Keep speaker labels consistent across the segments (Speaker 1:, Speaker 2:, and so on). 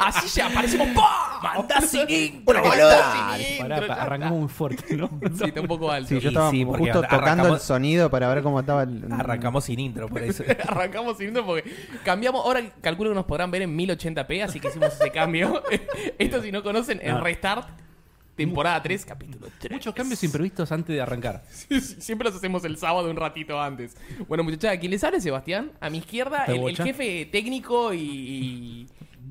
Speaker 1: Así ya aparecimos. ¡Pah! Mandá sin intro,
Speaker 2: Pará,
Speaker 1: boludo.
Speaker 2: pará,
Speaker 1: Sin
Speaker 3: Pará,
Speaker 1: intro,
Speaker 3: pa-
Speaker 1: ya
Speaker 3: arrancamos muy fuerte, ¿no?
Speaker 1: está. Sí, está un poco alto.
Speaker 2: Sí, yo estaba
Speaker 3: sí,
Speaker 2: como
Speaker 3: porque
Speaker 2: justo
Speaker 3: arrancamos-
Speaker 2: tocando el sonido para ver cómo estaba el.
Speaker 3: Arrancamos sin intro, por eso.
Speaker 1: Arrancamos sin intro porque cambiamos. Ahora calculo que nos podrán ver en 1080p, así que hicimos ese cambio. Esto, si no conocen, el
Speaker 3: No.
Speaker 1: Restart, temporada 3, capítulo 3.
Speaker 3: Muchos cambios imprevistos antes de arrancar.
Speaker 1: Sí, sí, Siempre los hacemos el sábado un ratito antes. Bueno, muchachos, aquí les habla Sebastián. A mi izquierda,
Speaker 3: ¿Te
Speaker 1: el, el
Speaker 3: bocha?
Speaker 1: jefe técnico y, y-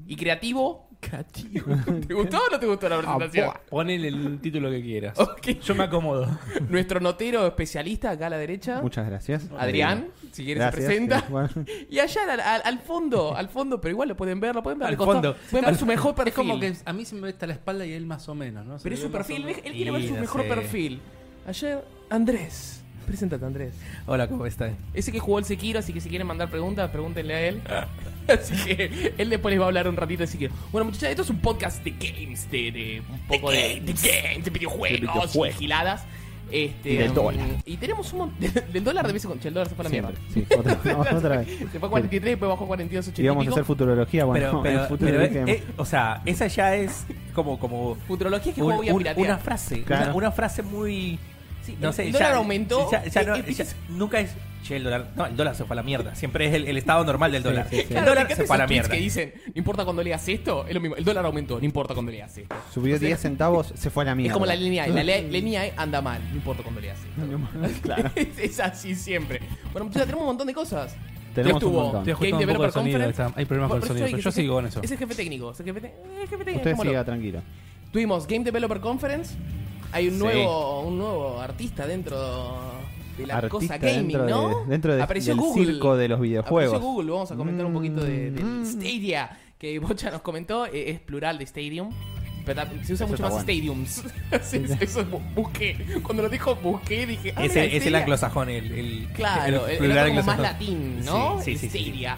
Speaker 1: y creativo. ¿Te gustó o no te gustó la
Speaker 3: Ah,
Speaker 1: presentación?
Speaker 3: Ponele el título que quieras.
Speaker 1: Ok.
Speaker 3: Yo me acomodo.
Speaker 1: Nuestro notero especialista acá a la derecha,
Speaker 2: Muchas gracias. Eh,
Speaker 1: Adrián, si quieres se
Speaker 2: Gracias,
Speaker 1: presenta.
Speaker 2: sí, bueno.
Speaker 1: Y allá al, al- al fondo, al fondo, pero igual lo pueden ver, lo pueden ver
Speaker 3: Al
Speaker 1: costado.
Speaker 3: fondo.
Speaker 1: Pueden ver su mejor perfil.
Speaker 4: Es como que a mí se me ve hasta la espalda y él más o menos, ¿no? Se
Speaker 1: Pero
Speaker 4: me
Speaker 1: es
Speaker 4: ve
Speaker 1: su
Speaker 4: más
Speaker 1: perfil,
Speaker 4: o
Speaker 1: él,
Speaker 4: menos.
Speaker 1: él quiere ver
Speaker 3: Y
Speaker 1: su
Speaker 3: no
Speaker 1: mejor
Speaker 3: sé.
Speaker 1: perfil. Ayer, Andrés. Preséntate, Andrés.
Speaker 3: Hola, ¿cómo estás?
Speaker 1: Ese que jugó el Sekiro, así que si quieren mandar preguntas, pregúntenle a él. así que él después les va a hablar un ratito, así que... Bueno, muchachos, esto es un podcast de games, de, de un poco de, de games, de, videojuegos,
Speaker 2: De videojuegos.
Speaker 1: vigiladas. Este,
Speaker 2: Y del
Speaker 1: um,
Speaker 2: dólar.
Speaker 1: Y tenemos un montón... Del dólar de vez en cuando... che, El dólar se fue a la mierda.
Speaker 2: Siempre. Sí, otra, vamos otra vez.
Speaker 1: Se fue a 43, después bajó a 42, 80
Speaker 2: Y vamos a hacer futurología. Bueno,
Speaker 3: pero, pero,
Speaker 2: el futuro
Speaker 3: pero, eh, o sea, esa ya es como, como
Speaker 1: Futurología es que
Speaker 3: un-
Speaker 1: juego voy a
Speaker 3: un-
Speaker 1: piratear.
Speaker 3: una frase, una- una,
Speaker 2: Claro.
Speaker 3: frase muy,
Speaker 1: Sí,
Speaker 3: no
Speaker 1: el-
Speaker 3: sé,
Speaker 1: el dólar aumentó,
Speaker 3: ya- ya
Speaker 1: eh,
Speaker 3: no-
Speaker 1: eh,
Speaker 3: ya- nunca es, che, el dólar, no, el dólar se fue a la mierda, siempre es el, el estado normal del dólar,
Speaker 2: sí, sí.
Speaker 3: el
Speaker 1: Claro, me
Speaker 3: dólar
Speaker 1: encantan
Speaker 3: se fue a la
Speaker 1: esos tweets
Speaker 3: mierda.
Speaker 1: que dicen, no importa cuando leas esto, es lo mismo. El dólar aumentó, no importa cuando leas esto.
Speaker 2: Subió 10 centavos, se fue a la
Speaker 1: Es
Speaker 2: mierda.
Speaker 1: como la línea E. La le- línea E anda mal, no importa cuando leas esto. es, es así siempre. Bueno, muchachos, tenemos un montón de cosas.
Speaker 2: Tenemos
Speaker 1: Ya estuvo
Speaker 2: un montón.
Speaker 1: Game
Speaker 3: Te ajustó un
Speaker 1: Developer
Speaker 3: poco el sonido,
Speaker 1: Conference.
Speaker 3: está- hay problemas con el
Speaker 1: Por eso
Speaker 3: sonido,
Speaker 1: hay que-
Speaker 3: pero yo
Speaker 1: ese-
Speaker 3: sigo con eso.
Speaker 1: Es el jefe técnico. Es el jefe, te- el jefe técnico.
Speaker 2: Usted
Speaker 1: dejémoslo.
Speaker 2: siga tranquilo.
Speaker 1: Tuvimos Game Developer Conference. Hay un
Speaker 3: Sí.
Speaker 1: nuevo, un nuevo artista dentro de la cosa
Speaker 2: Artista
Speaker 1: gaming,
Speaker 2: dentro,
Speaker 1: ¿no?
Speaker 2: de, dentro de- del circo de los videojuegos.
Speaker 1: Apareció Google, vamos a comentar un poquito de, del
Speaker 2: Mm.
Speaker 1: Stadia, que Bocha nos comentó, eh, es plural de Stadium. Pero ta- se usa
Speaker 2: Eso
Speaker 1: mucho
Speaker 2: está
Speaker 1: más Stadiums. Sí, sí, Eso bu- busqué. Cuando lo dijo busqué, dije. ah,
Speaker 3: Es,
Speaker 1: mira,
Speaker 3: el, es el
Speaker 1: Stadia.
Speaker 3: anglosajón, el, el
Speaker 1: Claro, el, el
Speaker 3: plural
Speaker 1: era como más
Speaker 3: anglosajón.
Speaker 1: latín, ¿no?
Speaker 3: Sí, sí, sí, sí.
Speaker 1: Stadia.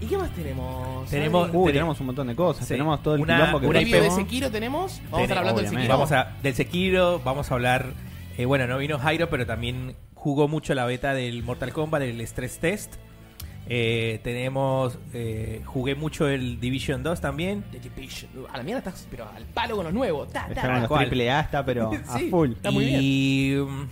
Speaker 1: ¿Y qué más tenemos?
Speaker 3: Tenemos-
Speaker 1: Adri?
Speaker 2: Uy,
Speaker 3: Tene-
Speaker 2: tenemos un montón de cosas.
Speaker 3: Sí.
Speaker 2: Tenemos todo el
Speaker 3: Una-
Speaker 2: quilombo que
Speaker 3: una
Speaker 1: previo de
Speaker 2: pasó.
Speaker 3: IP.
Speaker 1: Sekiro tenemos. Vamos a estar
Speaker 3: Tenemos,
Speaker 1: hablando del
Speaker 2: obviamente.
Speaker 1: Sekiro.
Speaker 3: Vamos a del Sekiro, vamos a hablar. eh, bueno, no vino Jairo, pero también jugó mucho la beta del Mortal Kombat, el Stress Test. Eh, tenemos, eh, jugué mucho el Division 2 también.
Speaker 1: The Division. A la mierda estás, pero al palo con los nuevos. Ta, ta.
Speaker 2: Estaban los
Speaker 3: ¿Cuál?
Speaker 2: triple A, está, pero a
Speaker 1: Sí.
Speaker 2: full.
Speaker 1: Está muy
Speaker 3: y mm,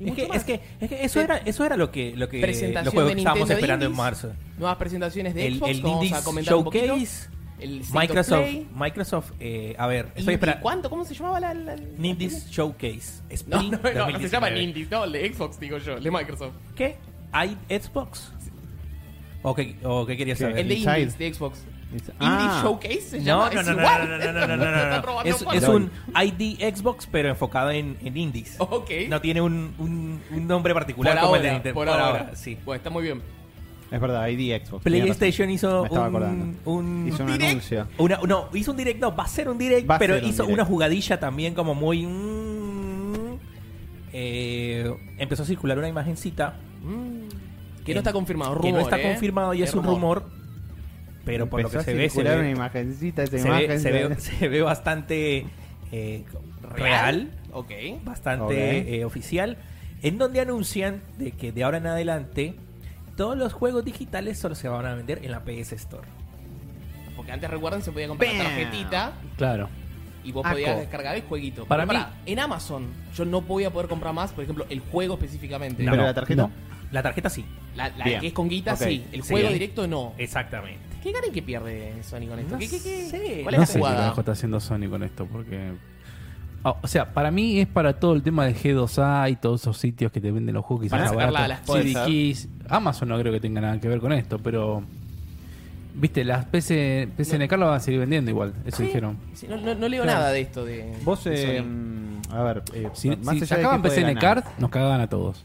Speaker 1: Y
Speaker 3: es,
Speaker 1: mucho
Speaker 3: que,
Speaker 1: más. Eh,
Speaker 3: es, que, es que eso era eso era lo que lo que los
Speaker 1: Presentación
Speaker 3: juegos
Speaker 1: de
Speaker 3: que estábamos
Speaker 1: Nintendo
Speaker 3: esperando en
Speaker 1: Indies.
Speaker 3: marzo.
Speaker 1: Nuevas presentaciones de
Speaker 3: El,
Speaker 1: Xbox.
Speaker 3: el
Speaker 1: que vamos
Speaker 3: Indies
Speaker 1: a comentar un poquito.
Speaker 3: Showcase,
Speaker 1: El State of
Speaker 3: Microsoft,
Speaker 1: Play.
Speaker 3: Microsoft, eh, a ver, estoy
Speaker 1: Indie-
Speaker 3: esperando
Speaker 1: ¿Cuánto? ¿Cómo se llamaba la...? la- la-
Speaker 3: Indies Showcase.
Speaker 1: No,
Speaker 3: Spring
Speaker 1: no, no, no se llama
Speaker 3: 2019.
Speaker 1: el Indie. No, el de Xbox, digo yo. El de Microsoft.
Speaker 3: ¿Qué? ¿Hay Xbox? ¿O qué, o qué querías
Speaker 2: ¿Qué?
Speaker 3: saber?
Speaker 1: El de
Speaker 2: Inside.
Speaker 1: Indies, de Xbox.
Speaker 2: Ah.
Speaker 1: Indie Showcase se
Speaker 3: No,
Speaker 1: llama.
Speaker 3: no,
Speaker 1: es
Speaker 3: no, no,
Speaker 1: igual.
Speaker 3: no, no, no, no, no, no,
Speaker 1: Te están
Speaker 3: no, no.
Speaker 1: robando
Speaker 3: Es,
Speaker 1: cosas.
Speaker 3: es un ID Xbox, pero enfocado en, en indies.
Speaker 1: Ok.
Speaker 3: No tiene un, un, un nombre particular
Speaker 1: Por
Speaker 3: como el de
Speaker 1: ahora,
Speaker 3: Nintendo.
Speaker 1: por ahora.
Speaker 3: sí.
Speaker 1: Bueno, está muy bien.
Speaker 2: Es verdad, ID Xbox.
Speaker 3: PlayStation
Speaker 2: tenés
Speaker 3: hizo
Speaker 2: razón. Me estaba
Speaker 3: un,
Speaker 2: acordando.
Speaker 3: un,
Speaker 2: Hizo un
Speaker 1: direct.
Speaker 2: anuncio.
Speaker 3: una- no, hizo un direct, no, va a ser un direct,
Speaker 2: Va a
Speaker 3: pero
Speaker 2: ser un
Speaker 3: hizo
Speaker 2: direct.
Speaker 3: una jugadilla también como muy... mm, eh, empezó a circular una imagencita
Speaker 1: Que no está confirmado, rumor,
Speaker 3: que no está
Speaker 1: ¿eh?
Speaker 3: confirmado y es, un rumor, pero por lo que
Speaker 2: Empezó
Speaker 3: se
Speaker 2: a
Speaker 3: ve, se
Speaker 2: circular
Speaker 3: ve,
Speaker 2: una imagencita, esa
Speaker 3: se
Speaker 2: imagen.
Speaker 3: ve, se ve- se ve bastante eh, real,
Speaker 1: Ok.
Speaker 3: bastante
Speaker 2: Ok.
Speaker 3: eh, oficial, en donde anuncian de que de ahora en adelante todos los juegos digitales solo se van a vender en la PS Store.
Speaker 1: Porque antes, recuerden, se podía comprar la
Speaker 2: Bam.
Speaker 1: tarjetita.
Speaker 3: Claro.
Speaker 1: Y
Speaker 3: Ah,
Speaker 1: vos
Speaker 2: Aco.
Speaker 1: podías descargar el jueguito.
Speaker 3: Para
Speaker 1: Pero
Speaker 3: mí-
Speaker 1: pará, en Amazon yo no voy a poder comprar más, por ejemplo, el juego específicamente.
Speaker 2: No. Pero la tarjeta.
Speaker 3: La tarjeta sí.
Speaker 1: La, la
Speaker 2: Bien.
Speaker 1: que es con guita,
Speaker 2: Ok. Eh.
Speaker 1: sí. El
Speaker 3: Sí.
Speaker 1: juego directo, no.
Speaker 3: Exactamente.
Speaker 1: ¿Qué gana y qué pierde Sony con esto?
Speaker 3: No
Speaker 1: ¿Qué, qué, qué?
Speaker 3: sé.
Speaker 1: ¿Cuál es
Speaker 5: No
Speaker 1: la
Speaker 5: sé qué
Speaker 1: jugada?
Speaker 5: carajo está haciendo Sony con esto, porque. Ah, o sea, para mí es para todo el tema de G2A y todos esos sitios que te venden los juegos.
Speaker 1: Para
Speaker 5: y son
Speaker 1: sacarla
Speaker 5: baratos.
Speaker 1: a las cosas.
Speaker 5: CD Keys. Amazon no creo que tenga nada que ver con esto, pero. Viste, las PC, PCNK lo van a seguir vendiendo igual, eso
Speaker 1: Sí.
Speaker 5: dijeron.
Speaker 1: Sí, no, no- no leo
Speaker 5: Claro.
Speaker 1: nada de esto de.
Speaker 2: Vos,
Speaker 1: de
Speaker 2: eh,
Speaker 1: Sony.
Speaker 2: a ver, eh,
Speaker 5: Si,
Speaker 2: más
Speaker 5: si
Speaker 2: allá de
Speaker 5: sacaban
Speaker 2: que puede
Speaker 5: PCNK,
Speaker 2: ganar.
Speaker 5: nos cagaban a todos.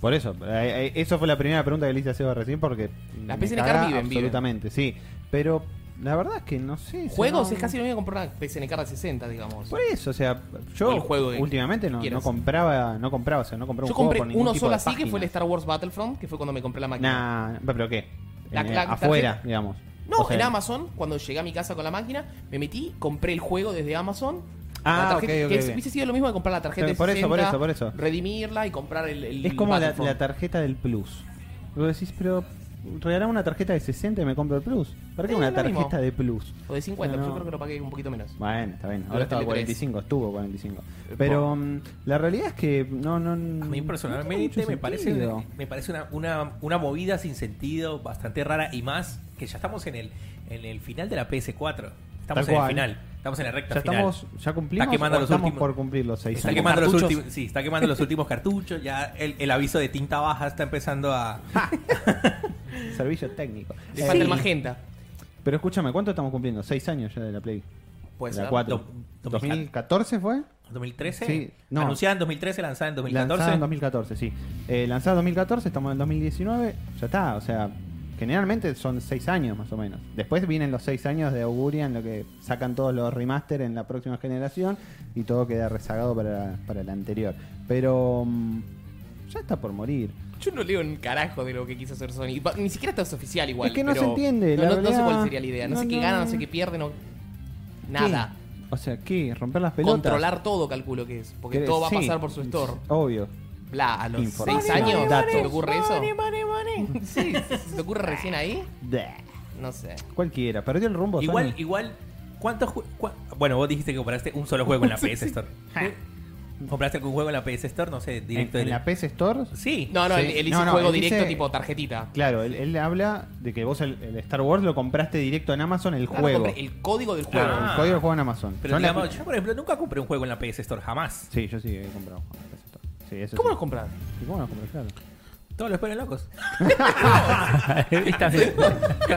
Speaker 2: Por eso, eh, eh, eso fue la primera pregunta que le hice a Seba recién porque
Speaker 1: Las
Speaker 2: me
Speaker 1: PCNK
Speaker 2: caga
Speaker 1: viven, viven.
Speaker 2: absolutamente, sí, pero la verdad es que no sé, si
Speaker 1: Juegos
Speaker 2: no-
Speaker 1: es casi lo mismo que comprar una PSNK de 60, digamos.
Speaker 2: por eso, o sea, yo
Speaker 1: O el juego de-
Speaker 2: últimamente no,
Speaker 1: quieras.
Speaker 2: no compraba, no compraba, o sea, no compraba
Speaker 1: Yo
Speaker 2: un juego
Speaker 1: compré
Speaker 2: por ningún
Speaker 1: uno
Speaker 2: tipo
Speaker 1: solo
Speaker 2: de
Speaker 1: así que fue el
Speaker 2: página.
Speaker 1: Star Wars Battlefront, que fue cuando me compré la máquina.
Speaker 2: Nah, pero qué?
Speaker 1: La-
Speaker 2: En-
Speaker 1: la-
Speaker 2: afuera,
Speaker 1: tarjeta.
Speaker 2: digamos.
Speaker 1: No,
Speaker 2: O sea,
Speaker 1: en Amazon, cuando llegué a mi casa con la máquina, me metí, compré el juego desde Amazon.
Speaker 2: Ah,
Speaker 1: La tarjeta-
Speaker 2: ok, ok,
Speaker 1: que
Speaker 2: ok.
Speaker 1: hubiese sido lo mismo que comprar la tarjeta de
Speaker 2: Por eso, por
Speaker 1: 60,
Speaker 2: eso, por eso.
Speaker 1: Redimirla y comprar el. el
Speaker 2: Es como la,
Speaker 1: Battlefront.
Speaker 2: la tarjeta del Plus. Vos decís, pero regalame una tarjeta de 60 y me compro el Plus. ¿Para qué
Speaker 1: Eh,
Speaker 2: una
Speaker 1: lo mismo.
Speaker 2: tarjeta de Plus?
Speaker 1: O de 50,
Speaker 2: No, no.
Speaker 1: yo creo que lo pagué un poquito menos.
Speaker 2: Bueno, está bien.
Speaker 1: Pero
Speaker 2: Ahora estaba
Speaker 1: tiene
Speaker 2: 45, estuvo 45. Pero mm, la realidad es que no, Mm, no.
Speaker 3: A mí personalmente me parece, me parece una, una, una movida sin sentido, bastante rara y más que ya estamos en el, en el final de la PS4. Estamos
Speaker 2: Tal
Speaker 3: en el
Speaker 2: cual.
Speaker 3: final. Estamos en la recta
Speaker 2: Ya
Speaker 3: final.
Speaker 2: estamos, ya cumplimos.
Speaker 3: Está quemando
Speaker 2: o
Speaker 3: los
Speaker 2: estamos
Speaker 3: últimos-
Speaker 2: por cumplir los 6
Speaker 3: Está
Speaker 2: años.
Speaker 3: quemando, los
Speaker 1: Cartuchos.
Speaker 3: últimos, sí, está quemando los últimos cartuchos. Ya el, el aviso de tinta baja está empezando a.
Speaker 2: Servicio técnico.
Speaker 1: Le
Speaker 2: Eh,
Speaker 1: falta el magenta.
Speaker 2: Pero escúchame, ¿cuánto estamos cumpliendo? 6 años ya de la Play.
Speaker 1: Pues
Speaker 2: De la
Speaker 1: ser.
Speaker 2: 4.
Speaker 3: Do-
Speaker 2: 2014 fue?
Speaker 3: 2013.
Speaker 2: Sí, no.
Speaker 3: Anunciada en 2013, lanzada en 2014.
Speaker 2: Lanzada en 2014, sí. Eh, lanzada en 2014, estamos en el 2019, ya está, o sea, generalmente son 6 años más o menos. Después vienen los 6 años de Auguria en lo que sacan todos los remaster en la próxima generación y todo queda rezagado para, para la anterior. Pero mm, ya está por morir.
Speaker 1: Yo no leo un carajo de lo que quiso hacer Sony. Va- Ni siquiera esto es oficial igual.
Speaker 2: Es que no
Speaker 1: pero
Speaker 2: se entiende,
Speaker 1: No,
Speaker 2: la
Speaker 1: no- no sé
Speaker 2: verdad.
Speaker 1: cuál sería la idea. No, sé
Speaker 2: No,
Speaker 1: qué
Speaker 2: no.
Speaker 1: gana, no sé qué pierde, no. Nada.
Speaker 2: ¿Qué? O sea, ¿qué? ¿Romper las pelotas?
Speaker 1: Controlar todo, calculo que es. Porque
Speaker 2: ¿Qué?
Speaker 1: todo va a
Speaker 2: Sí,
Speaker 1: pasar por su store.
Speaker 2: Obvio.
Speaker 1: Bla, a los
Speaker 2: Información,
Speaker 1: seis años.
Speaker 2: datos.
Speaker 1: ¿Se te ocurre eso? Sí, ¿se te ocurre recién ahí?
Speaker 2: Bleh.
Speaker 1: No sé.
Speaker 2: Cualquiera, perdió el rumbo.
Speaker 3: Igual,
Speaker 2: Sony.
Speaker 3: igual, ¿cuántos jue- cua- Bueno, vos dijiste que compraste un solo juego en la PS Store. ¿Compraste algún juego en la PS Store? No sé,
Speaker 2: en,
Speaker 3: directo
Speaker 2: en
Speaker 3: de
Speaker 2: la PS Store
Speaker 3: Sí.
Speaker 1: No, no,
Speaker 2: Sí.
Speaker 1: él, él hizo
Speaker 2: No,
Speaker 1: un
Speaker 2: no,
Speaker 1: juego
Speaker 2: él
Speaker 1: directo
Speaker 2: dice-
Speaker 1: tipo tarjetita.
Speaker 2: Claro, él, él habla de que vos el, el Star Wars lo compraste directo en Amazon, el
Speaker 1: Claro,
Speaker 2: juego.
Speaker 1: Ah, compré El código del juego.
Speaker 2: Claro,
Speaker 3: Ah.
Speaker 2: el código lo juego en Amazon.
Speaker 3: Pero
Speaker 2: Yo en la
Speaker 3: digamos,
Speaker 2: fi-
Speaker 3: yo, por ejemplo, nunca compré un juego en la PS Store, jamás.
Speaker 2: Sí, yo sí he comprado. juegos en la PS Store. Sí, eso
Speaker 1: ¿Cómo
Speaker 2: sí.
Speaker 1: lo compras?
Speaker 2: ¿Y ¿Cómo lo compré? Claro.
Speaker 3: Todos los ponen locos.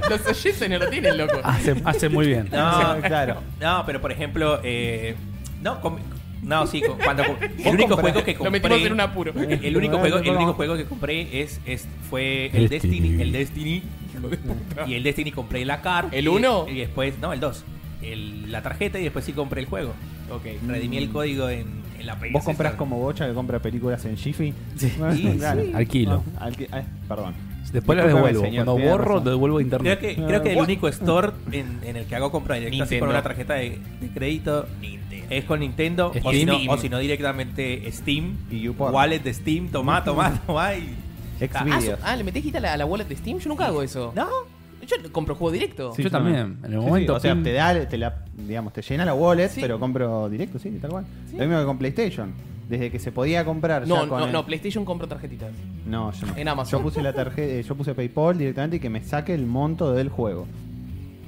Speaker 1: Los oyentes no lo tienen, loco.
Speaker 2: Ah,
Speaker 5: Hace, hace muy bien.
Speaker 3: No,
Speaker 2: claro.
Speaker 3: No, pero por ejemplo, eh, no, com- no, sí, co- cuando co- el único
Speaker 2: compras-
Speaker 3: juego que
Speaker 1: Lo
Speaker 3: compré,
Speaker 1: metimos en un apuro. Ah,
Speaker 3: el único juego, el único juego que compré es, es fue el Destiny,
Speaker 5: Destiny.
Speaker 3: el Destiny, y el Destiny compré la carta,
Speaker 1: ¿El
Speaker 3: y-
Speaker 1: uno?
Speaker 3: y, después, no, el 2 la tarjeta y después sí compré el juego.
Speaker 1: Ok.
Speaker 3: Redimí el código en, en la PS
Speaker 2: ¿Vos comprás
Speaker 3: Store.
Speaker 2: como bocha que compra películas en Jiffy?
Speaker 3: Sí. Sí,
Speaker 5: sí. Alquilo.
Speaker 2: No, alqui- ah, perdón.
Speaker 5: Después lo
Speaker 2: Discúlpeme,
Speaker 5: devuelvo.
Speaker 2: señor,
Speaker 5: Cuando
Speaker 2: tiene
Speaker 5: borro,
Speaker 2: razón.
Speaker 5: lo devuelvo a
Speaker 3: Creo
Speaker 5: internet.
Speaker 3: que,
Speaker 1: Ah,
Speaker 3: creo que el
Speaker 2: What?
Speaker 3: único store en, en el que hago compra directa así
Speaker 1: Nintendo.
Speaker 3: con una tarjeta de, de crédito es con Nintendo o
Speaker 5: Steam.
Speaker 3: si, no,
Speaker 1: Steam.
Speaker 3: o si no directamente Steam,
Speaker 2: Y YouPorn.
Speaker 3: wallet de Steam, tomá, tomá, tomá y...
Speaker 2: Ex
Speaker 1: Ah, eso-
Speaker 2: videos.
Speaker 1: ah, ¿le metés guita a la, a la wallet de Steam? Yo nunca hago eso.
Speaker 3: ¿No?
Speaker 1: Yo compro juego directo.
Speaker 5: Sí. Yo también, en el momento,
Speaker 2: o sea,
Speaker 5: pim.
Speaker 2: te da, te la, digamos, te llena la wallet,
Speaker 1: Sí.
Speaker 2: pero compro directo, sí, tal cual. Lo mismo que con PlayStation. Desde que se podía comprar ya
Speaker 1: No,
Speaker 2: con
Speaker 1: no,
Speaker 2: el-
Speaker 1: no, PlayStation compro tarjetitas.
Speaker 2: No, yo no.
Speaker 1: En Amazon.
Speaker 2: Yo puse la tarjeta, yo puse PayPal directamente y que me saque el monto del juego.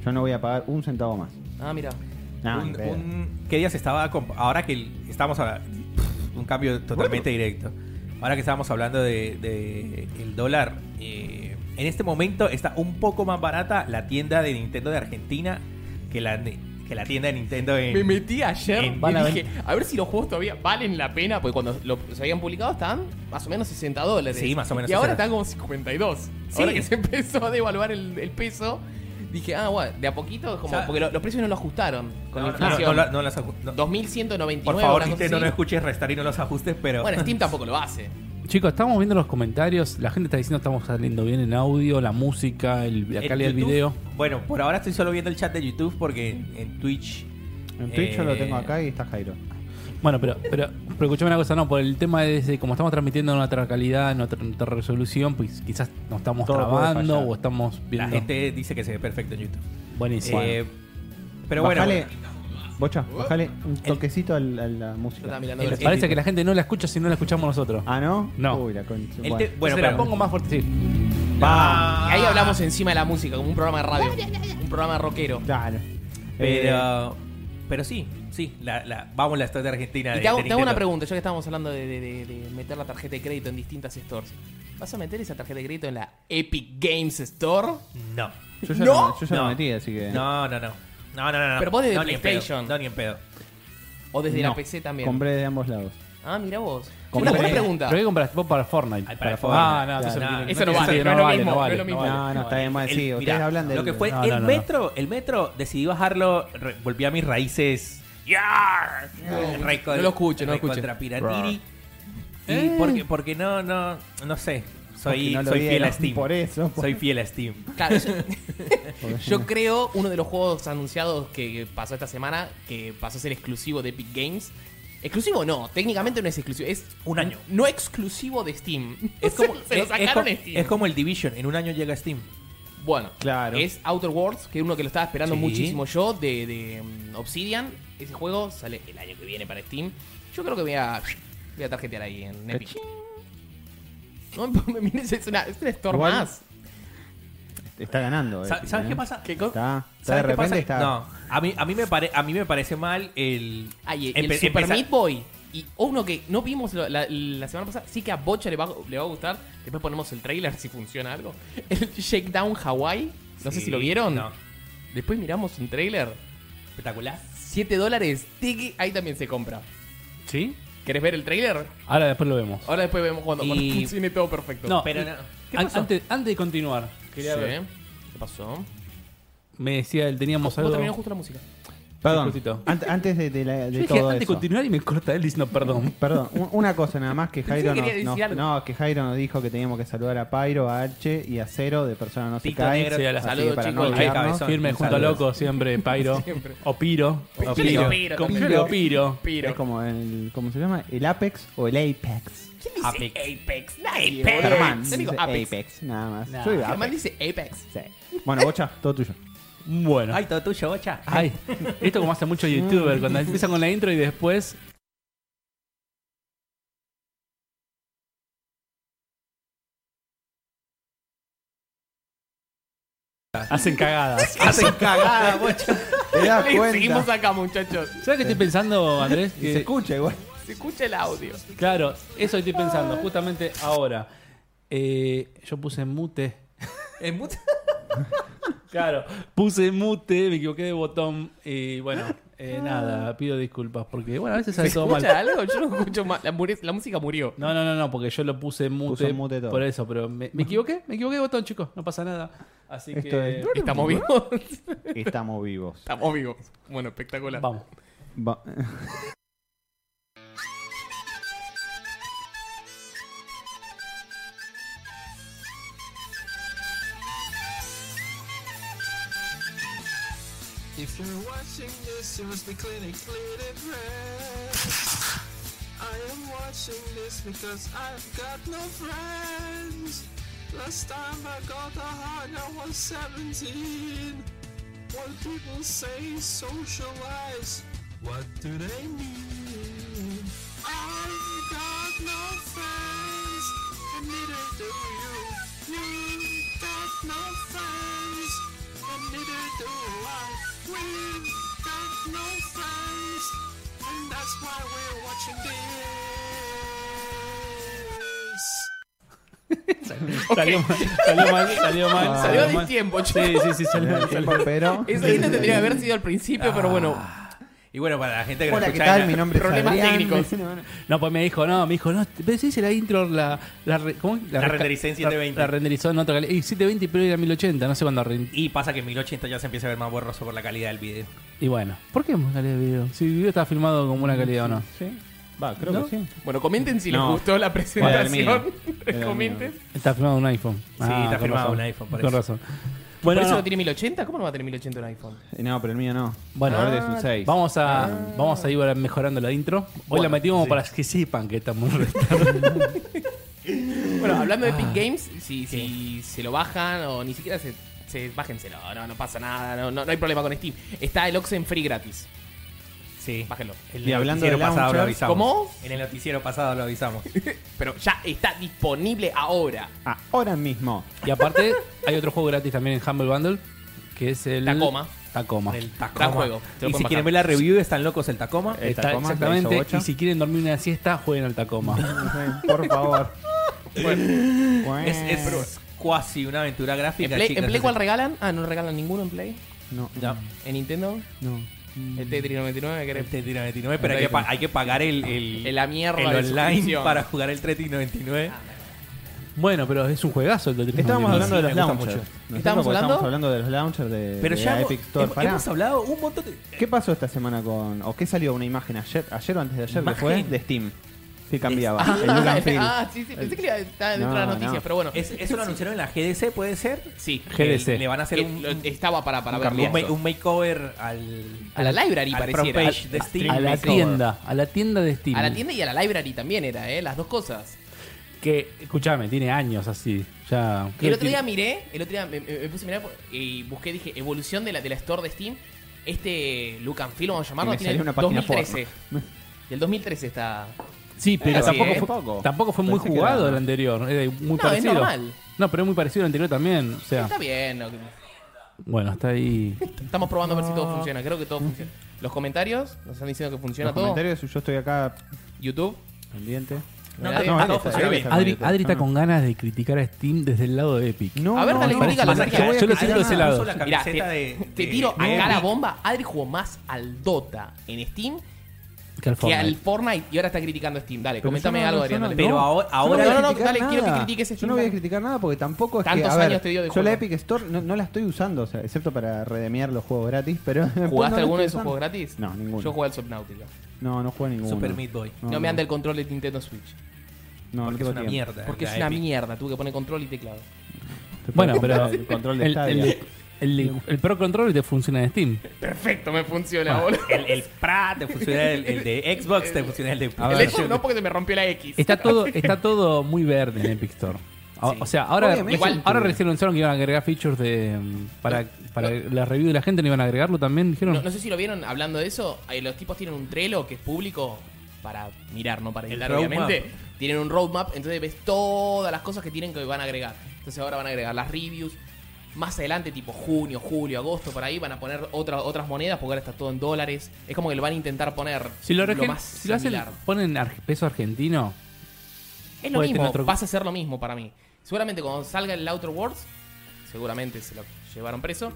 Speaker 2: Yo no voy a pagar un centavo más.
Speaker 1: Ah, mira.
Speaker 2: Nah, ni
Speaker 3: un,
Speaker 2: pedo.
Speaker 3: un- ¿Qué día se estaba... comp- Ahora que el- estamos a... Un cambio totalmente directo. Ahora que estábamos hablando de, de el dólar, eh, en este momento está un poco más barata la tienda de Nintendo de Argentina que la, que la tienda de Nintendo en...
Speaker 1: Me metí ayer
Speaker 3: En-
Speaker 1: y dije, a ver si los juegos todavía valen la pena, porque cuando lo- se habían publicado estaban más o menos 60 dólares.
Speaker 3: Sí, más o menos
Speaker 1: Y ahora
Speaker 3: 60.
Speaker 1: están como 52.
Speaker 3: Sí.
Speaker 1: Ahora que se empezó a devaluar el, el peso, dije, ah, bueno, de a poquito, como,
Speaker 3: O sea,
Speaker 1: porque lo- los precios no lo ajustaron con la
Speaker 3: No, no,
Speaker 1: inflación.
Speaker 3: no, no, no las aju- no.
Speaker 1: 2199.
Speaker 3: Por favor,
Speaker 1: una cosa
Speaker 3: Nintendo, no
Speaker 1: así.
Speaker 3: escuches restar y no los ajustes, pero.
Speaker 1: Bueno, Steam tampoco lo hace.
Speaker 5: Chicos, estamos viendo los comentarios. La gente está diciendo estamos saliendo bien en audio, la música, el- la
Speaker 3: En
Speaker 5: calidad del
Speaker 3: YouTube-
Speaker 5: video.
Speaker 3: Bueno, por ahora estoy solo viendo el chat de YouTube porque en, en Twitch.
Speaker 2: En Twitch yo
Speaker 3: eh,
Speaker 2: lo tengo acá y está Jairo.
Speaker 5: Bueno, pero, pero, pero escuchame una cosa, no, por el tema de ese- como estamos transmitiendo en otra calidad, en otra, en otra resolución, pues quizás nos estamos
Speaker 2: Todo puede
Speaker 5: trabando
Speaker 2: fallar.
Speaker 5: o estamos
Speaker 3: eh, La
Speaker 5: viendo.
Speaker 3: gente dice que se ve perfecto en YouTube.
Speaker 5: Buenísimo.
Speaker 3: Eh, pero bueno,
Speaker 2: Bájale, bocha, bájale un toquecito al- a la música.
Speaker 1: Yo estaba mirando
Speaker 5: Eh,
Speaker 1: a ver si-
Speaker 5: Parece que la gente no la escucha si no la escuchamos nosotros.
Speaker 2: Ah, ¿no?
Speaker 5: No.
Speaker 2: Uy, la concha.
Speaker 3: el te-
Speaker 2: Bueno.
Speaker 3: bueno,
Speaker 5: Se
Speaker 3: pero-
Speaker 5: la pongo más fuerte, sí.
Speaker 3: Ah,
Speaker 1: Y ahí hablamos encima de la música, como un programa de radio. Un programa rockero.
Speaker 2: Claro. Eh,
Speaker 3: Pero, pero sí, sí. La, la- vamos la historia de Argentina.
Speaker 1: Y
Speaker 3: de-
Speaker 1: te hago,
Speaker 3: de
Speaker 1: te hago una
Speaker 3: Nintendo.
Speaker 1: pregunta, ya que estábamos hablando de, de- de- de meter la tarjeta de crédito en distintas stores. ¿Vas a meter esa tarjeta de crédito en la Epic Games Store?
Speaker 3: No.
Speaker 2: yo
Speaker 1: ¿No?
Speaker 2: ya, lo, yo ya lo
Speaker 3: No.
Speaker 2: metí, así que.
Speaker 3: No, no, no. No, no, no. no.
Speaker 1: Pero vos desde
Speaker 3: No, ni en
Speaker 1: PlayStation.
Speaker 3: pedo. No, ni en pedo.
Speaker 1: ¿O desde la
Speaker 2: No.
Speaker 1: PC también?
Speaker 2: Compré de ambos lados.
Speaker 1: Ah, mira vos.
Speaker 2: Compré-
Speaker 1: una buena
Speaker 5: ¿Pero
Speaker 1: pregunta.
Speaker 5: qué compraste? Vos para Fortnite.
Speaker 3: Ay, para
Speaker 5: Ah,
Speaker 3: Fortnite.
Speaker 5: no, entonces
Speaker 3: Claro.
Speaker 5: tiene-
Speaker 1: Eso no
Speaker 5: tiene
Speaker 1: vale,
Speaker 5: sentido,
Speaker 1: no es lo mismo, no es lo
Speaker 2: No,
Speaker 1: mismo.
Speaker 2: no, está bien mal.
Speaker 3: El-
Speaker 2: Sí, ustedes
Speaker 3: mirá,
Speaker 2: hablan de.
Speaker 3: Lo que fue
Speaker 5: No,
Speaker 3: el
Speaker 5: no, no, no.
Speaker 3: metro, el metro decidí bajarlo, re- volví a mis raíces. ¡Yar!
Speaker 1: No,
Speaker 3: Re-
Speaker 1: no lo escucho, no lo escucho.
Speaker 3: recontra piratiri. Y porque, porque no, no, no sé. Soy,
Speaker 2: Eh. Porque no lo
Speaker 3: soy fiel
Speaker 2: vieron,
Speaker 3: a Steam.
Speaker 2: por eso.
Speaker 3: Soy fiel a Steam.
Speaker 1: Claro, yo, yo creo uno de los juegos anunciados que pasó esta semana, que pasó a ser exclusivo de Epic Games. Exclusivo no, técnicamente no es exclusivo, es
Speaker 3: Un año.
Speaker 1: No exclusivo de Steam.
Speaker 3: Es como,
Speaker 1: se lo
Speaker 3: es- es
Speaker 1: sacaron
Speaker 3: co-
Speaker 1: en Steam.
Speaker 3: es como el Division. En un año llega a Steam.
Speaker 1: Bueno,
Speaker 2: Claro.
Speaker 1: es Outer Worlds, que es uno que lo estaba esperando
Speaker 3: Sí.
Speaker 1: muchísimo yo, de, de, mm, Obsidian. Ese juego sale el año que viene para Steam. Yo creo que voy a, voy a tarjetear ahí en Epic. No me mires, es una, es una Store
Speaker 2: Igual-
Speaker 1: más.
Speaker 2: Está ganando.
Speaker 3: Sa-
Speaker 2: Epic,
Speaker 3: ¿Sabes
Speaker 2: ¿eh?
Speaker 3: qué pasa?
Speaker 1: ¿Qué co-
Speaker 2: Está, está
Speaker 3: ¿Sabes
Speaker 2: de
Speaker 3: qué pasa?
Speaker 2: repente está.
Speaker 3: No, a mí, a, mí me pare- a mí me parece mal el.
Speaker 1: Ay, y el
Speaker 3: empe-
Speaker 1: Super
Speaker 3: empezar-
Speaker 1: Meat Boy. Y uno que no vimos la, la- la semana pasada, sí que a Bocha le va, le va a gustar. Después ponemos el trailer si funciona algo. El Shakedown Hawaii. No sé
Speaker 3: Sí,
Speaker 1: si lo vieron.
Speaker 3: no.
Speaker 1: Después miramos un trailer.
Speaker 3: Espectacular.
Speaker 1: 7 dólares. tiki, ahí también se compra.
Speaker 5: ¿Sí?
Speaker 1: ¿Querés ver el trailer?
Speaker 5: Ahora después lo vemos.
Speaker 1: Ahora después vemos cuando,
Speaker 3: Y-
Speaker 1: cuando funcione todo perfecto.
Speaker 5: No,
Speaker 3: Pero
Speaker 5: y-
Speaker 3: no.
Speaker 5: an- Antes, antes de continuar, quería
Speaker 1: Sí.
Speaker 5: ver.
Speaker 1: ¿Qué pasó?
Speaker 5: Me decía él, teníamos
Speaker 1: No
Speaker 5: algo.
Speaker 1: terminó justo la música.
Speaker 2: Perdón.
Speaker 5: Discutito.
Speaker 2: Ant- antes de, de la- de
Speaker 5: Yo dije
Speaker 2: todo
Speaker 5: antes de
Speaker 2: eso.
Speaker 5: continuar y me corta él diciendo perdón.
Speaker 2: Perdón, un- una cosa nada más que
Speaker 1: Pensé
Speaker 2: Jairo
Speaker 1: que
Speaker 2: nos,
Speaker 1: quería
Speaker 2: nos-
Speaker 1: decir algo.
Speaker 2: no, que Jairo nos dijo que teníamos que saludar a Pairo, a H y a Cero de persona no se
Speaker 3: Tito
Speaker 2: cae.
Speaker 3: Negro.
Speaker 5: Sí, a la
Speaker 2: Así
Speaker 1: saludo,
Speaker 2: que para
Speaker 1: chicos.
Speaker 2: no
Speaker 1: Ahí,
Speaker 2: liarnos,
Speaker 3: cabezón.
Speaker 5: Firme
Speaker 2: un
Speaker 5: junto a
Speaker 2: saludo.
Speaker 5: loco siempre, Pairo.
Speaker 1: Siempre.
Speaker 5: O Piro.
Speaker 1: Yo
Speaker 5: O
Speaker 1: le digo
Speaker 5: Piro.
Speaker 1: Piro
Speaker 5: Con
Speaker 1: también.
Speaker 5: Piro, Piro.
Speaker 1: Piro.
Speaker 2: Es como el ¿cómo se llama? El Apex o el Apex.
Speaker 1: ¿Quién dice
Speaker 3: Apex.
Speaker 1: Apex? No,
Speaker 2: Germán
Speaker 1: Apex. Yo digo
Speaker 2: dice
Speaker 1: Apex.
Speaker 2: Apex, nada más.
Speaker 5: Nah.
Speaker 2: Yo digo
Speaker 1: Germán
Speaker 2: Apex.
Speaker 1: dice Apex.
Speaker 2: Sí. Bueno, Bocha, todo tuyo.
Speaker 5: Bueno.
Speaker 3: Ay, todo tuyo, bocha.
Speaker 5: Ay, esto como hace mucho youtuber, cuando empiezan con la intro y después. Hacen cagadas.
Speaker 3: Hacen cagada, bocha.
Speaker 2: Te das cuenta.
Speaker 1: Seguimos acá, muchachos.
Speaker 5: ¿Sabes qué estoy pensando, Andrés?
Speaker 2: Y se
Speaker 5: Que-
Speaker 2: escucha igual.
Speaker 1: Se escucha el audio.
Speaker 5: claro, eso estoy pensando, justamente ahora. Eh, yo puse en mute.
Speaker 3: Es mucho.
Speaker 5: Claro, puse en mute, me equivoqué de botón y bueno, eh, nada, pido disculpas porque, bueno, a veces
Speaker 1: ¿Se
Speaker 5: sale todo mal.
Speaker 1: escucha algo? Yo no escucho más. La, muri- la música murió.
Speaker 5: No, no, no, no, porque yo lo puse en mute.
Speaker 2: Puso en mute todo.
Speaker 5: Por eso, pero me, me equivoqué, me equivoqué de botón, chicos, no pasa nada. Así
Speaker 2: Esto
Speaker 5: que.
Speaker 2: es-
Speaker 1: Estamos vivos.
Speaker 2: Estamos vivos.
Speaker 1: Estamos vivos. Bueno, espectacular.
Speaker 5: Vamos.
Speaker 2: Va-
Speaker 6: If you're watching this, you must be clearly cleared and red. I am watching this because I've got no friends. Last time I got a hug, I was 17. When people say socialize, what do they mean? I've got no friends, and neither do you. You've got no friends, and neither do I. We've got no friends, and that's why we're watching this.
Speaker 5: Salió, mal, salió mal, salió mal.
Speaker 1: Salió
Speaker 2: Ah.
Speaker 5: salió
Speaker 1: de
Speaker 5: mal.
Speaker 1: tiempo,
Speaker 5: Sí,
Speaker 1: chicos.
Speaker 5: sí, sí, salió mal. salió mal.
Speaker 2: Pero.
Speaker 1: Eso ahí no tendría que haber sido al principio, pero bueno.
Speaker 3: Y bueno, para la gente que
Speaker 2: Hola,
Speaker 3: nos
Speaker 2: ¿qué
Speaker 3: escucha.
Speaker 2: tal? Mi nombre es
Speaker 1: Problemas
Speaker 2: Adrián.
Speaker 1: técnicos.
Speaker 5: No, pues me dijo, no, me dijo, no, pero sí, la intro, la. La, re- ¿cómo?
Speaker 3: La
Speaker 5: resca-
Speaker 3: renderizé en
Speaker 5: la-
Speaker 3: 720.
Speaker 5: La, renderizó en otra calidad. Y 720, pero era 1080, no sé cuándo. ren-
Speaker 3: Y pasa que en 1080 ya se empieza a ver más borroso por la calidad del video.
Speaker 5: Y bueno, ¿por qué en calidad de video? Si el video está filmado como una calidad o no.
Speaker 2: Sí. Va, creo
Speaker 5: ¿No?
Speaker 2: que sí.
Speaker 1: Bueno, comenten si les
Speaker 2: No.
Speaker 1: gustó la
Speaker 2: Era
Speaker 1: presentación.
Speaker 2: el mío. Era el
Speaker 1: comenten.
Speaker 2: mío.
Speaker 5: Está filmado en un iPhone. Ah,
Speaker 3: Sí, está
Speaker 5: con
Speaker 3: filmado
Speaker 5: razón.
Speaker 3: en un iPhone, por
Speaker 5: Con
Speaker 3: eso.
Speaker 5: razón.
Speaker 1: ¿Por
Speaker 5: Bueno,
Speaker 1: eso
Speaker 5: no.
Speaker 1: no tiene 1080? ¿Cómo no va a tener 1080 un iPhone?
Speaker 2: Eh, No, pero el mío no.
Speaker 5: Bueno,
Speaker 2: Ahora es un 6.
Speaker 5: Vamos a, vamos a ir mejorando la intro. Hoy la metimos para que sepan que estamos restando.
Speaker 1: Bueno, hablando de Epic
Speaker 3: Ah,
Speaker 1: Games, si, si se lo bajan o ni siquiera se, se bájenselo, no, no pasa nada, no, no, no hay problema con Steam. Está el Oxen Free gratis,
Speaker 3: Sí.
Speaker 1: bájenlo.
Speaker 2: Y hablando de
Speaker 3: noticiero pasado lo
Speaker 2: launchers,
Speaker 3: avisamos.
Speaker 1: ¿Cómo?
Speaker 3: En el noticiero pasado lo avisamos.
Speaker 1: Pero ya está disponible ahora.
Speaker 2: Ahora mismo.
Speaker 5: y aparte, hay otro juego gratis también en Humble Bundle, que es el...
Speaker 1: Tacoma.
Speaker 5: Tacoma.
Speaker 3: El
Speaker 1: Gran juego.
Speaker 3: Tacoma.
Speaker 1: Se lo pueden Eh.
Speaker 3: Y si
Speaker 1: bajar.
Speaker 3: quieren ver la review, de están locos el Tacoma.
Speaker 2: el
Speaker 5: Está-
Speaker 2: Tacoma, la hizo
Speaker 5: exactamente.
Speaker 2: Bocha.
Speaker 5: Y si quieren dormir una siesta, jueguen al Tacoma.
Speaker 2: Por favor.
Speaker 3: Es, es cuasi una aventura
Speaker 1: ¿En
Speaker 3: gráfica.
Speaker 1: Play,
Speaker 3: chicas.
Speaker 1: en Play cuál regalan? Ah, no regalan ninguno en Play.
Speaker 2: No,
Speaker 3: Ya.
Speaker 1: ¿En Nintendo?
Speaker 2: no.
Speaker 1: El Tetris 99, ¿querés?
Speaker 3: Mm. El 99, pero hay que, pa- hay que pagar el, el,
Speaker 1: La mierda
Speaker 3: el
Speaker 1: de
Speaker 3: online
Speaker 1: suscripción. Ah,
Speaker 3: para jugar el 99
Speaker 5: bueno, pero es un juegazo el de Tetris
Speaker 2: Estábamos hablando
Speaker 5: 99.
Speaker 2: de
Speaker 3: me
Speaker 2: los
Speaker 3: gusta
Speaker 2: launchers.
Speaker 3: mucho.
Speaker 2: Nosotros
Speaker 1: ¿Estábamos
Speaker 2: porque
Speaker 1: hablando?
Speaker 2: Estamos hablando de los launchers de,
Speaker 3: Pero
Speaker 2: de
Speaker 3: ya hemos,
Speaker 2: Epic Store.
Speaker 3: hem-
Speaker 2: Pará.
Speaker 3: hemos hablado un montón de.
Speaker 2: ¿Qué pasó esta semana con. o qué salió una imagen ayer, ayer o antes de ayer? que
Speaker 3: Imagen.
Speaker 2: fue? De Steam. Que cambiaba.
Speaker 1: Ah,
Speaker 2: el look and feel.
Speaker 1: ah, sí, sí, pensé que estaba dentro de las
Speaker 2: No,
Speaker 1: noticias,
Speaker 2: no.
Speaker 1: pero bueno.
Speaker 3: Es- ¿Eso lo anunciaron en la GDC, puede ser?
Speaker 1: sí.
Speaker 5: GDC.
Speaker 3: Que Le van a hacer
Speaker 1: Que
Speaker 3: un,
Speaker 1: lo- estaba para, para
Speaker 2: un
Speaker 1: verlo.
Speaker 3: un ma-
Speaker 2: eso.
Speaker 3: un makeover al.
Speaker 1: A la library
Speaker 3: al front
Speaker 1: pareciera.
Speaker 3: page de Steam.
Speaker 5: A la
Speaker 3: Makeover.
Speaker 5: tienda, a la tienda de Steam.
Speaker 1: A la tienda y a la library también era, ¿eh? Las dos cosas. que
Speaker 5: Escuchame, tiene años así. Ya.
Speaker 1: el otro día miré, el otro día me, me- me puse a mirar y busqué, dije, evolución de la, de la store de Steam. Este Look and Feel, vamos a llamarlo,
Speaker 2: Y me
Speaker 1: tiene
Speaker 2: salió una página
Speaker 1: 2013. Del 2013 está.
Speaker 5: Sí, pero
Speaker 1: Eh,
Speaker 5: tampoco,
Speaker 1: sí,
Speaker 5: fue,
Speaker 2: poco.
Speaker 5: tampoco fue muy
Speaker 2: Pensé que
Speaker 5: jugado
Speaker 2: era-
Speaker 5: el anterior. Era muy
Speaker 1: No, es
Speaker 5: parecido.
Speaker 1: normal.
Speaker 5: No, pero es muy parecido al anterior también. O sea,
Speaker 1: Está bien, no,
Speaker 5: bueno, está ahí.
Speaker 1: estamos probando a ver si todo funciona. Creo que todo funciona. Los comentarios nos están diciendo que funciona
Speaker 2: Los
Speaker 1: todo.
Speaker 2: comentarios, yo estoy acá
Speaker 1: YouTube.
Speaker 2: pendiente.
Speaker 1: No,
Speaker 2: Ah,
Speaker 1: que-
Speaker 2: no,
Speaker 1: ah,
Speaker 2: esta-
Speaker 1: no,
Speaker 2: esta-
Speaker 1: funciona bien.
Speaker 2: esta-
Speaker 5: Adri,
Speaker 2: esta-
Speaker 5: Adri está
Speaker 2: no.
Speaker 5: con ganas de criticar a Steam desde el lado de Epic.
Speaker 2: Ah. No,
Speaker 1: A ver,
Speaker 2: no,
Speaker 1: dale,
Speaker 2: no,
Speaker 1: critica la
Speaker 2: no, yo
Speaker 1: saca.
Speaker 2: voy a
Speaker 5: Yo lo
Speaker 2: criticar
Speaker 5: sigo desde
Speaker 2: nada.
Speaker 5: lado.
Speaker 3: Puso
Speaker 1: Mirá,
Speaker 3: la
Speaker 1: te,
Speaker 3: camiseta de,
Speaker 1: te
Speaker 3: de-
Speaker 1: tiro
Speaker 3: de-
Speaker 1: acá la bomba. Adri jugó más al Dota en Steam
Speaker 5: Que al
Speaker 1: que al
Speaker 5: Fortnite.
Speaker 1: Fortnite y ahora está criticando Steam. Dale,
Speaker 2: Pero
Speaker 1: comentame
Speaker 2: yo no-
Speaker 1: algo,
Speaker 2: yo
Speaker 1: Adrián.
Speaker 2: no-
Speaker 1: dale.
Speaker 3: Pero
Speaker 2: no,
Speaker 3: ahora-
Speaker 2: yo
Speaker 3: ahora-
Speaker 2: voy a
Speaker 1: No, no, no,
Speaker 2: criticar
Speaker 1: dale, quiero que
Speaker 2: nada.
Speaker 1: critiques ese
Speaker 2: Yo no voy a
Speaker 1: Steam.
Speaker 2: criticar nada porque tampoco es que.
Speaker 1: Tantos
Speaker 2: A ver,
Speaker 1: años te dio de
Speaker 2: yo
Speaker 1: juego.
Speaker 2: la Epic Store no, no la estoy usando, o sea, excepto para redemiar los juegos gratis, pero.
Speaker 1: ¿Jugaste alguno de esos juegos gratis?
Speaker 2: No, ninguno.
Speaker 1: Yo jugué al Subnautica.
Speaker 2: No, no juego ninguno.
Speaker 3: Super Meat Boy.
Speaker 1: No, me anda el control de Nintendo Switch.
Speaker 2: No, no
Speaker 3: Porque es
Speaker 2: tengo
Speaker 3: una
Speaker 2: tiempo.
Speaker 3: mierda.
Speaker 1: Porque
Speaker 3: la
Speaker 1: es una
Speaker 3: Epic.
Speaker 1: mierda. Tuve que poner control y teclado.
Speaker 2: Te
Speaker 5: Bueno,
Speaker 2: puedo
Speaker 5: pero
Speaker 2: comprar el control de
Speaker 5: el,
Speaker 2: Stadia.
Speaker 5: el- el- el Pro Controller te funciona en Steam.
Speaker 1: Perfecto, me funciona, boludo.
Speaker 3: El, el Pra te funciona el, el de Xbox, te funciona el de
Speaker 1: El hecho no porque se me rompió la X.
Speaker 5: Está todo, está todo muy verde en Epic Store. O,
Speaker 1: Sí.
Speaker 5: o sea, ahora,
Speaker 2: Obviamente.
Speaker 5: igual, ahora recién anunciaron que iban a agregar features de mm, para, para la review de la gente, ¿no iban a agregarlo también? Dijeron.
Speaker 1: No, no sé si lo vieron hablando de eso. eh, Los tipos tienen un Trello que es público para mirar, no para
Speaker 3: El
Speaker 1: editar,
Speaker 3: roadmap.
Speaker 1: obviamente. Tienen un roadmap, entonces ves todas las cosas que tienen que van a agregar. Entonces ahora van a agregar las reviews. Más adelante, tipo junio, julio, agosto, por ahí van a poner otra- otras monedas porque ahora está todo en dólares. Es como que lo van a intentar poner
Speaker 5: si lo, regen-
Speaker 1: más
Speaker 5: si lo hacen,
Speaker 1: similar.
Speaker 5: ponen ar- peso argentino,
Speaker 1: Es lo
Speaker 5: puede
Speaker 1: mismo,
Speaker 5: tener otro-
Speaker 1: pasa a ser lo mismo para mí. Seguramente cuando salga el Outer Worlds, seguramente se lo llevaron preso,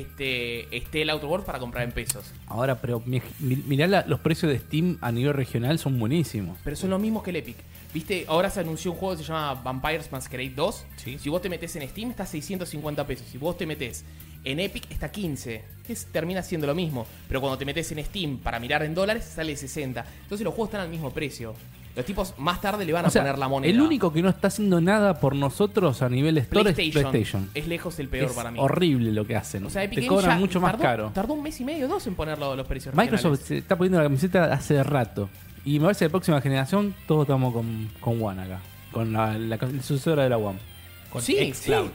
Speaker 1: este, esté el Outer Worlds para comprar en pesos.
Speaker 5: ahora, pero mi- mi- mirá la- los precios de Steam a nivel regional son buenísimos.
Speaker 1: Pero son los mismos que el Epic. Viste, ahora se anunció un juego que se llama Vampires Masquerade 2.
Speaker 3: Sí.
Speaker 1: Si vos te metes en Steam está a 650 pesos. Si vos te metes en Epic está 15. Es, termina siendo lo mismo. Pero cuando te metes en Steam para mirar en dólares sale 60. Entonces los juegos están al mismo precio. Los tipos más tarde le van a
Speaker 5: O sea,
Speaker 1: poner la moneda.
Speaker 5: el único que no está haciendo nada por nosotros a nivel store
Speaker 1: PlayStation,
Speaker 5: es PlayStation.
Speaker 1: es lejos el peor
Speaker 5: Es
Speaker 1: para mí.
Speaker 5: horrible lo que hacen.
Speaker 1: O sea, Epic
Speaker 5: Te
Speaker 1: Games
Speaker 5: cobran
Speaker 1: ya
Speaker 5: mucho más
Speaker 1: tardó-
Speaker 5: caro.
Speaker 1: Tardó un mes y medio, dos en poner lo- los precios.
Speaker 5: Microsoft
Speaker 1: regionales.
Speaker 5: se está poniendo la camiseta hace rato. Y me parece que la próxima generación todos estamos con, con One acá. Con la, la- la sucesora de la One.
Speaker 3: Con
Speaker 1: Sí,
Speaker 3: Xcloud.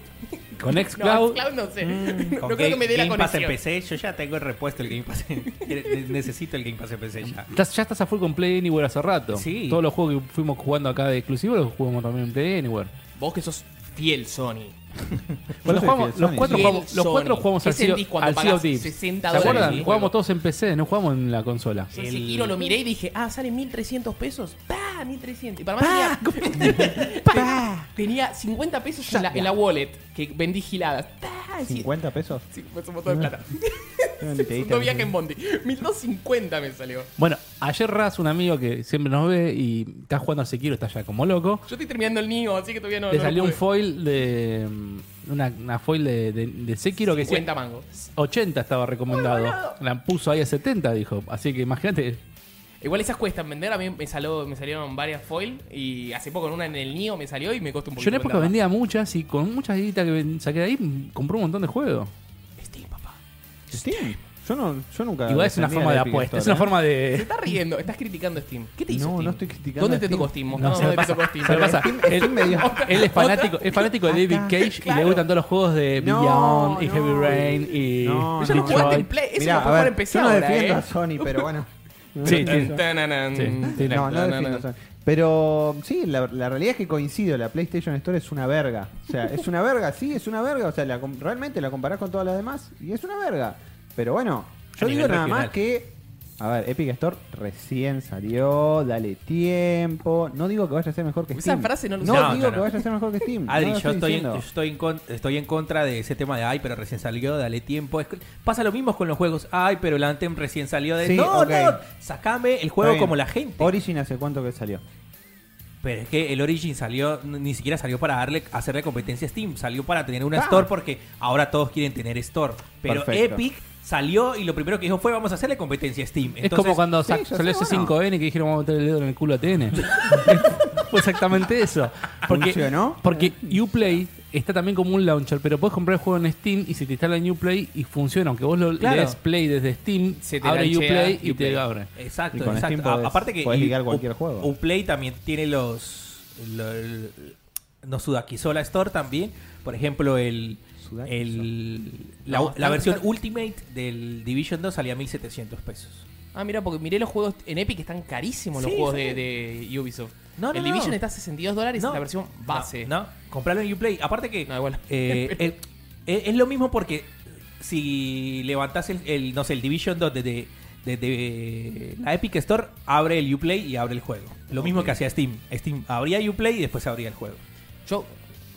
Speaker 5: Con
Speaker 1: No,
Speaker 5: Xcloud.
Speaker 1: Cloud no sé.
Speaker 5: Mm.
Speaker 1: no
Speaker 3: Con
Speaker 1: creo
Speaker 3: Game-
Speaker 1: que me dé la
Speaker 3: Game Pass en
Speaker 1: conexión.
Speaker 3: PC, yo ya tengo el repuesto el Game Pass. en- Ne- Necesito el Game Pass en PC ya.
Speaker 5: Estás- ya estás a full con Play Anywhere hace rato.
Speaker 3: Sí.
Speaker 5: Todos los juegos que fuimos jugando acá de exclusivo los jugamos también en Play Anywhere.
Speaker 1: Vos que sos fiel Sony.
Speaker 2: Yo
Speaker 5: Bueno,
Speaker 2: soy
Speaker 5: jugamos-
Speaker 2: fiel
Speaker 5: los,
Speaker 2: Sony.
Speaker 5: cuatro
Speaker 1: Fiel
Speaker 5: jugamos, los
Speaker 1: Sony.
Speaker 5: cuatro jugamos
Speaker 1: ¿Qué
Speaker 5: al Sea,
Speaker 1: sentís cuando
Speaker 5: al Sea
Speaker 1: pagás
Speaker 5: of Thieves.
Speaker 1: 60
Speaker 5: ¿Se
Speaker 1: dólares
Speaker 5: acuerdan?
Speaker 1: en el
Speaker 5: Jugamos
Speaker 1: juego?
Speaker 5: todos en PC, no jugamos en la consola.
Speaker 1: Yo ese
Speaker 3: El-
Speaker 1: giro lo miré y dije, ah, sale 1300 pesos. ¡Pah! 1300. Y para más tenía, Ten- tenía 50 pesos en la, en la wallet que vendí giladas. ¡Pah! Y-
Speaker 2: 50 pesos.
Speaker 1: Sí, fue un montón de plata.
Speaker 2: Son
Speaker 1: Segundo viaje en Bondi. 1250 me salió.
Speaker 5: Bueno, ayer Raz, un amigo que siempre nos ve y está jugando a Sekiro, está ya como loco.
Speaker 1: Yo estoy terminando el Nio, así que todavía no.
Speaker 5: Le
Speaker 1: no lo
Speaker 5: salió un
Speaker 1: pude.
Speaker 5: foil de. mm, Una, una foil de, de, de Sekiro que
Speaker 1: 50
Speaker 5: decía
Speaker 1: mangos.
Speaker 5: 80 estaba recomendado. La puso ahí a 70, dijo. Así que imagínate.
Speaker 1: Igual esas cuestan vender, a mí me, salió, me salieron varias foil y hace poco en una en el Nio me salió y me costó un poquito.
Speaker 5: Yo en época
Speaker 1: venderla.
Speaker 5: vendía muchas y con muchas guitas que ven- saqué de ahí mm, compré un montón de juegos.
Speaker 1: Steam, papá.
Speaker 2: Steam. Yo, no, yo nunca.
Speaker 5: Igual es una
Speaker 2: defendí
Speaker 5: forma
Speaker 2: a
Speaker 5: de
Speaker 2: la Epic
Speaker 5: apuesta, es
Speaker 2: Store, ¿eh?
Speaker 5: una forma
Speaker 1: Te
Speaker 5: de.
Speaker 1: estás riendo, estás criticando Steam. ¿Qué te hizo
Speaker 2: No,
Speaker 1: Steam?
Speaker 2: no estoy criticando
Speaker 1: ¿Dónde
Speaker 2: a
Speaker 1: te
Speaker 2: Steam.
Speaker 1: tocó Steam?
Speaker 5: No,
Speaker 1: Mostrame
Speaker 5: se
Speaker 1: dónde
Speaker 5: me
Speaker 1: te tocó Steam.
Speaker 5: ¿Sabes qué pasa?
Speaker 2: Steam- Steam me dio-
Speaker 5: Él es fanático, es fanático de David Cage y le
Speaker 1: Claro.
Speaker 5: gustan todos los juegos de
Speaker 2: No,
Speaker 5: Beyond y
Speaker 2: no.
Speaker 5: Heavy Rain y.
Speaker 2: No,
Speaker 1: Yo lo
Speaker 2: no.
Speaker 1: jugaste en
Speaker 5: Detroit.
Speaker 1: Play, eso
Speaker 2: Mirá,
Speaker 1: lo
Speaker 2: a
Speaker 1: fue por
Speaker 2: ver,
Speaker 1: empezar
Speaker 2: Yo no
Speaker 1: ahora,
Speaker 2: defiendo
Speaker 1: eh.
Speaker 2: a Sony, pero bueno.
Speaker 5: Sí, sí.
Speaker 1: Tananan.
Speaker 5: Sí, tiene-
Speaker 2: No, no
Speaker 1: No, no,
Speaker 2: defiendo
Speaker 1: no.
Speaker 2: a Sony. Pero sí, la, la realidad es que coincido. La PlayStation Store es una verga. O sea, es una verga, sí, es una verga. O sea, la com- realmente la comparás con todas las demás y es una verga. Pero bueno, yo
Speaker 3: A
Speaker 2: digo
Speaker 3: nivel
Speaker 2: nada más
Speaker 3: regional.
Speaker 2: que. A ver, Epic Store recién salió, dale tiempo. No digo que vaya a ser mejor que
Speaker 1: Esa
Speaker 2: Steam.
Speaker 1: frase no la
Speaker 2: no
Speaker 1: usé.
Speaker 3: No,
Speaker 2: digo
Speaker 3: no,
Speaker 2: que
Speaker 3: no.
Speaker 2: vaya a ser mejor que Steam.
Speaker 3: Adri,
Speaker 2: no lo
Speaker 3: yo estoy, en,
Speaker 2: diciendo.
Speaker 3: yo estoy, en con- estoy en contra de ese tema de ay, pero recién salió, dale tiempo. Es que pasa lo mismo con los juegos. Ay, pero el Anthem recién salió de.
Speaker 2: Sí,
Speaker 3: no,
Speaker 2: ok.
Speaker 3: no, sacame el
Speaker 2: Está
Speaker 3: juego
Speaker 2: bien.
Speaker 3: como la gente.
Speaker 2: Origin hace cuánto que salió.
Speaker 3: Pero es que el Origin salió, n- ni siquiera salió para darle, hacerle competencia a Steam, salió para tener una
Speaker 2: Ah.
Speaker 3: Store porque ahora todos quieren tener Store. Pero
Speaker 2: Perfecto.
Speaker 3: Epic salió y lo primero que dijo fue vamos a hacerle competencia a Steam.
Speaker 5: Es
Speaker 3: Entonces,
Speaker 5: como cuando
Speaker 2: sí,
Speaker 5: sa-
Speaker 2: ya
Speaker 5: salió
Speaker 2: sé,
Speaker 5: ese
Speaker 2: bueno.
Speaker 5: 5N que dijeron vamos a meter el dedo en el culo a TN. Fue exactamente eso. Porque,
Speaker 2: ¿Funcionó?
Speaker 5: porque Uplay está también como un launcher, pero puedes comprar el juego en Steam y se te instala en Uplay y funciona. Aunque vos lo le
Speaker 3: Claro.
Speaker 5: des play desde Steam,
Speaker 1: Se te
Speaker 5: abre
Speaker 1: lanchea
Speaker 5: Uplay y
Speaker 1: Uplay.
Speaker 5: te abre.
Speaker 3: Exacto,
Speaker 2: Y con
Speaker 3: exacto.
Speaker 2: Steam podés-
Speaker 3: A- Aparte que
Speaker 2: podés
Speaker 3: y-
Speaker 2: ligar cualquier
Speaker 3: U-
Speaker 2: juego.
Speaker 3: Uplay también tiene los lo- lo- nos sudaquizó la Store también. Por ejemplo, el,
Speaker 2: Sudaquizó.
Speaker 3: el- la,
Speaker 1: No,
Speaker 3: la
Speaker 1: está-
Speaker 3: versión
Speaker 1: está-
Speaker 3: Ultimate del Division 2 salía a 1.700 pesos.
Speaker 1: Ah, mira, porque miré los juegos en Epic, están carísimos los
Speaker 3: Sí,
Speaker 1: juegos
Speaker 3: sí.
Speaker 1: de, de Ubisoft.
Speaker 3: No, no,
Speaker 1: el
Speaker 3: no.
Speaker 1: Division está a 62 dólares,
Speaker 3: No.
Speaker 1: la versión base.
Speaker 3: No, no. comprarlo en Uplay. Aparte que
Speaker 1: No, igual.
Speaker 3: eh, el- es, es lo mismo porque si levantas el, el, no sé, el Division 2 desde, desde la Epic Store, abre el Uplay y abre el juego. Lo mismo
Speaker 1: Ok.
Speaker 3: que hacía Steam. Steam abría Uplay y después abría el juego.
Speaker 1: Yo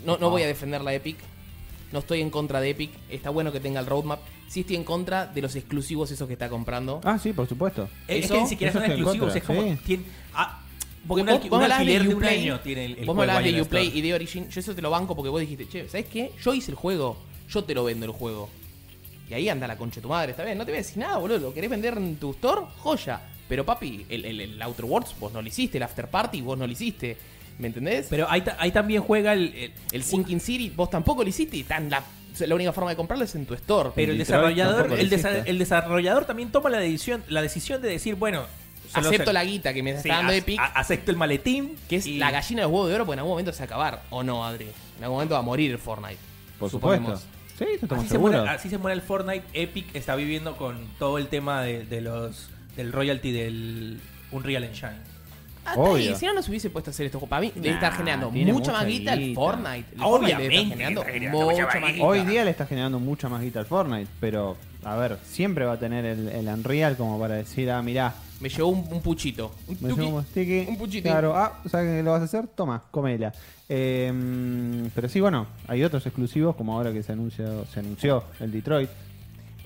Speaker 1: no, no voy a defender la Epic. No estoy en contra de Epic. Está bueno que tenga el roadmap. Sí estoy en contra de los exclusivos esos que está comprando.
Speaker 2: Ah, sí, por supuesto.
Speaker 3: Es-
Speaker 1: Eso-
Speaker 3: es que ni siquiera
Speaker 2: eso
Speaker 3: son
Speaker 2: estoy en
Speaker 3: exclusivos,
Speaker 2: contra,
Speaker 3: es como.
Speaker 2: sí.
Speaker 3: tiene- ah, porque un,
Speaker 1: Vos-
Speaker 3: alqui-
Speaker 1: vos
Speaker 3: un
Speaker 1: me hablabas
Speaker 3: alquiler de, un
Speaker 1: Uplay,
Speaker 3: año tiene el, el
Speaker 1: Vos
Speaker 3: juego
Speaker 1: me hablabas
Speaker 3: ahí en
Speaker 1: de
Speaker 3: la
Speaker 1: Uplay
Speaker 3: Store.
Speaker 1: y de Origin. Yo eso te lo banco porque vos dijiste, che, ¿sabes qué? Yo hice el juego. Yo te lo vendo el juego. Y ahí anda la concha de tu madre, está bien. No te voy a decir nada, boludo. ¿Lo querés vender en tu store? Joya. Pero papi, el, el, el Outer Worlds vos no lo hiciste. El After Party vos no lo hiciste. ¿Me entendés?
Speaker 3: Pero ahí, ta- ahí también juega el. el-
Speaker 1: el Sinking City vos tampoco lo hiciste. Y tan la, la única forma de comprarlo es en tu store.
Speaker 3: pero el
Speaker 2: Detroit
Speaker 3: desarrollador,
Speaker 2: tampoco
Speaker 3: el,
Speaker 2: lo hiciste.
Speaker 3: desa- el desarrollador también toma la decisión, la decisión de decir, bueno, solo
Speaker 1: acepto
Speaker 3: se-
Speaker 1: la guita que me está
Speaker 3: sí,
Speaker 1: dando
Speaker 3: a-
Speaker 1: Epic,
Speaker 3: a- acepto el maletín,
Speaker 1: que es
Speaker 3: y-
Speaker 1: la gallina de los huevos de oro, porque en algún momento se va a acabar. ¿O no, Adri? En algún momento va a morir el Fortnite.
Speaker 2: Por
Speaker 1: Suponemos.
Speaker 2: supuesto. Sí, eso estamos
Speaker 3: Así se, muere,
Speaker 2: seguros.
Speaker 3: así se muere el Fortnite. Epic está viviendo con todo el tema de, de los del royalty del Unreal Engine.
Speaker 1: Hasta
Speaker 2: Obvio.
Speaker 1: ahí, si no nos hubiese puesto a hacer esto, para mí debe estar generando
Speaker 2: tiene
Speaker 1: mucha, más
Speaker 2: mucha
Speaker 1: guita el
Speaker 2: guita.
Speaker 1: Fortnite. El
Speaker 3: Obviamente,
Speaker 1: Fortnite debe estar
Speaker 3: está
Speaker 1: generando
Speaker 3: generando
Speaker 1: mucha
Speaker 3: mucha
Speaker 1: más guita.
Speaker 2: Hoy día le está generando mucha más guita al Fortnite, pero a ver, siempre va a tener el, el Unreal como para decir, ah, mirá,
Speaker 1: me llegó un, un puchito. Un
Speaker 2: me
Speaker 1: tuki,
Speaker 2: llevo un sticky,
Speaker 1: un puchito.
Speaker 2: Claro, ah, ¿sabes que lo vas a hacer? Toma, comela. Eh, pero sí, bueno, hay otros exclusivos como ahora que se anunció, se anunció el Detroit.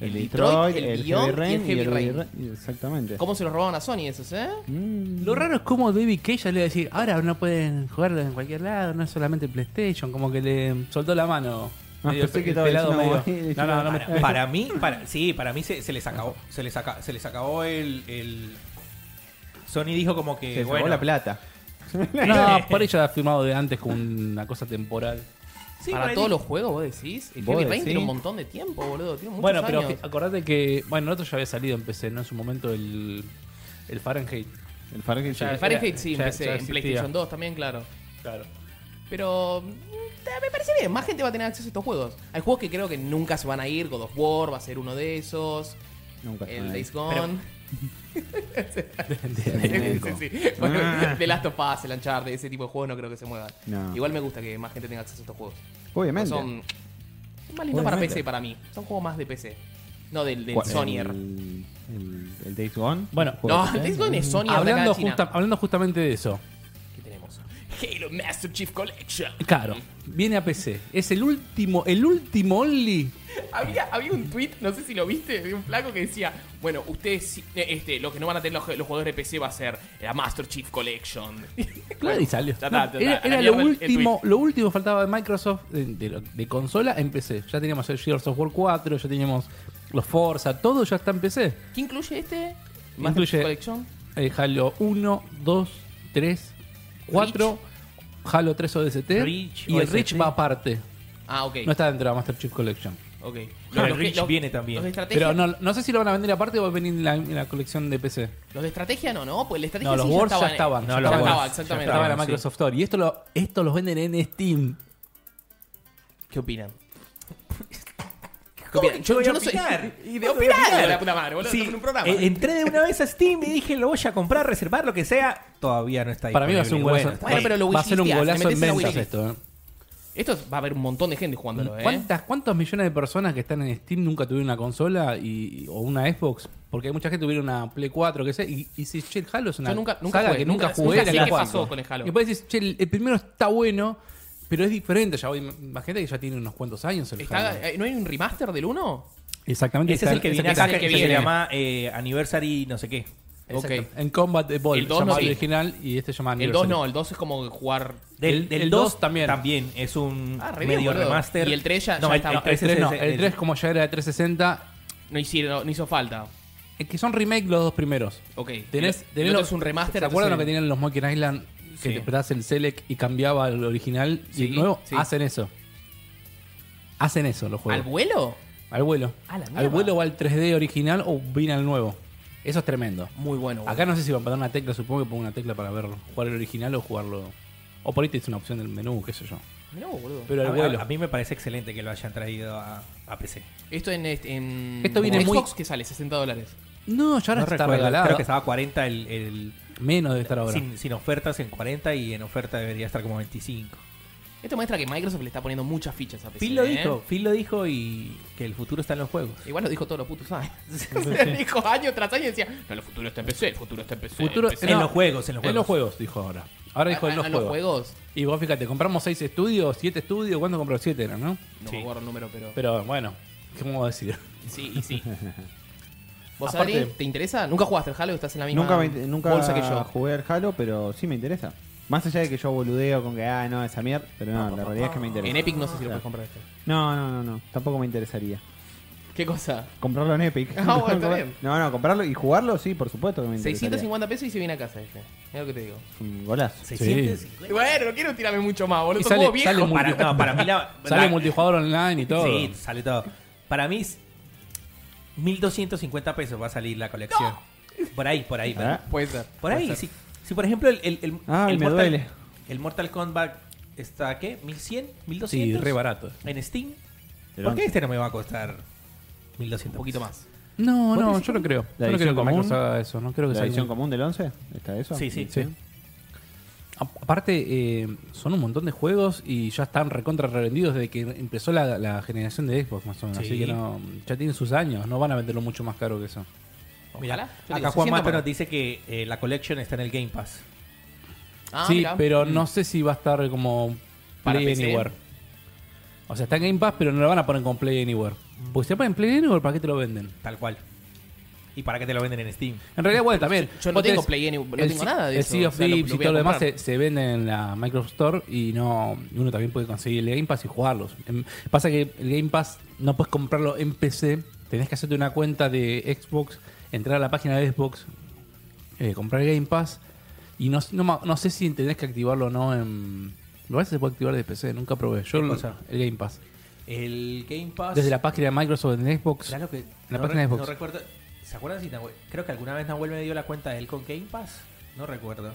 Speaker 1: El Detroit, el Beyond y el Heavy Rain.
Speaker 2: Rain, Exactamente.
Speaker 1: ¿Cómo se lo robaron a Sony esos, eh?
Speaker 2: Mm,
Speaker 5: Lo raro es cómo David Cage ya le iba a decir, ahora no pueden jugarlo en cualquier lado, no es solamente PlayStation, como que le soltó la mano.
Speaker 2: Ah,
Speaker 5: medio
Speaker 2: pensé
Speaker 5: pe-
Speaker 2: que estaba
Speaker 5: pelado
Speaker 2: diciendo
Speaker 5: medio.
Speaker 2: como-
Speaker 5: No, no, no me-
Speaker 3: Para, para mí, para, sí, para mí se, se les acabó. Se les, aca- se les acabó el, el- Sony dijo como que.
Speaker 2: se sacó
Speaker 3: bueno,
Speaker 2: la plata. "Eh".
Speaker 5: No, por eso ha firmado de antes con una cosa temporal.
Speaker 3: sí, por
Speaker 1: Para
Speaker 3: ahí
Speaker 1: todos
Speaker 3: dijo-
Speaker 1: los juegos, vos decís. El
Speaker 2: Vos
Speaker 1: Heavy Rain
Speaker 2: decís.
Speaker 1: tiene un montón de tiempo, boludo. Tiene muchos
Speaker 5: bueno, pero
Speaker 1: años.
Speaker 5: que- acordate que. Bueno, el otro ya había salido en PC, ¿no? En su momento el, el Fahrenheit.
Speaker 2: El Fahrenheit
Speaker 1: El
Speaker 2: sí.
Speaker 1: Fahrenheit sí,
Speaker 5: ya-
Speaker 1: empecé
Speaker 5: ya
Speaker 1: en
Speaker 5: existía.
Speaker 1: PlayStation 2 también, claro.
Speaker 5: Claro.
Speaker 1: Pero mm, ta- me parece bien, más gente va a tener acceso a estos juegos. Hay juegos que creo que nunca se van a ir, God of War va a ser uno de esos,
Speaker 2: Nunca se
Speaker 1: el
Speaker 2: me-
Speaker 1: Days Gone. Sí, sí, sí. Bueno,
Speaker 2: Ah.
Speaker 1: The Last of Us, el Uncharted, ese tipo de juegos no creo que se muevan.
Speaker 2: No.
Speaker 1: Igual me gusta que más gente tenga acceso a estos juegos. Pues
Speaker 2: Obviamente.
Speaker 1: son más lindos para
Speaker 2: Obviamente.
Speaker 1: PC para mí. Son juegos más de PC. No del, del
Speaker 2: ¿Cuál?
Speaker 1: Sonyer.
Speaker 2: El, el, el Days Gone.
Speaker 5: Bueno,
Speaker 2: Juego este
Speaker 1: No,
Speaker 2: que
Speaker 1: el Days
Speaker 2: tenés.
Speaker 1: Gone es Sonyer de acá
Speaker 5: Hablando,
Speaker 1: de China.
Speaker 5: justa- hablando justamente de eso.
Speaker 1: ¿Qué tenemos? Halo Master Chief Collection.
Speaker 5: Claro, viene a PC. Es el último, el último only.
Speaker 1: Había, había un tweet, no sé si lo viste, de un flaco que decía, bueno, ustedes, sí- eh, este, lo que no van a tener los, los jugadores de PC va a ser la Master Chief Collection.
Speaker 5: Claro, y salió.
Speaker 1: Ya está, ya
Speaker 5: Era,
Speaker 1: está.
Speaker 5: era
Speaker 1: La
Speaker 5: lo
Speaker 1: mierda el- el
Speaker 5: último, lo último que faltaba de Microsoft de, de lo- de consola en PC. Ya teníamos el Gears of War 4, ya teníamos los Forza, todo ya está en PC.
Speaker 1: ¿Qué incluye este? Master Chief
Speaker 5: Incluye-
Speaker 1: Collection.
Speaker 5: Eh, Halo 1, 2, 3, 4, Halo 3 ODST
Speaker 3: Reach,
Speaker 5: y el
Speaker 3: ODST.
Speaker 5: Rich va aparte.
Speaker 1: Ah, ok.
Speaker 5: No está dentro de la Master Chief Collection.
Speaker 1: ok.
Speaker 3: No, el Reach viene también.
Speaker 1: Los de estrategia,
Speaker 5: Pero no, no sé si lo van a vender aparte o va a venir en la, en la colección de PC.
Speaker 1: los de estrategia no, ¿no? Pues la estrategia
Speaker 5: No, los
Speaker 1: sí
Speaker 5: Wars ya
Speaker 1: eh.
Speaker 5: estaban.
Speaker 3: No,
Speaker 5: ya
Speaker 3: los
Speaker 1: ya
Speaker 5: estaban,
Speaker 1: estaba,
Speaker 3: Wars,
Speaker 1: exactamente.
Speaker 5: Estaba en la
Speaker 3: estaban, sí.
Speaker 5: Microsoft Store. Y esto lo, esto los venden en Steam.
Speaker 1: ¿Qué opinan?
Speaker 3: ¿Cómo
Speaker 1: Opinan.
Speaker 3: que
Speaker 1: Yo-
Speaker 3: voy
Speaker 1: yo
Speaker 3: a
Speaker 1: no soy-
Speaker 3: opinar?
Speaker 1: y de
Speaker 3: ¿Cómo
Speaker 1: opinar,
Speaker 3: voy a
Speaker 1: la puta madre, boludo, estamos en un programa.
Speaker 3: eh, Entré de una vez a Steam y dije, lo voy a comprar, reservar, lo que sea. Todavía no está ahí.
Speaker 5: Para mí va a ser un golazo.
Speaker 1: está bien. Bueno, pero lo
Speaker 5: va a ser un
Speaker 1: wishisteas, le
Speaker 5: golazo en
Speaker 1: metes en la
Speaker 5: ventas
Speaker 1: wishlist.
Speaker 5: esto. ¿eh?
Speaker 1: Esto va a haber un montón de gente jugándolo, ¿eh?
Speaker 5: ¿Cuántas, ¿Cuántos millones de personas que están en Steam nunca tuvieron una consola y, o una Xbox? Porque hay mucha gente que tuvieron una Play 4, que sé, y, y dices, che, el Halo es una
Speaker 1: Yo nunca- nunca
Speaker 5: saga
Speaker 1: jugué,
Speaker 5: que
Speaker 1: nunca-
Speaker 5: nunca jugué.
Speaker 1: nunca sé
Speaker 5: la
Speaker 1: qué
Speaker 5: juego.
Speaker 1: pasó con el Halo.
Speaker 5: Y después decís, che, el, el primero está bueno, pero es diferente. Ya hoy, imagínate que ya tiene unos cuantos años el
Speaker 1: Está-
Speaker 5: Halo.
Speaker 1: eh, ¿No hay un remaster del 1?
Speaker 5: Exactamente.
Speaker 3: Ese es el que viene acá,
Speaker 1: el que
Speaker 3: que se
Speaker 1: viene.
Speaker 3: llama eh, Anniversary no sé qué.
Speaker 1: Ok.
Speaker 5: En Combat Evolved,
Speaker 1: El
Speaker 5: el
Speaker 1: dos no
Speaker 5: el
Speaker 1: tiene.
Speaker 5: original, y este se llama
Speaker 1: El 2
Speaker 5: Anniversary.
Speaker 1: no, el 2 es como jugar...
Speaker 5: El- el dos también.
Speaker 3: También es un
Speaker 1: Ah, re bien,
Speaker 3: medio
Speaker 1: boludo.
Speaker 3: remaster.
Speaker 1: Y el tres ya-
Speaker 3: no,
Speaker 1: ya
Speaker 3: el-
Speaker 1: estaba.
Speaker 3: el
Speaker 5: El
Speaker 3: tres
Speaker 5: 3
Speaker 3: es-
Speaker 5: no,
Speaker 3: es-
Speaker 5: el 3 como ya era de 360,
Speaker 1: No, hicieron, no hizo falta.
Speaker 5: es que son remake los dos primeros.
Speaker 1: Ok.
Speaker 5: Tenés,
Speaker 1: El- el
Speaker 5: tenés
Speaker 1: otro
Speaker 5: los-
Speaker 1: es un remaster.
Speaker 5: ¿Se acuerdan lo que
Speaker 1: entonces-
Speaker 5: tenían los Monkey Island? Que
Speaker 3: Sí.
Speaker 5: te prestás el Select y cambiaba el original y
Speaker 1: Sí,
Speaker 5: el nuevo.
Speaker 1: sí.
Speaker 5: Hacen eso. Hacen eso los
Speaker 1: ¿Al
Speaker 5: juegos.
Speaker 1: vuelo?
Speaker 5: Al vuelo.
Speaker 1: A la mierda.
Speaker 5: Al vuelo va al 3D original o viene al nuevo. Eso es tremendo.
Speaker 1: Muy bueno. boludo.
Speaker 5: Acá no sé si van a poner una tecla, supongo que pongo una tecla para verlo. Jugar el original o jugarlo O por ahí te es una opción del menú, qué sé yo.
Speaker 1: Mirá vos, boludo.
Speaker 5: Pero el
Speaker 3: a,
Speaker 5: vuelo.
Speaker 3: a mí me parece excelente que lo hayan traído a, a PC.
Speaker 1: Esto en, este- en
Speaker 5: Esto viene muy-
Speaker 1: Xbox que sale 60 dólares.
Speaker 5: No, ya ahora
Speaker 3: No
Speaker 5: está
Speaker 3: recuerdo,
Speaker 5: regalado.
Speaker 3: creo que estaba a 40 el, el-
Speaker 5: Menos debe estar ahora.
Speaker 3: sin, sin ofertas en 40 y en oferta debería estar como 25.
Speaker 1: Esto muestra que Microsoft le está poniendo muchas fichas a PC.
Speaker 3: Phil lo
Speaker 1: ¿eh?
Speaker 3: dijo, Phil lo dijo y que el futuro está en los juegos.
Speaker 1: Igual lo dijo todos los putos años. Se dijo año tras año y decía, no, el futuro está en PC, el futuro está en PC.
Speaker 5: Futuro-
Speaker 1: en PC".
Speaker 5: no,
Speaker 3: en los juegos, en los juegos.
Speaker 5: En los juegos, dijo ahora. Ahora dijo
Speaker 1: Ah,
Speaker 5: en
Speaker 1: ah,
Speaker 5: los,
Speaker 1: ah,
Speaker 5: juegos.
Speaker 1: juegos.
Speaker 5: Y vos fíjate, compramos seis estudios, siete estudios. ¿Cuándo compró? Siete eran, ¿no?
Speaker 1: No
Speaker 3: Sí.
Speaker 1: me acuerdo el número, pero.
Speaker 5: Pero bueno, ¿cómo decir?
Speaker 1: Sí, y sí. ¿Vos,
Speaker 5: Aparte-
Speaker 1: Adri, te interesa? ¿Nunca jugaste al Halo? ¿Estás en la misma
Speaker 2: Nunca, me- nunca
Speaker 1: bolsa que yo?
Speaker 2: jugué al Halo, pero sí me interesa. Más allá de que yo boludeo con que, ah, no, esa mierda. Pero no, la realidad es que me interesa.
Speaker 1: En Epic no sé
Speaker 2: Ah.
Speaker 1: si lo puedes comprar este.
Speaker 2: No, no, no, no. Tampoco me interesaría.
Speaker 1: ¿Qué cosa?
Speaker 2: Comprarlo en Epic.
Speaker 1: Ah, bueno, está bien.
Speaker 2: No, no, comprarlo y jugarlo, sí, por supuesto que me interesa.
Speaker 1: 650 pesos y se viene a casa este. Mira lo que te digo.
Speaker 2: Un golazo.
Speaker 1: Bueno, no quiero tirarme mucho más, boludo.
Speaker 5: Y
Speaker 1: Son
Speaker 5: sale-
Speaker 1: juegos viejos.
Speaker 5: sale muy-
Speaker 3: Para, no, para mí la,
Speaker 5: Sale
Speaker 3: la-
Speaker 5: multijugador online y todo.
Speaker 3: Sí, sale todo. Para mí, es 1250 pesos va a salir la colección. Por ahí, por ahí.
Speaker 2: Ah.
Speaker 1: Puede ser.
Speaker 3: Por ahí, si, si por ejemplo el, el, el-
Speaker 2: Ay,
Speaker 3: el
Speaker 2: me
Speaker 3: Mortal,
Speaker 2: duele.
Speaker 3: el Mortal Kombat está, ¿qué? ¿1100? ¿1200?
Speaker 5: Sí, re barato.
Speaker 3: En Steam.
Speaker 2: El
Speaker 3: ¿Por qué
Speaker 2: once.
Speaker 3: este no me va a costar 1200?
Speaker 1: Un poquito más.
Speaker 5: No, no, yo no creo.
Speaker 2: La
Speaker 5: Yo no creo
Speaker 2: edición
Speaker 5: que Microsoft
Speaker 2: común.
Speaker 5: haga eso. No creo que
Speaker 2: ¿La
Speaker 5: sea
Speaker 2: edición común del 11? ¿Está eso?
Speaker 3: Sí, sí.
Speaker 5: Sí. A- Aparte, eh, son un montón de juegos y ya están recontra revendidos desde que empezó la, la generación de Xbox, más o menos.
Speaker 3: Sí.
Speaker 5: Así que no, ya tienen sus años, no van a venderlo mucho más caro que eso.
Speaker 3: Mirá,
Speaker 1: Ojalá. Yo digo,
Speaker 3: acá Juan
Speaker 1: 60
Speaker 3: Mato
Speaker 1: para-
Speaker 3: nos dice que eh, la collection está en el Game Pass.
Speaker 1: Ah,
Speaker 5: sí,
Speaker 1: mirá.
Speaker 5: pero no sé si va a estar como
Speaker 1: Para
Speaker 5: Play
Speaker 1: PC.
Speaker 5: Anywhere. O sea, está en Game Pass, pero no lo van a poner con Play Anywhere.
Speaker 1: Mm.
Speaker 5: Pues si lo ponen en Play Anywhere, ¿para qué te lo venden?
Speaker 3: Tal cual. ¿Y para qué te lo venden en Steam?
Speaker 5: En realidad, bueno, también.
Speaker 1: Yo no tengo
Speaker 5: vos tenés
Speaker 1: Play Anywhere, no
Speaker 5: el
Speaker 1: tengo
Speaker 5: Si-
Speaker 1: nada de
Speaker 5: el
Speaker 1: eso,
Speaker 5: Sea of
Speaker 1: o sea, lo-
Speaker 5: Thieves
Speaker 1: lo voy
Speaker 5: y
Speaker 1: a
Speaker 5: todo lo demás
Speaker 1: comprar.
Speaker 5: se, se vende en la Microsoft Store y no uno también puede conseguir el Game Pass y jugarlos. Em, Pasa que el Game Pass no puedes comprarlo en PC, tenés que hacerte una cuenta de Xbox, entrar a la página de Xbox, eh, comprar el Game Pass y no, no, ma- no sé si tenés que activarlo o no en... Me parece que se puede activar de PC, nunca probé. Yo
Speaker 3: ¿Qué
Speaker 5: lo-
Speaker 3: cosa?
Speaker 5: el Game Pass.
Speaker 3: El Game Pass.
Speaker 5: Desde la página de Microsoft en Xbox.
Speaker 3: Mirá lo que-
Speaker 5: la
Speaker 3: no,
Speaker 5: página de
Speaker 3: re-
Speaker 5: Xbox.
Speaker 3: no recuerdo. ¿Se acuerdan si Nahuel- Creo que alguna vez Nahuel me dio la cuenta de él con Game Pass. No recuerdo.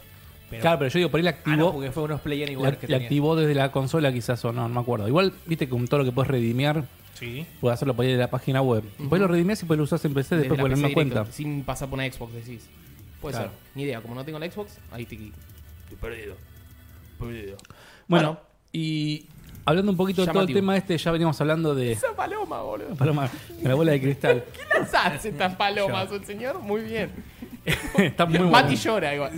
Speaker 3: Pero,
Speaker 5: claro, pero yo digo, por ahí la activo.
Speaker 3: ah, no, porque fue unos Play Anywhere
Speaker 5: La,
Speaker 3: que
Speaker 5: la
Speaker 3: tenía.
Speaker 5: activó desde la consola quizás o no, no me acuerdo. Igual, viste que con todo lo que puedes redimear,
Speaker 3: Sí.
Speaker 5: puedes hacerlo por ahí de la página web. Después lo redimías y puedes lo usás en PC
Speaker 1: Desde
Speaker 5: después
Speaker 1: la
Speaker 5: por la
Speaker 1: PC
Speaker 5: misma
Speaker 1: directo,
Speaker 5: cuenta.
Speaker 1: Sin pasar por una Xbox, decís. Puede
Speaker 5: Claro.
Speaker 1: ser. Ni idea. Como no tengo la Xbox, ahí te Estoy perdido. Perdido.
Speaker 5: Bueno,
Speaker 1: Bueno.
Speaker 5: y hablando un poquito de todo el
Speaker 1: Llamativo.
Speaker 5: tema este, ya veníamos hablando de
Speaker 1: Esa paloma, boludo.
Speaker 5: Paloma, de la bola de cristal.
Speaker 1: ¿Qué las hace estas palomas, el señor? Muy bien.
Speaker 5: Está muy bueno.
Speaker 1: Mati llora igual.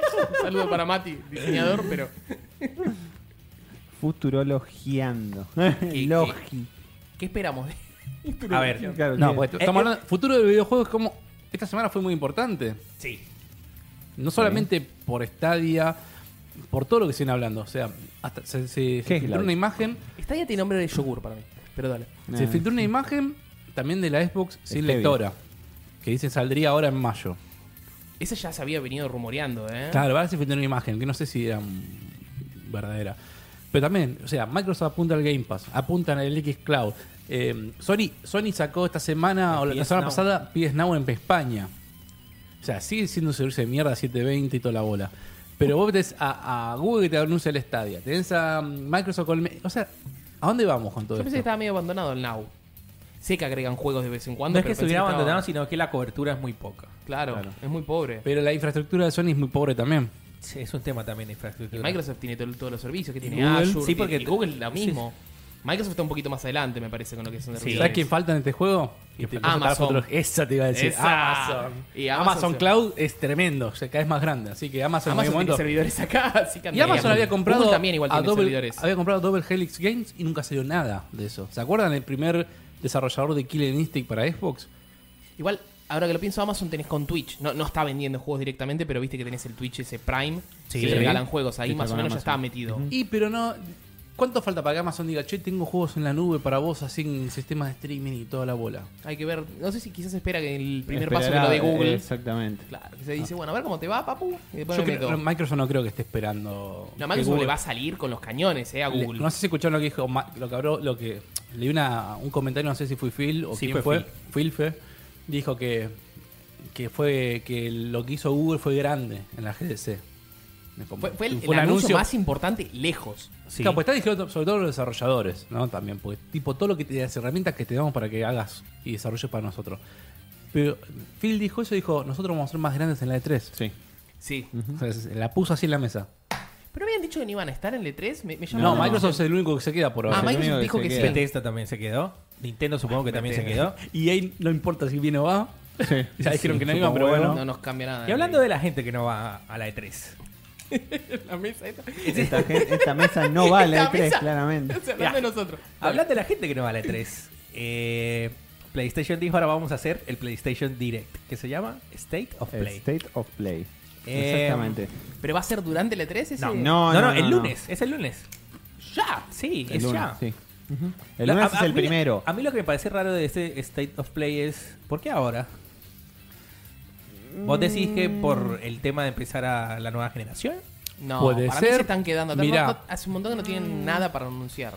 Speaker 1: Saludo para Mati, diseñador, pero.
Speaker 2: Futurologiando.
Speaker 1: qué-
Speaker 2: Logi.
Speaker 1: ¿Qué esperamos de
Speaker 3: A ver,
Speaker 2: Claro,
Speaker 5: No,
Speaker 2: que-
Speaker 5: pues estamos hablando. Futuro del videojuego es como. Esta semana fue muy importante.
Speaker 3: sí.
Speaker 5: No solamente por Stadia, por todo lo que se viene hablando. O sea, hasta se, se
Speaker 2: Qué
Speaker 5: filtró
Speaker 2: es la-
Speaker 5: una imagen.
Speaker 1: Esta ya tiene nombre de yogur para mí. Pero dale.
Speaker 5: Se
Speaker 2: Nah.
Speaker 5: filtró una imagen también de la Xbox sin
Speaker 2: heavy.
Speaker 5: lectora. Que dice saldría ahora en mayo.
Speaker 1: Esa ya se había venido rumoreando, ¿eh?
Speaker 5: Claro, ahora se filtró una imagen que no sé si era mm, verdadera. Pero también, o sea, Microsoft apunta al Game Pass, apunta al X Cloud. Eh, Sony, Sony sacó esta semana
Speaker 3: El
Speaker 5: o la, la
Speaker 3: PS
Speaker 5: semana
Speaker 3: Now.
Speaker 5: pasada PS Now en España. O sea, sigue siendo un servicio de mierda 720 y toda la bola. Pero vos tenés a, a Google que te anuncia el Stadia, tenés a mm, Microsoft con el me- O sea, ¿a dónde vamos con todo
Speaker 1: Yo pensé que
Speaker 5: esto?
Speaker 1: estaba medio abandonado el Now. Sé que agregan juegos de vez en cuando.
Speaker 3: No es que
Speaker 1: pero pensé
Speaker 3: estuviera
Speaker 1: estaba-
Speaker 3: abandonado, sino que la cobertura es muy poca.
Speaker 1: Claro, es muy pobre.
Speaker 5: Pero la infraestructura de Sony es muy pobre también.
Speaker 3: Sí, es un tema también de infraestructura.
Speaker 1: Microsoft tiene todo- todos los servicios que tiene
Speaker 3: Google.
Speaker 1: Azure,
Speaker 3: Sí,
Speaker 1: tiene-
Speaker 3: porque
Speaker 1: y Google lo
Speaker 3: sí.
Speaker 1: mismo. Microsoft está un poquito más adelante, me parece, con lo que son de
Speaker 3: Sí.
Speaker 5: ¿Sabes quién falta en este juego? Y te paso para
Speaker 1: Amazon.
Speaker 5: otro- Esa te iba a decir.
Speaker 1: Esa.
Speaker 5: Amazon.
Speaker 1: Y Amazon
Speaker 5: Amazon,
Speaker 1: se-
Speaker 5: Cloud es tremendo, se cada vez más grande. Así que Amazon, en
Speaker 1: Amazon
Speaker 5: algún
Speaker 1: tiene
Speaker 5: momento.
Speaker 1: servidores acá, así que
Speaker 5: Y Amazon había comprado.
Speaker 1: Google también igual
Speaker 5: a
Speaker 1: tiene
Speaker 5: Double-
Speaker 1: servidores.
Speaker 5: Había comprado Double Helix Games y nunca salió nada de eso. ¿Se acuerdan el primer desarrollador de Killer Instinct para Xbox?
Speaker 1: Igual, ahora que lo pienso, Amazon tenés con Twitch. No, no está vendiendo juegos directamente, pero viste que tenés el Twitch ese Prime.
Speaker 5: Sí.
Speaker 1: que te regalan juegos. Ahí
Speaker 2: Está
Speaker 1: más o
Speaker 2: con
Speaker 1: menos ya
Speaker 2: Amazon.
Speaker 1: estaba metido.
Speaker 5: Y pero no. ¿Cuánto falta para que Amazon diga, che, tengo juegos en la nube para vos así en sistema de streaming y toda la bola?
Speaker 1: Hay que ver. No sé si quizás espera que el primer paso que
Speaker 2: Esperará,
Speaker 1: lo dé Google.
Speaker 2: Exactamente.
Speaker 1: Claro, que se dice, bueno, a ver cómo te va, papu. Y después
Speaker 5: eh, Ah. Yo
Speaker 1: me
Speaker 5: creo-
Speaker 1: meto.
Speaker 5: no, Microsoft no creo que esté esperando.
Speaker 1: No,
Speaker 5: que
Speaker 1: Microsoft
Speaker 5: Google-
Speaker 1: le va a salir con los cañones, eh, a
Speaker 5: Le-
Speaker 1: Google.
Speaker 5: no sé si escucharon lo que dijo, Ma- lo que habló, lo que leí una, un comentario, no sé si fue Phil o
Speaker 3: Sí,
Speaker 5: quién
Speaker 3: fue
Speaker 5: fue. Phil fue. Dijo que, que fue que lo que hizo Google fue grande en la GDC. Me
Speaker 1: Fue,
Speaker 5: compré.
Speaker 1: fue el,
Speaker 5: Fue
Speaker 1: el anuncio más importante lejos.
Speaker 3: Sí.
Speaker 5: Claro, pues está dirigido sobre todo a los desarrolladores, ¿no? También, pues, tipo, todo lo que te- las herramientas que te damos para que hagas y desarrolles para nosotros. Pero Phil dijo eso, dijo, nosotros vamos a ser más grandes en la E3.
Speaker 2: Sí.
Speaker 1: Sí.
Speaker 5: O sea, se- la puso así en la mesa.
Speaker 1: Pero habían dicho que no iban a estar en el E3. Me, me
Speaker 5: No,
Speaker 1: llama la
Speaker 5: Microsoft es
Speaker 1: atención.
Speaker 5: el único que se queda por ahora.
Speaker 1: Ah,
Speaker 2: el único
Speaker 1: Microsoft
Speaker 2: que
Speaker 1: dijo
Speaker 2: se
Speaker 1: que
Speaker 2: queda.
Speaker 1: sí.
Speaker 3: Bethesda también se quedó. Nintendo supongo que también se quedó.
Speaker 5: Y ahí no importa si viene o va. ya dijeron
Speaker 3: Sí,
Speaker 5: que no iba,
Speaker 3: supongo,
Speaker 5: pero bueno.
Speaker 1: No nos cambia nada.
Speaker 3: Y hablando de la gente que no va a la E E3.
Speaker 1: la mesa esta.
Speaker 2: Esta, gen- esta mesa no vale
Speaker 1: Esta
Speaker 2: la E3,
Speaker 1: mesa-
Speaker 2: claramente.
Speaker 1: hablando de nosotros.
Speaker 3: Hablando de la gente que no va a la E3. eh, PlayStation dijo ahora vamos a hacer el PlayStation Direct, que se llama State of
Speaker 2: El
Speaker 3: Play.
Speaker 2: State of Play.
Speaker 3: Eh,
Speaker 2: Exactamente.
Speaker 1: ¿Pero va a ser durante el E3 ese?
Speaker 3: No, no,
Speaker 2: No,
Speaker 3: no,
Speaker 2: no,
Speaker 3: el
Speaker 2: no.
Speaker 3: lunes, es el lunes.
Speaker 1: ¡Ya!
Speaker 3: Sí,
Speaker 2: El
Speaker 3: es
Speaker 2: lunes,
Speaker 3: ya.
Speaker 2: sí. Ujú. El
Speaker 3: La-
Speaker 2: lunes
Speaker 3: a-
Speaker 2: es
Speaker 3: a
Speaker 2: el
Speaker 3: mí-
Speaker 2: primero.
Speaker 3: A mí lo que me parece raro de este State of Play es, ¿por qué ahora? ¿Vos decís que
Speaker 2: Mm.
Speaker 3: por el tema de empezar a la nueva generación?
Speaker 1: No,
Speaker 5: Puede
Speaker 1: para mí
Speaker 5: ser.
Speaker 1: se están quedando. atrás.
Speaker 5: Mirá.
Speaker 1: No, no, hace un montón que no tienen nada para anunciar.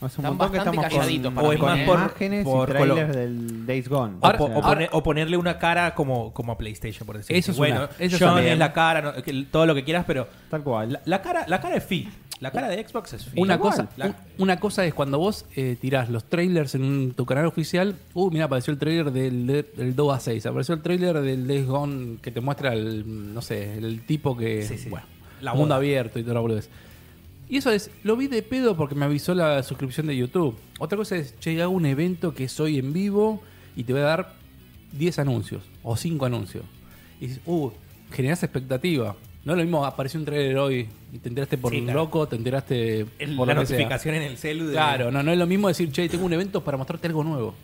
Speaker 2: Hace un
Speaker 1: están
Speaker 2: montón que
Speaker 1: bastante
Speaker 2: estamos
Speaker 1: calladitos
Speaker 2: con,
Speaker 1: para
Speaker 2: con
Speaker 1: mí, ¿eh?
Speaker 2: imágenes
Speaker 3: Por-
Speaker 2: y
Speaker 3: por
Speaker 2: trailers
Speaker 3: lo-
Speaker 2: del Days Gone.
Speaker 3: Ahora-
Speaker 2: O
Speaker 3: o,
Speaker 2: sea,
Speaker 3: pone- o ponerle una cara como, como a PlayStation, por decirlo.
Speaker 5: Eso es
Speaker 3: bueno,
Speaker 5: una- eso es
Speaker 3: John
Speaker 5: una-
Speaker 3: es la cara, no- que- todo lo que quieras, pero
Speaker 2: tal cual.
Speaker 3: la, la cara la cara es Phil. La cara de Xbox es Phil.
Speaker 5: Una
Speaker 3: Igual.
Speaker 5: cosa,
Speaker 3: La-
Speaker 5: un- una cosa es cuando vos eh, tirás los trailers en un- tu canal oficial. Uh, mira, apareció el trailer del, del 2 a 6. Apareció el trailer del Days Gone que te muestra el, no sé, el tipo que.
Speaker 3: Sí, sí.
Speaker 5: Bueno,
Speaker 3: La
Speaker 5: mundo
Speaker 3: boda.
Speaker 5: abierto y toda la boludez. Y eso es, lo vi de pedo porque me avisó la suscripción de YouTube. Otra cosa es, che, hago un evento que es hoy en vivo y te voy a dar 10 anuncios o 5 anuncios. Y dices, uh, generás expectativa. No es lo mismo, apareció un trailer hoy y te enteraste por
Speaker 3: Sí,
Speaker 5: un
Speaker 3: claro.
Speaker 5: loco, te enteraste
Speaker 3: el-
Speaker 5: por
Speaker 3: la
Speaker 5: lo que sea.
Speaker 3: notificación en el celu. de-
Speaker 5: Claro, no, no es lo mismo decir, che, tengo un evento para mostrarte algo nuevo.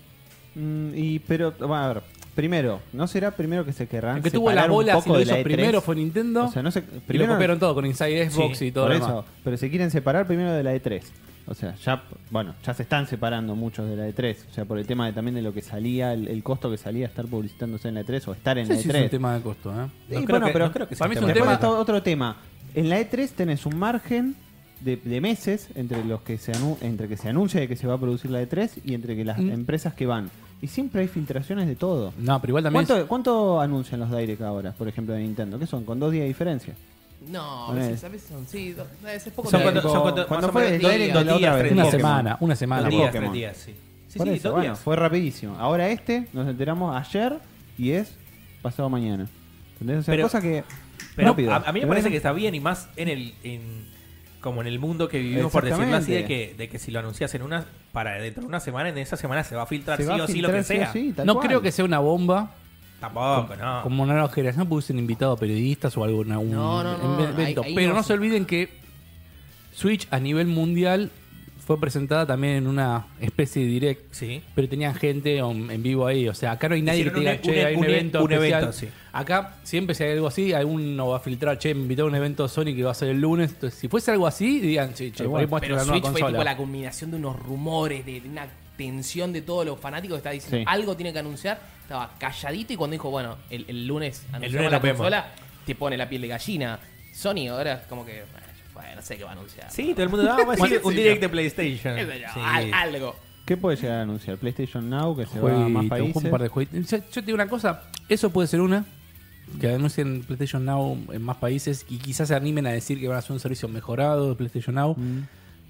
Speaker 2: Mm, y pero, bueno, a ver, primero, ¿no será primero que Ah, se querrán
Speaker 5: El que tuvo la
Speaker 2: separar un
Speaker 5: bola, si
Speaker 2: poco
Speaker 5: lo
Speaker 2: de
Speaker 5: hizo
Speaker 2: la E3?
Speaker 5: primero fue Nintendo.
Speaker 2: O sea, no se-
Speaker 5: y lo
Speaker 2: primero-
Speaker 5: copiaron todo con Inside Xbox
Speaker 3: Sí,
Speaker 5: y todo
Speaker 2: Por
Speaker 5: lo
Speaker 2: eso,
Speaker 5: demás.
Speaker 2: pero se quieren separar primero de la E3. O sea, ya, bueno, ya se están separando muchos de la E3. O sea, por el tema de, también de lo que salía, el, el costo que salía estar publicitándose en la E3 o estar en
Speaker 5: No sé
Speaker 2: la
Speaker 5: si
Speaker 2: E3.
Speaker 5: es un tema de costo, ¿eh?
Speaker 2: Sí,
Speaker 3: No creo
Speaker 2: bueno,
Speaker 3: que-
Speaker 2: pero
Speaker 3: no creo que sea
Speaker 5: para mí es
Speaker 3: un
Speaker 5: un
Speaker 2: Después
Speaker 5: tema.
Speaker 2: está otro tema. En la E3 tenés un margen de, de meses entre los que se anu- entre que se anuncia de que se va a producir la E3 y entre que las
Speaker 5: Mm.
Speaker 2: empresas que van. Y siempre hay filtraciones de todo.
Speaker 5: No, pero igual también. es-
Speaker 2: ¿Cuánto, ¿Cuánto anuncian los Direct ahora, por ejemplo, de Nintendo? ¿Qué son? ¿Con dos días de diferencia?
Speaker 1: No, a
Speaker 2: Ponele.
Speaker 1: veces, a veces son. Sí, do- a veces es poco.
Speaker 3: Son
Speaker 1: de-
Speaker 3: cuando-
Speaker 2: Tipo,
Speaker 3: son cuando-
Speaker 2: ¿cuándo
Speaker 3: más o
Speaker 2: fue?
Speaker 1: menos
Speaker 2: Dos
Speaker 1: días.
Speaker 2: días, la otra vez.
Speaker 5: una
Speaker 3: Pokémon.
Speaker 5: semana, una semana.
Speaker 3: Dos
Speaker 2: la
Speaker 3: días,
Speaker 2: Pokémon.
Speaker 3: tres días, sí. Sí,
Speaker 2: Por
Speaker 3: sí,
Speaker 2: eso,
Speaker 3: dos
Speaker 2: bueno,
Speaker 3: días.
Speaker 2: fue rapidísimo. Ahora este nos enteramos ayer y es pasado mañana. ¿Entendés? O sea,
Speaker 3: Pero-
Speaker 2: cosa que...
Speaker 3: Pero
Speaker 2: rápido.
Speaker 3: a, a mí me
Speaker 2: ¿Entendés?
Speaker 3: parece que está bien y más en el en- como en el mundo que vivimos, por decirlo así, de que, de que si lo anuncias en una para dentro de una semana, en esa semana se va a filtrar
Speaker 2: Se
Speaker 3: sí
Speaker 2: va a
Speaker 3: o sí lo que
Speaker 2: filtrar sí
Speaker 3: sea.
Speaker 2: o sí, tal
Speaker 5: No
Speaker 2: cual.
Speaker 5: creo que sea una bomba.
Speaker 3: Tampoco, no.
Speaker 5: Como una nueva generación, porque hubiesen invitado a periodistas o algo en algún
Speaker 1: No, no, no,
Speaker 5: en- evento.
Speaker 1: ahí- ahí
Speaker 5: pero
Speaker 1: no
Speaker 5: no,
Speaker 1: se-
Speaker 5: se olviden que Switch a nivel mundial fue presentada también en una especie de direct.
Speaker 3: Sí.
Speaker 5: pero tenían gente on- en vivo ahí. O sea, acá no hay nadie que te
Speaker 3: Hicieron un-
Speaker 5: diga, che,
Speaker 3: un-
Speaker 5: hay un,
Speaker 3: un-
Speaker 5: evento.
Speaker 3: un
Speaker 5: especial".
Speaker 3: evento, sí.
Speaker 5: Acá siempre si hay algo así, alguno va a filtrar, che, me invitó a un evento Sony que va a ser el lunes. Entonces, si fuese algo así, digan, che, che,
Speaker 2: Pero
Speaker 5: por ahí
Speaker 2: bueno,
Speaker 5: muestran
Speaker 1: Pero
Speaker 5: la nueva
Speaker 1: Switch fue
Speaker 5: consola.
Speaker 1: tipo la combinación de unos rumores, de de una tensión de todos los fanáticos que está diciendo
Speaker 2: Sí.
Speaker 1: algo tiene que anunciar. Estaba calladito y cuando dijo, bueno, el, el lunes anunciamos
Speaker 3: lunes
Speaker 1: la
Speaker 3: nos vemos.
Speaker 1: consola, te pone la piel de gallina. Sony ahora es como que, bueno, no sé qué va a anunciar.
Speaker 3: Sí, todo el mundo ah, vamos a decir un direct de PlayStation.
Speaker 1: Qué sé yo,
Speaker 3: Sí.
Speaker 1: al- algo.
Speaker 2: ¿Qué puede llegar a anunciar? PlayStation Now, que se va a más
Speaker 5: Jueguito,
Speaker 2: países.
Speaker 5: un par de jueguitos. Yo, yo te digo una cosa, eso puede ser una. Que anuncien PlayStation Now en más países y quizás se animen a decir que van a hacer un servicio mejorado de PlayStation Now.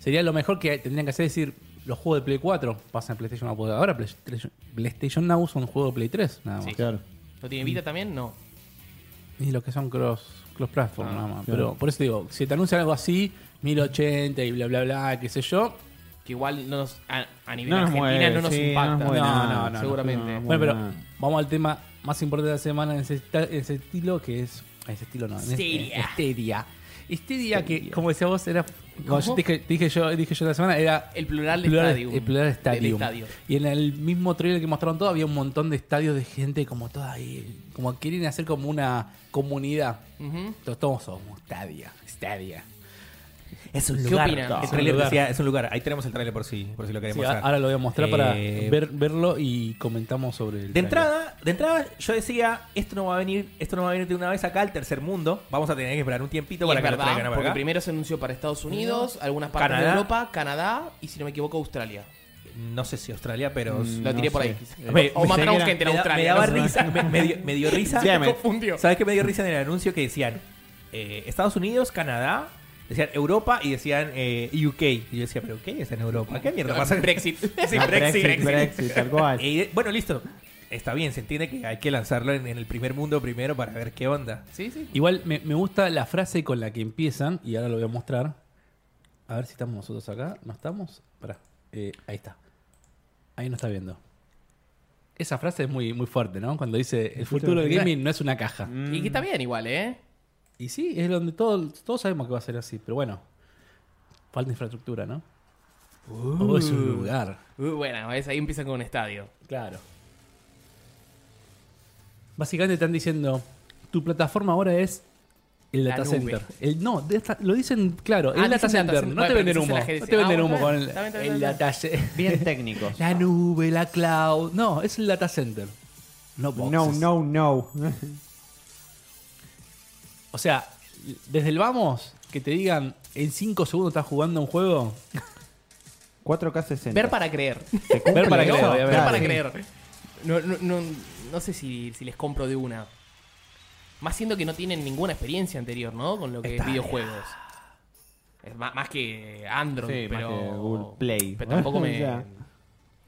Speaker 5: Sería lo mejor que tendrían que hacer es decir, los juegos de Play 4 pasan a PlayStation Now. porque Ahora PlayStation, PlayStation Now son juegos de Play 3, nada más.
Speaker 1: Sí.
Speaker 2: Claro.
Speaker 1: ¿Lo tiene Vita también? No.
Speaker 5: Y lo que son cross, cross platform nada más. Pero por eso te digo, si te anuncian algo así, 1080 y bla bla bla, qué sé yo.
Speaker 1: Que igual no nos, a, a nivel
Speaker 2: No nos
Speaker 1: Argentina
Speaker 2: mueve,
Speaker 1: no nos
Speaker 2: sí, no
Speaker 1: impacta.
Speaker 2: nos mueve
Speaker 5: No,
Speaker 2: nada,
Speaker 5: no, no, no.
Speaker 1: seguramente.
Speaker 2: No,
Speaker 5: Bueno, pero
Speaker 2: nada.
Speaker 5: vamos al tema más importante de la semana en ese, esta- en ese estilo que es. en Ese estilo no. en este-
Speaker 1: Stadia.
Speaker 5: Stadia. Stadia que, como decía vos, era. Como
Speaker 1: ¿Cómo?
Speaker 5: yo te dije, te dije yo, dije yo la semana, era.
Speaker 1: El plural de
Speaker 5: plural-
Speaker 1: Stadium.
Speaker 5: El plural de
Speaker 1: Del
Speaker 5: Stadium.
Speaker 1: estadio.
Speaker 5: Y en el mismo trailer que mostraron todo, había un montón de estadios de gente como toda ahí. Como quieren hacer como una comunidad.
Speaker 1: Ujú.
Speaker 5: Todos, todos somos Stadia. Stadia.
Speaker 3: Es un
Speaker 1: ¿Qué
Speaker 3: lugar.
Speaker 1: opinan?
Speaker 3: El
Speaker 1: Es un
Speaker 3: tráiler
Speaker 5: lugar.
Speaker 3: decía, es un lugar. Ahí tenemos el trailer por si, por si lo
Speaker 5: Sí,
Speaker 3: queremos
Speaker 5: a-
Speaker 3: usar.
Speaker 5: ahora lo voy a mostrar para
Speaker 3: Eh,
Speaker 5: ver- verlo y comentamos sobre el
Speaker 3: De
Speaker 5: trailer.
Speaker 3: entrada, de entrada yo decía, esto no va a venir, esto no va a venir de una vez acá al tercer mundo. Vamos a tener que esperar un tiempito
Speaker 1: Y
Speaker 3: para
Speaker 1: es
Speaker 3: que lo
Speaker 1: verdad,
Speaker 3: traigan para
Speaker 1: porque
Speaker 3: acá.
Speaker 1: primero se anunció para Estados Unidos, algunas partes de
Speaker 3: Canadá.
Speaker 1: Europa, Canadá y, si no me equivoco, Australia.
Speaker 3: No sé si Australia, pero
Speaker 1: Lo
Speaker 2: No
Speaker 1: tiré por
Speaker 2: sé.
Speaker 1: ahí.
Speaker 2: Eh,
Speaker 1: Mm. O-
Speaker 3: Me-
Speaker 1: o
Speaker 3: me-
Speaker 1: mataron
Speaker 2: me-
Speaker 1: gente en
Speaker 3: me da-
Speaker 1: Australia.
Speaker 3: Me daba
Speaker 1: no sé.
Speaker 3: risa, me, me dio, me dio risa.
Speaker 2: Damn it.
Speaker 1: Confundió.
Speaker 3: ¿Sabes qué me dio risa en el anuncio que decían? eh, Estados Unidos, Canadá, decían Europa y decían eh, UK. Y yo decía, ¿pero qué es en Europa? ¿Qué mierda pasa?
Speaker 1: Brexit.
Speaker 3: Sí,
Speaker 2: Ah,
Speaker 3: Brexit, Brexit.
Speaker 2: Brexit, tal cual.
Speaker 3: Y, bueno, listo. Está bien, se entiende que hay que lanzarlo en, en el primer mundo primero para ver qué onda.
Speaker 1: Sí, sí.
Speaker 5: Igual me, me gusta la frase con la que empiezan, y ahora lo voy a mostrar. A ver si estamos nosotros acá. ¿No estamos? Pará. Eh, ahí está. Ahí no está viendo. Esa frase es muy, muy fuerte, ¿no? Cuando dice, el futuro del gaming no es una caja.
Speaker 3: Mm.
Speaker 1: Y que está bien igual, ¿eh?
Speaker 5: Y sí, es donde todo- todos sabemos que va a ser así, pero bueno. Falta infraestructura, ¿no?
Speaker 3: Uh,
Speaker 5: O es un lugar.
Speaker 1: Uh, bueno, es ahí empiezan con un estadio.
Speaker 5: Claro. Básicamente están diciendo, tu plataforma ahora es el
Speaker 1: La
Speaker 5: data
Speaker 1: nube.
Speaker 5: center. El, no, data- lo dicen, claro,
Speaker 1: Ah,
Speaker 5: el data
Speaker 1: dicen
Speaker 5: center.
Speaker 1: data center.
Speaker 5: No
Speaker 1: Bueno,
Speaker 5: te venden
Speaker 1: pero
Speaker 5: humo.
Speaker 1: dice la
Speaker 5: No
Speaker 1: gente,
Speaker 5: te venden
Speaker 1: ah,
Speaker 5: humo
Speaker 1: bueno,
Speaker 5: con el,
Speaker 1: está bien, está bien,
Speaker 5: el
Speaker 1: está bien.
Speaker 5: data ce-
Speaker 2: Bien técnicos.
Speaker 5: La nube, la cloud. No, es el data center. No,
Speaker 2: No,
Speaker 5: boxes.
Speaker 2: no, no.
Speaker 5: O sea, desde el vamos, que te digan en 5 segundos estás jugando un juego.
Speaker 2: 4K60.
Speaker 1: Ver para creer.
Speaker 2: ¿Se cumple
Speaker 5: Ver para
Speaker 2: eso?
Speaker 5: creer,
Speaker 1: Ver
Speaker 5: obviamente.
Speaker 2: Claro.
Speaker 1: para creer. No, no, no, no sé si, si les compro de una. Más siendo que no tienen ninguna experiencia anterior, ¿no? Con lo que es videojuegos. Es má- más, que Android,
Speaker 2: Sí, más
Speaker 1: pero.
Speaker 2: que Google Play.
Speaker 1: Pero tampoco me.
Speaker 2: Ya.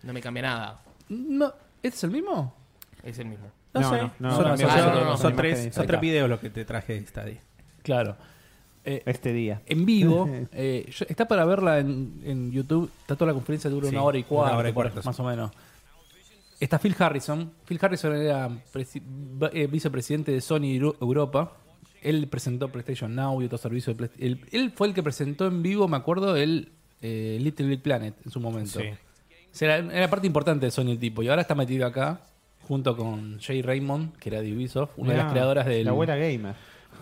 Speaker 1: No me cambia nada.
Speaker 5: No, ¿Este es el mismo?
Speaker 1: Es el mismo.
Speaker 2: No,
Speaker 3: sé.
Speaker 2: no, no,
Speaker 3: son,
Speaker 2: no,
Speaker 3: son-
Speaker 1: no,
Speaker 3: son-
Speaker 1: no, no,
Speaker 3: son
Speaker 2: no,
Speaker 3: tres,
Speaker 2: no, no,
Speaker 3: son
Speaker 5: Ah, no.
Speaker 3: tres videos los que te traje de Stadia.
Speaker 5: Claro. Eh,
Speaker 2: Este día.
Speaker 5: en vivo. eh, yo- está para verla en, en YouTube. Está toda la conferencia, dura
Speaker 3: Sí,
Speaker 5: una hora y
Speaker 3: una
Speaker 5: cuarto,
Speaker 3: hora y cuarto,
Speaker 5: por-
Speaker 3: sí.
Speaker 5: más o menos. Está Phil Harrison. Phil Harrison era presi- va- eh, vicepresidente de Sony Euro- Europa. Él presentó PlayStation Now y otros servicios de PlayStation. Él, él fue el que presentó en vivo, me acuerdo, el eh, Little Big Planet en su momento.
Speaker 3: Sí.
Speaker 5: O sea, era, era parte importante de Sony el tipo. Y ahora está metido acá, junto con Jay Raymond, que era de Ubisoft, una de
Speaker 2: Ah,
Speaker 5: las creadoras del.
Speaker 2: La abuela gamer.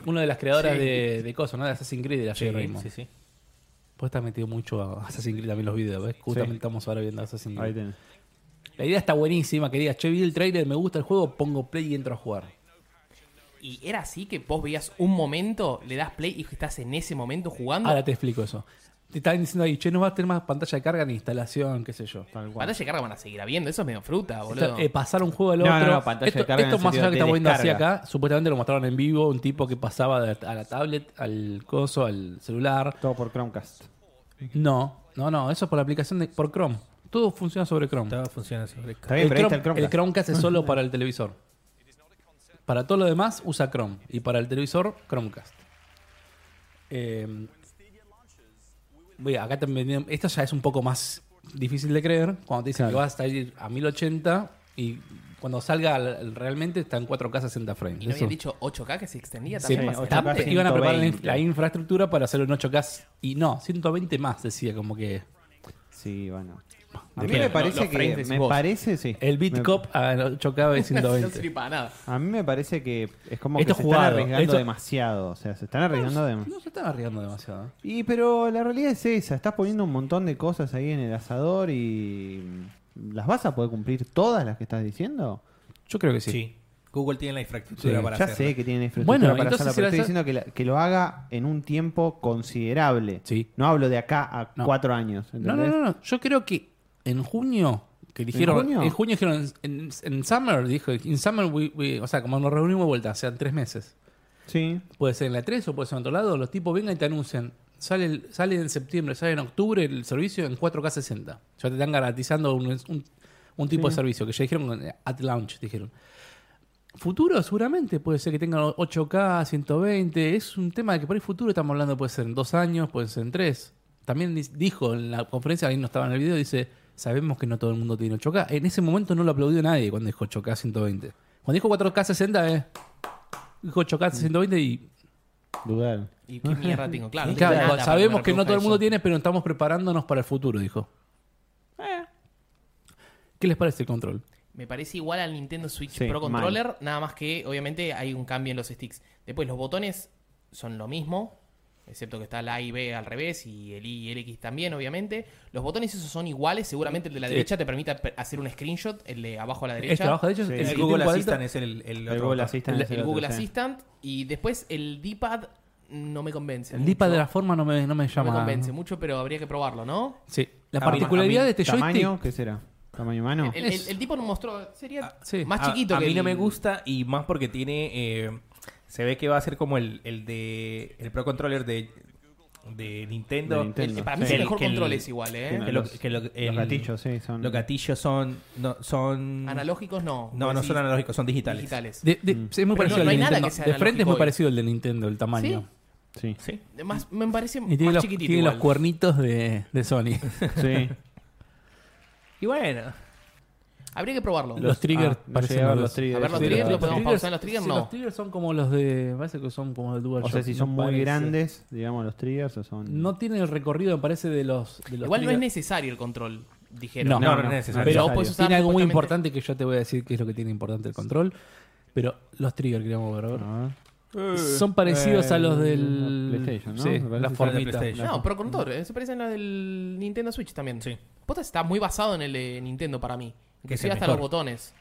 Speaker 5: Una de las creadoras de, de cosas, ¿no? De Assassin's Creed de la Jay Raymond.
Speaker 3: sí, sí.
Speaker 5: Vos estás Pues metido mucho a Assassin's Creed también los videos, ¿ves? Justamente
Speaker 2: Sí.
Speaker 5: estamos ahora viendo Assassin's
Speaker 2: Ahí
Speaker 5: Creed.
Speaker 2: tenés.
Speaker 5: La idea está buenísima, que digas, che, vi el trailer, me gusta el juego, pongo play y entro a jugar.
Speaker 1: Y era así que vos veías un momento, le das play y estás en ese momento jugando.
Speaker 5: Ahora te explico eso. Te estaban diciendo ahí, che, no vas a tener más pantalla de carga ni instalación, qué sé yo.
Speaker 2: Tal cual.
Speaker 1: Pantalla de carga van a seguir habiendo. Eso es medio fruta, boludo.
Speaker 5: Esto, eh, pasar un juego al
Speaker 2: No,
Speaker 5: otro.
Speaker 2: no, no, pantalla de
Speaker 5: esto,
Speaker 2: carga en
Speaker 5: esto
Speaker 2: el
Speaker 5: más allá
Speaker 2: sentido
Speaker 5: que
Speaker 2: de
Speaker 5: estamos viendo así
Speaker 2: descarga.
Speaker 5: acá, supuestamente lo mostraron en vivo, un tipo que pasaba de- a la tablet, al coso, al celular.
Speaker 2: Todo por Chromecast.
Speaker 5: No, no, no, eso es por la aplicación de, por Chrome. Todo funciona sobre Chrome.
Speaker 3: Todo funciona sobre
Speaker 2: Está bien,
Speaker 5: el,
Speaker 2: pero ahí está
Speaker 5: Chrome-
Speaker 2: el Chromecast. Ah.
Speaker 5: el Chromecast es solo para el televisor. Para todo lo demás usa Chrome. Y para el televisor, Chromecast. Eh, voy a- acá también. Esto ya es un poco más difícil de creer. Cuando te dicen que vas a ir a 1080 y cuando salga al- realmente está en 4K 60 frames.
Speaker 1: y no
Speaker 5: Eso.
Speaker 1: habían dicho 8K que se extendía
Speaker 5: Sí,
Speaker 1: también.
Speaker 2: sí,
Speaker 1: más
Speaker 2: 8K
Speaker 1: adelante.
Speaker 5: Aparte, iban a preparar la, inf-
Speaker 2: 120.
Speaker 5: la infraestructura para hacerlo en 8K y no, 120 más, decía como que.
Speaker 2: Sí, bueno. A
Speaker 1: Depende,
Speaker 2: mí me
Speaker 1: ¿no?
Speaker 2: parece
Speaker 1: Los frames
Speaker 2: que.
Speaker 1: decís
Speaker 2: Me
Speaker 1: vos.
Speaker 2: parece, sí.
Speaker 5: El
Speaker 2: Me-
Speaker 5: Bitcop a 8K y
Speaker 1: No
Speaker 5: 120.
Speaker 1: sirve para nada.
Speaker 2: A mí me parece que es como
Speaker 5: Esto
Speaker 2: que se
Speaker 5: jugado,
Speaker 2: están arriesgando
Speaker 5: esto-
Speaker 2: demasiado. O sea, se están arriesgando demasiado.
Speaker 5: No se están arriesgando demasiado. ¿eh?
Speaker 2: Y pero la realidad es esa, estás poniendo un montón de cosas ahí en el asador y mm, las vas a poder cumplir todas las que estás diciendo.
Speaker 5: Yo creo que
Speaker 3: Sí. Google tiene la infraestructura
Speaker 5: Sí,
Speaker 3: para
Speaker 2: ya
Speaker 3: hacerlo.
Speaker 2: sé que tienen infraestructura
Speaker 5: Bueno,
Speaker 2: para
Speaker 5: entonces
Speaker 2: hacerlo, pero
Speaker 5: si
Speaker 2: estoy
Speaker 5: la-
Speaker 2: diciendo que, la- que lo haga en un tiempo considerable.
Speaker 5: Sí.
Speaker 2: No hablo de acá a
Speaker 5: No.
Speaker 2: cuatro años.
Speaker 5: No, no,
Speaker 2: ¿entendés?
Speaker 5: no, no. Yo creo que en junio que dijeron,
Speaker 2: junio?
Speaker 5: en junio dijeron en, en summer dijo, in summer we- we- o sea, como nos reunimos de vuelta, o sea, en tres meses.
Speaker 2: Sí.
Speaker 5: Puede ser en la 3 o puede ser en otro lado, los tipos vengan y te anuncian, sale, el- sale en septiembre, sale en octubre el servicio en 4K60. Ya te están garantizando un, un- un tipo de servicio que ya dijeron eh, at launch, dijeron. Futuro seguramente puede ser que tengan 8K, 120, es un tema de que por el futuro estamos hablando, puede ser en dos años, puede ser en tres. También dis- dijo en la conferencia, alguien no estaba en el video, dice, sabemos que no todo el mundo tiene 8K. En ese momento no lo aplaudió nadie cuando dijo 8K, 120. Cuando dijo 4K, 60, eh, dijo 8K, 120 y
Speaker 2: Dudar.
Speaker 1: ¿Y qué mierda tengo? Claro, no tengo
Speaker 5: Claro,
Speaker 1: nada para
Speaker 5: sabemos
Speaker 1: poner
Speaker 5: que no todo el
Speaker 1: eso.
Speaker 5: mundo tiene, pero estamos preparándonos para el futuro, dijo.
Speaker 1: Eh.
Speaker 5: ¿Qué les parece el control?
Speaker 1: Me parece igual al Nintendo Switch
Speaker 2: Sí,
Speaker 1: Pro
Speaker 2: mal.
Speaker 1: Controller, nada más que obviamente hay un cambio en los sticks. Después los botones son lo mismo, excepto que está el A y B al revés y el I y el X también, obviamente. Los botones esos son iguales, seguramente el de la
Speaker 5: Sí.
Speaker 1: derecha te permita pe- hacer un screenshot, el de abajo a la
Speaker 5: ¿Es
Speaker 1: derecha.
Speaker 5: trabajo de ellos?
Speaker 2: Sí.
Speaker 5: ¿Es
Speaker 3: El
Speaker 5: que
Speaker 3: Google
Speaker 5: tiene un
Speaker 3: Assistant
Speaker 5: cuadrito?
Speaker 3: es el, el
Speaker 2: El
Speaker 3: otro
Speaker 2: Google
Speaker 3: botón.
Speaker 2: Assistant. es
Speaker 1: el
Speaker 2: otro,
Speaker 1: Google
Speaker 2: sí.
Speaker 1: Assistant y después el D-pad no me convence.
Speaker 5: El dipa
Speaker 1: mucho.
Speaker 5: de la forma no me, no me
Speaker 1: no
Speaker 5: llama.
Speaker 1: me convence mucho, pero habría que probarlo, ¿no?
Speaker 5: Sí. La
Speaker 2: A mí-
Speaker 5: particularidad
Speaker 2: a mí,
Speaker 5: de este
Speaker 2: ¿Tamaño?
Speaker 5: joystick.
Speaker 2: ¿Qué será? ¿Tamaño humano?
Speaker 1: El, el-
Speaker 5: Es- Ah,
Speaker 1: el tipo nos mostró, sería
Speaker 5: sí.
Speaker 1: más
Speaker 3: A-
Speaker 1: chiquito
Speaker 3: a,
Speaker 1: que
Speaker 3: mí no
Speaker 1: el-
Speaker 3: me gusta y más porque tiene eh, Se ve que va a ser como el, el de el Pro Controller de, de Nintendo.
Speaker 2: De Nintendo.
Speaker 1: Eh, Para mí es
Speaker 2: Sí.
Speaker 1: el mejor
Speaker 3: que
Speaker 1: control es igual, ¿eh?
Speaker 2: Tiene-
Speaker 3: que lo-
Speaker 2: Los-
Speaker 3: que lo- el-
Speaker 2: los gatillos, sí, son.
Speaker 3: Los gatillos son. No, son
Speaker 1: Analógicos no.
Speaker 3: no, no
Speaker 1: Sí,
Speaker 3: son analógicos, son digitales.
Speaker 1: digitales.
Speaker 5: De- de-
Speaker 2: Mm.
Speaker 5: Es muy
Speaker 1: Pero
Speaker 5: parecido
Speaker 1: no- no
Speaker 5: al
Speaker 1: hay
Speaker 5: de
Speaker 1: nada
Speaker 5: Nintendo.
Speaker 1: que sea
Speaker 5: De frente es
Speaker 1: analógico
Speaker 5: muy
Speaker 1: hoy.
Speaker 5: parecido al de Nintendo, el tamaño.
Speaker 1: Sí.
Speaker 2: Sí.
Speaker 3: Sí.
Speaker 1: Más, me parece
Speaker 5: Y tiene,
Speaker 1: más
Speaker 5: los,
Speaker 1: chiquitito.
Speaker 5: tiene los
Speaker 1: igual.
Speaker 5: cuernitos de, de Sony.
Speaker 2: sí.
Speaker 3: Y bueno.
Speaker 1: Habría que probarlo.
Speaker 5: los triggers
Speaker 2: Ah, no
Speaker 5: parecen
Speaker 2: llegaban
Speaker 5: los-
Speaker 2: los triggers.
Speaker 1: A ver, los
Speaker 2: Sí,
Speaker 1: triggers
Speaker 2: los
Speaker 1: los podemos
Speaker 5: triggers-
Speaker 1: pausar. Los triggers
Speaker 5: sí,
Speaker 1: no.
Speaker 5: Los triggers son como los de. Parece que son como el dual
Speaker 2: O sea, si son muy grandes, digamos, los triggers o son.
Speaker 5: No tienen el recorrido, me parece, de los. de los
Speaker 1: Igual no es
Speaker 5: triggers.
Speaker 1: necesario el control, dijeron.
Speaker 5: No, pues,
Speaker 3: no, no es necesario.
Speaker 1: Pero
Speaker 2: Pero
Speaker 1: vos
Speaker 2: pues,
Speaker 1: podés usar
Speaker 5: Tiene algo muy
Speaker 1: supuestamente-
Speaker 5: importante que yo te voy a decir que es lo que tiene importante el control. Pero los triggers, queríamos ver. a ver.
Speaker 2: Ah.
Speaker 5: Son parecidos a los del.
Speaker 2: la PlayStation, ¿no? Me
Speaker 5: Sí,
Speaker 2: parece
Speaker 5: la
Speaker 2: que
Speaker 3: son de
Speaker 5: formita.
Speaker 3: PlayStation.
Speaker 1: No, pero control. eh, Se parecen los del Nintendo Switch también.
Speaker 3: Sí.
Speaker 1: Posta está muy basado en el de Nintendo para mí. Que
Speaker 3: Es el
Speaker 1: hasta
Speaker 3: mejor.
Speaker 1: los botones.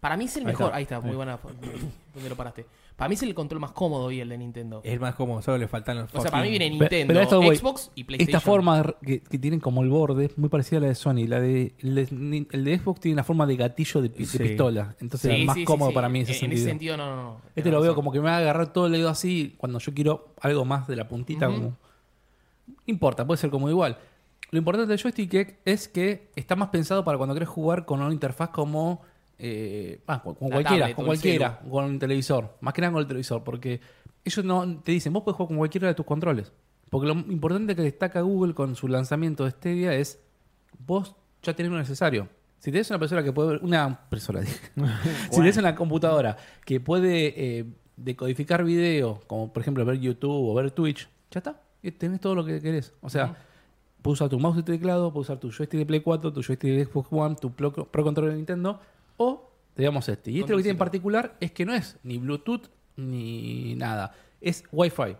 Speaker 1: Para mí es el
Speaker 2: Ahí
Speaker 1: mejor.
Speaker 2: está.
Speaker 1: Ahí está, muy
Speaker 5: Mm.
Speaker 2: Ahí.
Speaker 1: buena. fo- ¿Dónde lo paraste? Para mí es el control más cómodo y el de Nintendo.
Speaker 3: Es el más cómodo, solo le faltan los.
Speaker 1: O sea, para mí
Speaker 3: fucking-
Speaker 1: viene
Speaker 5: Pe-
Speaker 1: Nintendo,
Speaker 5: Eh, pero a esto voy.
Speaker 1: Xbox y PlayStation.
Speaker 5: Esta forma r- que, que tienen como el borde es muy parecida a la de Sony. La de, el, de, Nin- el de Xbox tiene la forma de gatillo de, pi- de
Speaker 3: Sí.
Speaker 5: pistola. Entonces
Speaker 1: Sí,
Speaker 5: es más
Speaker 1: sí, sí,
Speaker 5: cómodo
Speaker 1: sí.
Speaker 5: para mí en
Speaker 1: En
Speaker 5: ese sentido.
Speaker 1: no, no, no.
Speaker 5: Este lo veo como que me va a agarrar todo el dedo así cuando yo quiero algo más de la puntita.
Speaker 1: Ujú.
Speaker 5: como- No importa, puede ser como igual. Lo importante del joystick es que está más pensado para cuando querés jugar con una interfaz como. eh, ah, con, con
Speaker 1: La
Speaker 5: cualquiera,
Speaker 1: tablet o
Speaker 5: con
Speaker 1: el
Speaker 5: cualquiera, con un televisor. Más que nada con el televisor, porque ellos no te dicen, vos podés jugar con cualquiera de tus controles. Porque lo importante que destaca Google con su lanzamiento de Stadia es vos ya tenés lo necesario. Si tenés una persona que puede ver, una persona, dije. si tenés una computadora que puede eh, decodificar video, como por ejemplo ver YouTube o ver Twitch, ya está. Y Tenés todo lo que querés. O sea, puedes usar tu mouse y teclado, puedes usar tu joystick de Play 4, tu joystick de Xbox One, tu Pro, Pro Controller de Nintendo o digamos este. Y este lo que tiene en particular es que no es ni Bluetooth ni nada, es Wi-Fi.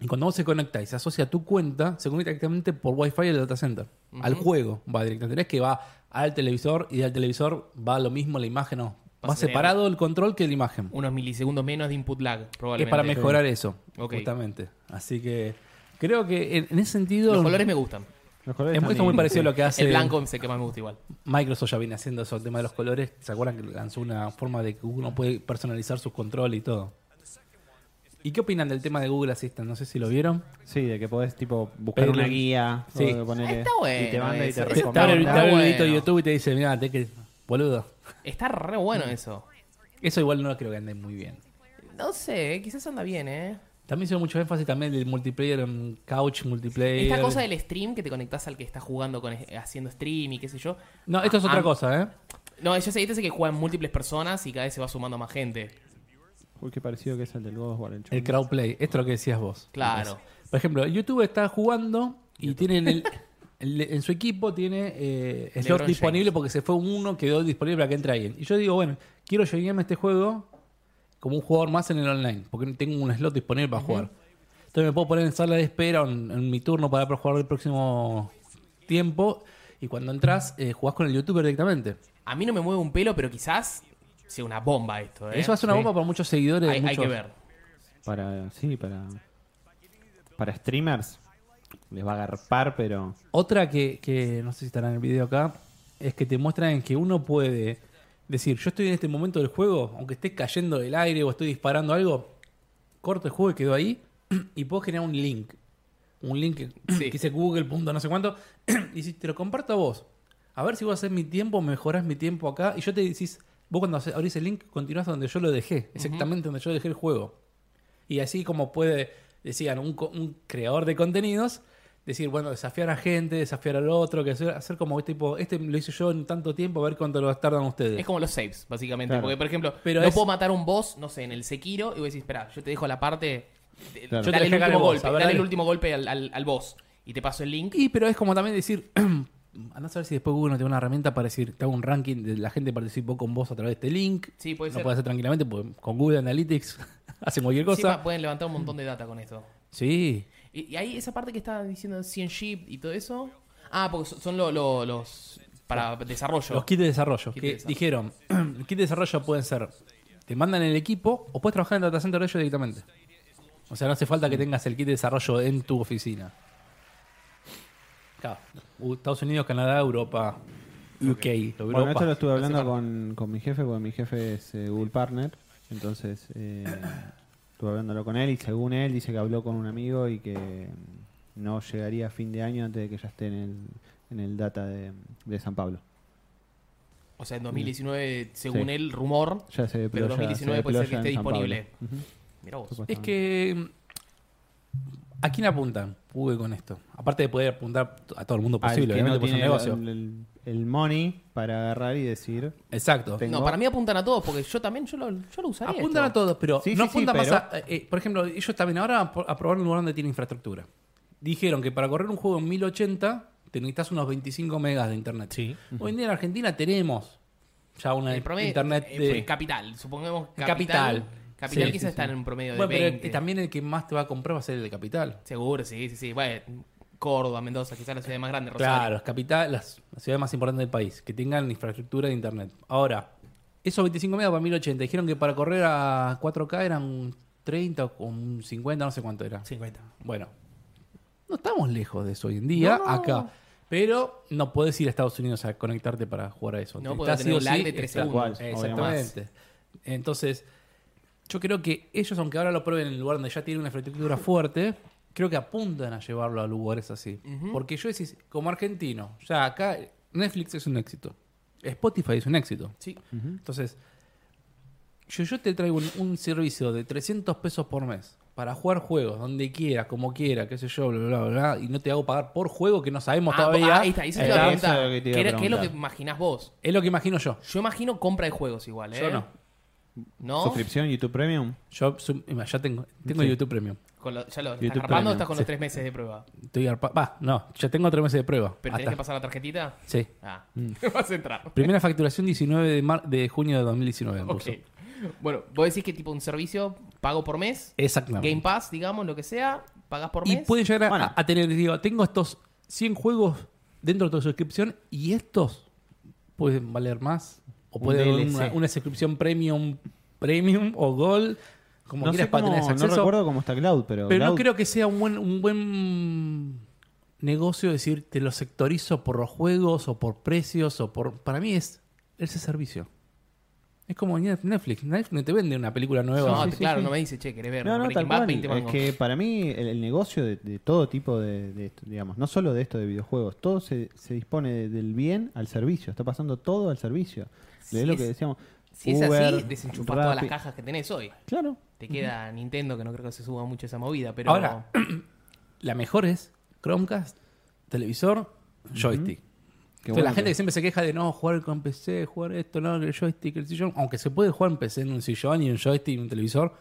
Speaker 5: Y cuando vos se conecta y se asocia a tu cuenta, se conecta directamente por Wi-Fi al data center. Al juego va directamente. No es que va al televisor y al televisor va lo mismo la imagen, no. Va
Speaker 1: Pasa
Speaker 5: separado el control que la imagen.
Speaker 1: Unos milisegundos menos de input lag,
Speaker 5: Es
Speaker 1: probablemente.
Speaker 5: para mejorar eso,
Speaker 1: Ok.
Speaker 5: justamente. Así que creo que en, en ese sentido.
Speaker 1: Los colores me gustan.
Speaker 2: Los colores
Speaker 5: es
Speaker 2: están
Speaker 5: muy- esto es muy
Speaker 2: lindos.
Speaker 5: parecido a lo que hace
Speaker 1: El blanco es el que más me gusta igual.
Speaker 5: Microsoft ya viene haciendo eso, el tema de los colores. ¿Se acuerdan que lanzó una forma de que uno puede personalizar sus controles y todo? ¿Y qué opinan del tema de Google Assistant? No sé si lo vieron.
Speaker 2: Sí, de que podés, tipo, buscar
Speaker 5: Pero-
Speaker 2: una guía.
Speaker 5: Sí.
Speaker 2: o ponerle-
Speaker 1: Está bueno
Speaker 2: Y te manda y
Speaker 1: eso,
Speaker 2: te
Speaker 1: eso
Speaker 5: Te te abre el- te
Speaker 2: recomienda.
Speaker 5: abre el dedito de
Speaker 1: bueno.
Speaker 5: YouTube y te dice, mira, te que... Boludo.
Speaker 1: Está re bueno eso.
Speaker 5: Eso igual no lo creo que ande muy bien.
Speaker 1: No sé, quizás anda bien, ¿eh?
Speaker 5: También se dio mucho énfasis también del multiplayer, en couch multiplayer.
Speaker 1: Esta cosa del stream que te conectás al que está jugando con eh, haciendo stream y qué sé yo.
Speaker 5: No, esto es
Speaker 1: Ah,
Speaker 5: otra
Speaker 1: ah,
Speaker 5: cosa, ¿eh?
Speaker 1: No, yo sé, este es el que juegan múltiples personas y cada vez se va sumando más gente.
Speaker 2: Uy, qué parecido que es el del God of War, el
Speaker 5: El
Speaker 2: chongo.
Speaker 5: crowdplay. Esto es lo que decías vos.
Speaker 1: Claro.
Speaker 5: Por ejemplo, YouTube está jugando y tienen el, el- en su equipo tiene eh, slot
Speaker 1: LeBron
Speaker 5: disponible
Speaker 1: James.
Speaker 5: porque se fue uno, quedó disponible para que entre alguien. Y yo digo, bueno, quiero llegarme a este juego como un jugador más en el online, porque tengo un slot disponible para jugar. Entonces me puedo poner en sala de espera o en, en mi turno para jugar el próximo tiempo. Y cuando entras, eh, jugás con el youtuber directamente.
Speaker 1: A mí no me mueve un pelo, pero quizás sea una bomba esto, ¿eh?
Speaker 5: Eso hace una
Speaker 1: Sí.
Speaker 5: bomba para muchos seguidores.
Speaker 1: Hay, hay
Speaker 5: muchos-
Speaker 1: que ver.
Speaker 2: Para, sí, para. Para streamers. Les va a agarpar, pero.
Speaker 5: Otra que, que no sé si estará en el video acá, es que te muestran que uno puede decir, yo estoy en este momento del juego, aunque esté cayendo del aire o estoy disparando algo, corto el juego y quedo ahí, y puedo generar un link. Un link que,
Speaker 1: Sí.
Speaker 5: que dice Google, punto, no sé cuánto, y si te lo comparto a vos, a ver si vos haces mi tiempo, mejorás mi tiempo acá, y yo te decís, vos cuando haces- abrís el link, continuás donde yo lo dejé, exactamente donde yo dejé el juego. Y así como puede, decían, un, co- un creador de contenidos, decir, bueno, desafiar a gente, desafiar al otro, que hacer, hacer como tipo, este lo hice yo en tanto tiempo, a ver cuánto lo tardan ustedes.
Speaker 1: Es como los saves, básicamente.
Speaker 2: Claro.
Speaker 1: Porque, por ejemplo,
Speaker 5: Pero
Speaker 1: no
Speaker 5: es-
Speaker 1: puedo matar a un boss, no sé, en el Sekiro, y voy a decir, espera, yo te dejo la parte. de-
Speaker 2: Claro.
Speaker 1: Yo
Speaker 5: Yo
Speaker 1: te
Speaker 5: te
Speaker 1: el
Speaker 5: dejé
Speaker 1: último
Speaker 5: acá el boss,
Speaker 1: golpe,
Speaker 5: a ver,
Speaker 1: dale el
Speaker 5: dale.
Speaker 1: último golpe al, al- al boss. Y te paso el link.
Speaker 5: Y pero es como también decir, andá a saber si después Google no tiene una herramienta para decir, te hago un ranking de la gente que participó con vos a través de este link.
Speaker 1: Sí, puede
Speaker 5: lo
Speaker 1: ser.
Speaker 5: puedes hacer tranquilamente, porque con Google Analytics hacen cualquier
Speaker 1: Encima
Speaker 5: cosa.
Speaker 1: pueden levantar un montón de data con esto.
Speaker 5: Sí.
Speaker 1: Y, y ahí esa parte que estaba diciendo 100 chip y todo eso. Ah, porque so- son lo- lo- los. Para desarrollo.
Speaker 5: Los kits de desarrollo.
Speaker 1: Kit
Speaker 5: que
Speaker 1: de desarrollo.
Speaker 5: dijeron, el kit de desarrollo pueden ser, te mandan el equipo o puedes trabajar en el data center de ellos directamente. O sea, no hace falta
Speaker 1: Mm.
Speaker 5: que tengas el kit de desarrollo en tu oficina. Claro. U- Estados Unidos, Canadá, Europa, UK. Europa.
Speaker 2: Bueno, esto lo estuve hablando con, con mi jefe, porque mi jefe es eh, Google Partner. Entonces, eh, Estuve hablándolo con él y según él dice que habló con un amigo y que mm, no llegaría a fin de año antes de que ya esté en el, en el data de, de San Pablo.
Speaker 1: O sea, en 2019, según
Speaker 2: Sí.
Speaker 1: el rumor.
Speaker 2: Ya se
Speaker 1: Pero
Speaker 2: deploya-
Speaker 1: 2019
Speaker 2: se
Speaker 1: puede ser que
Speaker 2: deploya
Speaker 1: esté
Speaker 2: en San Pablo.
Speaker 1: disponible.
Speaker 2: Ujú,
Speaker 1: Mira vos.
Speaker 5: Es
Speaker 2: supuestamente.
Speaker 5: que. ¿A quién apuntan? Pude con esto. Aparte de poder apuntar a todo el mundo
Speaker 2: Al
Speaker 5: posible,
Speaker 2: Ah, que
Speaker 5: obviamente,
Speaker 2: no
Speaker 5: por su
Speaker 2: tiene
Speaker 5: negocio.
Speaker 2: el, el- el money para agarrar y decir
Speaker 5: Exacto.
Speaker 2: Tengo-
Speaker 1: No, para mí apuntan a todos, porque yo también, yo lo, yo lo usaría.
Speaker 5: Apuntan a
Speaker 1: esto.
Speaker 5: todos, pero
Speaker 2: Sí,
Speaker 5: no
Speaker 2: sí, sí,
Speaker 5: apuntan
Speaker 2: pero-
Speaker 5: más a- eh, eh, por ejemplo, ellos también ahora van por- a probar un lugar donde tiene infraestructura. Dijeron que para correr un juego en 1080 te necesitas unos 25 megas de internet.
Speaker 3: Sí.
Speaker 5: Hoy en día en Argentina tenemos ya una
Speaker 1: El promedio,
Speaker 5: internet
Speaker 1: eh,
Speaker 5: de...
Speaker 1: fue capital, supongamos capital.
Speaker 5: Capital.
Speaker 1: Capital
Speaker 5: Sí,
Speaker 1: quizás
Speaker 5: sí,
Speaker 1: está en un promedio de
Speaker 5: Bueno, pero
Speaker 1: 20.
Speaker 5: el- también el que más te va a comprar va a ser el de capital.
Speaker 1: Seguro, sí, sí, sí. Bueno, Córdoba, Mendoza, quizás la ciudad más grande, Rosario.
Speaker 5: Claro, las capital, las, las ciudades más importantes del país, que tengan infraestructura de internet. Ahora, esos 25 megas para 1080, dijeron que para correr a 4K eran 30 o un 50, no sé cuánto era.
Speaker 3: 50.
Speaker 5: Bueno, no estamos lejos de eso hoy en día,
Speaker 1: No, no.
Speaker 5: acá. Pero no puedes ir a Estados Unidos a conectarte para jugar a eso.
Speaker 1: No, porque
Speaker 5: puedes
Speaker 1: va a tener un lag de tres
Speaker 2: segundos.
Speaker 5: Exactamente. Entonces, yo creo que ellos, aunque ahora lo prueben en el lugar donde ya tienen una infraestructura fuerte, creo que apuntan a llevarlo a lugares así. Porque yo decís, como argentino, ya acá Netflix es un éxito. Spotify es un éxito.
Speaker 1: Sí.
Speaker 5: Entonces, yo, yo te traigo un, un servicio de 300 pesos por mes para jugar juegos donde quiera, como quiera, qué sé yo, bla, bla, bla, bla, y no te hago pagar por juego que no sabemos
Speaker 1: Ah,
Speaker 5: todavía.
Speaker 1: ahí está, ahí se te
Speaker 5: Eh,
Speaker 1: iba a
Speaker 2: Eh, eso
Speaker 1: preguntar.
Speaker 2: es lo que te iba
Speaker 1: ¿Qué
Speaker 2: a
Speaker 1: era- ¿Qué es lo que
Speaker 2: preguntar.
Speaker 1: imaginás vos?
Speaker 5: es lo que imagino yo.
Speaker 1: Yo imagino compra de juegos igual, ¿eh?
Speaker 5: Yo no.
Speaker 1: ¿No?
Speaker 2: suscripción YouTube Premium.
Speaker 5: Yo sub- mira, ya tengo, tengo
Speaker 2: Sí.
Speaker 5: YouTube Premium.
Speaker 1: Con lo- ¿Ya lo estás
Speaker 2: YouTube
Speaker 1: rapando o
Speaker 2: Premium.
Speaker 1: estás con los
Speaker 5: Sí.
Speaker 1: tres meses de prueba?
Speaker 5: Estoy arpa- Va, no, ya tengo tres meses de prueba.
Speaker 1: ¿Pero
Speaker 5: Hasta-
Speaker 1: tenés que pasar la tarjetita?
Speaker 5: Sí.
Speaker 1: Ah,
Speaker 2: Mm.
Speaker 1: vas a entrar.
Speaker 5: Primera facturación 19 de, mar- de junio de 2019. me
Speaker 1: Ok.
Speaker 5: puso.
Speaker 1: Bueno, vos decís que tipo un servicio pago por mes,
Speaker 5: Exactamente.
Speaker 1: Game Pass, digamos, lo que sea, pagás por
Speaker 5: y
Speaker 1: mes.
Speaker 5: puede llegar a,
Speaker 2: Bueno.
Speaker 5: a tener, digo, tengo estos 100 juegos dentro de tu suscripción y estos pueden valer más. O
Speaker 2: Un
Speaker 5: puede haber
Speaker 2: DLC.
Speaker 5: una, una suscripción premium, premium o gold, como
Speaker 2: No,
Speaker 5: quieras
Speaker 2: sé
Speaker 5: para
Speaker 2: cómo-
Speaker 5: tener ese
Speaker 2: no
Speaker 5: acceso.
Speaker 2: recuerdo cómo está Cloud, pero.
Speaker 5: pero no
Speaker 2: Cloud-
Speaker 5: creo que sea un buen, un buen negocio decir te lo sectorizo por los juegos o por precios o por. Para mí es ese servicio. Es como Netflix. Netflix no te vende una película nueva.
Speaker 1: No,
Speaker 2: Sí, sí,
Speaker 1: claro,
Speaker 2: sí.
Speaker 1: no me dice, che, querés ver
Speaker 2: No, no,
Speaker 1: Breaking
Speaker 2: tal
Speaker 1: Bad,
Speaker 2: cual.
Speaker 1: 20
Speaker 2: Es
Speaker 1: mangos.
Speaker 2: que para mí el, el negocio de, de todo tipo de, de esto, digamos, no solo de esto de videojuegos, todo se, se dispone de- del bien al servicio, está pasando todo al servicio.
Speaker 1: Si
Speaker 2: es lo
Speaker 1: es-
Speaker 2: que decíamos.
Speaker 1: Si es así,
Speaker 2: Uber,
Speaker 1: desenchufás todas las
Speaker 2: Rappi.
Speaker 1: cajas que tenés hoy.
Speaker 2: Claro.
Speaker 1: Te queda Nintendo, que no creo que se suba mucho esa movida, pero...
Speaker 5: Ahora, La mejor es Chromecast, televisor, joystick.
Speaker 2: Qué
Speaker 5: Entonces,
Speaker 2: bueno
Speaker 5: la gente
Speaker 2: que-
Speaker 5: que siempre se queja de no jugar con PC, jugar esto, no, el joystick, el sillón, aunque se puede jugar en PC en un sillón y un joystick y un televisor,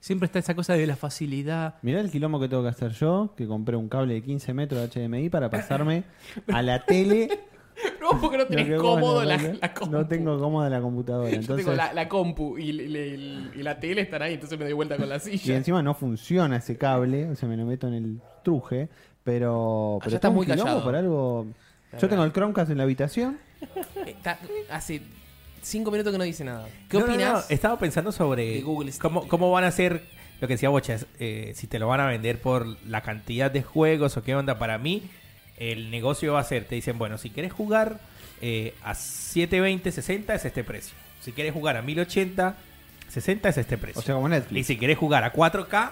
Speaker 5: siempre está esa cosa de la facilidad.
Speaker 2: Mirá el quilombo que tengo que hacer yo, que compré un cable de 15 metros de HDMI para pasarme a la tele.
Speaker 1: No, porque no
Speaker 2: Lo que
Speaker 1: tenés
Speaker 2: vos
Speaker 1: cómodo
Speaker 2: no-
Speaker 1: la,
Speaker 2: no-
Speaker 1: la compu.
Speaker 2: No tengo cómoda la computadora.
Speaker 1: Yo
Speaker 2: Entonces,
Speaker 1: tengo la, la compu y, y- y- y la tele están ahí, entonces me doy vuelta con la
Speaker 2: Y
Speaker 1: silla.
Speaker 2: encima no funciona ese cable, o sea, me lo meto en el truje, pero, pero
Speaker 1: Allá Ah, está
Speaker 2: un
Speaker 1: muy
Speaker 2: quilombo
Speaker 1: callado.
Speaker 2: por algo. Yo tengo el Chromecast en la habitación.
Speaker 1: Está- hace cinco minutos que no dice nada. ¿Qué
Speaker 3: No, no,
Speaker 1: opinas?
Speaker 3: no, Estaba pensando
Speaker 1: de
Speaker 3: sobre
Speaker 1: Google Stick?
Speaker 3: cómo, cómo van a hacer lo que decía Bocha, es, eh, si te lo van a vender por la cantidad de juegos o qué onda. Para mí, el negocio va a ser, te dicen, bueno, si quieres jugar eh, a 720, 60 es este precio. Si quieres jugar a 1080, 60 es este precio.
Speaker 2: O sea, como
Speaker 3: y
Speaker 2: Netflix.
Speaker 3: si quieres jugar a 4K,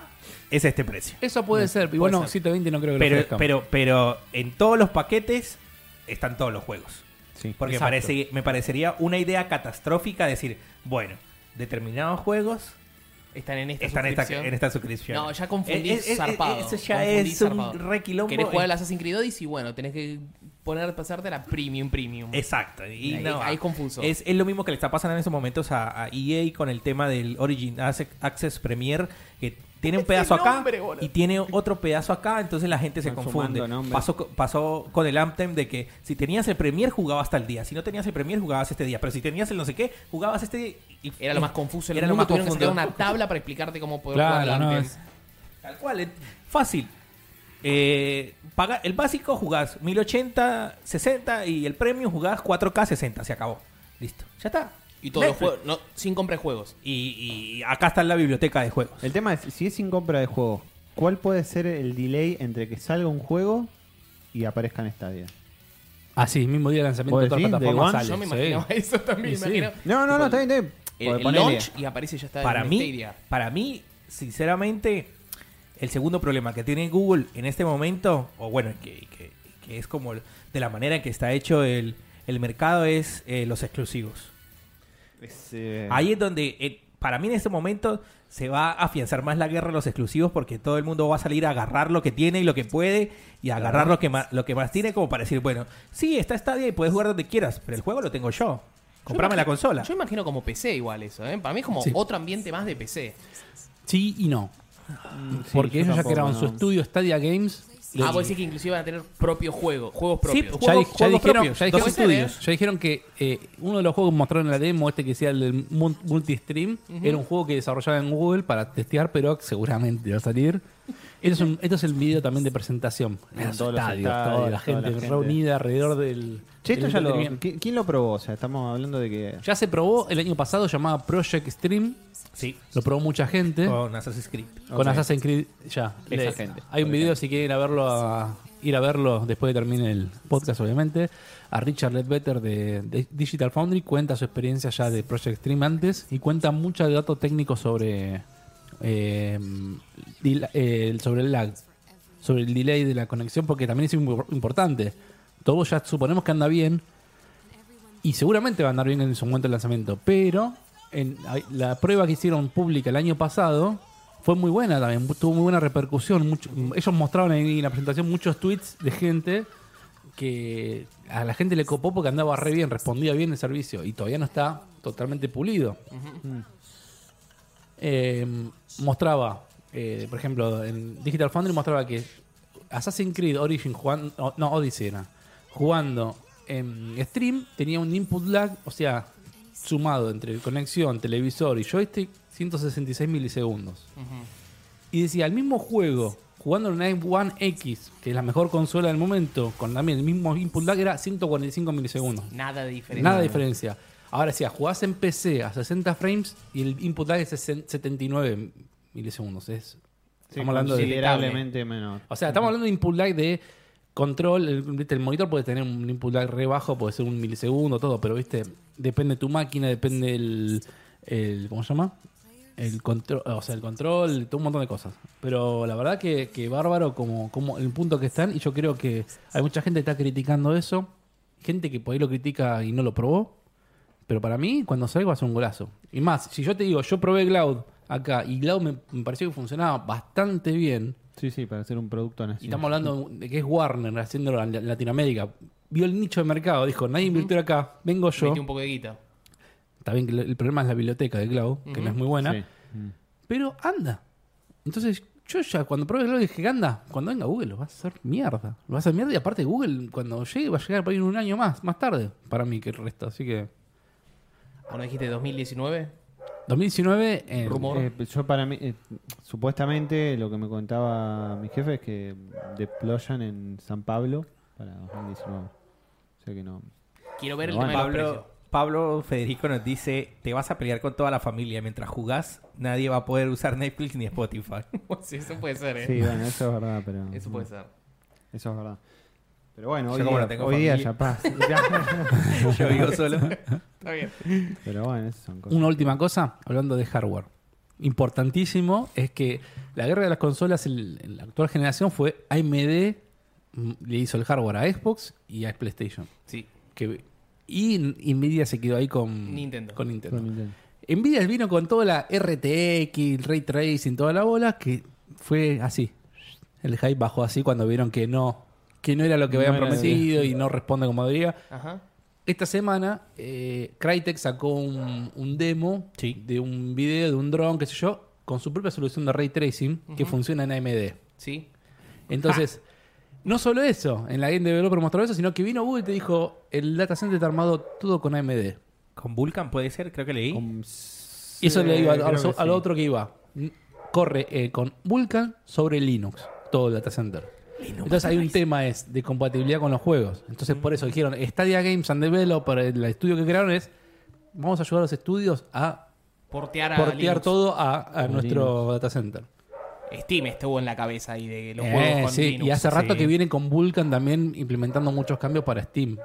Speaker 3: es este precio.
Speaker 5: Eso puede ser, igual no,
Speaker 3: ser.
Speaker 5: 720 no creo que lo
Speaker 3: Pero,
Speaker 5: ofrezcan.
Speaker 3: pero, pero en todos los paquetes están todos los juegos.
Speaker 2: Sí.
Speaker 3: Porque
Speaker 5: Exacto.
Speaker 3: parece, me parecería una idea catastrófica decir, bueno, determinados juegos
Speaker 1: Están en esta
Speaker 3: están en esta,
Speaker 1: suscripción.
Speaker 3: en esta suscripción.
Speaker 1: No, ya confundís
Speaker 3: Eh, eh, eh,
Speaker 1: zarpado.
Speaker 3: Eso ya
Speaker 1: Confundís
Speaker 3: es
Speaker 1: zarpado.
Speaker 3: un requilombo.
Speaker 1: Querés jugar al Assassin's Creed Odyssey, bueno, tenés que poner, pasarte la premium, premium.
Speaker 3: Exacto. Y
Speaker 1: Ahí-
Speaker 3: no,
Speaker 1: ahí es confuso.
Speaker 3: Es, es lo mismo que le está pasando en esos momentos a, E a EA con el tema del Origin Acce- Access Premier, que tiene un
Speaker 1: Ese
Speaker 3: pedazo acá
Speaker 1: nombre, boludo.
Speaker 3: y tiene otro pedazo acá, entonces la gente se
Speaker 2: Van
Speaker 3: confunde.
Speaker 2: sumando nombres.
Speaker 3: Pasó, co- pasó con el Anthem de que si tenías el Premier jugabas tal día, si no tenías el Premier jugabas este día, pero si tenías el no sé qué, jugabas este día. y-
Speaker 1: Era lo más confuso del
Speaker 3: Era lo
Speaker 1: mundo,
Speaker 3: más
Speaker 1: tuvieron que
Speaker 3: confuso.
Speaker 1: sacar una tabla para explicarte cómo poder jugar
Speaker 5: claro,
Speaker 1: al
Speaker 5: no,
Speaker 1: Anthem.
Speaker 5: es-
Speaker 3: Tal cual, es fácil. Eh, paga- el básico jugás 1080, 60 y el premium jugás 4K 60, se acabó. Listo, ya está.
Speaker 1: Y todos los
Speaker 3: Netflix.
Speaker 1: juegos, no, sin compra de juegos.
Speaker 3: Y, y acá está la biblioteca de juegos.
Speaker 2: El tema es, si es sin compra de juego, ¿cuál puede ser el delay entre que salga un juego y aparezca en Stadia?
Speaker 5: Así, mismo día de lanzamiento
Speaker 2: ¿Vos
Speaker 5: de todas las
Speaker 2: decís? ¿Day
Speaker 5: plataformas
Speaker 2: one?
Speaker 5: sale.
Speaker 1: Yo me
Speaker 5: sí.
Speaker 1: imaginaba eso también,
Speaker 5: Y
Speaker 1: me imaginaba.
Speaker 2: No, no,
Speaker 1: Tipo,
Speaker 2: no, está bien, está bien.
Speaker 1: El,
Speaker 2: Porque
Speaker 1: el
Speaker 2: ponele-
Speaker 1: launch y aparece ya está
Speaker 3: Para
Speaker 1: en
Speaker 3: mí,
Speaker 1: Stadia.
Speaker 3: para mí, sinceramente, el segundo problema que tiene Google en este momento, o bueno, que, que- que es como de la manera en que está hecho el, el mercado, es eh, los exclusivos.
Speaker 2: Es, eh,
Speaker 3: Ahí es donde, eh, para mí en este momento, se va a afianzar más la guerra a los exclusivos porque todo el mundo va a salir a agarrar lo que tiene y lo que puede y a agarrar lo que, más, lo que más tiene como para decir, bueno, sí, está Stadia y puedes jugar donde quieras, pero el juego lo tengo yo. Comprame la
Speaker 1: imagino-
Speaker 3: consola.
Speaker 1: Yo imagino como PC igual eso, ¿eh? Para mí es como
Speaker 5: Sí.
Speaker 1: otro ambiente más de PC.
Speaker 5: Sí y no.
Speaker 2: yo
Speaker 5: Porque ellos ya
Speaker 2: tampoco,
Speaker 5: crearon su
Speaker 2: no.
Speaker 5: estudio Stadia Games.
Speaker 1: Ah, vos decís que inclusive van a tener propio juego, juegos
Speaker 3: Sí,
Speaker 1: propios.
Speaker 5: ya,
Speaker 3: juegos-
Speaker 5: di- ya
Speaker 3: juegos
Speaker 5: dijeron,
Speaker 3: propios,
Speaker 5: ya
Speaker 3: dos
Speaker 5: dijeron-
Speaker 1: estudios.
Speaker 5: ya dijeron que eh, uno de los juegos que mostraron en la demo, este que sea el del mun- multi-stream, era un juego que desarrollaban en Google para testear, pero seguramente va a salir. Esto es, un- esto es el video también de presentación.
Speaker 2: Con
Speaker 5: Los
Speaker 2: todos los
Speaker 5: estadios,
Speaker 2: estadios,
Speaker 5: toda la gente
Speaker 2: toda la gente.
Speaker 5: reunida alrededor del.
Speaker 2: Che, esto
Speaker 5: del
Speaker 2: ya lo,
Speaker 5: entretenimiento.
Speaker 2: ¿qui- ¿Quién lo probó? O sea, estamos hablando de que.
Speaker 5: Ya se probó el año pasado, llamaba Project Stream.
Speaker 3: Sí,
Speaker 5: Lo probó mucha gente.
Speaker 3: con Assassin's Creed.
Speaker 5: Con Assassin's Creed, ya.
Speaker 2: Esa
Speaker 5: Le-
Speaker 2: gente,
Speaker 5: hay un
Speaker 2: por
Speaker 5: video si quieren ir a verlo, a- ir a verlo después de termine el podcast, obviamente. A Richard Ledbetter de, de Digital Foundry cuenta su experiencia ya de Project Stream antes y cuenta mucho de datos técnicos sobre, eh, dila- eh, sobre el lag, sobre el delay de la conexión, porque también es impo- importante. Todo ya suponemos que anda bien, y seguramente va a andar bien en su momento de lanzamiento. Pero en, ay, la prueba que hicieron pública el año pasado fue muy buena también, tuvo muy buena repercusión. mucho- ellos mostraron ahí en la presentación muchos tweets de gente que a la gente le copó porque andaba re bien, respondía bien el servicio y todavía no está totalmente pulido. Eh, mostraba, eh, por ejemplo, en Digital Foundry mostraba que Assassin's Creed Origin jugando, o- no, Odyssey era, jugando en stream tenía un input lag, o sea, sumado entre conexión, televisor y joystick, 166 milisegundos. Y decía, el mismo juego, jugando en una One X, que es la mejor consola del momento, con también el mismo input lag, era 145 milisegundos.
Speaker 1: Nada de diferente.
Speaker 5: Nada de diferencia. Ahora si jugás en PC a 60 frames y el input lag es 60 79 milisegundos. Es, estamos hablando de...
Speaker 2: considerablemente menos.
Speaker 5: O sea, estamos hablando de input lag de control. El, viste, el monitor puede tener un input lag re bajo, puede ser un milisegundo, todo, pero viste, depende de tu máquina, depende el, el- ¿cómo se llama? El control, o sea, el control, todo un montón de cosas. Pero la verdad que, que bárbaro como, como el punto que están, y yo creo que hay mucha gente que está criticando eso, gente que por ahí lo critica y no lo probó. Pero para mí, cuando salga va a ser un golazo. Y más, si yo te digo, yo probé Cloud acá y Cloud me, me pareció que funcionaba bastante bien,
Speaker 2: Sí, sí, para ser un producto
Speaker 5: y
Speaker 2: nacional.
Speaker 5: estamos hablando de que es Warner haciéndolo en Latinoamérica. Vio el nicho de mercado, dijo, nadie invirtió acá, vengo yo.
Speaker 1: Metí un poco de guita.
Speaker 5: Está bien que el- el problema es la biblioteca de Cloud, que no es muy buena,
Speaker 2: Sí. Mm.
Speaker 5: pero anda. Entonces, yo ya cuando probé Cloud dije, anda, cuando venga Google lo va a hacer mierda. Lo va a hacer mierda y aparte Google cuando llegue va a llegar por ahí en un año más, más tarde para mí que el resto. Así que
Speaker 1: Cuando dijiste 2019,
Speaker 5: 2019 en-
Speaker 1: Rumor.
Speaker 2: Eh, yo para mí, eh, supuestamente lo que me contaba mi jefe es que deployan en San Pablo para 2019. O sea que no.
Speaker 1: quiero ver el
Speaker 2: No,
Speaker 1: tema de los
Speaker 3: Pablo,
Speaker 1: precios.
Speaker 3: Pablo Federico nos dice, te vas a pelear con toda la familia mientras jugás, nadie va a poder usar Netflix ni Spotify.
Speaker 1: sí, eso puede ser, ¿eh?
Speaker 2: Sí, bueno, eso es verdad, pero.
Speaker 1: Eso puede ser.
Speaker 2: Eso es verdad. Pero bueno,
Speaker 3: Yo
Speaker 2: hoy,
Speaker 3: como
Speaker 2: día,
Speaker 3: no tengo
Speaker 2: hoy día
Speaker 3: familia.
Speaker 2: ya pasa. Ya.
Speaker 3: Yo vivo solo.
Speaker 1: Está bien.
Speaker 2: pero bueno, esas son cosas.
Speaker 5: Una última cosa, hablando de hardware. Importantísimo es que la guerra de las consolas en en la actual generación fue AMD mm, le hizo el hardware a Xbox y a PlayStation.
Speaker 1: Sí.
Speaker 5: Que, y N- Nvidia se quedó ahí con
Speaker 1: Nintendo.
Speaker 5: Con Nintendo.
Speaker 2: Con Nintendo.
Speaker 5: Nvidia vino con toda la RTX, Ray Tracing, toda la bola, que fue así. El hype bajó así cuando vieron que no, que no era lo que
Speaker 2: No
Speaker 5: habían
Speaker 2: era lo que-
Speaker 5: prometido y no responde como debía.
Speaker 1: Ajá.
Speaker 5: Esta semana, eh, Crytek sacó un, un demo
Speaker 3: Sí.
Speaker 5: de un video de un dron, qué sé yo, con su propia solución de ray tracing que funciona en AMD.
Speaker 1: Sí.
Speaker 5: Entonces, no solo eso, en la Game Developer mostró eso, sino que vino Google y te dijo: el data center está armado todo con AMD.
Speaker 3: Con Vulcan puede ser, creo que leí.
Speaker 2: Con-
Speaker 5: Y eso le iba al,
Speaker 2: Eh, creo
Speaker 5: al-
Speaker 2: que sí.
Speaker 5: al otro que iba. N- Corre eh, con Vulkan sobre Linux, todo el data center. Entonces hay un tema es de compatibilidad con los juegos. Entonces por eso dijeron Stadia Games and Developer, el estudio que crearon es vamos a ayudar a los estudios a
Speaker 1: Portear a
Speaker 5: portear
Speaker 1: Linux.
Speaker 5: todo a, a nuestro data center.
Speaker 1: Steam estuvo en la cabeza ahí de los
Speaker 5: Eh,
Speaker 1: juegos con
Speaker 5: sí,
Speaker 1: Linux.
Speaker 5: y hace rato
Speaker 3: sí.
Speaker 5: que vienen con Vulkan también implementando muchos cambios para Steam.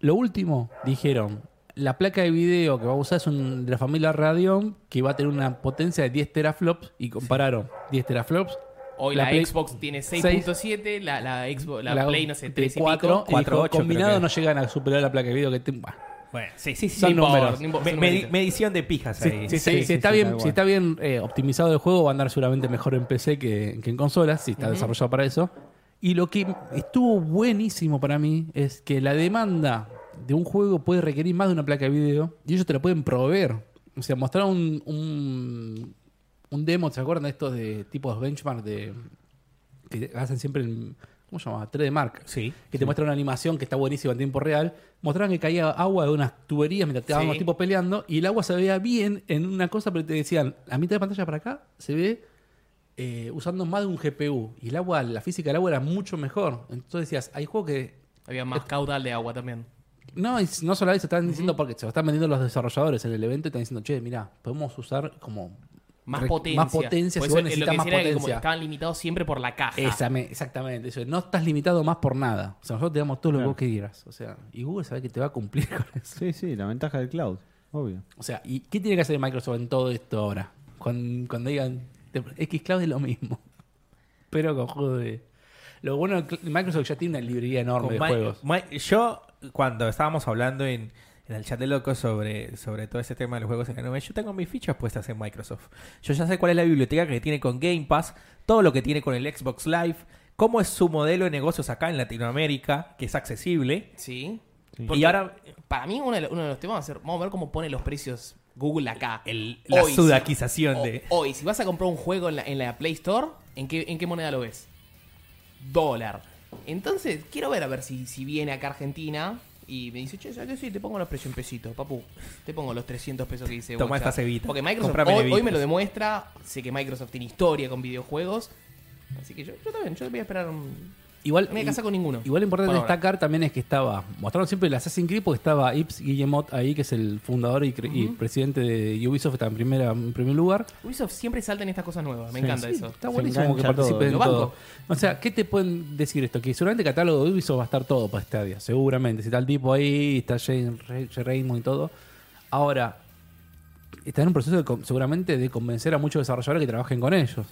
Speaker 5: Lo último, dijeron, la placa de video que va a usar es un, de la familia Radeon que va a tener una potencia de 10 teraflops y compararon 10 teraflops.
Speaker 1: Hoy
Speaker 5: la
Speaker 1: la,
Speaker 5: Play-
Speaker 1: Xbox tiene 6.7, la, la, Xbox, la, Play, no sé, 3 y pico.
Speaker 5: 4, y
Speaker 3: Cuatro,
Speaker 5: dijo,
Speaker 3: ocho, creo
Speaker 5: combinado
Speaker 3: que
Speaker 5: no llegan a superar la placa de video que te- bah.
Speaker 3: Bueno, sí, sí, sí.
Speaker 5: Son
Speaker 3: sí,
Speaker 5: números.
Speaker 3: por-
Speaker 1: No importa,
Speaker 3: me-
Speaker 1: son
Speaker 3: me-
Speaker 1: numeritos.
Speaker 3: medición de pijas
Speaker 5: Si-
Speaker 3: ahí.
Speaker 5: si,
Speaker 2: Sí,
Speaker 5: si-
Speaker 2: sí,
Speaker 5: si está
Speaker 2: sí,
Speaker 5: bien,
Speaker 2: tal
Speaker 5: si está bien eh, optimizado el juego, va a andar seguramente mejor en PC que, que en consolas, si está desarrollado para eso. Y lo que estuvo buenísimo para mí es que la demanda de un juego puede requerir más de una placa de video y ellos te la pueden proveer. O sea, mostrar un, un, un demo, ¿se acuerdan de estos de tipos benchmark de que hacen siempre en, ¿cómo se llama? 3D Mark.
Speaker 3: Sí.
Speaker 5: Que te muestra una animación que está buenísima en tiempo real. Mostraron que caía agua de unas tuberías mientras estaban
Speaker 1: Sí.
Speaker 5: los tipos peleando y el agua se veía bien en una cosa, pero te decían, a mitad de pantalla para acá se ve eh, usando más de un GPU. Y el agua, la física del agua era mucho mejor. Entonces decías, hay juegos que
Speaker 1: Había más caudal de agua también.
Speaker 5: no, y no solo eso, están diciendo porque se lo están vendiendo los desarrolladores en el evento y están diciendo, che, mira, podemos usar como.
Speaker 1: Más
Speaker 5: re-
Speaker 1: potencia.
Speaker 5: Más potencia,
Speaker 1: Por
Speaker 5: si
Speaker 1: eso,
Speaker 5: vos
Speaker 1: eh, lo que
Speaker 5: necesitas más
Speaker 1: decían era que como
Speaker 5: potencia.
Speaker 1: estaban limitados siempre por la caja.
Speaker 5: Esa- exactamente, eso. No estás limitado más por nada. O sea, nosotros te damos todo lo que
Speaker 2: Claro.
Speaker 5: vos quieras. O sea, y Google sabe que te va a cumplir con eso.
Speaker 2: Sí, sí, la ventaja del cloud, obvio.
Speaker 5: O sea, ¿y qué tiene que hacer Microsoft en todo esto ahora? Cuando, cuando digan, Xcloud es lo mismo. Pero con juegos de. Lo bueno, de Cl- Microsoft ya tiene una librería enorme de
Speaker 3: Con Mi-
Speaker 5: juegos.
Speaker 3: Mi- yo, cuando estábamos hablando en, en el chat de locos sobre, sobre todo ese tema de los juegos en la nube, yo tengo mis fichas puestas en Microsoft. Yo ya sé cuál es la biblioteca que tiene con Game Pass, todo lo que tiene con el Xbox Live, cómo es su modelo de negocios acá en Latinoamérica, que es accesible.
Speaker 1: Sí.
Speaker 3: Y ahora
Speaker 1: Para mí, uno de, los, uno de los temas va a ser. Vamos a ver cómo pone los precios Google acá.
Speaker 3: el- la
Speaker 1: Hoy,
Speaker 3: sudaquización
Speaker 1: O-
Speaker 3: de...
Speaker 1: Hoy, si vas a comprar un juego en la, en la Play Store, ¿en qué, ¿en qué moneda lo ves? Dólar. Entonces, quiero ver a ver si, si viene acá a Argentina y me dice, che, ¿sabes qué? Sí, te pongo los precios en pesitos, papu. Te pongo los 300 pesos que dice.
Speaker 3: Toma
Speaker 1: Bocha.
Speaker 3: esta cebita.
Speaker 1: Porque Microsoft
Speaker 3: Comprame
Speaker 1: hoy,
Speaker 3: levitas.
Speaker 1: hoy me lo demuestra. Sé que Microsoft tiene historia con videojuegos. Así que yo, yo también, yo voy a esperar. un-
Speaker 5: Igual,
Speaker 1: No me voy a casar con ninguno.
Speaker 5: Igual importante
Speaker 1: Por ahora.
Speaker 5: destacar también es que estaba. Mostraron siempre el Assassin's Creed porque estaba Yves Guillemot ahí, que es el fundador y, cre- y presidente de Ubisoft, está en, primera, en primer lugar.
Speaker 1: Ubisoft siempre salta en estas cosas nuevas. Me
Speaker 2: Sí.
Speaker 1: encanta
Speaker 5: Sí,
Speaker 1: eso.
Speaker 5: Está
Speaker 2: Se
Speaker 5: buenísimo que
Speaker 2: engancha todo.
Speaker 5: participen en
Speaker 1: Lo banco.
Speaker 5: todo. O sea, ¿qué te pueden decir esto? Que seguramente el catálogo de Ubisoft va a estar todo para Stadia, seguramente. Si está el tipo ahí, está Jane Re- Jay Raymond y todo. Ahora, está en un proceso de con- seguramente de convencer a muchos desarrolladores que trabajen con ellos.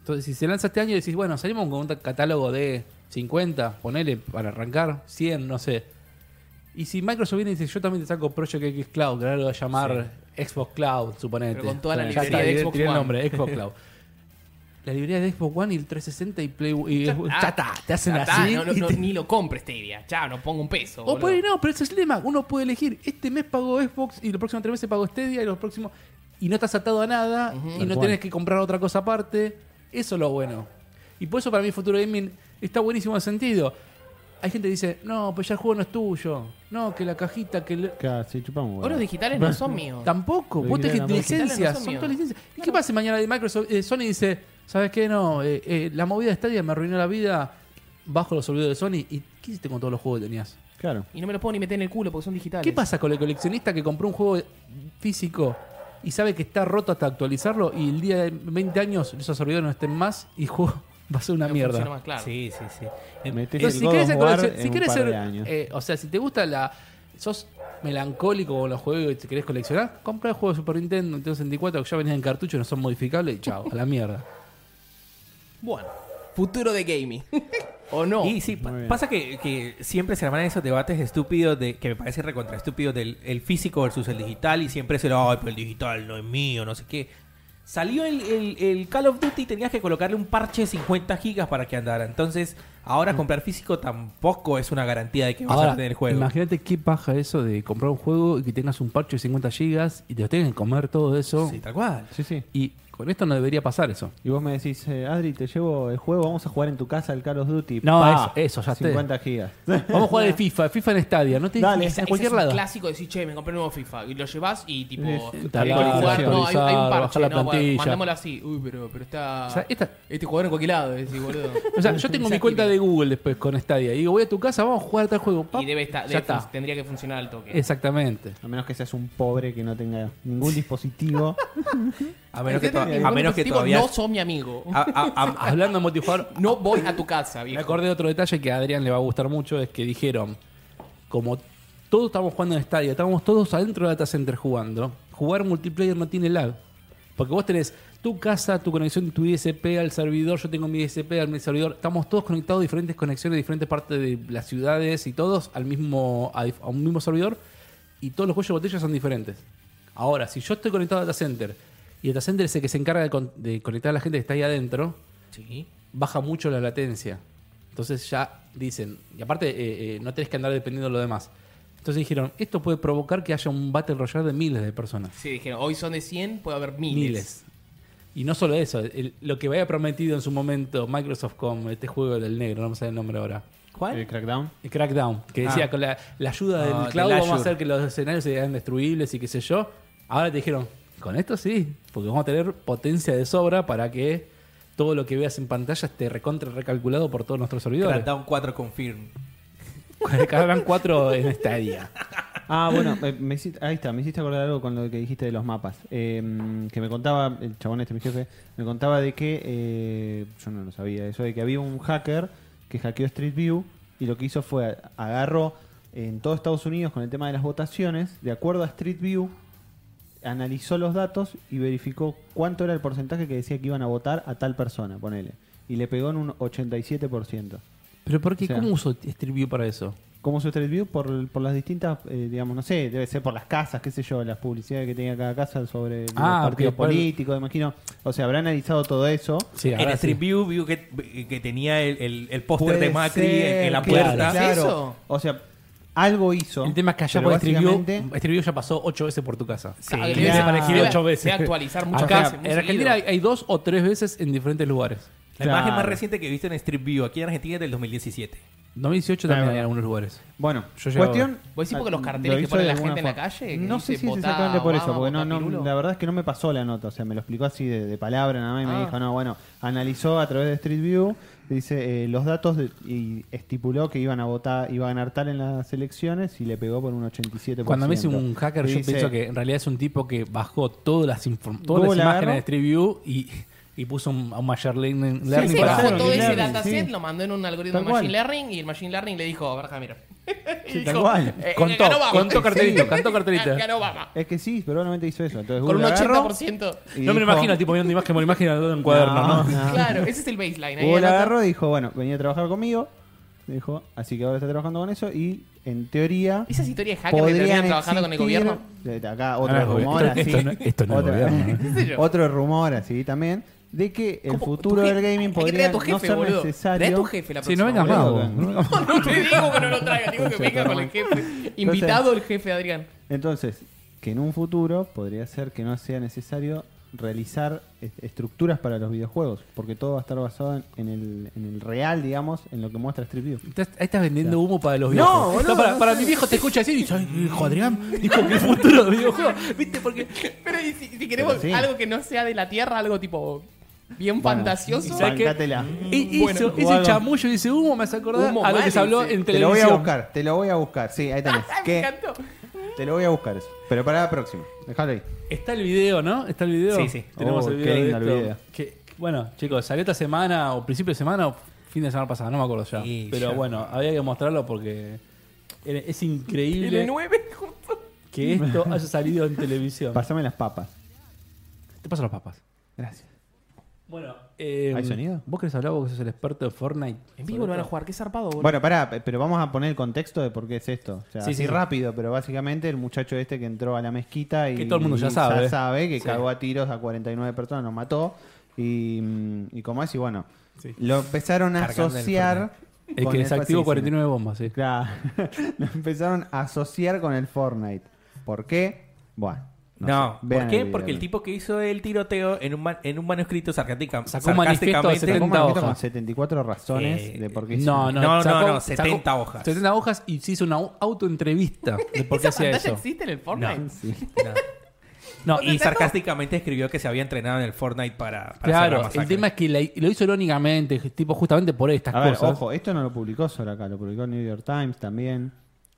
Speaker 5: Entonces, si se lanza este año y decís, bueno, salimos con un ta- catálogo de 50, ponele para arrancar, 100, no sé. Y si Microsoft viene y dice, yo también te saco Project X Cloud, que ahora lo va a llamar Xbox Cloud, suponete.
Speaker 1: Pero con toda la
Speaker 5: Ya
Speaker 1: librería de
Speaker 5: tiré-
Speaker 1: Xbox
Speaker 5: tiré el
Speaker 1: One.
Speaker 5: nombre, Xbox Cloud. La librería de Xbox One y el 360 y Play... Y,
Speaker 1: Ya
Speaker 5: Xbox-
Speaker 1: está.
Speaker 5: ya está, te hacen
Speaker 1: Ya está,
Speaker 5: así.
Speaker 1: no, no,
Speaker 5: y
Speaker 1: no,
Speaker 5: te-
Speaker 1: Ni lo compres, Tevia. Chao, no pongo un peso.
Speaker 5: o
Speaker 1: boludo.
Speaker 5: puede no, pero ese es el tema. Uno puede elegir. Este mes pago Xbox y los próximos tres meses pago Stadia y los próximos. Y no estás atado a nada y
Speaker 2: Tal
Speaker 5: no
Speaker 2: cual.
Speaker 5: tienes que comprar otra cosa aparte. Eso es lo bueno. Y por eso para mí Futuro Gaming está buenísimo en el sentido. Hay gente que dice, no, pues ya el juego no es tuyo. No, que la cajita, que. el-".
Speaker 2: Casi chupamos.
Speaker 1: Hoy los digitales no son míos.
Speaker 5: Tampoco,
Speaker 2: Los
Speaker 5: vos tenés que
Speaker 2: digitales
Speaker 1: no son
Speaker 5: licencias,
Speaker 1: míos.
Speaker 5: son todas licencias. ¿Y qué pasa si mañana de Microsoft? eh, Sony dice, ¿sabes qué? No, eh, eh, la movida de Stadia me arruinó la vida bajo los olvidos de Sony. ¿Y qué hiciste con todos los juegos que tenías?
Speaker 2: Claro.
Speaker 1: Y no me los puedo ni meter en el culo porque son digitales.
Speaker 5: ¿Qué pasa con el coleccionista que compró un juego físico y sabe que está roto hasta actualizarlo y el día de 20 años esos servidores no estén más y el juego va a ser una
Speaker 1: No
Speaker 5: mierda?
Speaker 1: funciona más, claro.
Speaker 3: Sí, sí, sí. Eh,
Speaker 2: Metés
Speaker 5: Entonces,
Speaker 2: el
Speaker 5: Em, si
Speaker 2: God
Speaker 5: querés
Speaker 2: of
Speaker 5: ser,
Speaker 2: War
Speaker 5: colec- si
Speaker 2: en un
Speaker 5: querés
Speaker 2: par
Speaker 5: ser-
Speaker 2: de años.
Speaker 5: eh, o sea, si te gusta la sos melancólico con los juegos y te querés coleccionar, compra el juego de Super Nintendo, Nintendo 64 que ya venían en cartucho y no son modificables y chao, a la mierda.
Speaker 1: Bueno, futuro de gaming. ¿O no?
Speaker 3: Y sí, pa-
Speaker 2: Muy bien.
Speaker 3: pasa que, que siempre se arman esos debates estúpidos de, que me parece recontra estúpidos del el físico versus el digital y siempre se lo, ay, pero el digital no es mío, no sé qué. Salió el, el- el Call of Duty y tenías que colocarle un parche de 50 gigas para que andara. Entonces,
Speaker 2: Mm.
Speaker 3: ahora comprar físico tampoco es una garantía de que vas a
Speaker 5: Ahora,
Speaker 3: tener el juego.
Speaker 5: imagínate qué paja eso de comprar un juego y que tengas un parche de 50 gigas y te lo tengan que comer todo eso.
Speaker 3: Sí, tal cual.
Speaker 2: Sí, sí.
Speaker 5: Y con esto no debería pasar eso.
Speaker 2: Y vos me decís, eh, Adri, te llevo el juego, vamos a jugar en tu casa al Call of Duty.
Speaker 5: No,
Speaker 2: Pa,
Speaker 5: eso- eso, ya está.
Speaker 2: 50 gigas.
Speaker 5: Vamos a jugar de FIFA, de FIFA en Stadia, no te
Speaker 2: Dale.
Speaker 5: en
Speaker 1: Esa- ese
Speaker 5: cualquier
Speaker 1: es un
Speaker 5: lado.
Speaker 1: clásico de decir, che, me compré un nuevo FIFA. Y lo llevas y tipo.
Speaker 2: Sí, sí.
Speaker 1: tenés que
Speaker 5: Talar,
Speaker 1: jugar, no, hay, hay un
Speaker 5: actualizar,
Speaker 1: parche.
Speaker 5: bajar la
Speaker 1: no, bueno,
Speaker 5: plantilla.
Speaker 1: mandémoslo así. Uy, pero, pero está.
Speaker 5: O sea, esta-
Speaker 1: Este jugador en cualquier lado. decís, boludo.
Speaker 5: O sea, yo tengo mi cuenta de Google después con Stadia. Y digo, voy a tu casa, vamos a jugar a tal juego. pap,
Speaker 1: Y debe estar.
Speaker 5: ya
Speaker 1: debe
Speaker 5: está.
Speaker 1: fun- Tendría que funcionar al toque.
Speaker 5: Exactamente.
Speaker 2: A menos que seas un pobre que no tenga ningún dispositivo.
Speaker 3: A menos que,
Speaker 1: Entiendo
Speaker 3: to-
Speaker 1: que
Speaker 3: a
Speaker 1: vos
Speaker 3: menos que
Speaker 1: tipo,
Speaker 3: todavía... Ah.
Speaker 1: No sos mi amigo.
Speaker 3: a- a- a-
Speaker 5: Hablando de multijugador,
Speaker 1: No voy a tu casa,
Speaker 5: me
Speaker 1: viejo.
Speaker 5: acordé de otro detalle que a Adrián le va a gustar mucho, es que dijeron, como todos estábamos jugando en Stadia, estábamos todos adentro del data center jugando. Jugar multiplayer no tiene lag. Porque vos tenés tu casa, tu conexión, tu ISP al servidor, yo tengo mi ISP al mi servidor. Estamos todos conectados, diferentes conexiones, diferentes partes de las ciudades y todos al mismo, a, dif- a un mismo servidor. Y todos los cuellos de botella son diferentes. Ahora, si yo estoy conectado a data center y el data center es el que se encarga de, con- de conectar a la gente que está ahí adentro,
Speaker 1: Sí.
Speaker 5: baja mucho la latencia. Entonces ya dicen, y aparte eh, eh, no tenés que andar dependiendo de lo demás. Entonces dijeron, esto puede provocar que haya un Battle Royale de miles de personas.
Speaker 1: Sí, dijeron, hoy son de 100, puede haber miles.
Speaker 5: Miles. Y no solo eso, el- lo que había prometido en su momento Microsoft con este juego del negro, no me sale el nombre ahora.
Speaker 2: El crackdown.
Speaker 5: El Crackdown, que decía
Speaker 3: Ah.
Speaker 5: con la, la ayuda
Speaker 3: Ah,
Speaker 5: del
Speaker 3: del
Speaker 5: cloud vamos a
Speaker 3: Azure.
Speaker 5: hacer que los escenarios sean destruibles y qué sé yo. Ahora te dijeron, con esto sí, porque vamos a tener potencia de sobra para que todo lo que veas en pantalla esté recontra recalculado por todos nuestros servidores.
Speaker 3: Crackdown 4 Confirm.
Speaker 5: Cargan cuatro en Stadia.
Speaker 2: Ah, bueno, eh, me hiciste- ahí está, me hiciste acordar algo con lo que dijiste de los mapas. Eh, que me contaba, el chabón este, mi jefe, me contaba de que, eh, yo no lo sabía, eso de que había un hacker que hackeó Street View y lo que hizo fue agarró en todo Estados Unidos con el tema de las votaciones, de acuerdo a Street View, analizó los datos y verificó cuánto era el porcentaje que decía que iban a votar a tal persona, ponele. Y le pegó en un 87%.
Speaker 5: Pero ¿por qué?
Speaker 2: O sea.
Speaker 5: ¿Cómo uso Street View para eso?
Speaker 2: como su Street View por, por las distintas, eh, digamos, no sé, debe ser por las casas, qué sé yo, las publicidades que tenía cada casa sobre
Speaker 5: Ah,
Speaker 2: los partidos
Speaker 5: porque por-
Speaker 2: políticos, imagino. O sea, habrá analizado todo eso.
Speaker 5: Sí,
Speaker 3: en Street View vio que, que tenía el, el, el póster de Macri en, en la
Speaker 2: Puede ser,
Speaker 3: puerta.
Speaker 2: claro, claro.
Speaker 1: ¿Eso?
Speaker 2: O sea, algo hizo.
Speaker 5: El tema es que allá
Speaker 2: pero
Speaker 5: por Street View,
Speaker 2: básicamente-
Speaker 5: Street View ya pasó ocho veces por tu casa.
Speaker 1: Sí,
Speaker 5: Y
Speaker 1: debe-
Speaker 5: te para elegir
Speaker 1: debe-
Speaker 5: ocho
Speaker 1: debe
Speaker 5: veces.
Speaker 1: actualizar muchas
Speaker 5: Acá,
Speaker 1: veces, muy
Speaker 5: En Argentina hay,
Speaker 1: seguido.
Speaker 5: hay dos o tres veces en diferentes lugares.
Speaker 3: La
Speaker 2: Claro.
Speaker 3: imagen más reciente que viste en Street View aquí en Argentina es del 2017.
Speaker 5: 2018
Speaker 2: Claro.
Speaker 5: también hay en algunos lugares.
Speaker 2: Bueno,
Speaker 5: Yo llevo-
Speaker 2: cuestión.
Speaker 1: ¿Vos decís porque los
Speaker 2: ah,
Speaker 1: carteles
Speaker 2: lo
Speaker 1: que
Speaker 2: hizo
Speaker 1: pone
Speaker 2: de
Speaker 1: la
Speaker 2: alguna
Speaker 1: gente en la
Speaker 2: forma.
Speaker 1: calle, que
Speaker 2: No
Speaker 1: dice,
Speaker 2: sé si es
Speaker 1: "Votá
Speaker 2: exactamente por
Speaker 1: Obama,
Speaker 2: eso, porque no,
Speaker 1: votá
Speaker 2: no-
Speaker 1: Pirulo".
Speaker 2: la verdad es que no me pasó la nota, o sea, me lo explicó así de, de palabra nada más y me
Speaker 1: Ah.
Speaker 2: dijo, no, bueno, analizó a través de Street View, dice eh, los datos de- y estipuló que iban a votar, iba a ganar tal en las elecciones y le pegó por un 87%.
Speaker 5: Cuando me dice un hacker,
Speaker 2: Y
Speaker 5: yo
Speaker 2: dice,
Speaker 5: pienso que en realidad es un tipo que bajó todas las, inform- todas
Speaker 2: Google
Speaker 5: las imágenes
Speaker 2: agarró.
Speaker 5: de Street View y, y puso un, a un machine learning,
Speaker 1: Sí,
Speaker 5: learning
Speaker 1: sí,
Speaker 5: para-
Speaker 1: bajó
Speaker 2: claro,
Speaker 1: todo ese
Speaker 2: learning,
Speaker 1: dataset,
Speaker 2: sí.
Speaker 1: lo mandó en un algoritmo
Speaker 2: Tal
Speaker 1: de Machine
Speaker 2: cual.
Speaker 1: Learning y el Machine Learning le dijo, Barja, mira. Y
Speaker 2: Sí, tal
Speaker 1: dijo,
Speaker 2: cual.
Speaker 1: eh,
Speaker 5: Contó,
Speaker 1: ganó Obama.
Speaker 5: contó cartelito,
Speaker 1: Sí.
Speaker 5: cantó cartelito.
Speaker 1: Ganó Obama.
Speaker 2: Es que sí, pero obviamente hizo eso. Entonces,
Speaker 1: Con un
Speaker 2: Google agarró
Speaker 1: 80%.
Speaker 2: y
Speaker 5: No me lo
Speaker 2: dijo-
Speaker 5: imagino, tipo viendo imagen por imagen andando en cuaderno, ¿no?
Speaker 1: Claro, ese es el baseline. ahí
Speaker 2: Hugo la
Speaker 1: anota.
Speaker 2: agarró y dijo, bueno, venía a trabajar conmigo. Dijo, así que ahora está trabajando con eso y en teoría
Speaker 1: Esas historias de hacker que
Speaker 2: podrían
Speaker 1: terminan trabajando con el
Speaker 2: existir-
Speaker 1: gobierno.
Speaker 2: Eh, Acá
Speaker 5: Ah,
Speaker 2: otro
Speaker 5: no,
Speaker 2: rumor así.
Speaker 5: esto- esto no- esto no es
Speaker 2: Otro-
Speaker 5: gobierno, ¿eh?
Speaker 1: ¿Qué sé yo?
Speaker 2: otro rumor así también de que el
Speaker 1: ¿Cómo?
Speaker 2: futuro
Speaker 1: Tu
Speaker 2: del
Speaker 1: je-
Speaker 2: gaming
Speaker 1: Hay que traer
Speaker 2: podría
Speaker 1: a tu jefe,
Speaker 2: no ser
Speaker 1: boludo. Trae a tu
Speaker 2: necesario.
Speaker 1: jefe la
Speaker 5: Sí, no
Speaker 1: próxima.
Speaker 5: vengas más.
Speaker 1: boludo.
Speaker 5: vos. Ah, No vengas más.
Speaker 1: No te digo que no lo traiga, digo que venga con el jefe. Invitado el jefe, Adrián.
Speaker 2: Entonces, que en un futuro podría ser que no sea necesario realizar est- estructuras para los videojuegos, porque todo va a estar basado en, en el, en el real, digamos, en lo que muestra Street View.
Speaker 5: Estás- Ahí estás vendiendo humo para
Speaker 2: No,
Speaker 5: los viejos.
Speaker 2: boludo,
Speaker 5: Está para
Speaker 2: no
Speaker 5: para
Speaker 2: sé.
Speaker 5: mi viejo te escucha decir y dice, "Ay, hijo Adrián, dijo que el futuro de videojuegos. ¿Viste? Porque
Speaker 1: Pero y si, si queremos
Speaker 2: Pero sí.
Speaker 1: algo que no sea de la Tierra, algo tipo bien
Speaker 2: Bueno,
Speaker 1: fantasioso.
Speaker 5: ¿sabes qué?
Speaker 2: bancátela.
Speaker 5: Y
Speaker 1: Bueno,
Speaker 5: hizo,
Speaker 1: o
Speaker 5: ese
Speaker 2: algo.
Speaker 5: chamullo, dice humo, me hace acordar
Speaker 1: Humo
Speaker 5: a lo
Speaker 1: mal,
Speaker 5: que se habló
Speaker 1: dice.
Speaker 5: en
Speaker 2: Te lo
Speaker 5: televisión.
Speaker 2: voy a buscar, te lo voy a buscar. Sí, ahí tenés.
Speaker 1: Ah, Me
Speaker 2: ¿Qué?
Speaker 1: encantó.
Speaker 2: Te lo voy a buscar eso. Pero para la próxima. Déjalo ahí.
Speaker 5: Está el video, ¿no? Está el video.
Speaker 3: Sí, sí.
Speaker 5: Tenemos
Speaker 2: Oh,
Speaker 5: el video.
Speaker 2: qué
Speaker 5: de
Speaker 2: lindo el
Speaker 5: esto.
Speaker 2: video.
Speaker 5: Que- bueno, chicos, salió esta semana, o principio de semana, o fin de semana pasada, no me acuerdo ya.
Speaker 3: Sí,
Speaker 5: Pero
Speaker 3: ya.
Speaker 5: bueno, había que mostrarlo porque era- es increíble
Speaker 1: El 9 justo.
Speaker 5: que esto haya salido en televisión.
Speaker 2: Pásame las papas.
Speaker 5: Te paso las papas.
Speaker 2: Gracias.
Speaker 5: Bueno, eh,
Speaker 2: ¿Hay sonido?
Speaker 5: ¿Vos querés hablar vos que sos el experto de Fortnite?
Speaker 1: En vivo lo van a jugar, qué zarpado, boludo.
Speaker 2: Bueno, pará, pe- pero vamos a poner el contexto de por qué es esto. O sea,
Speaker 5: Sí,
Speaker 2: así
Speaker 5: sí.
Speaker 2: rápido, pero básicamente el muchacho este que entró a la mezquita y.
Speaker 5: Que todo el mundo ya
Speaker 2: y
Speaker 5: sabe.
Speaker 2: que
Speaker 5: Sí.
Speaker 2: cagó a tiros a 49 personas, nos mató. Y, mm, y como es, y bueno,
Speaker 5: Sí.
Speaker 2: lo empezaron a
Speaker 3: Cargando el
Speaker 2: asociar.
Speaker 5: El
Speaker 2: con
Speaker 5: que desactivó
Speaker 2: sí, sí,
Speaker 5: 49 bombas, sí.
Speaker 2: Claro. lo empezaron a asociar con el Fortnite. ¿Por qué? Bueno.
Speaker 3: No,
Speaker 2: sé. Vean
Speaker 3: ¿por qué?
Speaker 2: video.
Speaker 3: Porque el tipo que hizo el tiroteo en un, man- en un manuscrito sarcástica,
Speaker 5: Sacó un manifiesto de
Speaker 2: Sacó un
Speaker 5: 70
Speaker 2: manifiesto
Speaker 5: hojas.
Speaker 2: con 74 razones
Speaker 3: Eh,
Speaker 2: de por qué
Speaker 5: No, no,
Speaker 3: No, no,
Speaker 5: sacó-
Speaker 3: no, 70
Speaker 5: sacó
Speaker 3: hojas.
Speaker 5: 70 hojas y se hizo una au- autoentrevista de por qué
Speaker 1: ¿Esa
Speaker 5: hacía
Speaker 1: pantalla
Speaker 5: eso.
Speaker 1: existe en el Fortnite?
Speaker 3: No.
Speaker 2: Sí.
Speaker 3: No.
Speaker 5: No,
Speaker 3: Y sarcásticamente escribió que se había entrenado en el Fortnite para, para hacer la
Speaker 5: Claro,
Speaker 3: masacre.
Speaker 5: el tema es que la- lo hizo irónicamente, tipo justamente por estas
Speaker 2: A ver,
Speaker 5: cosas.
Speaker 2: ojo, esto no lo publicó solo acá, lo publicó el New York Times también.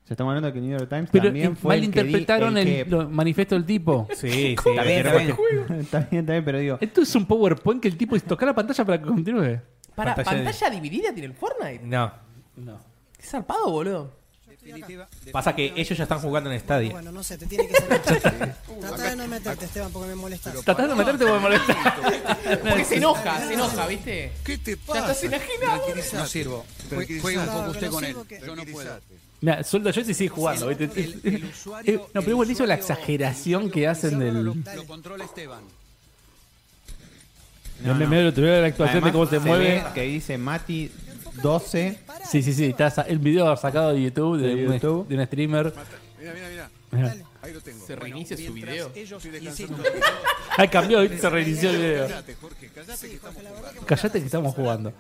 Speaker 2: Se está hablando de que el New York Times
Speaker 5: pero
Speaker 2: también
Speaker 5: in-
Speaker 2: fue el que di-
Speaker 5: malinterpretaron el,
Speaker 2: que-
Speaker 5: lo- manifiesto del tipo.
Speaker 3: Sí, sí.
Speaker 2: Está bien,
Speaker 3: quiero
Speaker 2: está bien.
Speaker 3: cuestión-
Speaker 2: Está bien, está bien, pero digo,
Speaker 5: Esto es un PowerPoint que el tipo dice, tocar la pantalla para que continúe.
Speaker 1: Para,
Speaker 3: Pantalla
Speaker 1: pantalla, dividida tiene el Fortnite.
Speaker 3: No.
Speaker 5: No.
Speaker 1: Qué zarpado, boludo.
Speaker 3: definitiva. Pasa que ellos ya están jugando en Stadia.
Speaker 7: Bueno, no sé, te tiene que salir. Tratá de no meterte, Esteban, porque me molestas.
Speaker 5: Tratando de meterte porque me molesta.
Speaker 1: Porque se enoja, se enoja, ¿viste?
Speaker 8: ¿Qué te
Speaker 1: Ya
Speaker 8: pasa?
Speaker 1: estás enajenado.
Speaker 8: No sirvo. Jue- Juegue un
Speaker 7: Tranquilizate.
Speaker 8: poco usted
Speaker 7: No,
Speaker 8: con
Speaker 7: pero no
Speaker 8: él.
Speaker 7: sirvo que-
Speaker 8: Yo no puedo.
Speaker 5: Mira, sueldo yo y sigue jugando. ¿viste? Eh, no, pero igual hizo la exageración que hacen del.
Speaker 8: Lo controla Esteban.
Speaker 5: No, me me lo tuvieron de la actuación de
Speaker 2: Además,
Speaker 5: cómo se, mueve.
Speaker 2: ve que dice Mati 12.
Speaker 7: Pará,
Speaker 5: Sí, sí, sí. Está sa- el video sacado de YouTube de,
Speaker 2: De
Speaker 5: un,
Speaker 2: YouTube.
Speaker 5: de un streamer.
Speaker 8: Mira, mira, mira.
Speaker 5: Mira.
Speaker 8: Ahí lo tengo.
Speaker 1: Se reinicia su video.
Speaker 8: Ellos
Speaker 5: Ah, cambió, ¿viste? se reinició el video.
Speaker 8: Cállate, Jorge, cállate que estamos jugando.
Speaker 5: Callate que estamos jugando.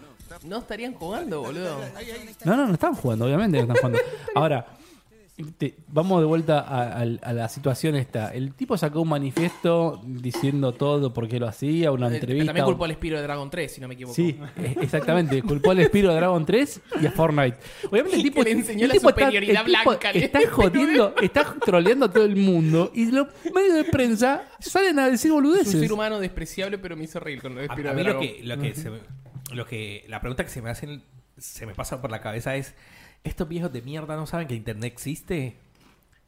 Speaker 1: No estarían jugando, boludo.
Speaker 5: No, no, no están jugando, obviamente no están jugando. Ahora, te- vamos de vuelta a, a- a la situación esta. El tipo sacó un manifiesto diciendo todo por qué lo hacía, una
Speaker 1: Eh,
Speaker 5: entrevista.
Speaker 1: También culpó
Speaker 5: un-
Speaker 1: al Spiro de Dragon 3, si no me equivoco.
Speaker 5: Sí, e- exactamente. Culpó al Spiro de Dragon 3 y a Fortnite. Obviamente el
Speaker 1: Que
Speaker 5: tipo
Speaker 1: le enseñó
Speaker 5: el
Speaker 1: la
Speaker 5: tipo está-
Speaker 1: superioridad
Speaker 5: el tipo
Speaker 1: blanca, le-
Speaker 5: Está jodiendo, está troleando a todo el mundo y los medios de prensa salen a decir
Speaker 1: Es un
Speaker 5: boludeces.
Speaker 1: ser humano despreciable, pero me hizo reír con el
Speaker 3: A,
Speaker 1: Spiro
Speaker 3: a
Speaker 1: de
Speaker 3: mí lo
Speaker 1: Dragon.
Speaker 3: que, lo que se me- lo que- la pregunta que se me hacen, se me pasa por la cabeza es, estos viejos de mierda no saben que internet existe,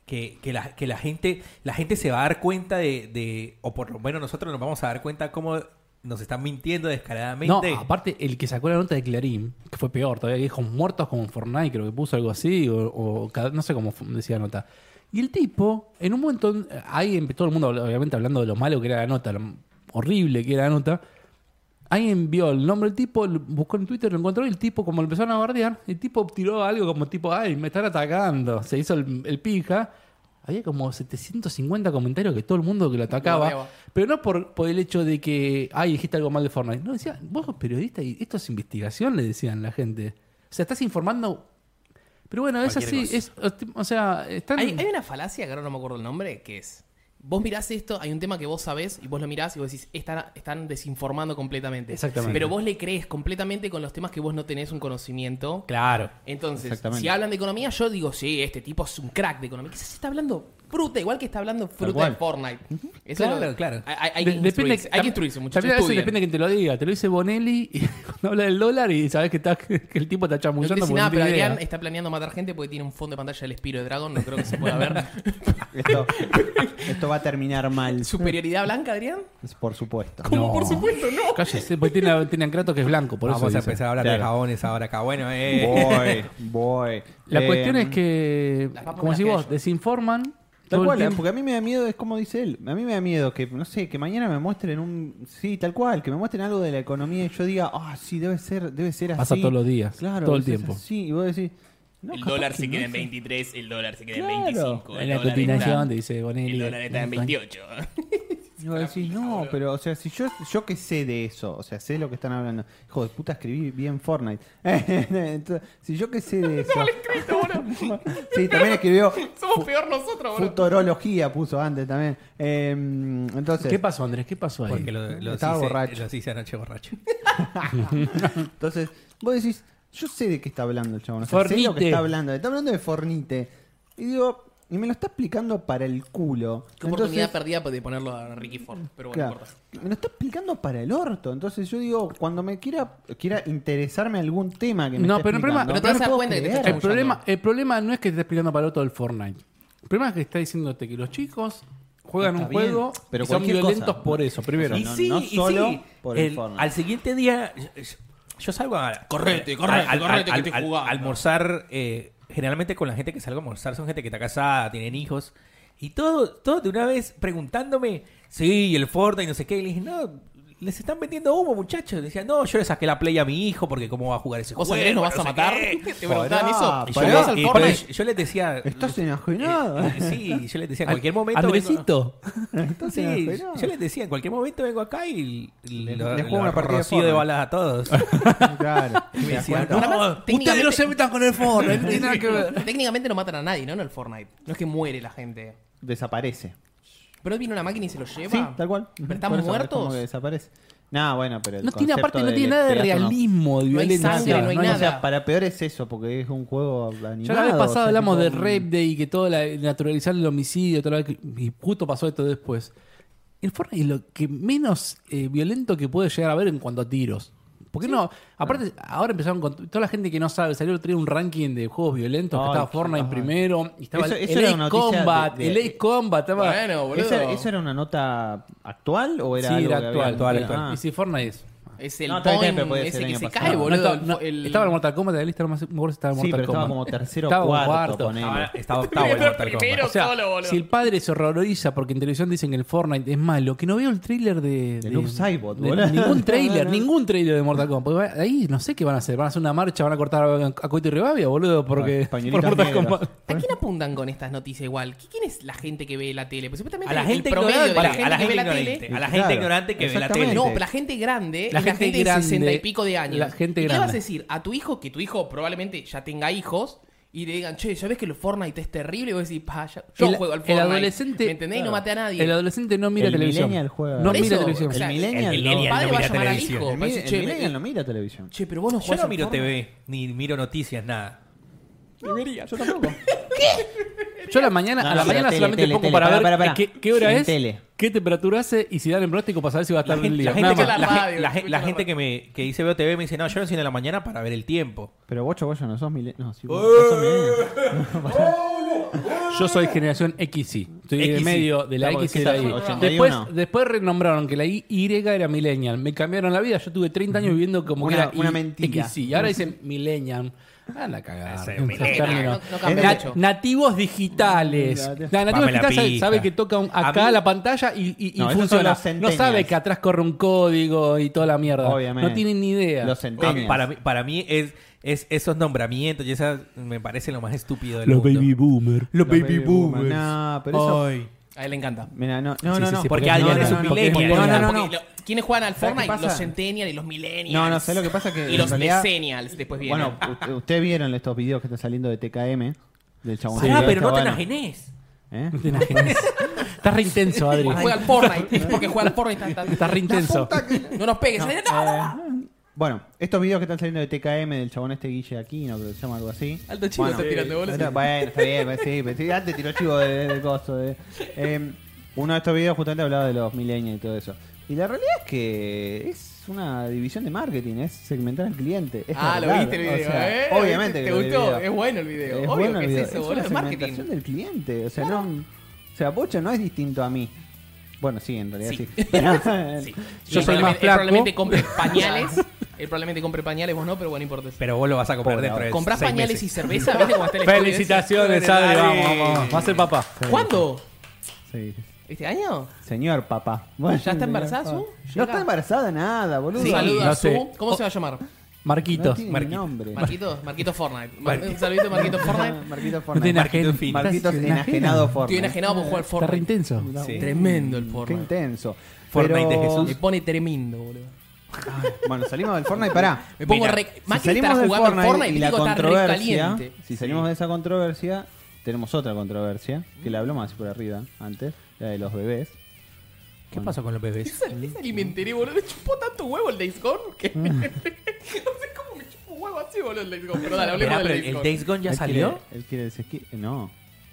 Speaker 3: que, que la, que la gente, la gente se va a dar cuenta de, de- o por lo menos nosotros nos vamos a dar cuenta cómo nos están mintiendo
Speaker 5: No,
Speaker 3: descaradamente.
Speaker 5: aparte, el que sacó la nota de Clarín, que fue peor, todavía que dijo muertos como en Fortnite, creo que puso algo así, o, o cada- no sé cómo fu- decía la nota. Y el tipo, en un momento, ahí empe- todo el mundo, obviamente, hablando de lo malo que era la nota, lo horrible que era la nota. Alguien vio el nombre del tipo, lo buscó en Twitter, lo encontró y el tipo, como lo empezaron a bardear, el tipo tiró algo como tipo, ay, me están atacando. Se hizo el, el pija. Había como 750 comentarios que todo el mundo que lo atacaba.
Speaker 1: bardeaba.
Speaker 5: Pero no por, por el hecho de que, ay, dijiste algo mal de Fortnite. No, decía, vos sos periodista y esto es investigación, le decían la gente. O sea, estás informando. Pero bueno, es
Speaker 3: Cualquier
Speaker 5: así. Es, o sea, están.
Speaker 1: Hay, hay una falacia que ahora no me acuerdo el nombre, que es. Vos mirás esto, hay un tema que vos sabés y vos lo mirás y vos decís, están, están desinformando completamente.
Speaker 5: Exactamente.
Speaker 1: Pero vos le crees completamente con los temas que vos no tenés un conocimiento.
Speaker 3: Claro.
Speaker 1: Entonces,
Speaker 2: Exactamente.
Speaker 1: si hablan de economía, yo digo, sí, este tipo es un crack de economía. Quizás está hablando fruta, igual que está hablando fruta
Speaker 2: cual.
Speaker 1: de Fortnite. Eso
Speaker 3: Claro,
Speaker 1: es lo-
Speaker 3: claro.
Speaker 1: Hay, hay- hay
Speaker 5: De-
Speaker 1: que
Speaker 5: depende-
Speaker 1: instruirse, hay que instruirse,
Speaker 5: tam-
Speaker 1: muchachos.
Speaker 5: También a veces
Speaker 1: estudien.
Speaker 5: depende de que te lo diga. Te lo dice Bonelli y cuando habla del dólar y sabes que, está, que el tipo está
Speaker 1: No
Speaker 5: chamullando.
Speaker 1: te dice
Speaker 5: porque
Speaker 1: nada,
Speaker 5: no
Speaker 1: pero
Speaker 5: tiene idea.
Speaker 1: Adrián está planeando matar gente porque tiene un fondo de pantalla del Espiro de Dragón, no creo que se pueda ver.
Speaker 2: Esto, esto va a terminar mal.
Speaker 1: ¿Superioridad blanca, Adrián?
Speaker 2: Por supuesto.
Speaker 1: Como
Speaker 5: No.
Speaker 1: por supuesto, no.
Speaker 5: Cállese, porque tiene, tiene a Kratos que es blanco, por
Speaker 3: vamos
Speaker 5: eso.
Speaker 3: a
Speaker 5: dice.
Speaker 3: empezar a hablar de
Speaker 2: Claro.
Speaker 3: jabones ahora acá. Bueno, eh.
Speaker 2: Voy, voy.
Speaker 5: La
Speaker 2: Eh,
Speaker 5: cuestión es que,
Speaker 1: Las papas
Speaker 5: como
Speaker 1: me
Speaker 5: si
Speaker 1: las
Speaker 5: vos
Speaker 1: callo.
Speaker 5: desinforman. todo
Speaker 2: Tal
Speaker 5: el
Speaker 2: cual,
Speaker 5: tiempo.
Speaker 2: porque a mí me da miedo, es como dice él. A mí me da miedo que, no sé, que mañana me muestren un. Sí, tal cual, que me muestren algo de la economía y yo diga, ah, sí, debe ser, debe ser así.
Speaker 5: Pasa todos los días,
Speaker 2: Claro,
Speaker 5: todo el
Speaker 2: debe ser
Speaker 5: tiempo.
Speaker 2: así. y vos decís. no, capaz que no es así.
Speaker 1: 23, el dólar se queda
Speaker 2: Claro.
Speaker 5: En la continuación te dice Bonelli.
Speaker 2: Y vos decís, no, pero, o sea, si yo, yo que sé de eso, o sea, sé lo que están hablando. Hijo de puta, escribí bien Fortnite. Entonces, si yo que sé de eso. sí, también escribió.
Speaker 1: Somos
Speaker 2: fu-
Speaker 1: peor nosotros, boludo.
Speaker 2: Futurología puso antes también. Eh, entonces,
Speaker 5: ¿Qué pasó, Andrés? ¿Qué pasó ahí?
Speaker 3: Porque lo, los
Speaker 2: Estaba
Speaker 3: hice-
Speaker 2: borracho.
Speaker 3: los hice anoche borracho.
Speaker 2: entonces, vos decís, yo sé de qué está hablando el chabón. O sea, sé lo que
Speaker 5: Fornite.
Speaker 2: está hablando. Está hablando de Fornite. Y digo, y me lo está explicando para el culo.
Speaker 1: Qué
Speaker 2: Entonces,
Speaker 1: oportunidad perdida de ponerlo a Ricky Ford. Pero bueno,
Speaker 2: Claro.
Speaker 1: no importa.
Speaker 2: Me lo está explicando para el orto. Entonces yo digo, cuando me quiera, quiera interesarme algún tema que me
Speaker 5: No,
Speaker 2: esté
Speaker 5: pero el problema-
Speaker 2: explicando,
Speaker 5: pero te
Speaker 2: no
Speaker 1: vas a dar
Speaker 2: puedo
Speaker 1: cuenta que te
Speaker 2: creer.
Speaker 1: está
Speaker 5: El problema, el problema no es que te esté explicando para otro el Fortnite. El problema es que está diciéndote que los chicos juegan
Speaker 2: Está
Speaker 5: un
Speaker 2: bien,
Speaker 5: juego
Speaker 2: pero
Speaker 5: y son
Speaker 2: cualquier
Speaker 5: violentos
Speaker 2: cosa.
Speaker 5: por eso, primero.
Speaker 2: O sea, no- no solo por el Fortnite.
Speaker 3: Al siguiente día, yo, yo salgo a.
Speaker 1: Correte, correte, correte, que te jugás.
Speaker 3: a almorzar, eh, generalmente con la gente que salgo a almorzar son gente que está casada, tienen hijos. Y todo, todo de una vez preguntándome, sí, el Fortnite y no sé qué. Y le dije, no, les están vendiendo humo, muchachos. Decían, no, yo le saqué la play a mi hijo porque cómo va a jugar ese
Speaker 1: ¿Vos,
Speaker 3: juego.
Speaker 1: Andrés, no vas
Speaker 3: sé
Speaker 1: a matar?
Speaker 3: qué".
Speaker 1: ¿Te preguntaban eso?
Speaker 2: Pará,
Speaker 1: ¿Y
Speaker 3: Yo,
Speaker 2: pará.
Speaker 1: llegabas al
Speaker 3: y-
Speaker 1: Fortnite?
Speaker 3: pero yo- yo les decía.
Speaker 2: Estás
Speaker 3: Eh,
Speaker 2: enajenado.
Speaker 3: eh, sí, yo les decía, en cualquier momento. vengo-
Speaker 5: Andresito.
Speaker 3: Sí,
Speaker 2: enajenado.
Speaker 3: yo les decía, en cualquier momento vengo acá y
Speaker 2: Le-
Speaker 3: les
Speaker 2: le juego una partida de
Speaker 3: de,
Speaker 2: Fortnite.
Speaker 3: balas a todos.
Speaker 1: eh,
Speaker 2: Claro.
Speaker 3: Y me decían,
Speaker 1: Pero
Speaker 3: no,
Speaker 1: además, técnicamente-
Speaker 5: metan con el Fortnite. no tiene nada que ver.
Speaker 1: Técnicamente no matan a nadie, ¿no? En el Fortnite. No es que muere la gente.
Speaker 2: Desaparece.
Speaker 1: Pero viene una máquina y se lo lleva.
Speaker 2: Sí, tal cual.
Speaker 1: ¿Pero están
Speaker 2: Por eso, es
Speaker 1: muertos?
Speaker 2: como que desaparece. No, bueno, pero el
Speaker 5: No tiene,
Speaker 2: concepto
Speaker 5: aparte, no
Speaker 2: del
Speaker 5: tiene nada de
Speaker 2: espionaje no.
Speaker 5: realismo, de
Speaker 1: No hay
Speaker 5: violencia.
Speaker 1: sangre, no hay
Speaker 2: o
Speaker 1: nada.
Speaker 2: sea, para peor es eso, porque es un juego animado.
Speaker 5: Ya la vez pasada
Speaker 2: o sea,
Speaker 5: hablamos
Speaker 2: tipo
Speaker 5: de
Speaker 2: un-
Speaker 5: Rape Day y que todo la, naturalizar el homicidio, toda la- y justo pasó esto después. El Fortnite es lo que menos eh, violento que puede llegar a haber en cuanto a tiros. ¿Por qué no? Aparte, ahora empezaron con toda la gente que no sabe. Salió el un ranking de juegos violentos.
Speaker 2: Ay,
Speaker 5: que estaba
Speaker 2: qué
Speaker 5: Fortnite
Speaker 2: bajón.
Speaker 5: primero. Y estaba
Speaker 2: Eso-
Speaker 5: el
Speaker 2: eso era una
Speaker 5: Ace
Speaker 2: noticia
Speaker 5: Combat.
Speaker 2: de- de-
Speaker 5: el Ace Combat estaba.
Speaker 1: Bueno, boludo.
Speaker 2: ¿Esa- ¿Eso era una nota actual o era
Speaker 5: sí,
Speaker 2: algo
Speaker 5: era
Speaker 2: que
Speaker 5: actual.
Speaker 2: había-
Speaker 5: actual,
Speaker 2: Ah.
Speaker 5: actual. Y si Fortnite es.
Speaker 1: Es el
Speaker 2: No, está bien,
Speaker 1: point
Speaker 2: pero puede ser
Speaker 1: ese
Speaker 2: el
Speaker 1: que
Speaker 2: año
Speaker 1: se
Speaker 2: pasado.
Speaker 1: cae,
Speaker 5: No,
Speaker 1: boludo.
Speaker 5: no, no,
Speaker 1: el-
Speaker 5: Estaba el Mortal Kombat de la lista, no me acuerdo si estaba
Speaker 2: Sí,
Speaker 5: Mortal
Speaker 2: pero
Speaker 5: Kombat.
Speaker 2: estaba como tercero o
Speaker 5: Estaba
Speaker 2: cuarto,
Speaker 5: cuarto.
Speaker 2: ponele.
Speaker 3: Ahora está octavo el
Speaker 1: Primero,
Speaker 3: Mortal Kombat.
Speaker 1: primero.
Speaker 5: O sea,
Speaker 1: Solo, boludo.
Speaker 5: si el padre se horroriza porque en televisión dicen que el Fortnite es malo, que no veo el tráiler de, de,
Speaker 2: Noob Saibot,
Speaker 5: de-
Speaker 2: boludo.
Speaker 5: ningún tráiler, ningún tráiler de Mortal Kombat. Porque va- ahí no sé qué van a hacer, van a hacer una marcha, van a cortar a, a Coito y Rivadavia,
Speaker 2: Ah,
Speaker 5: boludo, porque por
Speaker 2: Pañuelitos
Speaker 5: Mortal
Speaker 2: negros.
Speaker 5: Kombat.
Speaker 1: ¿A quién apuntan con estas noticias igual? ¿Qui- ¿Quién es la gente que ve la tele? Pues supuestamente
Speaker 3: A la
Speaker 1: el
Speaker 3: gente
Speaker 1: promedio de
Speaker 3: ignorante.
Speaker 1: la
Speaker 3: pará,
Speaker 1: gente
Speaker 3: A la
Speaker 1: que ve
Speaker 3: gente
Speaker 1: la tele.
Speaker 3: ignorante. A la
Speaker 2: Claro,
Speaker 3: gente ignorante que ve la
Speaker 2: exactamente.
Speaker 3: tele.
Speaker 1: No, pero la gente grande,
Speaker 5: La
Speaker 1: es
Speaker 5: gente
Speaker 1: la gente
Speaker 5: grande.
Speaker 1: de 60 y pico de años.
Speaker 5: La gente
Speaker 1: ¿Y ¿Qué
Speaker 5: grande.
Speaker 1: vas a decir a tu hijo que tu hijo probablemente ya tenga hijos? Y le digan, che, ¿sabes que el Fortnite es terrible? Y vos decís, pa, ya- yo
Speaker 5: El-
Speaker 1: juego al
Speaker 5: el
Speaker 1: Fortnite.
Speaker 5: adolescente-
Speaker 1: ¿Me entendés? Y no maté a nadie.
Speaker 5: El adolescente no mira
Speaker 2: El
Speaker 5: televisión.
Speaker 2: millennial juega.
Speaker 5: No
Speaker 2: Por
Speaker 5: mira
Speaker 1: eso,
Speaker 5: televisión.
Speaker 1: o sea,
Speaker 2: El millennial
Speaker 1: el
Speaker 2: no-
Speaker 1: padre
Speaker 3: no
Speaker 1: va a
Speaker 3: mira
Speaker 1: llamar al
Speaker 3: televisión.
Speaker 1: hijo.
Speaker 2: El,
Speaker 1: va a
Speaker 2: mi-
Speaker 1: decir,
Speaker 2: el
Speaker 1: "Che, me-
Speaker 2: Millennial no mira televisión.
Speaker 1: Che, pero vos no
Speaker 3: Yo
Speaker 1: jugás
Speaker 3: no
Speaker 1: al
Speaker 3: miro
Speaker 1: Fortnite".
Speaker 3: TV, ni miro noticias, nada.
Speaker 2: No miría, yo tampoco.
Speaker 5: Yo a la mañana,
Speaker 2: No,
Speaker 5: a la
Speaker 2: no,
Speaker 5: mañana
Speaker 2: pero tele,
Speaker 5: solamente
Speaker 2: tele,
Speaker 5: pongo
Speaker 2: tele,
Speaker 5: para
Speaker 2: pará,
Speaker 5: ver
Speaker 2: pará, pará.
Speaker 5: Qué, qué hora
Speaker 2: En
Speaker 5: es,
Speaker 2: tele.
Speaker 5: qué temperatura hace y si dan el pronóstico para saber si va a estar el día.
Speaker 3: La gente,
Speaker 5: Nada
Speaker 3: que,
Speaker 5: más.
Speaker 3: la
Speaker 1: más.
Speaker 3: gen- la gen- la
Speaker 1: Escucha
Speaker 3: gente
Speaker 1: la
Speaker 3: que, me, que dice veo TV me dice, no, yo no soy de la mañana para ver el tiempo.
Speaker 2: Pero Bocho, Bocho, no sos millennial. No, sí, vos vos sos millennial.
Speaker 5: Yo soy generación XY. Estoy en
Speaker 3: XY.
Speaker 5: el medio de la
Speaker 2: Estamos
Speaker 5: X y la
Speaker 2: en
Speaker 5: Y.
Speaker 2: 81.
Speaker 5: Después, después renombraron que la Y era millennial. Me cambiaron la vida. Yo tuve 30 años viviendo como
Speaker 2: Una-
Speaker 5: que era
Speaker 2: una
Speaker 5: I-
Speaker 2: mentira.
Speaker 5: XY. Y ahora dicen millennial. Anda a cagar.
Speaker 3: Ese
Speaker 5: Esos
Speaker 3: millennial.
Speaker 5: términos.
Speaker 1: No- no cambia
Speaker 5: Na-
Speaker 1: mucho.
Speaker 5: nativos digitales.
Speaker 2: Mirate.
Speaker 5: La nativos
Speaker 3: Pame la
Speaker 5: digitales sabe,
Speaker 3: pija.
Speaker 5: sabe que toca un- acá
Speaker 3: A mí-
Speaker 5: la pantalla y, y- y
Speaker 2: No, esos son
Speaker 5: funciona.
Speaker 2: los
Speaker 5: No
Speaker 2: centennials.
Speaker 5: sabe que atrás corre un código y toda la mierda.
Speaker 2: Obviamente.
Speaker 5: No tienen ni idea. Ah,
Speaker 2: Los
Speaker 3: A
Speaker 2: centenios.
Speaker 3: mí- Eh, Para mí, para mí es, es esos nombramientos y esas me parece lo más estúpido del
Speaker 5: Los
Speaker 3: mundo.
Speaker 5: baby boomer.
Speaker 3: Los baby boomers.
Speaker 2: No, pero eso.
Speaker 3: Ay.
Speaker 1: A él le encanta.
Speaker 2: Mira, no, no,
Speaker 5: Sí,
Speaker 2: no.
Speaker 5: sí,
Speaker 2: no.
Speaker 5: sí,
Speaker 3: porque
Speaker 5: no,
Speaker 3: alguien
Speaker 5: no,
Speaker 3: es un
Speaker 5: no, porque-
Speaker 3: millennial.
Speaker 2: No, no, no, no.
Speaker 1: Porque lo- ¿Quiénes juegan al
Speaker 2: ¿Sabes qué
Speaker 1: Fortnite?
Speaker 2: pasa?
Speaker 1: Los Centennial y los Millennials.
Speaker 2: No, no, ¿sabés lo que pasa? Que
Speaker 1: Y
Speaker 2: en
Speaker 1: los
Speaker 2: realidad-
Speaker 1: Decennials después vienen.
Speaker 2: Bueno, u- ustedes vieron estos videos que están saliendo de TKM. Del chabón.
Speaker 3: Pará,
Speaker 1: Ah,
Speaker 2: del
Speaker 3: pero no te
Speaker 2: chabón.
Speaker 3: enajenés.
Speaker 2: ¿Eh?
Speaker 5: Estás re intenso, Adri.
Speaker 1: juega al Fortnite. Es porque juega al Fortnite. está- está-
Speaker 5: Estás re intenso.
Speaker 1: No nos pegues. No.
Speaker 2: Bueno, estos videos que están saliendo de TKM del chabón este Guille Aquino, creo que se llama algo así.
Speaker 1: Alto chivo
Speaker 2: bueno,
Speaker 1: está tirando, boludo.
Speaker 2: Bueno, bueno, está bien, pues sí, pues sí, antes tiró chivo de, de coso. de- Em, uno de estos videos justamente hablaba de los millennials y todo eso. Y la realidad es que es una división de marketing, es segmentar al cliente. es
Speaker 1: Ah, lo
Speaker 2: verdad,
Speaker 1: viste el
Speaker 2: o
Speaker 1: video,
Speaker 2: sea,
Speaker 1: ¿eh?
Speaker 2: Obviamente.
Speaker 1: ¿Te,
Speaker 2: que
Speaker 1: te
Speaker 2: lo vi el
Speaker 1: gustó?
Speaker 2: video.
Speaker 1: Es bueno el video.
Speaker 2: Es
Speaker 1: Obvio
Speaker 2: bueno el
Speaker 1: que
Speaker 2: video,
Speaker 1: es eso,
Speaker 2: es
Speaker 1: boludo.
Speaker 2: una
Speaker 1: Es marketing.
Speaker 2: segmentación del cliente. O sea, no. O sea, Bocha no es distinto a mí. Bueno, sí, en realidad sí.
Speaker 1: Sí.
Speaker 2: Pero-
Speaker 1: Sí.
Speaker 5: Yo
Speaker 1: Y
Speaker 5: soy
Speaker 1: probablemente-
Speaker 5: más
Speaker 1: él
Speaker 5: flaco.
Speaker 1: probablemente compre pañales. Él probablemente compre pañales, vos no, pero bueno, importa.
Speaker 3: Pero vos lo vas a comprar
Speaker 2: Por
Speaker 3: dentro
Speaker 2: ahora.
Speaker 3: de
Speaker 1: Comprás
Speaker 3: seis
Speaker 1: pañales
Speaker 3: meses.
Speaker 1: y cerveza, ¿viste cómo está el estudio ese?
Speaker 5: Felicitaciones, Adri. Vamos, vamos. vamos. Va a ser papá.
Speaker 1: ¿Cuándo?
Speaker 2: Sí.
Speaker 1: ¿Este año?
Speaker 2: Señor papá. Bueno,
Speaker 1: ¿Ya está embarazada,
Speaker 2: señor
Speaker 1: Su?
Speaker 2: papá.
Speaker 1: Llega.
Speaker 2: No está embarazada nada, boludo.
Speaker 1: Un saludo
Speaker 5: no
Speaker 1: a
Speaker 5: sé.
Speaker 1: Su. ¿Cómo se va a llamar?
Speaker 2: No
Speaker 5: Marquitos.
Speaker 2: tiene
Speaker 3: Marquito.
Speaker 2: nombre.
Speaker 1: Marquito, Marquito Fortnite. Mar- Un saludito a Marquito
Speaker 2: Ah,
Speaker 1: Fortnite.
Speaker 2: Marquito
Speaker 5: No
Speaker 2: Fortnite.
Speaker 5: tiene ajen-
Speaker 3: Marquitos Fin.
Speaker 2: Marquitos
Speaker 5: Estás
Speaker 2: enajenado
Speaker 1: Estoy
Speaker 2: Fortnite.
Speaker 1: enajenado por jugar
Speaker 5: Está re
Speaker 1: Fortnite.
Speaker 5: intenso.
Speaker 2: Sí.
Speaker 1: Tremendo el
Speaker 2: Qué
Speaker 1: Fortnite.
Speaker 2: intenso.
Speaker 3: Fortnite
Speaker 2: Pero-
Speaker 3: de Jesús.
Speaker 1: Me pone tremendo, boludo.
Speaker 2: Bueno, salimos del Fortnite, pará.
Speaker 1: Me pongo
Speaker 3: Mira,
Speaker 1: re.
Speaker 2: Si
Speaker 1: Macri estará
Speaker 2: salimos del
Speaker 1: jugando
Speaker 2: Fortnite,
Speaker 1: al Fortnite
Speaker 2: y
Speaker 1: y
Speaker 2: la
Speaker 1: digo, está re
Speaker 2: controversia,
Speaker 1: caliente.
Speaker 2: si salimos de esa controversia, tenemos otra controversia, que la hablamos así por arriba antes, la de los bebés.
Speaker 3: ¿Qué pasó con los bebés?
Speaker 1: Esa, esa ni me enteré, boludo. Me chupó tanto huevo el Days Gone que. no sé cómo me chupó huevo así, boludo, el Days Gone. Pero dale, hablemos
Speaker 3: Esperá, pero
Speaker 1: del
Speaker 3: el
Speaker 1: Days
Speaker 3: el
Speaker 1: Gone.
Speaker 3: Days Gone ya
Speaker 2: Él
Speaker 3: salió.
Speaker 2: quiere- él quiere decir que- No.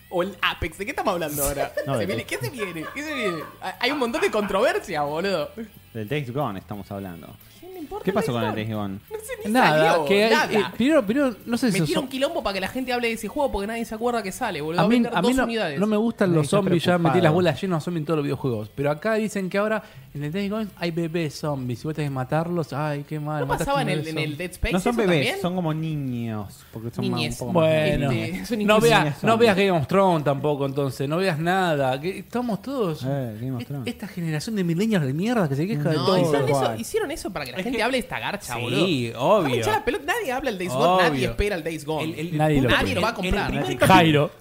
Speaker 1: O el Apex. ¿De qué estamos hablando ahora?
Speaker 2: No,
Speaker 1: Se
Speaker 2: del-
Speaker 1: viene- ¿Qué se viene? ¿Qué se viene? Ah, Hay un montón de controversia, boludo.
Speaker 2: Del Days Gone estamos hablando.
Speaker 1: ¿Quién le importa
Speaker 2: ¿Qué pasó con el
Speaker 1: Days
Speaker 2: Days Gone?
Speaker 1: Gone? No sé ni
Speaker 5: Nada,
Speaker 1: salió,
Speaker 5: que hay- eh,
Speaker 1: nada.
Speaker 5: primero, primero, no sé si
Speaker 1: Metieron
Speaker 5: son-
Speaker 1: un quilombo para que la gente hable de ese juego porque nadie se acuerda que sale, boludo.
Speaker 5: a
Speaker 1: Va
Speaker 5: mí,
Speaker 1: vender
Speaker 5: a mí
Speaker 1: dos
Speaker 5: no,
Speaker 1: unidades.
Speaker 5: no me gustan los
Speaker 2: Está
Speaker 5: zombies, ya metí
Speaker 2: preocupado.
Speaker 5: las bolas llenas de zombies en todos los videojuegos. Pero acá dicen que ahora en el Days Gone hay bebés zombies. Si vos tenés que matarlos, ay, qué mal.
Speaker 1: ¿No
Speaker 5: mataste
Speaker 1: pasaba en
Speaker 5: un
Speaker 1: el,
Speaker 5: bebé
Speaker 1: en el
Speaker 5: zombie.
Speaker 1: Dead Space?
Speaker 2: No son
Speaker 1: eso
Speaker 2: bebés,
Speaker 1: también?
Speaker 2: son como niños. Porque son más- un
Speaker 1: Niñez.
Speaker 2: poco más
Speaker 5: Bueno,
Speaker 1: Este, son
Speaker 5: no,
Speaker 1: inclusive
Speaker 5: veas, no
Speaker 2: zombies.
Speaker 5: veas Game of Thrones tampoco, entonces. No veas nada. Que estamos todos. e-
Speaker 2: Eh, Game of Thrones.
Speaker 5: Esta generación de milenios de mierda que se queja de
Speaker 1: No,
Speaker 5: todo.
Speaker 1: hicieron eso,
Speaker 2: Igual.
Speaker 1: hicieron eso para que la gente hable de esta garcha,
Speaker 3: Sí,
Speaker 1: boludo.
Speaker 3: obvio.
Speaker 1: Vamos a hinchar la pelota. Nadie habla del Days Gone, nadie
Speaker 3: Obvio.
Speaker 1: espera el Days Gone.
Speaker 3: El- el-
Speaker 5: Nadie lo
Speaker 1: nadie
Speaker 5: espera.
Speaker 1: lo va a comprar.
Speaker 3: En el primer
Speaker 5: Jairo.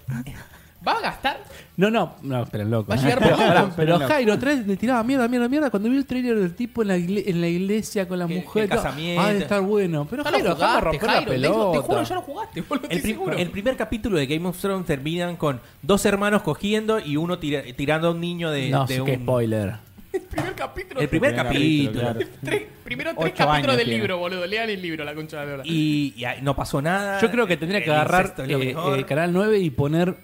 Speaker 1: Va a gastar.
Speaker 5: No, no, no, pero loco.
Speaker 1: Va a llegar
Speaker 5: Pero,
Speaker 1: por
Speaker 5: pará,
Speaker 1: loco.
Speaker 5: pero Jairo 3 le tiraba mierda, mierda, mierda. Cuando vi el trailer del tipo en la, igle- en la iglesia con la
Speaker 3: El- el
Speaker 5: mujer. todo,
Speaker 3: casamiento.
Speaker 5: Ah, debe estar bueno. Pero
Speaker 1: Ya lo
Speaker 5: Jairo, acaba de
Speaker 1: jugaste,
Speaker 5: romper
Speaker 1: Jairo.
Speaker 5: la
Speaker 1: el Days Gone, Te juro,
Speaker 5: pelota.
Speaker 1: ya lo jugaste, boludo.
Speaker 3: El,
Speaker 1: estoy
Speaker 3: pri-
Speaker 1: seguro.
Speaker 3: el primer capítulo de Game of Thrones terminan con dos hermanos cogiendo y uno tira- tirando a un niño de,
Speaker 5: No
Speaker 3: de
Speaker 5: sé
Speaker 3: un...
Speaker 5: qué spoiler.
Speaker 1: El primer capítulo.
Speaker 3: El primer
Speaker 2: Primer
Speaker 3: capítulo.
Speaker 2: capítulo, claro.
Speaker 1: Tres, primero tres
Speaker 2: Ocho
Speaker 1: capítulos
Speaker 2: años
Speaker 1: del
Speaker 2: tiene.
Speaker 1: libro, boludo. Lean el libro, la concha de la lora.
Speaker 3: Y, y ahí no pasó nada.
Speaker 5: Yo creo que tendría que
Speaker 3: El
Speaker 5: agarrar
Speaker 3: incesto es lo
Speaker 5: eh,
Speaker 3: mejor.
Speaker 5: eh, Canal 9 y poner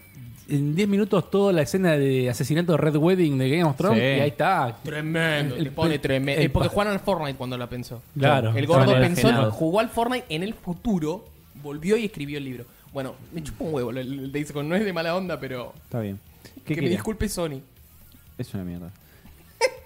Speaker 5: en 10 minutos toda la escena de asesinato de Red Wedding de Game of Thrones
Speaker 2: Sí.
Speaker 5: y ahí está.
Speaker 1: Tremendo,
Speaker 5: El
Speaker 1: le pone
Speaker 5: pe-
Speaker 1: tremendo.
Speaker 5: el
Speaker 1: Eh, porque
Speaker 5: pa-
Speaker 1: jugaron al Fortnite cuando la pensó.
Speaker 5: Claro.
Speaker 1: El gordo
Speaker 2: Estaban
Speaker 1: pensó,
Speaker 2: relacionados.
Speaker 1: jugó al Fortnite en el futuro, volvió y escribió el libro. Bueno, me chupa un huevo, le, le dice con no es de mala onda, pero
Speaker 2: Está bien.
Speaker 1: que
Speaker 2: ¿Qué
Speaker 1: me
Speaker 2: quería?
Speaker 1: disculpe Sony.
Speaker 2: Es una mierda.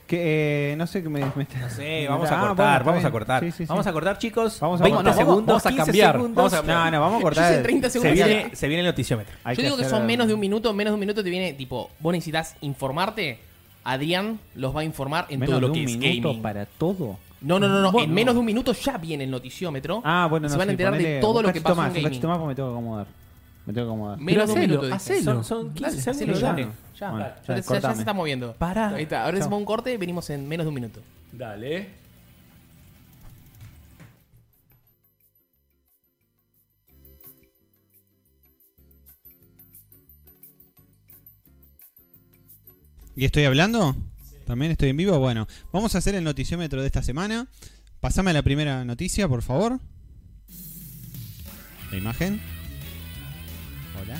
Speaker 2: Que, eh, no sé qué me, me está-
Speaker 3: No sé, vamos a
Speaker 2: Ah, bueno,
Speaker 3: cortar,
Speaker 2: está
Speaker 3: vamos a
Speaker 2: bien.
Speaker 3: cortar.
Speaker 2: Sí, sí, sí.
Speaker 3: Vamos a cortar, chicos.
Speaker 2: Vamos a
Speaker 3: 20
Speaker 2: cortar.
Speaker 3: segundos,
Speaker 5: Vamos a
Speaker 3: 15
Speaker 5: cambiar,
Speaker 3: segundos.
Speaker 5: vamos a
Speaker 2: No, no, vamos a cortar.
Speaker 1: Yo hice 30
Speaker 3: se,
Speaker 1: segundos.
Speaker 3: viene, se viene el noticiómetro.
Speaker 2: Hay
Speaker 1: Yo digo que
Speaker 2: hacer
Speaker 1: son
Speaker 2: algo.
Speaker 1: menos de un minuto, menos de un minuto te viene, tipo, vos necesitas informarte, Adrián los va a informar en
Speaker 2: menos
Speaker 1: todo
Speaker 2: de
Speaker 1: lo
Speaker 2: un
Speaker 1: que es
Speaker 2: minuto
Speaker 1: gaming.
Speaker 2: para todo.
Speaker 1: No, no, no, no, en menos de un minuto ya viene el noticiómetro.
Speaker 2: Ah, bueno,
Speaker 1: Y
Speaker 2: no
Speaker 1: se van a
Speaker 2: sí,
Speaker 1: enterar de
Speaker 2: ponele
Speaker 1: todo
Speaker 2: un
Speaker 1: lo que
Speaker 2: cachito
Speaker 1: pasa
Speaker 2: más,
Speaker 1: en
Speaker 2: un
Speaker 1: gaming.
Speaker 2: cachito más porque me tengo que acomodar. Me tengo que acomodar.
Speaker 1: Menos de un
Speaker 5: Pero
Speaker 1: minuto.
Speaker 5: hacelo,
Speaker 1: dije.
Speaker 3: Son,
Speaker 5: hacelo.
Speaker 3: son 15
Speaker 1: Dale, hacelo
Speaker 3: segundos.
Speaker 1: ya.
Speaker 3: dale. Ya,
Speaker 2: Bueno,
Speaker 3: dale.
Speaker 1: Ya,
Speaker 2: ya,
Speaker 1: ya- ya se
Speaker 2: cortame.
Speaker 1: está moviendo.
Speaker 3: Pará.
Speaker 1: Ahí está. Ahora
Speaker 2: Chao.
Speaker 1: hacemos un corte y venimos en menos de un minuto.
Speaker 5: Dale.
Speaker 9: ¿Y estoy hablando? ¿También estoy en vivo? Bueno, vamos a hacer el noticiómetro de esta semana. Pasame la primera noticia, por favor. La imagen. Hola.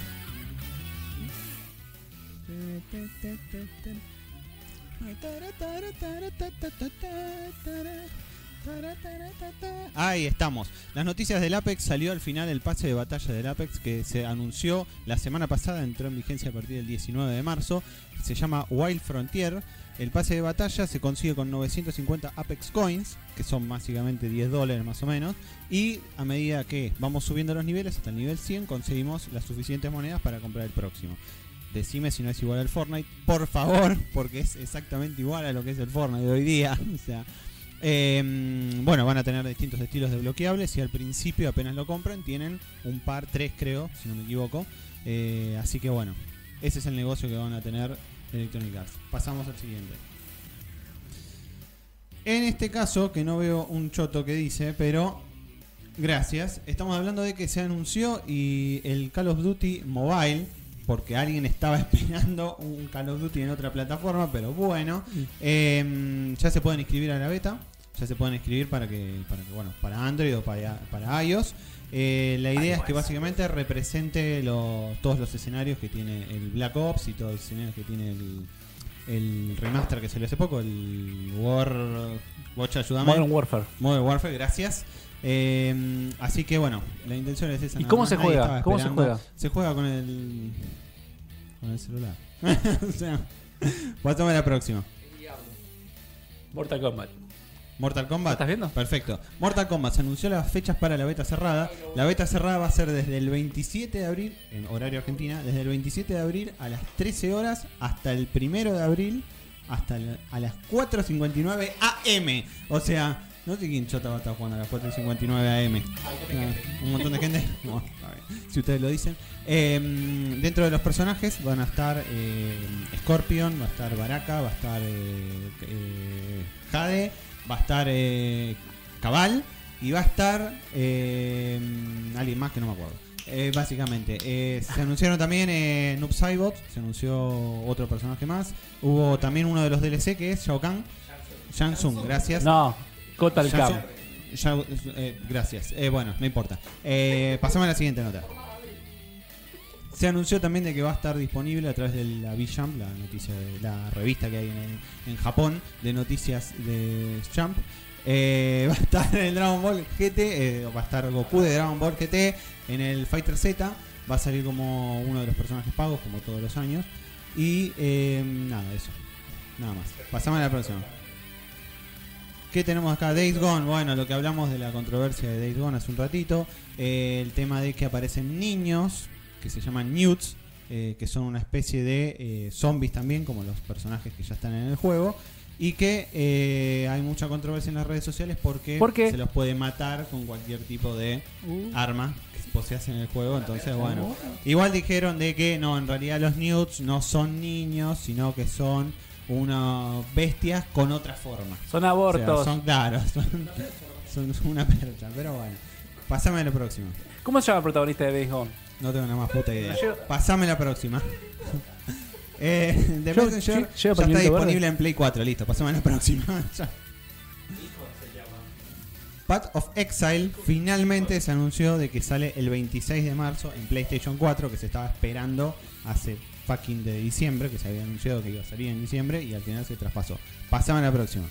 Speaker 9: Ahí estamos. Las noticias del Apex salió al final el pase de batalla del Apex que se anunció la semana pasada, entró en vigencia a partir del 19 de marzo. Se llama Wild Frontier. El pase de batalla se consigue con 950 Apex Coins, que son básicamente 10 dólares más o menos. Y a medida que vamos subiendo los niveles hasta el nivel 100, conseguimos las suficientes monedas para comprar el próximo. Decime si no es igual al Fortnite, por favor, porque es exactamente igual a lo que es el Fortnite de hoy día. O sea, eh, bueno, van a tener distintos estilos desbloqueables y al principio apenas lo compran tienen un par, tres creo, si no me equivoco. Eh, así que bueno, ese es el negocio que van a tener Electronic Arts. Pasamos al siguiente. En este caso, que no veo un choto que dice, pero gracias, estamos hablando de que se anunció y el Call of Duty Mobile, porque alguien estaba esperando un Call of Duty en otra plataforma, pero bueno, eh, ya se pueden inscribir a la beta, ya se pueden inscribir para que, para que, bueno, para Android o para, para iOS. Eh, la idea es que básicamente represente los- todos los escenarios que tiene el Black Ops y todos los escenarios que tiene el, el remaster que salió hace poco, el War... Watch, ayúdame.
Speaker 5: Modern Warfare.
Speaker 9: Modern Warfare, gracias. Eh, así que bueno, la intención es esa.
Speaker 5: ¿Y
Speaker 9: nada
Speaker 5: cómo
Speaker 9: más.
Speaker 5: se
Speaker 9: Nadie
Speaker 5: juega?
Speaker 9: estaba
Speaker 5: ¿Cómo se
Speaker 9: esperando.
Speaker 5: juega?
Speaker 9: Se juega con el. con el celular. o sea, voy a tomar la próxima.
Speaker 5: Mortal Kombat.
Speaker 9: Mortal Kombat.
Speaker 5: ¿Estás viendo?
Speaker 9: Perfecto. Mortal Kombat se anunció las fechas para la beta cerrada. La beta cerrada va a ser desde el 27 de abril, en horario argentina, desde el 27 de abril a las 13 horas hasta el 1 de abril, hasta la- a las 4.59 am. O sea, no sé quién chota va a estar jugando a las 4.59 am. Ah, Un montón de gente. Bueno, está bien, si ustedes lo dicen. Eh, dentro de los personajes van a estar eh, Scorpion, va a estar Baraka, va a estar eh, eh, Jade, va a estar eh, Cabal y va a estar eh, alguien más que no me acuerdo. Eh, básicamente, eh, se anunciaron también eh, Noob Saibot, se anunció otro personaje más. Hubo también uno de los DLC que es Shao Kahn. Shang Tsung, gracias.
Speaker 5: No, Kotal
Speaker 9: Ya
Speaker 5: Kahn.
Speaker 9: son- ya- eh, gracias. Eh, bueno, no importa. Eh, pasamos a la siguiente nota. Se anunció también de que va a estar disponible a través de la V-Jump, la, noticia de- la revista que hay en, en Japón de noticias de Jump. Eh, va a estar en el Dragon Ball GT, eh, va a estar Goku de Dragon Ball GT en el Fighter Z. Va a salir como uno de los personajes pagos, como todos los años. Y eh, nada, eso. Nada más. Pasamos a la próxima. ¿Qué tenemos acá? Days Gone. Bueno, lo que hablamos de la controversia de Days Gone hace un ratito. Eh, el tema de que aparecen niños que se llaman Newts, eh, que son una especie de eh, zombies también, como los personajes que ya están en el juego. Y que eh, hay mucha controversia en las redes sociales porque
Speaker 5: ¿Por qué?
Speaker 9: se los puede matar con cualquier tipo de arma que poseas en el juego. Entonces, bueno. Igual dijeron de que no, en realidad los Newts no son niños, sino que son unas bestias con otra forma.
Speaker 5: Son
Speaker 9: O sea,
Speaker 5: abortos.
Speaker 9: son claros, son, son una percha, pero bueno. Pasame la próxima.
Speaker 5: ¿Cómo se llama el protagonista de Days Gone?
Speaker 9: No tengo nada más puta idea.
Speaker 5: No, yo-
Speaker 9: Pasame la próxima. eh, The
Speaker 5: Yo-
Speaker 9: Messenger
Speaker 5: yo- yo
Speaker 9: ya está
Speaker 5: por minuto
Speaker 9: disponible
Speaker 5: verde.
Speaker 9: en Play 4, listo. Pasame la próxima. Ya. Path of Exile finalmente se anunció de que sale el 26 de marzo en PlayStation 4, que se estaba esperando hace fucking de diciembre, que se había anunciado que iba a salir en diciembre y al final se traspasó. Pasamos a la próxima.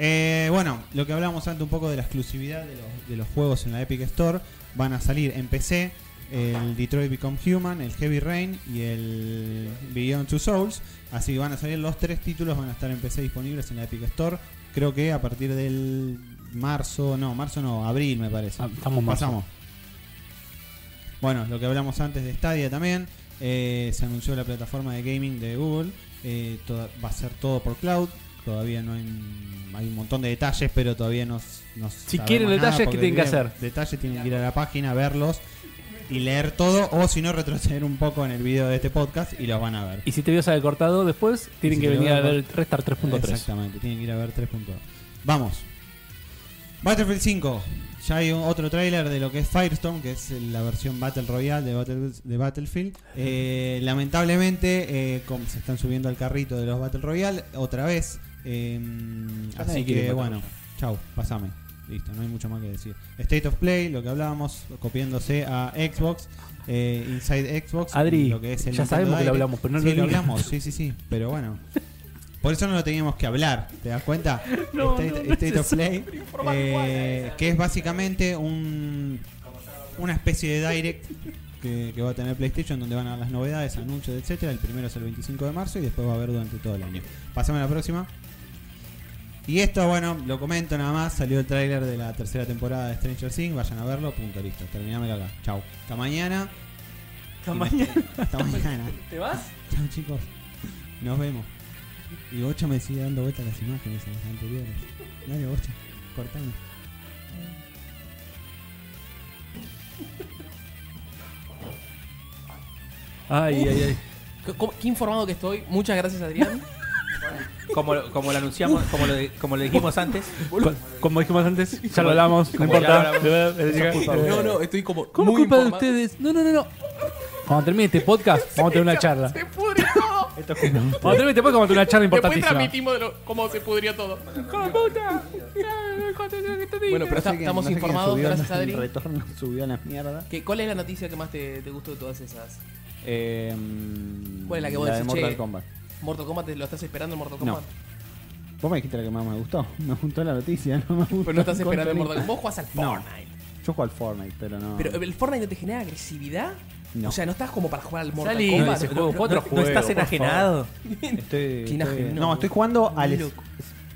Speaker 9: Eh, bueno, lo que hablábamos antes un poco de la exclusividad de los, de los juegos en la Epic Store, van a salir en PC el Detroit Become Human, el Heavy Rain y el Beyond Two Souls. Así que van a salir los tres títulos, van a estar en PC disponibles en la Epic Store. Creo que a partir del marzo, no, marzo no, abril me parece.
Speaker 5: Ah, estamos en marzo.
Speaker 9: Pasamos. Bueno, lo que hablamos antes de Stadia también. eh, se anunció la plataforma de gaming de Google. eh, toda- va a ser todo por cloud. Todavía no hay, hay un montón de detalles, pero todavía no, s- no sabemos
Speaker 5: quieren
Speaker 9: nada,
Speaker 5: detalles, ¿qué
Speaker 9: porque
Speaker 5: tienen que
Speaker 9: tiene-
Speaker 5: hacer?
Speaker 9: Detalles tienen que ir a la página, verlos y leer todo. O si no, retroceder un poco en el video de este podcast y los van a ver.
Speaker 5: Y si te vio sale cortado después, tienen
Speaker 9: Y si
Speaker 5: que
Speaker 9: te
Speaker 5: venir
Speaker 9: veo
Speaker 5: a ver
Speaker 9: cortado-
Speaker 5: Restar 3.3.
Speaker 9: Exactamente, tienen que ir a ver 3.2. Vamos. Battlefield 5. Ya hay un- otro tráiler de lo que es Firestone, que es la versión Battle Royale de, Battle- de Battlefield. Eh, lamentablemente, eh, como se están subiendo al carrito de los Battle Royale otra vez. eh, así
Speaker 2: nadie quiere
Speaker 9: que
Speaker 2: Battle
Speaker 9: bueno, chau, pasame. Listo, no hay mucho más que decir. State of Play, lo que hablábamos, copiándose a Xbox, eh, Inside Xbox.
Speaker 5: Adri,
Speaker 9: y lo que es el
Speaker 5: ya
Speaker 9: Nintendo
Speaker 5: sabemos que lo
Speaker 9: Direct.
Speaker 5: hablamos, pero no
Speaker 9: Sí,
Speaker 5: lo
Speaker 9: lo
Speaker 5: digas.
Speaker 9: hablamos, sí, sí, sí, pero bueno. Por eso no lo teníamos que hablar, ¿te das cuenta?
Speaker 5: No,
Speaker 9: State,
Speaker 5: no, no
Speaker 9: State
Speaker 5: es
Speaker 9: of Play, eh, que es básicamente un, una especie de direct que, que va a tener PlayStation, donde van a dar las novedades, anuncios, etcétera. El primero es el 25 de marzo y después va a haber durante todo el año. Pasamos a la próxima. Y esto, bueno, lo comento nada más. Salió el tráiler de la tercera temporada de Stranger Things. Vayan a verlo, punto, listo. Terminámoslo acá. Chau. Hasta mañana.
Speaker 5: Hasta mañana.
Speaker 9: Hasta mañana.
Speaker 5: ¿Te vas?
Speaker 9: Chao chicos, nos vemos. Y Bocha me sigue dando vueltas las imágenes a las anteriores. Dale Bocha, cortame.
Speaker 5: Ay, ay, ay.
Speaker 1: ¿Qué, cómo- qué informado que estoy. Muchas gracias, Adrián.
Speaker 3: Como, como lo anunciamos, como lo, de- como lo dijimos antes.
Speaker 5: Co- Como dijimos antes, ya lo hablamos, no
Speaker 3: Como ya
Speaker 5: importa.
Speaker 3: lo hablamos.
Speaker 5: De verdad, es que-
Speaker 1: No, no, estoy como.
Speaker 5: ¿Cómo
Speaker 1: muy
Speaker 5: culpa de
Speaker 1: informado.
Speaker 5: ustedes? No, no, no, no. Cuando termine este podcast, vamos a tener una charla.
Speaker 1: Se pudrió todo.
Speaker 5: Cuando termine este podcast, vamos a tener una
Speaker 1: Después
Speaker 5: charla importantísima.
Speaker 1: transmitimos de lo- cómo se pudrió todo. Bueno,
Speaker 5: Bueno,
Speaker 1: pero está- estamos informados, gracias, Adri.
Speaker 2: El retorno subió a la mierda.
Speaker 1: ¿Qué- ¿Cuál es la noticia que más te, te gustó de todas esas?
Speaker 2: Eh,
Speaker 1: ¿Cuál es la que vos
Speaker 2: de
Speaker 1: decís,
Speaker 2: Mortal
Speaker 1: che?
Speaker 2: Kombat.
Speaker 1: ¿Mortal Kombat? ¿Te ¿Lo estás esperando en Mortal Kombat?
Speaker 2: Vos me dijiste la que más me gustó. Me gustó la noticia, no me gustó.
Speaker 1: Pero no estás
Speaker 2: el
Speaker 1: esperando en Mortal
Speaker 2: contenido.
Speaker 1: Kombat. Vos jugás al Fortnite.
Speaker 2: Yo juego al Fortnite, pero no.
Speaker 1: Pero el Fortnite no te genera agresividad.
Speaker 2: No.
Speaker 1: O sea, no estás como para jugar al Mortal
Speaker 3: Salí. No,
Speaker 1: Kombat.
Speaker 3: ese
Speaker 5: juego fue
Speaker 3: no-
Speaker 5: otro
Speaker 3: no
Speaker 5: juego,
Speaker 3: estás
Speaker 5: por
Speaker 3: enajenado.
Speaker 2: estoy,
Speaker 1: Qué
Speaker 2: estoy-
Speaker 1: ajeno,
Speaker 2: no,
Speaker 1: boludo.
Speaker 2: estoy jugando
Speaker 1: Qué
Speaker 2: al es-
Speaker 1: loco.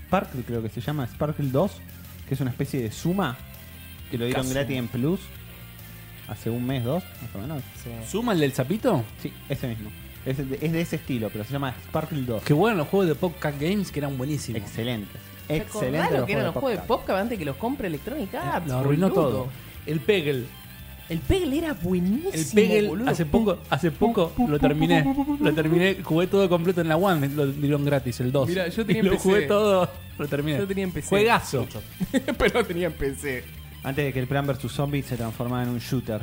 Speaker 2: Sparkle, creo que se llama Sparkle 2, que es una especie de suma que lo dieron
Speaker 1: Caso.
Speaker 2: gratis en Plus hace un mes, dos, más o menos.
Speaker 5: ¿Suma el del sapito?
Speaker 2: Sí, ese mismo. Es de, es de ese estilo, pero se llama Sparkle 2.
Speaker 5: Que bueno los juegos de Podcast Games que eran buenísimos.
Speaker 2: Excelente.
Speaker 1: ¿Te acordás
Speaker 2: Excelente.
Speaker 1: lo que eran los juegos de
Speaker 2: Popcat.
Speaker 1: Popcap antes que los compre Electronic Arts?
Speaker 5: Eh, Lo arruinó
Speaker 1: boludo?
Speaker 5: todo. El Pegel.
Speaker 1: El Pegel era buenísimo.
Speaker 5: El Pegel
Speaker 1: boludo.
Speaker 5: hace poco, hace poco lo terminé. Lo terminé, jugué todo completo en la One, lo dieron gratis, el 2.
Speaker 1: Mirá, yo tenía
Speaker 5: Y lo
Speaker 1: en PC.
Speaker 5: jugué todo, lo terminé.
Speaker 1: Yo tenía en PC.
Speaker 5: Juegazo.
Speaker 1: Pero tenía en PC.
Speaker 2: Antes de que el Plan vs. Zombie se transformara en un shooter.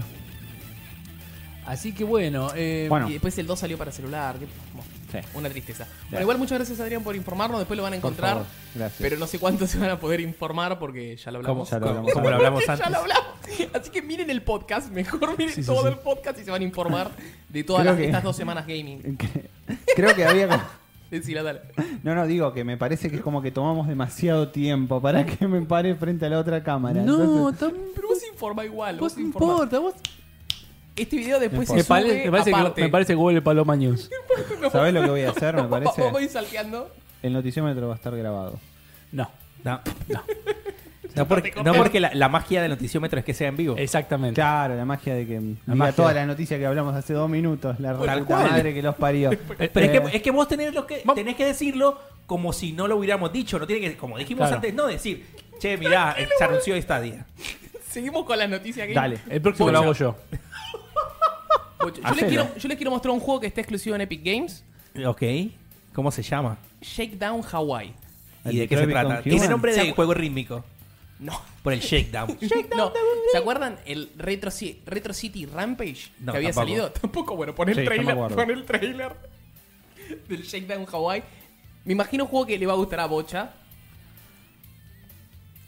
Speaker 5: Así que bueno, eh,
Speaker 2: Bueno.
Speaker 1: Y después el 2 salió para celular. qué-
Speaker 2: Sí.
Speaker 1: Una tristeza.
Speaker 2: Ya.
Speaker 1: Bueno, igual muchas gracias Adrián por informarnos. Después lo van a
Speaker 2: Por
Speaker 1: encontrar.
Speaker 2: favor, gracias.
Speaker 1: Pero no sé cuánto se van a poder informar porque ya lo hablamos.
Speaker 2: Ya lo hablamos
Speaker 3: Como lo
Speaker 2: antes.
Speaker 3: hablamos
Speaker 1: ya
Speaker 3: antes.
Speaker 1: lo hablamos. Así que miren el podcast. Mejor miren
Speaker 5: Sí, sí,
Speaker 1: todo
Speaker 5: sí.
Speaker 1: el podcast y se van a informar de todas
Speaker 2: Creo
Speaker 1: las-
Speaker 2: que-
Speaker 1: estas dos semanas gaming.
Speaker 2: Creo que había. como-
Speaker 1: Decila, dale.
Speaker 2: No, no, digo que me parece que es como que tomamos demasiado tiempo para que me pare frente a la otra cámara.
Speaker 5: no,
Speaker 2: Entonces,
Speaker 5: tam-
Speaker 1: Pero vos informa igual.
Speaker 5: vos
Speaker 1: Vos
Speaker 5: no
Speaker 1: informa.
Speaker 5: importa, vos-
Speaker 1: Este video después se
Speaker 5: Me, pare-
Speaker 1: sube
Speaker 5: me parece
Speaker 1: aparte.
Speaker 5: que, me parece que huele Paloma News.
Speaker 2: ¿sabés lo que voy a hacer? Me parece.
Speaker 1: Vamos a ir salteando.
Speaker 2: El noticiómetro va a estar grabado.
Speaker 5: No,
Speaker 3: No, no. No porque, no porque la, la magia del noticiómetro es que sea en vivo.
Speaker 5: exactamente.
Speaker 2: Claro, la magia de que mira
Speaker 5: magia.
Speaker 2: toda la noticia que hablamos hace dos minutos, la
Speaker 3: Tal
Speaker 2: puta
Speaker 3: cual.
Speaker 2: madre que los parió.
Speaker 3: Eh, Pero es
Speaker 2: Eh,
Speaker 3: que, es que vos tenés, lo que, tenés que decirlo como si no lo hubiéramos dicho. No tiene que, como dijimos
Speaker 5: Claro.
Speaker 3: antes, no decir, che, mirá, se anunció esta día.
Speaker 1: Seguimos con las noticias gaming.
Speaker 2: Dale.
Speaker 5: El próximo lo hago yo.
Speaker 1: Bocho, Yo les,
Speaker 2: Hacelo.
Speaker 1: quiero, yo les quiero mostrar un juego que está exclusivo en Epic Games.
Speaker 3: Ok. ¿Cómo se llama?
Speaker 1: Shakedown Hawaii.
Speaker 3: ¿Y de qué se
Speaker 2: Detroit Become
Speaker 3: trata? Tiene
Speaker 2: Human.
Speaker 3: nombre
Speaker 1: Se
Speaker 3: de
Speaker 1: acu-
Speaker 3: juego rítmico.
Speaker 1: No.
Speaker 3: Por el shakedown.
Speaker 1: No, ¿Se acuerdan el Retro, Ci- Retro City Rampage
Speaker 3: No,
Speaker 1: que había
Speaker 3: tampoco.
Speaker 1: salido? Tampoco, bueno, pon el
Speaker 2: Sí, yo me
Speaker 1: trailer,
Speaker 2: acuerdo.
Speaker 1: pon el trailer del Shakedown Hawaii. Me imagino un juego que le va a gustar a Bocha.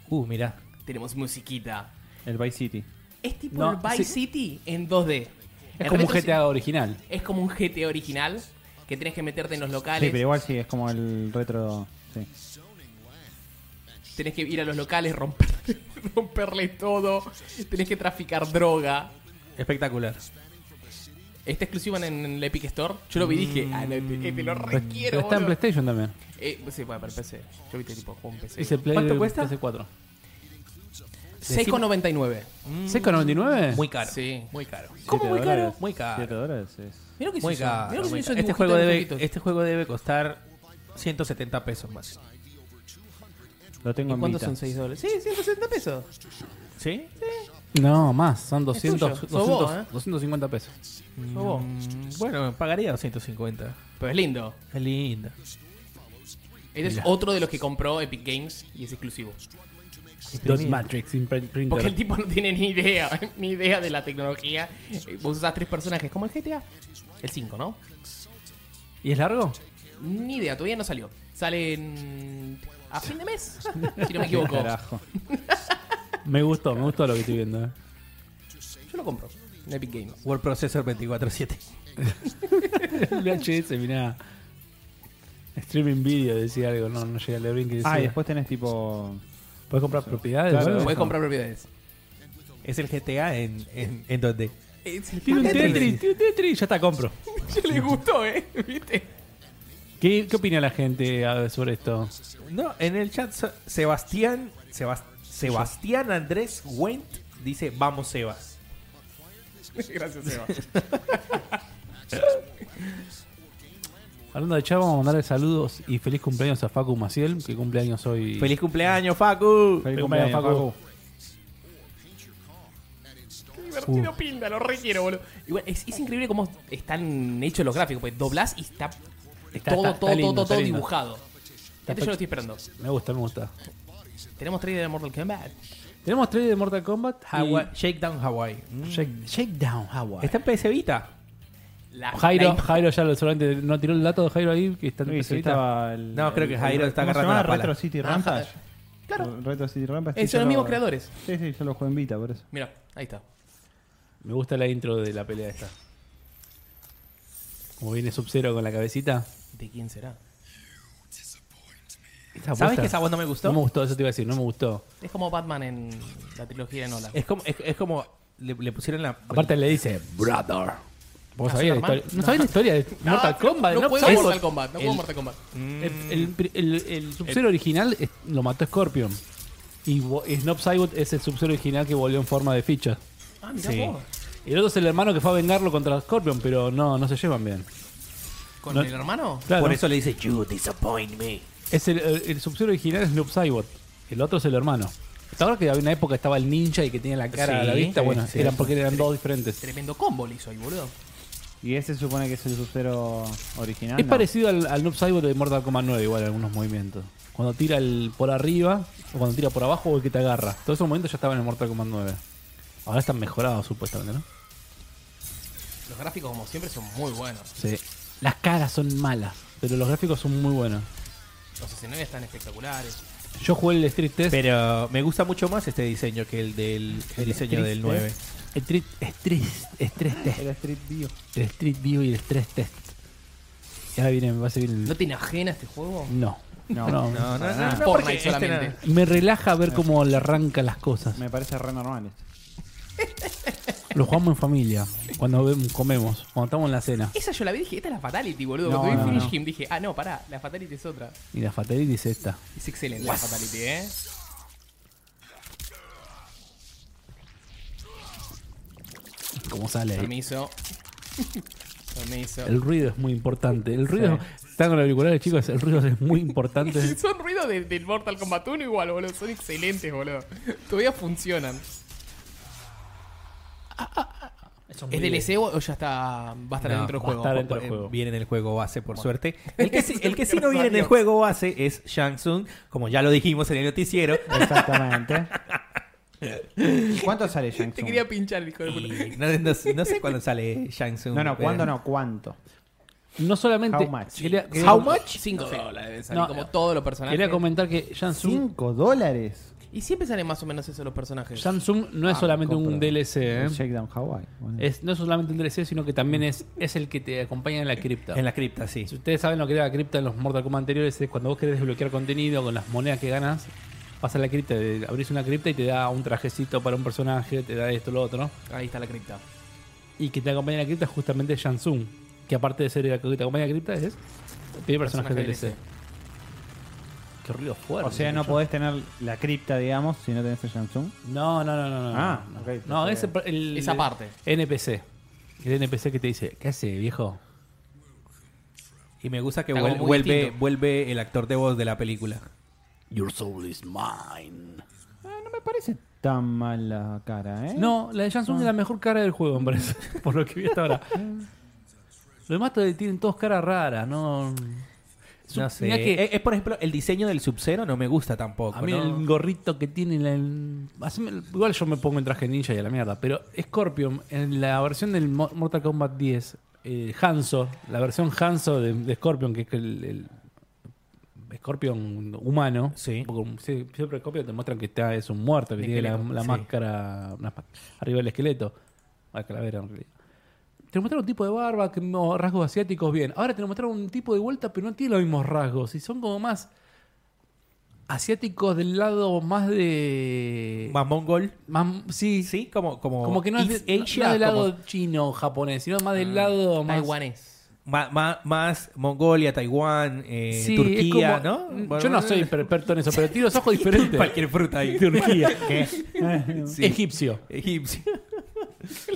Speaker 3: Uh, mirá.
Speaker 1: Tenemos musiquita.
Speaker 2: El Vice City.
Speaker 1: Es tipo
Speaker 5: No,
Speaker 1: el Vice
Speaker 5: sí.
Speaker 1: City en 2D.
Speaker 5: Es
Speaker 1: El
Speaker 5: como un
Speaker 1: reto es-
Speaker 5: GTA original.
Speaker 1: Es como un GTA original que tenés que meterte en los
Speaker 2: Sí,
Speaker 1: locales.
Speaker 2: pero igual sí, es como el retro. Sí.
Speaker 1: Tenés que ir a los locales, romper, romperle todo. Tenés que traficar droga.
Speaker 3: Espectacular.
Speaker 1: Está exclusiva en, en el Epic Store. Yo lo vi y dije, ah, no, te, eh, te lo requiero.
Speaker 5: Pero está en
Speaker 1: boludo.
Speaker 5: PlayStation también.
Speaker 1: Eh, sí, bueno, pero PC. Yo vi tipo juego en PC.
Speaker 5: Dice Play-
Speaker 3: ¿Cuánto cuesta?
Speaker 5: PS4.
Speaker 1: 6,99.
Speaker 5: ¿6,99?
Speaker 3: Muy caro.
Speaker 1: Sí.
Speaker 3: Muy caro.
Speaker 1: ¿Cómo muy caro?
Speaker 3: Muy caro.
Speaker 2: 7 dólares es.
Speaker 1: Mirá lo que se
Speaker 3: Muy
Speaker 1: hizo.
Speaker 3: caro,
Speaker 1: Mirá lo que se
Speaker 3: muy
Speaker 1: hizo dibujito
Speaker 3: caro. Este juego,
Speaker 1: de
Speaker 3: debe,
Speaker 1: dibujitos.
Speaker 3: este juego debe costar 170 pesos más.
Speaker 2: Lo tengo
Speaker 1: ¿Y
Speaker 2: en
Speaker 1: cuántos
Speaker 2: Vita.
Speaker 1: son 6 dólares? Sí, 170 pesos.
Speaker 3: ¿Sí?
Speaker 5: No, más. Son
Speaker 1: Es tuyo.
Speaker 5: 200,
Speaker 1: Sos
Speaker 5: 200,
Speaker 1: vos, ¿eh?
Speaker 5: 250 pesos.
Speaker 1: ¿O vos?
Speaker 3: Bueno, pagaría 250.
Speaker 1: Mm. Pero es lindo.
Speaker 3: Qué lindo.
Speaker 1: Este es otro de los que compró Epic Games y es exclusivo.
Speaker 5: Dos Matrix in print- printer.
Speaker 1: Porque el tipo no tiene ni idea, ni idea de la tecnología. Eh, Vos usás tres personajes, como el GTA. El 5, ¿no?
Speaker 5: ¿Y es largo?
Speaker 1: Ni idea, todavía no salió. Sale en- a fin de mes, si no me equivoco.
Speaker 2: Carajo.
Speaker 5: Me gustó, me gustó lo que estoy viendo. eh.
Speaker 1: Yo lo compro en Epic Games.
Speaker 3: World Processor 24-7.
Speaker 5: El VHS, mirá. Streaming video, decía algo. No, no llega el de Brink.
Speaker 2: Ah, y después tenés tipo.
Speaker 5: ¿Puedes comprar propiedades?
Speaker 2: Claro,
Speaker 5: boludo?
Speaker 1: Puedes comprar propiedades.
Speaker 3: Es el GTA en, en, en donde.
Speaker 1: Es el
Speaker 5: Tiene un
Speaker 1: Tetris.
Speaker 5: Tetris, tiene un Tetris. Ya está, compro.
Speaker 1: Ya le gustó, ¿eh? ¿Viste?
Speaker 5: ¿Qué, qué opina la gente ah, sobre esto?
Speaker 3: No, en el chat Sa- Sebastián Sebas- Sebastián Andrés Went dice, vamos Sebas.
Speaker 1: Gracias, Eva.
Speaker 5: Hablando de Chavo, vamos a mandarle saludos y feliz cumpleaños a Facu Maciel, que cumpleaños hoy.
Speaker 3: Feliz cumpleaños, Facu.
Speaker 2: Feliz
Speaker 5: Tengo
Speaker 2: cumpleaños, Facu.
Speaker 5: medio
Speaker 1: Qué divertido pinta, lo requiero, boludo. Igual, es, es increíble cómo están hechos los gráficos, pues doblás y está,
Speaker 5: Está-
Speaker 1: todo,
Speaker 5: está- está
Speaker 1: todo,
Speaker 5: lindo,
Speaker 1: todo,
Speaker 5: está
Speaker 1: todo
Speaker 5: lindo.
Speaker 1: dibujado. Este yo
Speaker 5: pe-
Speaker 1: lo estoy esperando.
Speaker 5: Me gusta, me gusta.
Speaker 1: Tenemos trailer de Mortal Kombat.
Speaker 5: Tenemos trailer de Mortal Kombat.
Speaker 3: Hawaii- Shakedown Hawaii. Mm.
Speaker 5: Shake- Shakedown Hawaii.
Speaker 3: Está en PS Vita.
Speaker 1: La,
Speaker 5: Jairo,
Speaker 1: la-
Speaker 5: Jairo ya lo solamente no tiró el dato de Jairo ahí, que está en
Speaker 2: Sí, sí,
Speaker 5: PC Vita.
Speaker 2: estaba el-
Speaker 3: No, creo que Jairo está
Speaker 2: ¿cómo se
Speaker 3: agarrando
Speaker 2: llama?
Speaker 3: la pala.
Speaker 2: Retro City
Speaker 1: Ajá.
Speaker 2: Rampage.
Speaker 1: Claro,
Speaker 2: Retro City Rampage.
Speaker 1: eh,
Speaker 2: sí, yo
Speaker 1: son los
Speaker 2: lo-
Speaker 1: mismos creadores.
Speaker 2: Sí, sí, yo lo juego en Vita, por eso.
Speaker 1: Mira, ahí está.
Speaker 5: Me gusta la intro de la pelea esta. Como viene Sub-Zero con la cabecita.
Speaker 1: ¿De quién será?
Speaker 5: Esa
Speaker 3: ¿Sabes
Speaker 5: posta-
Speaker 3: que esa voz no me gustó?
Speaker 5: No me gustó, eso te iba a decir, no me gustó.
Speaker 1: Es como Batman en la trilogía de Nolan.
Speaker 3: Es como, es, es como le, le pusieron la.
Speaker 5: Aparte le dice, brother. ¿Vos
Speaker 1: ¿Ah,
Speaker 5: sabías
Speaker 1: Superman?
Speaker 5: la historia? ¿No sabés la historia de Mortal Kombat?
Speaker 1: No,
Speaker 5: puedo
Speaker 1: puedo Mortal Kombat, no puedo
Speaker 5: el-
Speaker 1: Mortal Kombat.
Speaker 5: El, el, el- el Sub-Zero original es- lo mató Scorpion. Y Wo- y Snob Saibot es el Sub-Zero original que volvió en forma de fichas.
Speaker 1: Ah, mirá
Speaker 5: Sí.
Speaker 1: vos.
Speaker 5: El otro es el hermano que fue a vengarlo contra Scorpion, pero no, no se llevan bien.
Speaker 1: ¿Con el hermano?
Speaker 5: Claro.
Speaker 3: Por eso le dice, You disappoint me.
Speaker 5: Es el, el, el Sub-Zero original es Snob Saibot. El otro es el hermano. ¿Te acuerdas que había una época estaba el ninja y que tenía la cara a la
Speaker 3: Sí,
Speaker 5: vista?
Speaker 3: sí,
Speaker 5: bueno,
Speaker 3: sí.
Speaker 5: eran porque eran dos diferentes.
Speaker 1: Tremendo combo le hizo ahí, boludo.
Speaker 2: Y ese supone que es el Sub-Zero original.
Speaker 5: Es
Speaker 2: ¿no?
Speaker 5: parecido al, al Noob Saibot de Mortal Kombat 9, igual en algunos movimientos. Cuando tira el por arriba, o cuando tira por abajo, o el que te agarra. Todos esos momentos ya estaban en Mortal Kombat 9. Ahora están mejorados, supuestamente, ¿no?
Speaker 1: Los gráficos, como siempre, son muy buenos.
Speaker 5: Sí. Las caras son malas, pero los gráficos son muy buenos.
Speaker 1: Los escenarios están espectaculares.
Speaker 5: Yo jugué el Street Test.
Speaker 3: Pero me gusta mucho más este diseño que el del el diseño del 9.
Speaker 5: ¿eh? el Street, Street, Street Test.
Speaker 2: El Street View.
Speaker 5: El Street View y el Stress Test. Y ahora viene, va a seguir el.
Speaker 1: ¿No te enajena este juego?
Speaker 5: No.
Speaker 2: No,
Speaker 3: No, no, no, no, porque
Speaker 1: Ah, Fortnite
Speaker 3: este
Speaker 1: solamente.
Speaker 3: no-
Speaker 5: Me relaja ver cómo le arranca las cosas.
Speaker 2: Me parece re normal este.
Speaker 5: Lo jugamos en familia, cuando vemos- comemos, cuando estamos en la cena.
Speaker 1: Esa yo la vi y dije, esta es la Fatality, boludo.
Speaker 2: No,
Speaker 1: Cuando vi
Speaker 2: no,
Speaker 1: Finish
Speaker 2: no.
Speaker 1: Him dije, ah, no, pará, la Fatality es otra.
Speaker 5: Y la fatality es esta.
Speaker 1: Es excelente la Fatality, ¿eh?
Speaker 5: Como sale ahí.
Speaker 1: Permiso. Permiso.
Speaker 5: El ruido es muy importante. El ruido. Están con auriculares, chicos. El ruido es muy importante.
Speaker 1: Son ruidos de- del Mortal Kombat 1 igual, boludo. Son excelentes, boludo. Todavía funcionan. ¿Es DLC o o ya está. Va a estar
Speaker 3: No,
Speaker 1: dentro del
Speaker 5: va a
Speaker 1: juego?
Speaker 5: estar
Speaker 3: Eh,
Speaker 5: dentro del juego.
Speaker 3: Viene en el juego base, por suerte. El que, sí- el que sí
Speaker 1: Gracias
Speaker 3: no viene en el
Speaker 1: a Dios.
Speaker 3: juego base es Shang Tsung, como ya lo dijimos en el noticiero.
Speaker 2: Exactamente. ¿Cuánto sale Shang
Speaker 1: Te
Speaker 2: Tsung?
Speaker 1: quería pinchar, hijo de puta.
Speaker 3: Y no, no- no sé cuándo sale Shang Tsung.
Speaker 2: No, no,
Speaker 3: pero-
Speaker 2: ¿cuándo no? ¿Cuánto?
Speaker 5: No solamente.
Speaker 2: How much?
Speaker 5: Quería,
Speaker 1: Sí.
Speaker 5: quería-
Speaker 1: Cinco dólares debe salir,
Speaker 5: No,
Speaker 1: como todos los personajes.
Speaker 5: quería comentar que Jansu
Speaker 2: ¿Cinco dólares?
Speaker 1: Y siempre salen más o menos eso los personajes.
Speaker 5: Samsung no es solamente un DLC, ¿eh?
Speaker 2: ah, Shakedown Hawaii. bueno.
Speaker 5: Es- no es solamente un DLC, sino que también es, es el que te acompaña en la cripta.
Speaker 3: En la cripta, sí.
Speaker 5: Si ustedes saben lo que era la cripta en los Mortal Kombat anteriores, es cuando vos querés desbloquear contenido con las monedas que ganas, vas a la cripta, de- abrís una cripta y te da un trajecito para un personaje, te da esto, lo otro.
Speaker 1: Ahí está la cripta.
Speaker 5: Y que te acompaña en la cripta es justamente Shansung, que aparte de ser el que te acompaña en la cripta, es tiene
Speaker 1: Personaje
Speaker 5: personajes DLC.
Speaker 1: DLC.
Speaker 5: Qué ruido fuerte.
Speaker 2: O sea, no podés tener la cripta, digamos, si no tenés el Samsung.
Speaker 5: No, no, no, no. no,
Speaker 2: Ah,
Speaker 5: no.
Speaker 2: ok,
Speaker 5: No,
Speaker 2: pensé
Speaker 5: ese, el,
Speaker 1: Esa parte.
Speaker 5: NPC. El NPC que te dice, ¿qué hace, viejo?
Speaker 3: Y me gusta que
Speaker 1: Está como
Speaker 3: vuel-
Speaker 1: muy
Speaker 3: vuelve,
Speaker 1: distinto.
Speaker 3: vuelve el actor de voz de la película.
Speaker 5: Your soul is mine.
Speaker 2: Ah, no me parece tan mala cara, ¿eh?
Speaker 5: No, la de Jansung es la mejor cara del juego, me parece. por lo que vi hasta ahora. Los demás todavía tienen todos caras raras, ¿no?
Speaker 3: No
Speaker 5: Su-
Speaker 3: sé. Eh,
Speaker 5: mirá que-
Speaker 3: Es, es, por ejemplo, el diseño del Sub-Zero no me gusta tampoco.
Speaker 5: a mí
Speaker 3: ¿no?
Speaker 5: el gorrito que tiene. la- el- haceme- igual yo me pongo en traje ninja y a la mierda. Pero Scorpion, en la versión del Mo- Mortal Kombat 10, eh, Hanzo, la versión Hanzo de, de Scorpion, que es el. el Scorpion humano,
Speaker 3: Sí.
Speaker 5: porque sie- siempre Scorpion te muestran que está, es un muerto, que
Speaker 1: De
Speaker 5: tiene la,
Speaker 1: esqueleto,
Speaker 5: la
Speaker 1: sí.
Speaker 5: máscara una ma- arriba del esqueleto, la calavera en realidad. Te mostraron un tipo de barba, que no, rasgos asiáticos bien. Ahora te mostraron un tipo de vuelta, pero no tiene los mismos rasgos. Y son como más asiáticos del lado más de.
Speaker 3: Más mongol.
Speaker 5: más- sí,
Speaker 3: Sí, como, como,
Speaker 5: eh, Como que no es
Speaker 3: East
Speaker 5: de- no-
Speaker 3: Asia,
Speaker 5: no del
Speaker 3: como- Ah,
Speaker 5: lado chino o japonés, sino más del lado más.
Speaker 1: Taiwanés.
Speaker 3: ma- ma- más Mongolia, Taiwán, eh,
Speaker 5: Sí, es
Speaker 3: Turquía,
Speaker 5: como- mm,
Speaker 3: ¿no? Bueno, eh,
Speaker 5: Yo no soy experto en eso, pero tiene los ojos diferentes.
Speaker 3: Cualquier fruta ahí.
Speaker 5: Turquía.
Speaker 3: Sí.
Speaker 5: Egipcio.
Speaker 3: Egipcio.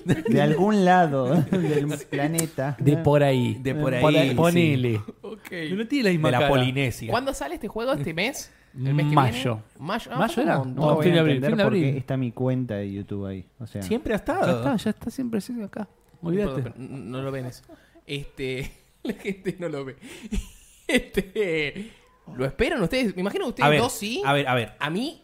Speaker 2: De algún lado del planeta.
Speaker 5: De Eh, por ahí.
Speaker 3: De por ahí, sí.
Speaker 5: Ponele.
Speaker 1: Ok.
Speaker 5: Pero No tiene la misma
Speaker 3: De la
Speaker 5: cara.
Speaker 3: Polinesia.
Speaker 1: ¿Cuándo sale este juego? ¿Este mes? ¿El mes que
Speaker 5: Mayo.
Speaker 1: viene? Mayo. Ah,
Speaker 5: Mayo
Speaker 1: falta un
Speaker 5: era.
Speaker 1: montón.
Speaker 2: No,
Speaker 5: No,
Speaker 2: voy
Speaker 5: fin de
Speaker 2: a
Speaker 5: abril,
Speaker 2: entender
Speaker 5: fin de
Speaker 2: por qué
Speaker 5: abril.
Speaker 2: está mi cuenta de YouTube ahí. O sea,
Speaker 3: Siempre ha
Speaker 5: Ya
Speaker 3: estado.
Speaker 5: está, ya está siempre sí, acá.
Speaker 1: Perdón,
Speaker 5: Olvídate.
Speaker 1: pero n- No lo ven eso. Este. La gente no lo ve. Este. ¿Lo esperan ustedes? Me imagino que ustedes
Speaker 3: A ver,
Speaker 1: dos sí.
Speaker 3: a ver, a ver.
Speaker 1: A mí.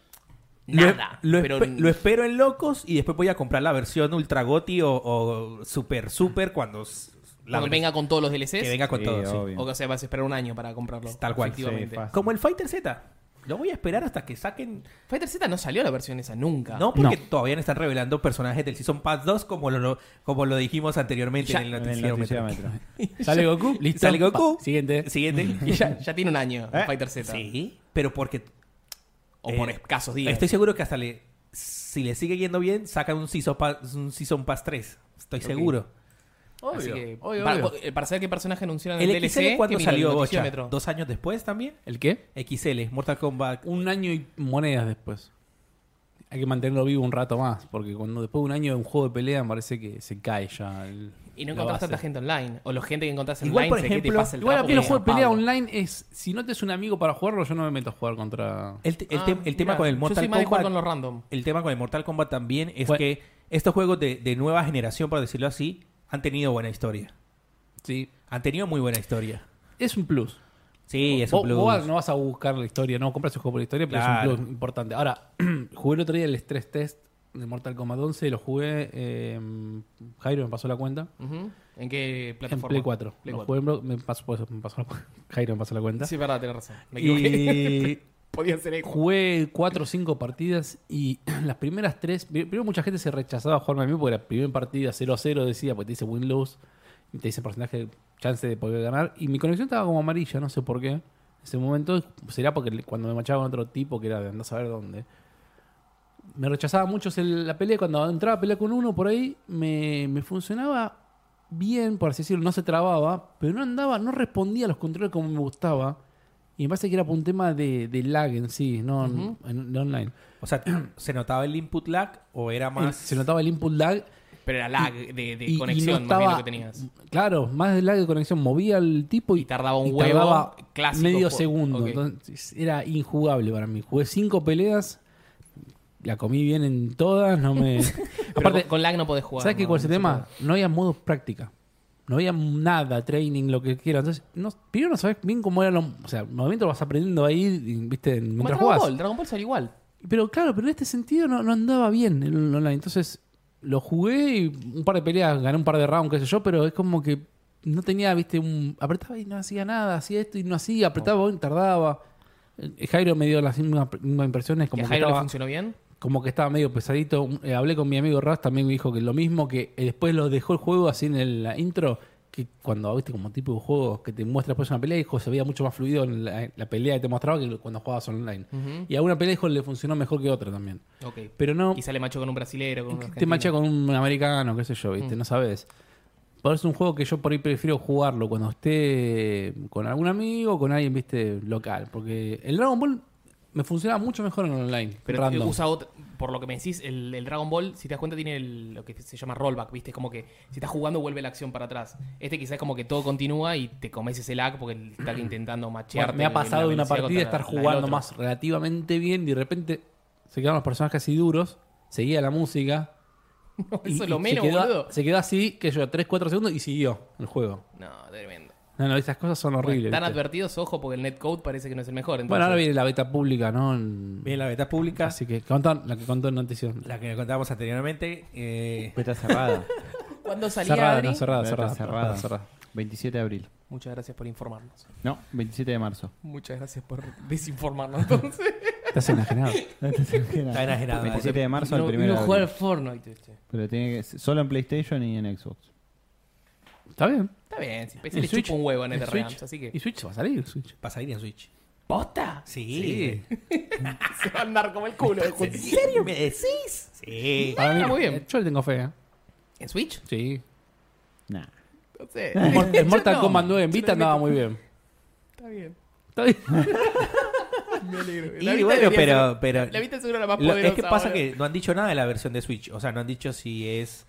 Speaker 3: Lo-
Speaker 1: Nada.
Speaker 3: Lo,
Speaker 1: pero
Speaker 3: espe- lo espero en Locos y después voy a comprar la versión Ultra Goti o, o Super Super cuando, s- la
Speaker 1: cuando
Speaker 3: vers-
Speaker 1: venga con todos los DLCs.
Speaker 3: que venga con
Speaker 2: Sí,
Speaker 3: todo. sí.
Speaker 2: obvio.
Speaker 1: O que, o sea, vas a esperar un año para comprarlo.
Speaker 3: Tal cual, sí,
Speaker 1: Efectivamente.
Speaker 2: fácil.
Speaker 3: Como el Fighter Z. Lo voy a esperar hasta que saquen.
Speaker 1: Fighter Z no salió la versión esa nunca.
Speaker 3: No, porque todavía no están revelando personajes del Season Pass 2 como lo, lo- como lo dijimos anteriormente
Speaker 1: Ya,
Speaker 3: en el
Speaker 2: en el
Speaker 3: noticiero.
Speaker 2: noticiómetro.
Speaker 5: Sale Goku. Listo.
Speaker 3: Sale Goku.
Speaker 5: Pa, Siguiente.
Speaker 3: Siguiente.
Speaker 1: Y ya, ya tiene un año Fighter Z.
Speaker 3: Eh, Sí, pero porque
Speaker 1: O por
Speaker 3: Eh,
Speaker 1: escasos días.
Speaker 3: estoy seguro que hasta le si le sigue yendo bien, sacan un Season Pass, un season pass 3. Estoy
Speaker 1: Ok.
Speaker 3: seguro.
Speaker 1: Así
Speaker 5: Obvio,
Speaker 1: que,
Speaker 5: obvio,
Speaker 1: para, eh,
Speaker 5: obvio.
Speaker 1: para saber qué personaje anunciaron en el,
Speaker 3: ¿El
Speaker 1: DLC,
Speaker 3: XL cuándo
Speaker 1: que miro el
Speaker 3: salió, Bocha?
Speaker 1: noticiómetro.
Speaker 3: ¿Dos años después también?
Speaker 5: ¿El qué?
Speaker 3: XL, Mortal Kombat.
Speaker 5: Un año y monedas después. Hay que mantenerlo vivo un rato más, porque cuando después de un año de un juego de pelea me parece que se cae ya. el-
Speaker 1: Y no
Speaker 5: la
Speaker 1: encontrás
Speaker 5: base.
Speaker 1: tanta gente online. O la gente que encontrás
Speaker 3: Igual,
Speaker 1: online
Speaker 3: por
Speaker 1: sé que te
Speaker 3: ejemplo,
Speaker 1: pasa el
Speaker 5: Igual a
Speaker 1: trapo
Speaker 5: mí los
Speaker 1: de
Speaker 5: juegos de pelea
Speaker 1: Pablo.
Speaker 5: online es, si no te es un amigo para jugarlo, yo no me meto a jugar contra...
Speaker 3: El, te- el
Speaker 1: Ah,
Speaker 3: tem- el tema
Speaker 1: mira,
Speaker 3: con el
Speaker 1: Yo soy
Speaker 3: Mortal
Speaker 1: más de jugar
Speaker 3: Kombat.
Speaker 1: con los random.
Speaker 3: El tema con el Mortal Kombat también es
Speaker 5: Bueno.
Speaker 3: que estos juegos de, de nueva generación, por decirlo así, han tenido buena historia.
Speaker 5: Sí.
Speaker 3: Han tenido muy buena historia.
Speaker 5: Es un plus.
Speaker 3: Sí, es
Speaker 5: Vos-
Speaker 3: un plus.
Speaker 5: vos no vas a buscar la historia, no compras el juego por la historia, pero
Speaker 3: Claro.
Speaker 5: es un plus importante. Ahora, jugué el otro día el stress test de Mortal Kombat 11, lo jugué, eh, Jairo me pasó la cuenta,
Speaker 1: Ujú. ¿En qué
Speaker 5: en
Speaker 1: plataforma?
Speaker 5: Play 4.
Speaker 1: Play 4.
Speaker 5: Lo jugué en Bro- me pasó, por eso, me pasó la cu- Jairo me pasó la cuenta.
Speaker 1: Sí, verdad, tenés razón. Me equivoqué.
Speaker 5: y
Speaker 1: Podía ser el juego.
Speaker 5: jugué 4 o 5 partidas y las primeras 3, primero mucha gente se rechazaba a jugarme a mí porque la primera partida 0 a 0 decía, porque te dice win-lose, y te dice porcentaje, chance de poder ganar. Y mi conexión estaba como amarilla, no sé por qué. En ese momento, será porque le- cuando me machaba con otro tipo que era de andar a saber dónde. Me rechazaba mucho el- la pelea. Cuando entraba a pelear con uno por ahí, me, me funcionaba bien, por así decirlo. No se trababa, pero no andaba, no respondía a los controles como me gustaba. Y me parece que era por un tema de, de lag en sí, no en- en- de online.
Speaker 3: O sea, ¿se notaba el input lag o era
Speaker 5: El-
Speaker 3: más.
Speaker 5: se notaba el input lag
Speaker 1: Pero era lag de, de
Speaker 5: y- y
Speaker 1: conexión,
Speaker 5: no
Speaker 1: más bien
Speaker 5: estaba-
Speaker 1: lo que tenías.
Speaker 5: Claro, más de lag de conexión. Movía al tipo y,
Speaker 1: Y tardaba un
Speaker 5: y
Speaker 1: huevo
Speaker 5: tardaba
Speaker 1: clásico
Speaker 5: medio
Speaker 1: por-
Speaker 5: segundo.
Speaker 1: ok.
Speaker 5: Entonces era injugable para mí. Jugué cinco peleas, la comí bien en todas, no me.
Speaker 1: Pero
Speaker 5: Aparte,
Speaker 1: con, con lag no podés jugar.
Speaker 5: ¿sabes qué
Speaker 1: no,
Speaker 5: cuál es el
Speaker 1: no se
Speaker 5: tema? No había modos práctica. No había nada, training, lo que quieras. Entonces, no, primero no sabes bien cómo eran los. O sea, el movimiento lo vas aprendiendo ahí, y,
Speaker 1: puede.
Speaker 5: viste,
Speaker 1: Como
Speaker 5: mientras
Speaker 1: Dragon
Speaker 5: jugás.
Speaker 1: Ball, Dragon Ball salió igual.
Speaker 5: Pero claro, pero en este sentido no, no andaba bien el online. Entonces lo jugué y un par de peleas, gané un par de rounds, qué sé yo, pero es como que no tenía, viste, un. Apretaba y no hacía nada, hacía esto y no hacía, apretaba y tardaba. eh, Jairo me dio las mismas, mismas impresiones.
Speaker 1: ¿Que
Speaker 5: Como
Speaker 1: a
Speaker 5: que
Speaker 1: Jairo le
Speaker 5: estaba-
Speaker 1: funcionó bien?
Speaker 5: como que estaba medio pesadito. Un- eh, hablé con mi amigo Raz, también me dijo que lo mismo, que eh, después lo dejó el juego así en el- la intro, que cuando, viste, como tipo de juego que te muestra después una pelea, dijo, se veía mucho más fluido en la, en la pelea que te mostraba que cuando jugabas online.
Speaker 1: Ujú.
Speaker 5: Y a una pelea, dijo, le funcionó mejor que otra también.
Speaker 1: Ok.
Speaker 5: Pero no,
Speaker 1: Y sale macho con un brasilero, con un Mm.
Speaker 5: te
Speaker 1: argentino.
Speaker 5: macha con un americano, qué sé yo, viste, no sabes. Pero es un juego que yo por ahí prefiero jugarlo cuando esté con algún amigo o con alguien, viste, local. Porque el Dragon Ball me funcionaba mucho mejor en online.
Speaker 1: Pero
Speaker 5: random.
Speaker 1: usa otra- por lo que me decís, el, el Dragon Ball, si te das cuenta, tiene el- lo que se llama rollback, ¿viste? Es como que si estás jugando, vuelve la acción para atrás. Este quizás es como que todo continúa y te comes ese lag porque él está intentando machear.
Speaker 5: Bueno, me ha pasado de una partida de estar jugando más relativamente bien, y de repente se quedaron los personajes así duros, seguía la música. y-
Speaker 1: Eso es
Speaker 5: y
Speaker 1: lo menos,
Speaker 5: se quedó,
Speaker 1: boludo.
Speaker 5: Se quedó así, que yo, 3, 4 segundos y siguió el juego.
Speaker 1: No, tremendo.
Speaker 5: No, no, esas cosas son horribles.
Speaker 1: Están
Speaker 5: ¿viste?
Speaker 1: advertidos, ojo, porque el netcode parece que no es el mejor.
Speaker 5: Bueno,
Speaker 1: entonces-
Speaker 5: ahora viene la beta pública, ¿no? En-
Speaker 3: Bien, la beta pública,
Speaker 5: Así que contan la que contó en noticia.
Speaker 3: la que contábamos anteriormente, eh,
Speaker 2: Beta cerrada.
Speaker 1: ¿Cuándo salía
Speaker 5: Cerrada,
Speaker 1: Adri?
Speaker 5: no, cerrada,
Speaker 2: Beta
Speaker 5: cerrada, cerrada,
Speaker 2: cerrada.
Speaker 5: cerrada.
Speaker 2: 27 de abril.
Speaker 1: Muchas gracias por informarnos.
Speaker 2: No, 27 de marzo.
Speaker 1: Muchas gracias por desinformarnos entonces.
Speaker 5: Estás enajenado.
Speaker 3: está enajenada.
Speaker 2: 27 de marzo al
Speaker 7: No,
Speaker 2: 1 de
Speaker 7: vino a jugar al
Speaker 2: abril.
Speaker 7: Fortnite este.
Speaker 2: Pero tiene que, solo en PlayStation y en Xbox.
Speaker 5: Está bien.
Speaker 1: Está bien, si
Speaker 5: ¿Y
Speaker 1: PC le
Speaker 5: Switch?
Speaker 1: chupa un huevo en
Speaker 5: ¿Y
Speaker 1: este
Speaker 5: Switch?
Speaker 1: Realms, así
Speaker 5: Y
Speaker 1: que.
Speaker 5: Switch va a salir, Switch.
Speaker 3: Pasa a ir en Switch.
Speaker 1: ¿Posta?
Speaker 3: Sí.
Speaker 1: Se va a andar como el culo. el juego.
Speaker 3: serio me decís? Sí.
Speaker 5: Para mí,
Speaker 1: muy bien.
Speaker 5: eh, Yo le tengo fe, ¿eh?
Speaker 1: ¿En Switch?
Speaker 5: Sí.
Speaker 2: Nah.
Speaker 1: No sé.
Speaker 5: El Mor- el Mortal
Speaker 1: No,
Speaker 5: Kombat 9 en
Speaker 1: yo
Speaker 5: Vita
Speaker 1: no-
Speaker 5: andaba muy bien.
Speaker 1: Está bien.
Speaker 5: Está bien.
Speaker 1: Me alegro. La
Speaker 3: Y
Speaker 1: Vita
Speaker 3: bueno,
Speaker 1: debería
Speaker 3: pero,
Speaker 1: ser-
Speaker 3: pero
Speaker 1: La Vita seguro la más
Speaker 3: lo-
Speaker 1: poderosa.
Speaker 3: es que pasa
Speaker 1: boludo.
Speaker 3: que no han dicho nada de la versión de Switch. O sea, no han dicho si es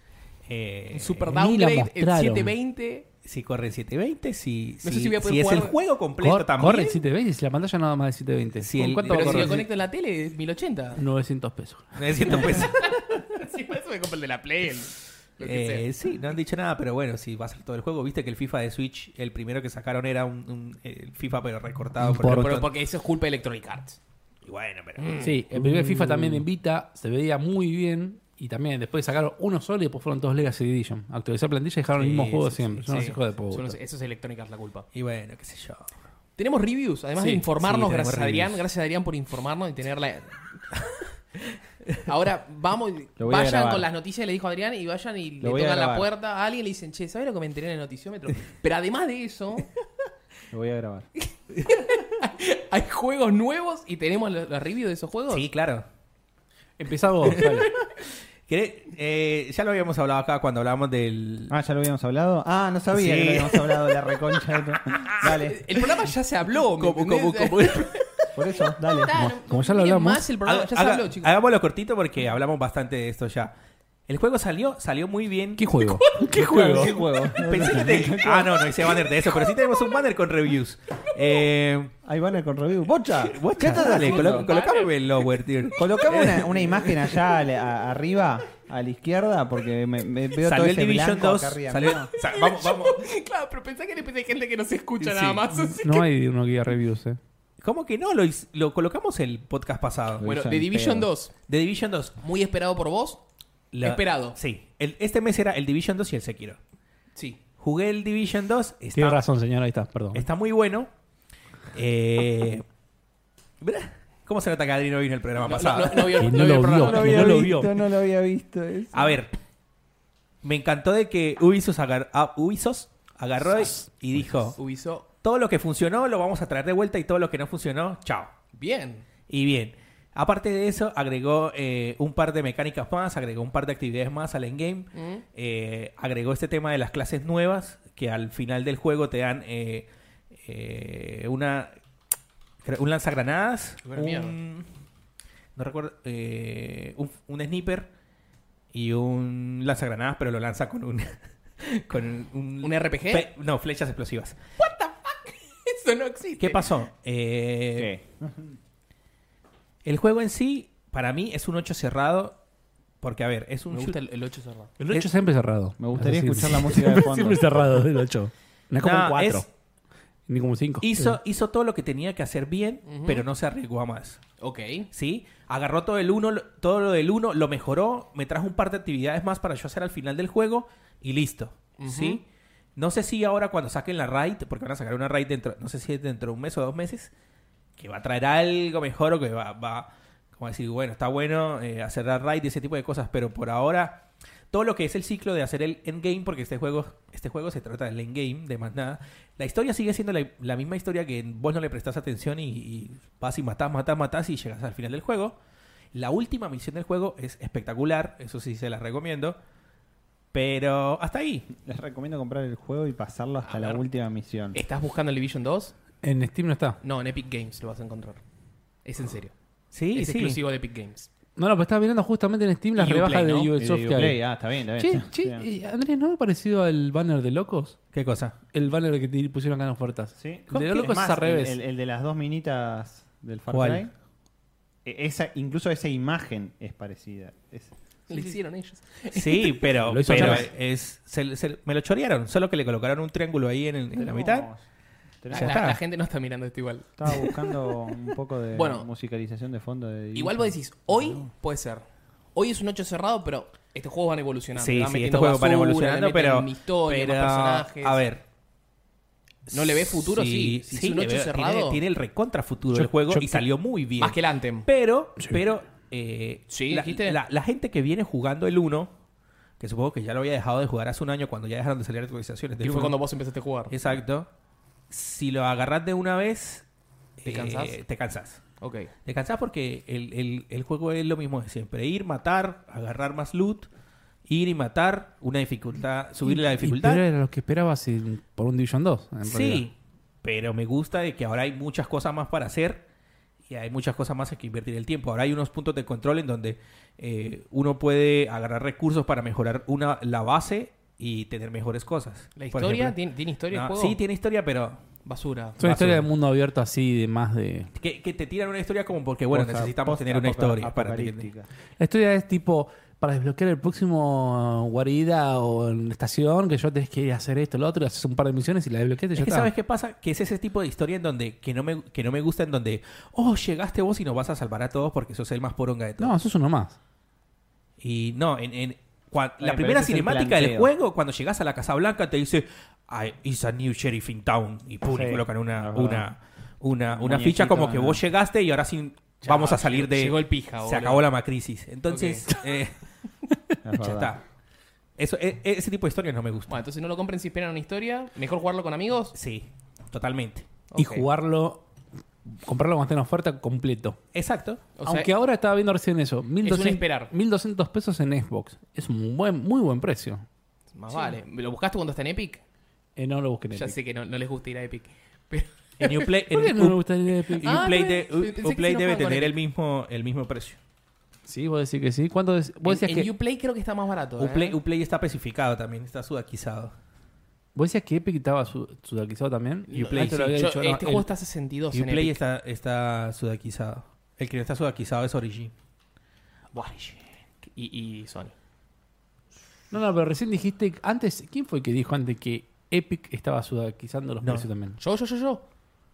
Speaker 3: eh,
Speaker 1: Un Super
Speaker 5: Ni la
Speaker 1: Downgrade, el
Speaker 5: mostraron.
Speaker 1: 720.
Speaker 3: si corre en 720, si,
Speaker 1: No sé
Speaker 3: si,
Speaker 1: si voy a poder
Speaker 3: si es el
Speaker 1: jugar-
Speaker 3: juego completo
Speaker 5: Cor-
Speaker 3: también.
Speaker 5: Corre en 720, si la pantalla nada más de 720.
Speaker 3: Sí,
Speaker 5: ¿Con
Speaker 3: el-
Speaker 5: cuánto
Speaker 3: Todo
Speaker 1: Pero si
Speaker 5: corre?
Speaker 1: lo conecto en la tele, es 1080.
Speaker 5: 900 pesos.
Speaker 3: 900 pesos.
Speaker 1: Si por eso me compro el de la Play. el- Lo que sea.
Speaker 3: Eh, sí, no han dicho nada, pero bueno, si va a ser todo el juego. Viste que el FIFA de Switch, el primero que sacaron era un, un, eh, FIFA, pero recortado.
Speaker 5: Por-
Speaker 3: el
Speaker 1: Pero
Speaker 3: botón.
Speaker 1: porque eso es culpa de Electronic Arts.
Speaker 3: Y bueno, pero.
Speaker 1: Mm.
Speaker 5: Sí, el primer FIFA también en Vita se veía muy bien. Y también después sacaron uno solo y después fueron todos Legacy Edition. Actualizar plantilla y dejaron el
Speaker 3: Sí,
Speaker 5: mismo juego
Speaker 3: sí,
Speaker 5: siempre.
Speaker 3: sí,
Speaker 5: Son los
Speaker 3: sí.
Speaker 5: hijos de
Speaker 1: Eso
Speaker 5: puta.
Speaker 1: no es- eso es Electronic Arts la culpa.
Speaker 3: Y bueno, qué sé yo.
Speaker 1: Tenemos reviews, además de
Speaker 5: Sí,
Speaker 1: informarnos,
Speaker 3: sí, tenemos
Speaker 1: gracias a Adrián.
Speaker 3: reviews.
Speaker 1: Gracias a Adrián por informarnos y tenerla. Ahora vamos, y-
Speaker 2: Lo voy a
Speaker 1: vayan
Speaker 2: grabar.
Speaker 1: con las noticias, le dijo Adrián, y vayan y
Speaker 2: Lo voy
Speaker 1: le
Speaker 2: a
Speaker 1: tocan la
Speaker 2: grabar.
Speaker 1: puerta a alguien y le dicen, che, ¿sabes lo que me enteré en el noticiómetro? Pero además de eso,
Speaker 2: Lo voy a grabar.
Speaker 1: hay juegos nuevos y tenemos los, los reviews de esos juegos.
Speaker 3: Sí, claro.
Speaker 5: Empezá vos, dale.
Speaker 3: ¿Querés? Eh, ya lo habíamos hablado acá cuando hablábamos del.
Speaker 2: Ah, ya lo habíamos hablado. Ah, no sabía que
Speaker 3: Sí.
Speaker 2: lo habíamos hablado de la reconcha. de tu- dale,
Speaker 1: El programa ya se habló. ¿me
Speaker 3: Como- como-
Speaker 1: entendés?
Speaker 3: como-
Speaker 2: por eso, dale.
Speaker 1: Está, no-
Speaker 5: como ya
Speaker 1: no
Speaker 5: lo
Speaker 1: miren
Speaker 5: hablamos.
Speaker 1: Más el programa
Speaker 3: Haga-
Speaker 1: ya se
Speaker 3: haga-
Speaker 1: habló, chicos.
Speaker 3: Hagámoslo cortito porque hablamos bastante de esto ya. El juego salió, salió muy bien.
Speaker 5: ¿Qué juego?
Speaker 3: ¿Qué juego?
Speaker 2: ¿Qué juego?
Speaker 3: Pensé que te- Ah, no, no hice banner de eso, pero sí tenemos un banner con reviews. Eh,
Speaker 2: Ahí van con review. ¡Bocha!
Speaker 3: vos,
Speaker 2: ¿Qué estás
Speaker 3: dale,
Speaker 2: haciendo?
Speaker 3: colo- colocame el lower, tío.
Speaker 2: Colocamos una, una imagen allá a la- a- arriba, a la izquierda, porque me, me veo
Speaker 3: Salió
Speaker 2: todo
Speaker 3: el
Speaker 2: ese
Speaker 3: Division
Speaker 2: blanco
Speaker 3: 2.
Speaker 2: acá arriba.
Speaker 3: Salió, sa- vamos, vamos.
Speaker 1: Claro, pero pensá que depende de gente que no se escucha
Speaker 3: Sí.
Speaker 1: nada más. así que-
Speaker 5: No hay uno que diga reviews, eh.
Speaker 3: ¿Cómo que no? Lo, hic- lo colocamos el podcast pasado.
Speaker 1: Bueno,
Speaker 2: Wilson,
Speaker 1: The Division
Speaker 2: pedo.
Speaker 1: 2,
Speaker 3: The Division 2.
Speaker 1: muy esperado por vos.
Speaker 3: La-
Speaker 1: Esperado.
Speaker 3: Sí. El- este mes era el Division 2 y el Sekiro.
Speaker 1: Sí.
Speaker 3: Jugué el Division 2. Está,
Speaker 5: Tiene razón, señor, ahí está, perdón.
Speaker 3: Está muy bueno. Eh, ¿verdad? ¿Cómo se nota que Adri no vino el programa
Speaker 1: No, no,
Speaker 3: pasado?
Speaker 1: no, no vio,
Speaker 5: Y
Speaker 1: no
Speaker 5: no
Speaker 1: vio
Speaker 5: lo
Speaker 1: el
Speaker 5: vio.
Speaker 1: programa.
Speaker 5: No lo había visto,
Speaker 2: no lo había visto. Eso.
Speaker 3: A ver, me encantó de que Ubisoft, agar- ah, Ubisoft agarró y- y dijo,
Speaker 1: Ubisoft.
Speaker 3: todo lo que funcionó lo vamos a traer de vuelta y todo lo que no funcionó, chao.
Speaker 1: Bien.
Speaker 3: Y bien, aparte de eso, agregó eh, un par de mecánicas más, agregó un par de actividades más al endgame, eh, agregó este tema de las clases nuevas, que al final del juego te dan eh, eh, una, cre- un lanzagranadas,
Speaker 1: Qué buena mierda.
Speaker 3: un, no recuerdo, eh, un, un sniper y un lanzagranadas, pero lo lanza con un... Con un,
Speaker 1: ¿Un RPG?
Speaker 3: fe- no, flechas explosivas.
Speaker 1: Eso no existe.
Speaker 3: ¿Qué pasó? Eh, el juego en sí, para mí, es un 8 cerrado. Porque, a ver, es un
Speaker 1: Me
Speaker 3: shoot-
Speaker 1: gusta el, 8 cerrado.
Speaker 5: El 8 siempre cerrado.
Speaker 2: Me gustaría
Speaker 5: Así,
Speaker 2: escuchar la música de fondo.
Speaker 5: Siempre cerrado el 8. No es como
Speaker 3: No,
Speaker 5: un 4.
Speaker 3: es-
Speaker 5: Ni como un 5.
Speaker 3: hizo, hizo todo lo que tenía que hacer bien,
Speaker 1: Ujú.
Speaker 3: pero no se arriesgó a más.
Speaker 1: Ok.
Speaker 3: ¿Sí? Agarró todo el 1, todo lo del 1, lo mejoró, me trajo un par de actividades más para yo hacer al final del juego y listo. ¿Sí? No sé si ahora cuando saquen la raid, porque van a sacar una raid dentro, no sé si es dentro de un mes o dos meses, que va a traer algo mejor o que va, va como decir, bueno, está bueno eh, hacer la raid y ese tipo de cosas, pero por ahora todo lo que es el ciclo de hacer el endgame, porque este juego, este juego se trata del endgame, de más nada, la historia sigue siendo la, la misma historia que vos no le prestás atención y, y vas y matás, matás, matás y llegas al final del juego. La última misión del juego es espectacular, eso sí se las recomiendo. Pero hasta ahí.
Speaker 2: Les recomiendo comprar el juego y pasarlo
Speaker 3: Ah,
Speaker 2: hasta la última misión.
Speaker 1: ¿Estás buscando el Division 2?
Speaker 5: En Steam no está.
Speaker 1: No, en Epic Games lo vas a encontrar. Es en serio.
Speaker 3: Sí,
Speaker 1: es
Speaker 3: sí.
Speaker 1: exclusivo de Epic Games.
Speaker 5: No, no, pues estaba mirando justamente en Steam las
Speaker 1: Y Uplay, ¿no?
Speaker 5: rebajas
Speaker 1: Y
Speaker 5: de
Speaker 1: de
Speaker 5: Ubisoft que hay.
Speaker 2: Play, ah, está bien, está
Speaker 5: Che,
Speaker 2: bien.
Speaker 5: che,
Speaker 2: Está bien.
Speaker 5: eh, Andrés, ¿no es parecido al banner de locos?
Speaker 3: ¿Qué cosa?
Speaker 5: El banner que te pusieron acá en ofertas.
Speaker 2: Sí.
Speaker 5: El de los
Speaker 2: Es
Speaker 5: locos es
Speaker 2: más,
Speaker 5: al revés.
Speaker 2: El, el de las dos minitas del Far
Speaker 3: ¿Cuál?
Speaker 2: Cry. e- Esa, incluso esa imagen es parecida. Es-
Speaker 1: Lo hicieron ellos.
Speaker 3: Sí, pero,
Speaker 5: Lo hizo
Speaker 3: pero
Speaker 5: Charles.
Speaker 3: es, se- se- me lo chorearon, solo que le colocaron un triángulo ahí en, el- en la mitad.
Speaker 1: La,
Speaker 2: Tenemos-
Speaker 1: Ah,
Speaker 3: Ya
Speaker 1: la-
Speaker 3: está.
Speaker 1: la gente no está mirando esto igual.
Speaker 2: Estaba buscando un poco de
Speaker 1: Bueno.
Speaker 2: musicalización de fondo. De
Speaker 1: Igual vos decís, hoy puede ser. Hoy es un 8 cerrado, pero estos juegos van evolucionando.
Speaker 3: Sí,
Speaker 1: van
Speaker 3: sí,
Speaker 1: metiendo
Speaker 3: estos juegos van
Speaker 1: basura, le
Speaker 3: evolucionando,
Speaker 1: meten
Speaker 3: pero,
Speaker 1: historia,
Speaker 3: pero,
Speaker 1: más personajes.
Speaker 3: a ver.
Speaker 1: ¿No le ve futuro? Sí. Si es un
Speaker 3: le
Speaker 1: ocho
Speaker 3: veo-
Speaker 1: cerrado-
Speaker 3: Tiene, tiene el recontra futuro
Speaker 5: Yo-
Speaker 3: del juego
Speaker 5: yo-
Speaker 3: y salió muy bien.
Speaker 1: Más que el Anthem.
Speaker 3: Pero, pero, eh,
Speaker 1: Sí,
Speaker 3: la,
Speaker 1: dijiste.
Speaker 3: la- la gente que viene jugando el 1, que supongo que ya lo había dejado de jugar hace un año cuando ya dejaron de salir actualizaciones. del
Speaker 1: Que fue
Speaker 3: juego.
Speaker 1: cuando vos empezaste a jugar.
Speaker 3: Exacto. Si lo agarras de una vez, eh,
Speaker 1: ¿Te cansás?
Speaker 3: Te cansás.
Speaker 1: Ok.
Speaker 3: Te cansás porque el, el- el juego es lo mismo de siempre. Ir, matar, agarrar más loot, ir y matar, una dificultad, subir la
Speaker 5: Y- y
Speaker 3: dificultad.
Speaker 5: peor era lo que esperaba si- por un Division 2. en realidad.
Speaker 3: sí, pero me gusta de que ahora hay muchas cosas más para hacer y hay muchas cosas más en que invertir el tiempo. Ahora hay unos puntos de control en donde eh, uno puede agarrar recursos para mejorar una, la base y tener mejores cosas.
Speaker 1: ¿La
Speaker 3: Por
Speaker 1: historia?
Speaker 3: ejemplo-
Speaker 1: ¿Tiene, tiene historia
Speaker 3: No,
Speaker 1: el juego?
Speaker 3: Sí, tiene historia, pero
Speaker 1: Basura.
Speaker 5: Es una
Speaker 3: basura.
Speaker 5: historia de mundo abierto así, de más de...
Speaker 3: que, que te tiran una historia como porque, bueno,
Speaker 2: Posta-
Speaker 3: necesitamos
Speaker 2: posta
Speaker 3: tener una
Speaker 2: apoca-
Speaker 3: historia para
Speaker 2: apocalíptica.
Speaker 5: La historia es tipo, para desbloquear el próximo guarida o en la estación, que yo tenés que ir a hacer esto, lo otro, y haces un par de misiones y la desbloqueaste y
Speaker 3: Es
Speaker 5: ya
Speaker 3: que
Speaker 5: está.
Speaker 3: ¿sabes qué pasa? Que es ese tipo de historia en donde, que no me, que no me gusta, en donde, oh, llegaste vos y nos vas a salvar a todos porque sos el más poronga de todos.
Speaker 5: No, eso es uno más.
Speaker 3: Y no, en, en- cua-
Speaker 2: pero
Speaker 3: la primera
Speaker 2: ese es el
Speaker 3: cinemática del
Speaker 2: planteo.
Speaker 3: juego, cuando llegas a la Casa Blanca, te dice, I, it's a new sheriff in town. Y pum, y
Speaker 2: Sí,
Speaker 3: colocan una,
Speaker 2: es verdad.
Speaker 3: una, una,
Speaker 2: Un
Speaker 3: una ficha
Speaker 2: muñequito,
Speaker 3: como que
Speaker 2: ¿no?
Speaker 3: vos llegaste y ahora sí vamos a salir de...
Speaker 1: Llegó el pija,
Speaker 3: se
Speaker 1: boludo.
Speaker 3: acabó la macrisis. Entonces, eh,
Speaker 2: Es verdad.
Speaker 3: ya está. Eso, e- e- ese tipo de historias no me gusta.
Speaker 1: Bueno, entonces no lo compren si esperan una historia. Mejor jugarlo con amigos.
Speaker 3: Sí, totalmente.
Speaker 5: Y
Speaker 1: Ok.
Speaker 5: jugarlo, comprarlo cuando esté en oferta completo.
Speaker 3: Exacto.
Speaker 1: O sea,
Speaker 5: Aunque ahora estaba viendo recién eso, 1200,
Speaker 1: esperar.
Speaker 5: 1200 pesos en Xbox. Es un buen, muy buen precio.
Speaker 1: más vale. ¿Lo buscaste cuando está en Epic?
Speaker 5: Eh, no lo busquen en
Speaker 1: Ya
Speaker 5: Epic.
Speaker 1: sé que no, no les gusta ir a Epic. Pero...
Speaker 3: En Uplay,
Speaker 5: ¿Por qué
Speaker 3: en
Speaker 5: no me
Speaker 3: Up-
Speaker 5: gusta el Epic?
Speaker 3: en
Speaker 1: Ah,
Speaker 3: Uplay
Speaker 1: no,
Speaker 3: de-
Speaker 1: pensé que sí
Speaker 3: Uplay
Speaker 1: no
Speaker 3: debe
Speaker 1: juegan con él.
Speaker 3: tener el mismo, el mismo precio.
Speaker 5: Sí, vos decís que sí. ¿Cuánto dec- vos,
Speaker 1: en
Speaker 5: decías que,
Speaker 1: en Uplay creo que está más barato. ¿eh?
Speaker 3: Uplay, Uplay está especificado también, está sudaquizado.
Speaker 5: vos decías que Epic estaba su- sudaquizado también?
Speaker 1: No,
Speaker 3: Uplay,
Speaker 1: ah, te lo
Speaker 3: sí.
Speaker 1: había
Speaker 5: Yo- eh,
Speaker 1: dicho,
Speaker 5: no,
Speaker 1: este
Speaker 5: el-
Speaker 1: juego está a 62 en
Speaker 3: Uplay
Speaker 1: Epic.
Speaker 3: está, está sudaquizado. El que no está sudaquizado es Origin.
Speaker 1: Buah, Y, y Sony.
Speaker 5: No, no, pero recién dijiste antes, ¿quién fue el que dijo antes que Epic estaba sudaquizando los
Speaker 3: No.
Speaker 5: precios también?
Speaker 1: Yo, yo, yo, yo.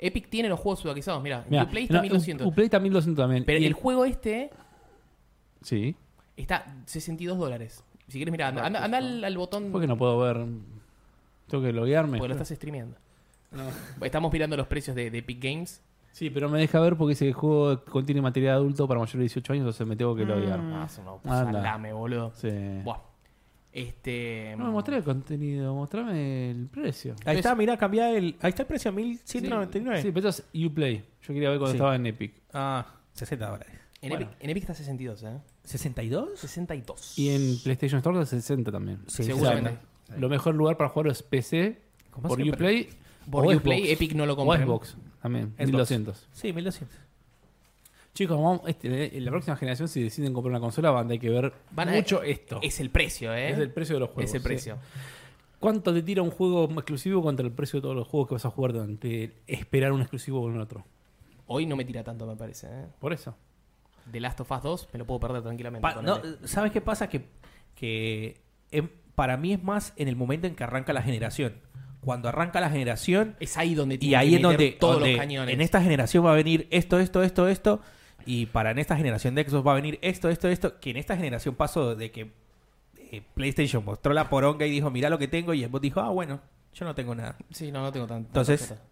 Speaker 1: Epic tiene los juegos sudaquizados. Mira,
Speaker 5: Mirá,
Speaker 1: Uplay está
Speaker 5: no,
Speaker 1: 1200.
Speaker 5: Uplay está 1200 también.
Speaker 1: Pero
Speaker 5: Y
Speaker 1: el juego este
Speaker 5: Sí.
Speaker 1: está 62 dólares. Si quieres, mira, anda, anda- anda al, al botón
Speaker 5: ¿Por qué no puedo ver? Tengo que loguearme.
Speaker 1: porque lo estás streameando. Estamos mirando los precios de, de Epic Games.
Speaker 5: Sí, pero me deja ver porque ese juego contiene material adulto para mayores de 18 años, entonces me tengo que loguear.
Speaker 1: Ah, son unos
Speaker 5: Mm. Anda.
Speaker 1: salame, boludo.
Speaker 5: Sí.
Speaker 1: Buah. Este.
Speaker 5: No me mostré el contenido, mostrame el precio.
Speaker 3: Ahí
Speaker 1: Entonces-
Speaker 3: está, mira, cambia el. Ahí está el precio, 1199.
Speaker 5: Sí, pero eso es Uplay. Yo quería ver cuando
Speaker 3: Sí.
Speaker 5: estaba en Epic.
Speaker 3: Ah, 60 dólares.
Speaker 1: En,
Speaker 5: Bueno.
Speaker 1: Epic, en Epic está 62, ¿eh?
Speaker 3: ¿62?
Speaker 1: 62.
Speaker 5: Y en PlayStation Store de 60 también.
Speaker 3: Sí,
Speaker 1: seguramente.
Speaker 5: O sea, Lo mejor lugar para jugar es PC
Speaker 3: Como
Speaker 5: por
Speaker 3: siempre.
Speaker 5: Uplay.
Speaker 1: Por
Speaker 5: o
Speaker 1: Uplay,
Speaker 5: Xbox.
Speaker 1: Epic no lo
Speaker 5: O
Speaker 1: compra.
Speaker 5: Xbox también,
Speaker 3: Xbox.
Speaker 5: 1200.
Speaker 3: Sí, 1200.
Speaker 5: Chicos, vamos, este, en la próxima generación, si deciden comprar una consola, van a tener que ver
Speaker 1: Van a-
Speaker 5: mucho esto.
Speaker 1: Es el precio, ¿eh?
Speaker 5: Es el precio de los juegos.
Speaker 1: Es el
Speaker 5: sí.
Speaker 1: precio.
Speaker 5: ¿Cuánto te tira un juego exclusivo contra el precio de todos los juegos que vas a jugar durante esperar un exclusivo o un otro?
Speaker 1: Hoy no me tira tanto, me parece. ¿eh?
Speaker 5: Por eso.
Speaker 1: The Last of Us 2 me lo puedo perder tranquilamente. ¿eh?
Speaker 3: Pa- no,
Speaker 1: ponele.
Speaker 3: ¿Sabes qué pasa? Que, que em, para mí es más en el momento en que arranca la generación. Cuando arranca la generación,
Speaker 1: es ahí donde
Speaker 3: Y
Speaker 1: tiene
Speaker 3: ahí
Speaker 1: que
Speaker 3: es
Speaker 1: meter
Speaker 3: donde,
Speaker 1: todos
Speaker 3: donde
Speaker 1: los cañones.
Speaker 3: en esta generación va a venir esto, esto, esto, esto. Y para en esta generación de Xbox va a venir esto, esto, esto. Que en esta generación pasó de que eh, PlayStation mostró la poronga y dijo, mira lo que tengo. Y Xbox dijo, ah, bueno, yo no tengo nada.
Speaker 1: Sí, no, no tengo tanto.
Speaker 3: Entonces,
Speaker 1: tanto-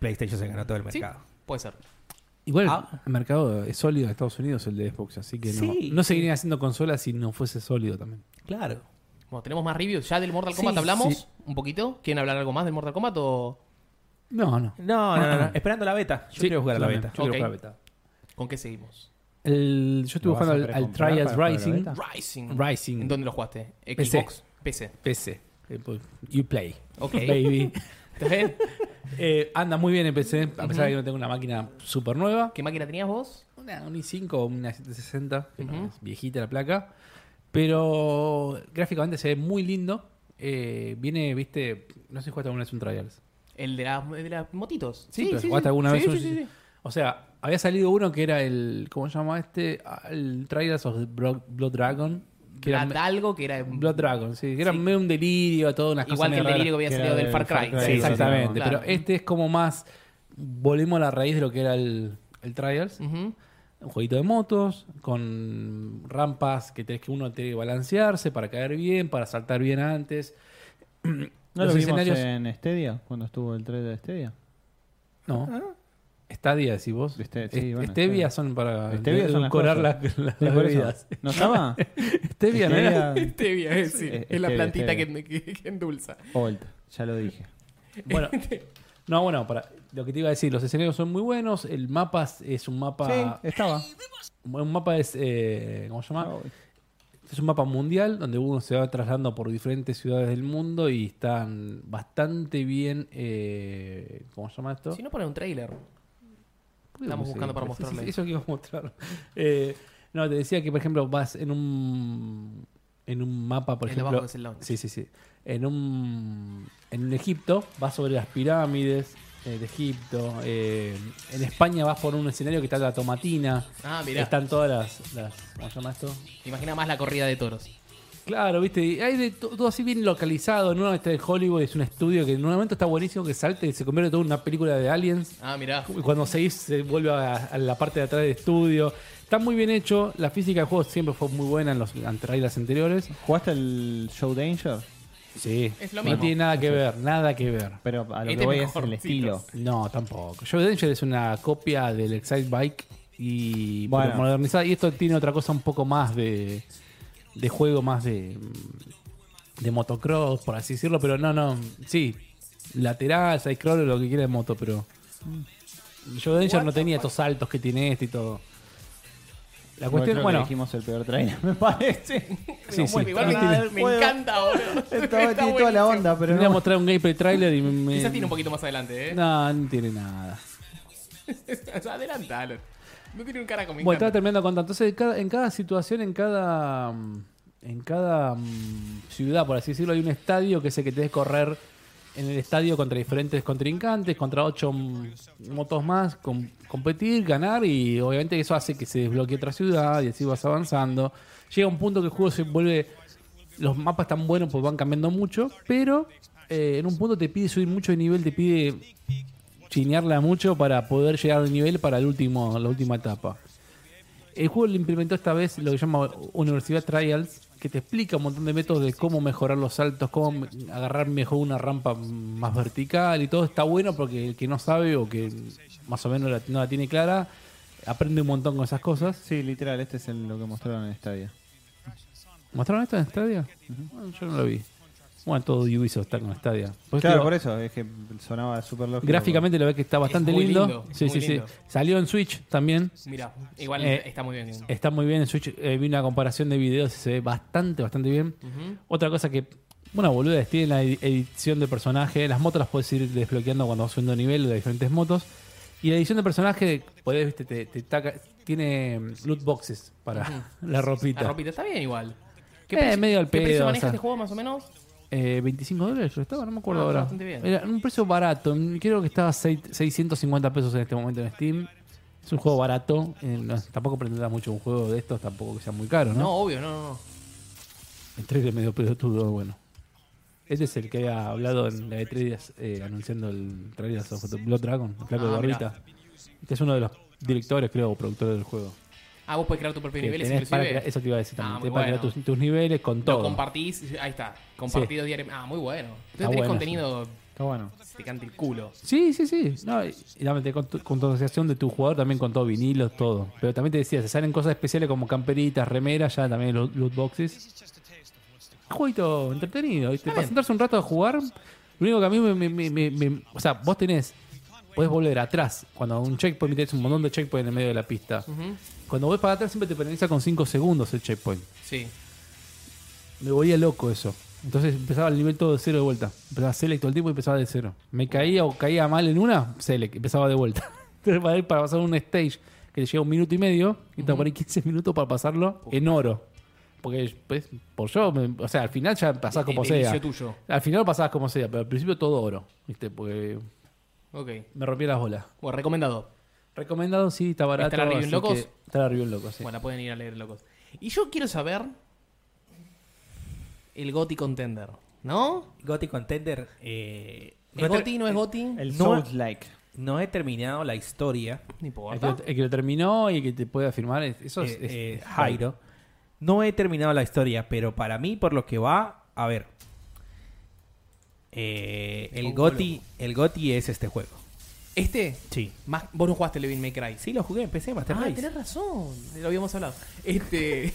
Speaker 3: PlayStation se ganó todo el
Speaker 1: Sí,
Speaker 3: mercado.
Speaker 1: puede ser.
Speaker 5: Igual
Speaker 3: Ah.
Speaker 5: el mercado es sólido en Estados Unidos el de Xbox, así que no,
Speaker 3: Sí.
Speaker 5: no seguirían haciendo consolas si no fuese sólido también.
Speaker 3: Claro.
Speaker 1: Bueno, tenemos más reviews. ¿Ya del Mortal Kombat
Speaker 5: Sí,
Speaker 1: hablamos?
Speaker 5: sí.
Speaker 1: ¿Un poquito? ¿Quieren hablar algo más del Mortal Kombat o
Speaker 5: No, no.
Speaker 3: No, no, no, no. Esperando la beta. Yo
Speaker 5: Sí,
Speaker 3: quiero jugar a la
Speaker 5: también.
Speaker 3: beta.
Speaker 5: Yo quiero
Speaker 1: Ok.
Speaker 5: jugar a la beta.
Speaker 1: con qué seguimos?
Speaker 5: El- yo
Speaker 2: ¿Lo
Speaker 5: estuve
Speaker 2: vas
Speaker 5: jugando
Speaker 2: a
Speaker 5: al, al
Speaker 2: precomprar
Speaker 5: Trials
Speaker 2: para jugar a la
Speaker 5: Rising
Speaker 2: beta?
Speaker 1: Rising.
Speaker 5: Rising.
Speaker 1: ¿En dónde lo jugaste?
Speaker 5: PC.
Speaker 1: Xbox. PC.
Speaker 5: PC. Eh, pues, You play.
Speaker 1: Ok.
Speaker 5: Baby.
Speaker 1: ¿Está bien?
Speaker 5: Eh, anda muy bien en PC, a pesar de que no tengo una máquina súper nueva.
Speaker 1: ¿Qué máquina tenías vos?
Speaker 5: Una, un i5 o una 760, que no,
Speaker 1: Ujú.
Speaker 5: es viejita la placa. Pero gráficamente se ve muy lindo. Eh, viene, viste, no sé si jugaste alguna vez un Trials.
Speaker 1: El de, las- de las motitos.
Speaker 5: Sí, pero jugaste alguna
Speaker 1: Sí,
Speaker 5: vez
Speaker 1: sí,
Speaker 5: un-
Speaker 1: sí, sí.
Speaker 5: O sea, había salido uno que era el, ¿cómo se llama este? Ah, El Trials of the Bro- Blood Dragon. Que era
Speaker 1: Blood algo que era.
Speaker 5: me- Blood Dragon, sí, que era
Speaker 1: Sí.
Speaker 5: medio un delirio, todas unas
Speaker 1: Igual
Speaker 5: cosas
Speaker 1: que el
Speaker 5: medio
Speaker 1: delirio que había
Speaker 2: que
Speaker 1: salido
Speaker 2: era
Speaker 1: del Far
Speaker 2: del
Speaker 1: Cry.
Speaker 2: Far
Speaker 5: raras.
Speaker 2: Cry,
Speaker 5: Sí, exactamente,
Speaker 1: Claro.
Speaker 5: pero este es como más, volvemos a la raíz de lo que era el, el Trials.
Speaker 1: Ujú.
Speaker 5: un jueguito de motos con rampas que tenés que uno tiene que balancearse para caer bien, para saltar bien antes.
Speaker 2: ¿No
Speaker 5: Los
Speaker 2: lo vimos
Speaker 5: escenarios-
Speaker 2: en Stadia? Cuando estuvo el 3 de Stadia.
Speaker 1: Ah.
Speaker 5: No. Stadia, si vos.
Speaker 2: Este- sí,
Speaker 5: Es-
Speaker 2: bueno,
Speaker 5: Stevia
Speaker 2: Stevia.
Speaker 5: son para
Speaker 2: Stevia son las
Speaker 5: decorar
Speaker 2: cosas.
Speaker 5: las, las
Speaker 2: Sí, por eso.
Speaker 5: bebidas.
Speaker 2: ¿No estaba?
Speaker 5: Stevia, ¿no era?
Speaker 2: Stevia-
Speaker 1: Stevia, es, sí.
Speaker 2: Eh,
Speaker 1: es la
Speaker 2: stevia,
Speaker 1: plantita
Speaker 2: stevia.
Speaker 1: Que, que- que endulza.
Speaker 2: Old, ya lo dije.
Speaker 5: Bueno. No, bueno, para, lo que te iba a decir, los escenarios son muy buenos, el mapa es- es un mapa...
Speaker 2: Sí, estaba. Ah,
Speaker 5: Un mapa es... eh, ¿Cómo se llama? Este Es un mapa mundial donde uno se va trasladando por diferentes ciudades del mundo y están bastante bien. eh, ¿Cómo se llama esto?
Speaker 1: Si no ponen un trailer. estamos
Speaker 5: Sí,
Speaker 1: buscando para
Speaker 5: sí, sí,
Speaker 1: mostrarle.
Speaker 5: sí, eso que iba a mostrar. Eh, no, te decía que, por ejemplo, vas en un. En un mapa, por
Speaker 1: El de
Speaker 5: ejemplo.
Speaker 1: abajo que es el lounge.
Speaker 5: sí, sí, sí. En un. En un Egipto vas sobre las pirámides eh, de Egipto. eh, en España vas por un escenario que está la tomatina.
Speaker 1: Ah, mirá.
Speaker 5: Están todas las- las. ¿Cómo se llama esto?
Speaker 1: Imagina más la corrida de toros.
Speaker 5: Claro, viste, y hay de to- todo así bien localizado. En uno está en Hollywood, es un estudio que en un momento está buenísimo, que salta y se convierte todo en una película de aliens.
Speaker 1: Ah, mirá.
Speaker 5: Y cuando seguís se vuelve a, a la parte de atrás del estudio. Está muy bien hecho. La física del juego siempre fue muy buena en los en trailers anteriores.
Speaker 2: ¿Jugaste el Show Danger?
Speaker 5: Sí.
Speaker 1: Es lo
Speaker 5: no
Speaker 1: mismo.
Speaker 5: tiene nada que ver, nada que ver.
Speaker 2: Pero a lo
Speaker 1: Este
Speaker 2: que voy es
Speaker 1: mejor,
Speaker 2: el
Speaker 1: sí,
Speaker 2: estilo.
Speaker 5: No, tampoco. Joe Danger es una copia del Excite Bike y pero
Speaker 2: Bueno.
Speaker 5: modernizada. Y esto tiene otra cosa un poco más de, de juego, más de, mm, de motocross, por así decirlo. Pero no, no. Sí, lateral, side scroll, lo que quiera de moto, pero. Joe Danger no tenía estos saltos que tiene este y todo. La cuestión,
Speaker 2: Creo que
Speaker 5: bueno,
Speaker 2: Dijimos el peor trailer, me parece.
Speaker 5: sí, sí.
Speaker 1: Bueno, igual me,
Speaker 2: Nada,
Speaker 1: me
Speaker 2: puedo-
Speaker 1: encanta, boludo.
Speaker 2: Estaba,
Speaker 1: Está
Speaker 2: tiene toda la
Speaker 1: buenísimo.
Speaker 2: onda, pero
Speaker 5: Quería
Speaker 2: no.
Speaker 5: mostrar un gameplay trailer y me.
Speaker 1: Quizás tiene un poquito más adelante, ¿eh?
Speaker 5: Mm. No, no tiene nada.
Speaker 1: Adelántalo. No tiene un cara como
Speaker 5: Bueno, estaba terminando con Entonces, en cada, en cada situación, en cada. mm, En cada mm, ciudad, por así decirlo, hay un estadio que es el que tenés que correr en el estadio contra diferentes contrincantes, contra ocho mm, motos más, com- competir, ganar y obviamente eso hace que se desbloquee otra ciudad y así vas avanzando. Llega un punto que el juego se vuelve. Los mapas están buenos porque van cambiando mucho, pero eh, en un punto te pide subir mucho de nivel, te pide chinearla mucho para poder llegar al nivel para el último, la última etapa. El juego lo implementó esta vez lo que llama Universidad Trials, que te explica un montón de métodos de cómo mejorar los saltos, cómo me- agarrar mejor una rampa más vertical y todo. Está bueno porque el que no sabe o que más o menos la- no la tiene clara, aprende un montón con esas cosas.
Speaker 2: Sí, literal, este es el- lo que mostraron en Stadia.
Speaker 5: ¿Mostraron esto en Stadia? Bueno, yo no lo vi. Bueno, todo Ubisoft está con Stadia. Por eso
Speaker 2: Claro,
Speaker 5: digo,
Speaker 2: por eso, es que sonaba súper lógico.
Speaker 5: Gráficamente lo ves que está bastante
Speaker 1: muy
Speaker 5: lindo.
Speaker 1: lindo,
Speaker 5: Sí,
Speaker 1: muy
Speaker 5: sí,
Speaker 1: lindo.
Speaker 5: sí. Salió en Switch también.
Speaker 1: Mira, igual
Speaker 5: Eh,
Speaker 1: está muy bien.
Speaker 5: Está muy bien en Switch. eh, vi una comparación de videos y se ve bastante, bastante bien.
Speaker 1: Ujú.
Speaker 5: Otra cosa que, bueno, boludo, tiene la edi- edición de personaje. Las motos las puedes ir desbloqueando cuando vas subiendo nivel de diferentes motos. Y la edición de personaje, podés, viste, te, te taca- tiene mm, loot boxes para la ropita.
Speaker 1: La ropita está bien igual.
Speaker 5: Eh, medio al
Speaker 1: ¿Qué precio
Speaker 5: pedo,
Speaker 1: maneja
Speaker 5: o sea.
Speaker 1: este juego más o menos?
Speaker 5: Eh, 25 dólares, yo estaba, no me acuerdo
Speaker 1: Ah,
Speaker 5: ahora.
Speaker 1: bastante bien.
Speaker 5: Era un precio barato. Creo que estaba seis- 650 pesos en este momento en Steam. Es un juego barato. eh, no- tampoco pretendas mucho un juego de estos, tampoco que sea muy caro,
Speaker 1: No,
Speaker 5: ¿no?
Speaker 1: obvio, no, no, no.
Speaker 5: El trailer medio pelotudo, bueno. Este es el que había hablado en la E3 eh, anunciando el trailer de Blood Dragon, el flaco
Speaker 1: Ah,
Speaker 5: de gorrita. Este es uno de los directores, creo, o productores del juego.
Speaker 1: Ah, vos podés crear tu propio
Speaker 5: Que
Speaker 1: nivel
Speaker 5: tenés para crear-
Speaker 1: inclusive.
Speaker 5: eso te iba a decir también.
Speaker 1: Ah, muy
Speaker 5: tenés para
Speaker 1: bueno.
Speaker 5: crear tus, tus niveles con
Speaker 1: Lo
Speaker 5: todo.
Speaker 1: compartís, ahí está. Compartido diariamente. Ah, muy bueno. Entonces tenés
Speaker 5: bueno
Speaker 1: contenido
Speaker 2: Está bueno.
Speaker 1: Te canta el culo.
Speaker 5: Sí, sí, sí. No, y, y obviamente con, tu, con tu asociación de tu jugador también contó vinilos, todo. Pero también te decía, se salen cosas especiales como camperitas, remeras, ya también los loot boxes. Jueguito entretenido, ¿viste? Para sentarse un rato a jugar, lo único que a mí me, me- me- me- me- O sea, vos tenés... Podés volver atrás. Cuando un checkpoint, tenés un montón de checkpoint en el medio de la pista. Cuando ves para atrás siempre te penaliza con 5 segundos el checkpoint.
Speaker 1: Sí.
Speaker 5: Me volvía loco eso. Entonces empezaba el nivel todo de cero de vuelta. Empezaba select todo el tiempo y empezaba de cero. Me caía o caía mal en una, select, empezaba de vuelta. Entonces para, ir- para pasar un stage que te lleva un minuto y medio, y te poner 15 minutos para pasarlo en oro. Porque, pues, por yo, me- o sea, al final ya
Speaker 1: De-
Speaker 5: pasás como
Speaker 1: de
Speaker 5: sea.
Speaker 1: inicio tuyo.
Speaker 5: Al final lo pasás como sea, pero al principio todo oro, ¿viste? Porque
Speaker 1: Ok.
Speaker 5: me rompí las bolas.
Speaker 1: Bueno, recomendado.
Speaker 5: Recomendado, sí, está barato.
Speaker 1: ¿Está la review en
Speaker 5: así
Speaker 1: Locos?
Speaker 5: que- Está la review en Locos, sí.
Speaker 1: Bueno, la pueden ir a leer, locos. Y yo quiero saber. El Goti Contender, ¿no?
Speaker 3: Gothic Contender. eh,
Speaker 1: ¿Es
Speaker 3: no, he ter-
Speaker 1: Goti? ¿No es Goti?
Speaker 2: El
Speaker 3: No-
Speaker 2: Souls-like.
Speaker 3: no he terminado la historia.
Speaker 1: No
Speaker 5: El
Speaker 1: importa.
Speaker 5: que, el que lo terminó y el que te puede afirmar, es- eso es,
Speaker 3: eh,
Speaker 5: es-
Speaker 3: eh,
Speaker 5: es-
Speaker 3: Jairo. No he terminado la historia, pero para mí, por lo que va, a ver. eh, el Goti, el Goti es este juego.
Speaker 1: Este,
Speaker 3: Sí.
Speaker 1: más, vos no jugaste Levin May Cry.
Speaker 3: Sí, lo jugué, empecé Master
Speaker 1: Ah,
Speaker 3: Race.
Speaker 1: tenés razón. Lo habíamos hablado. Este.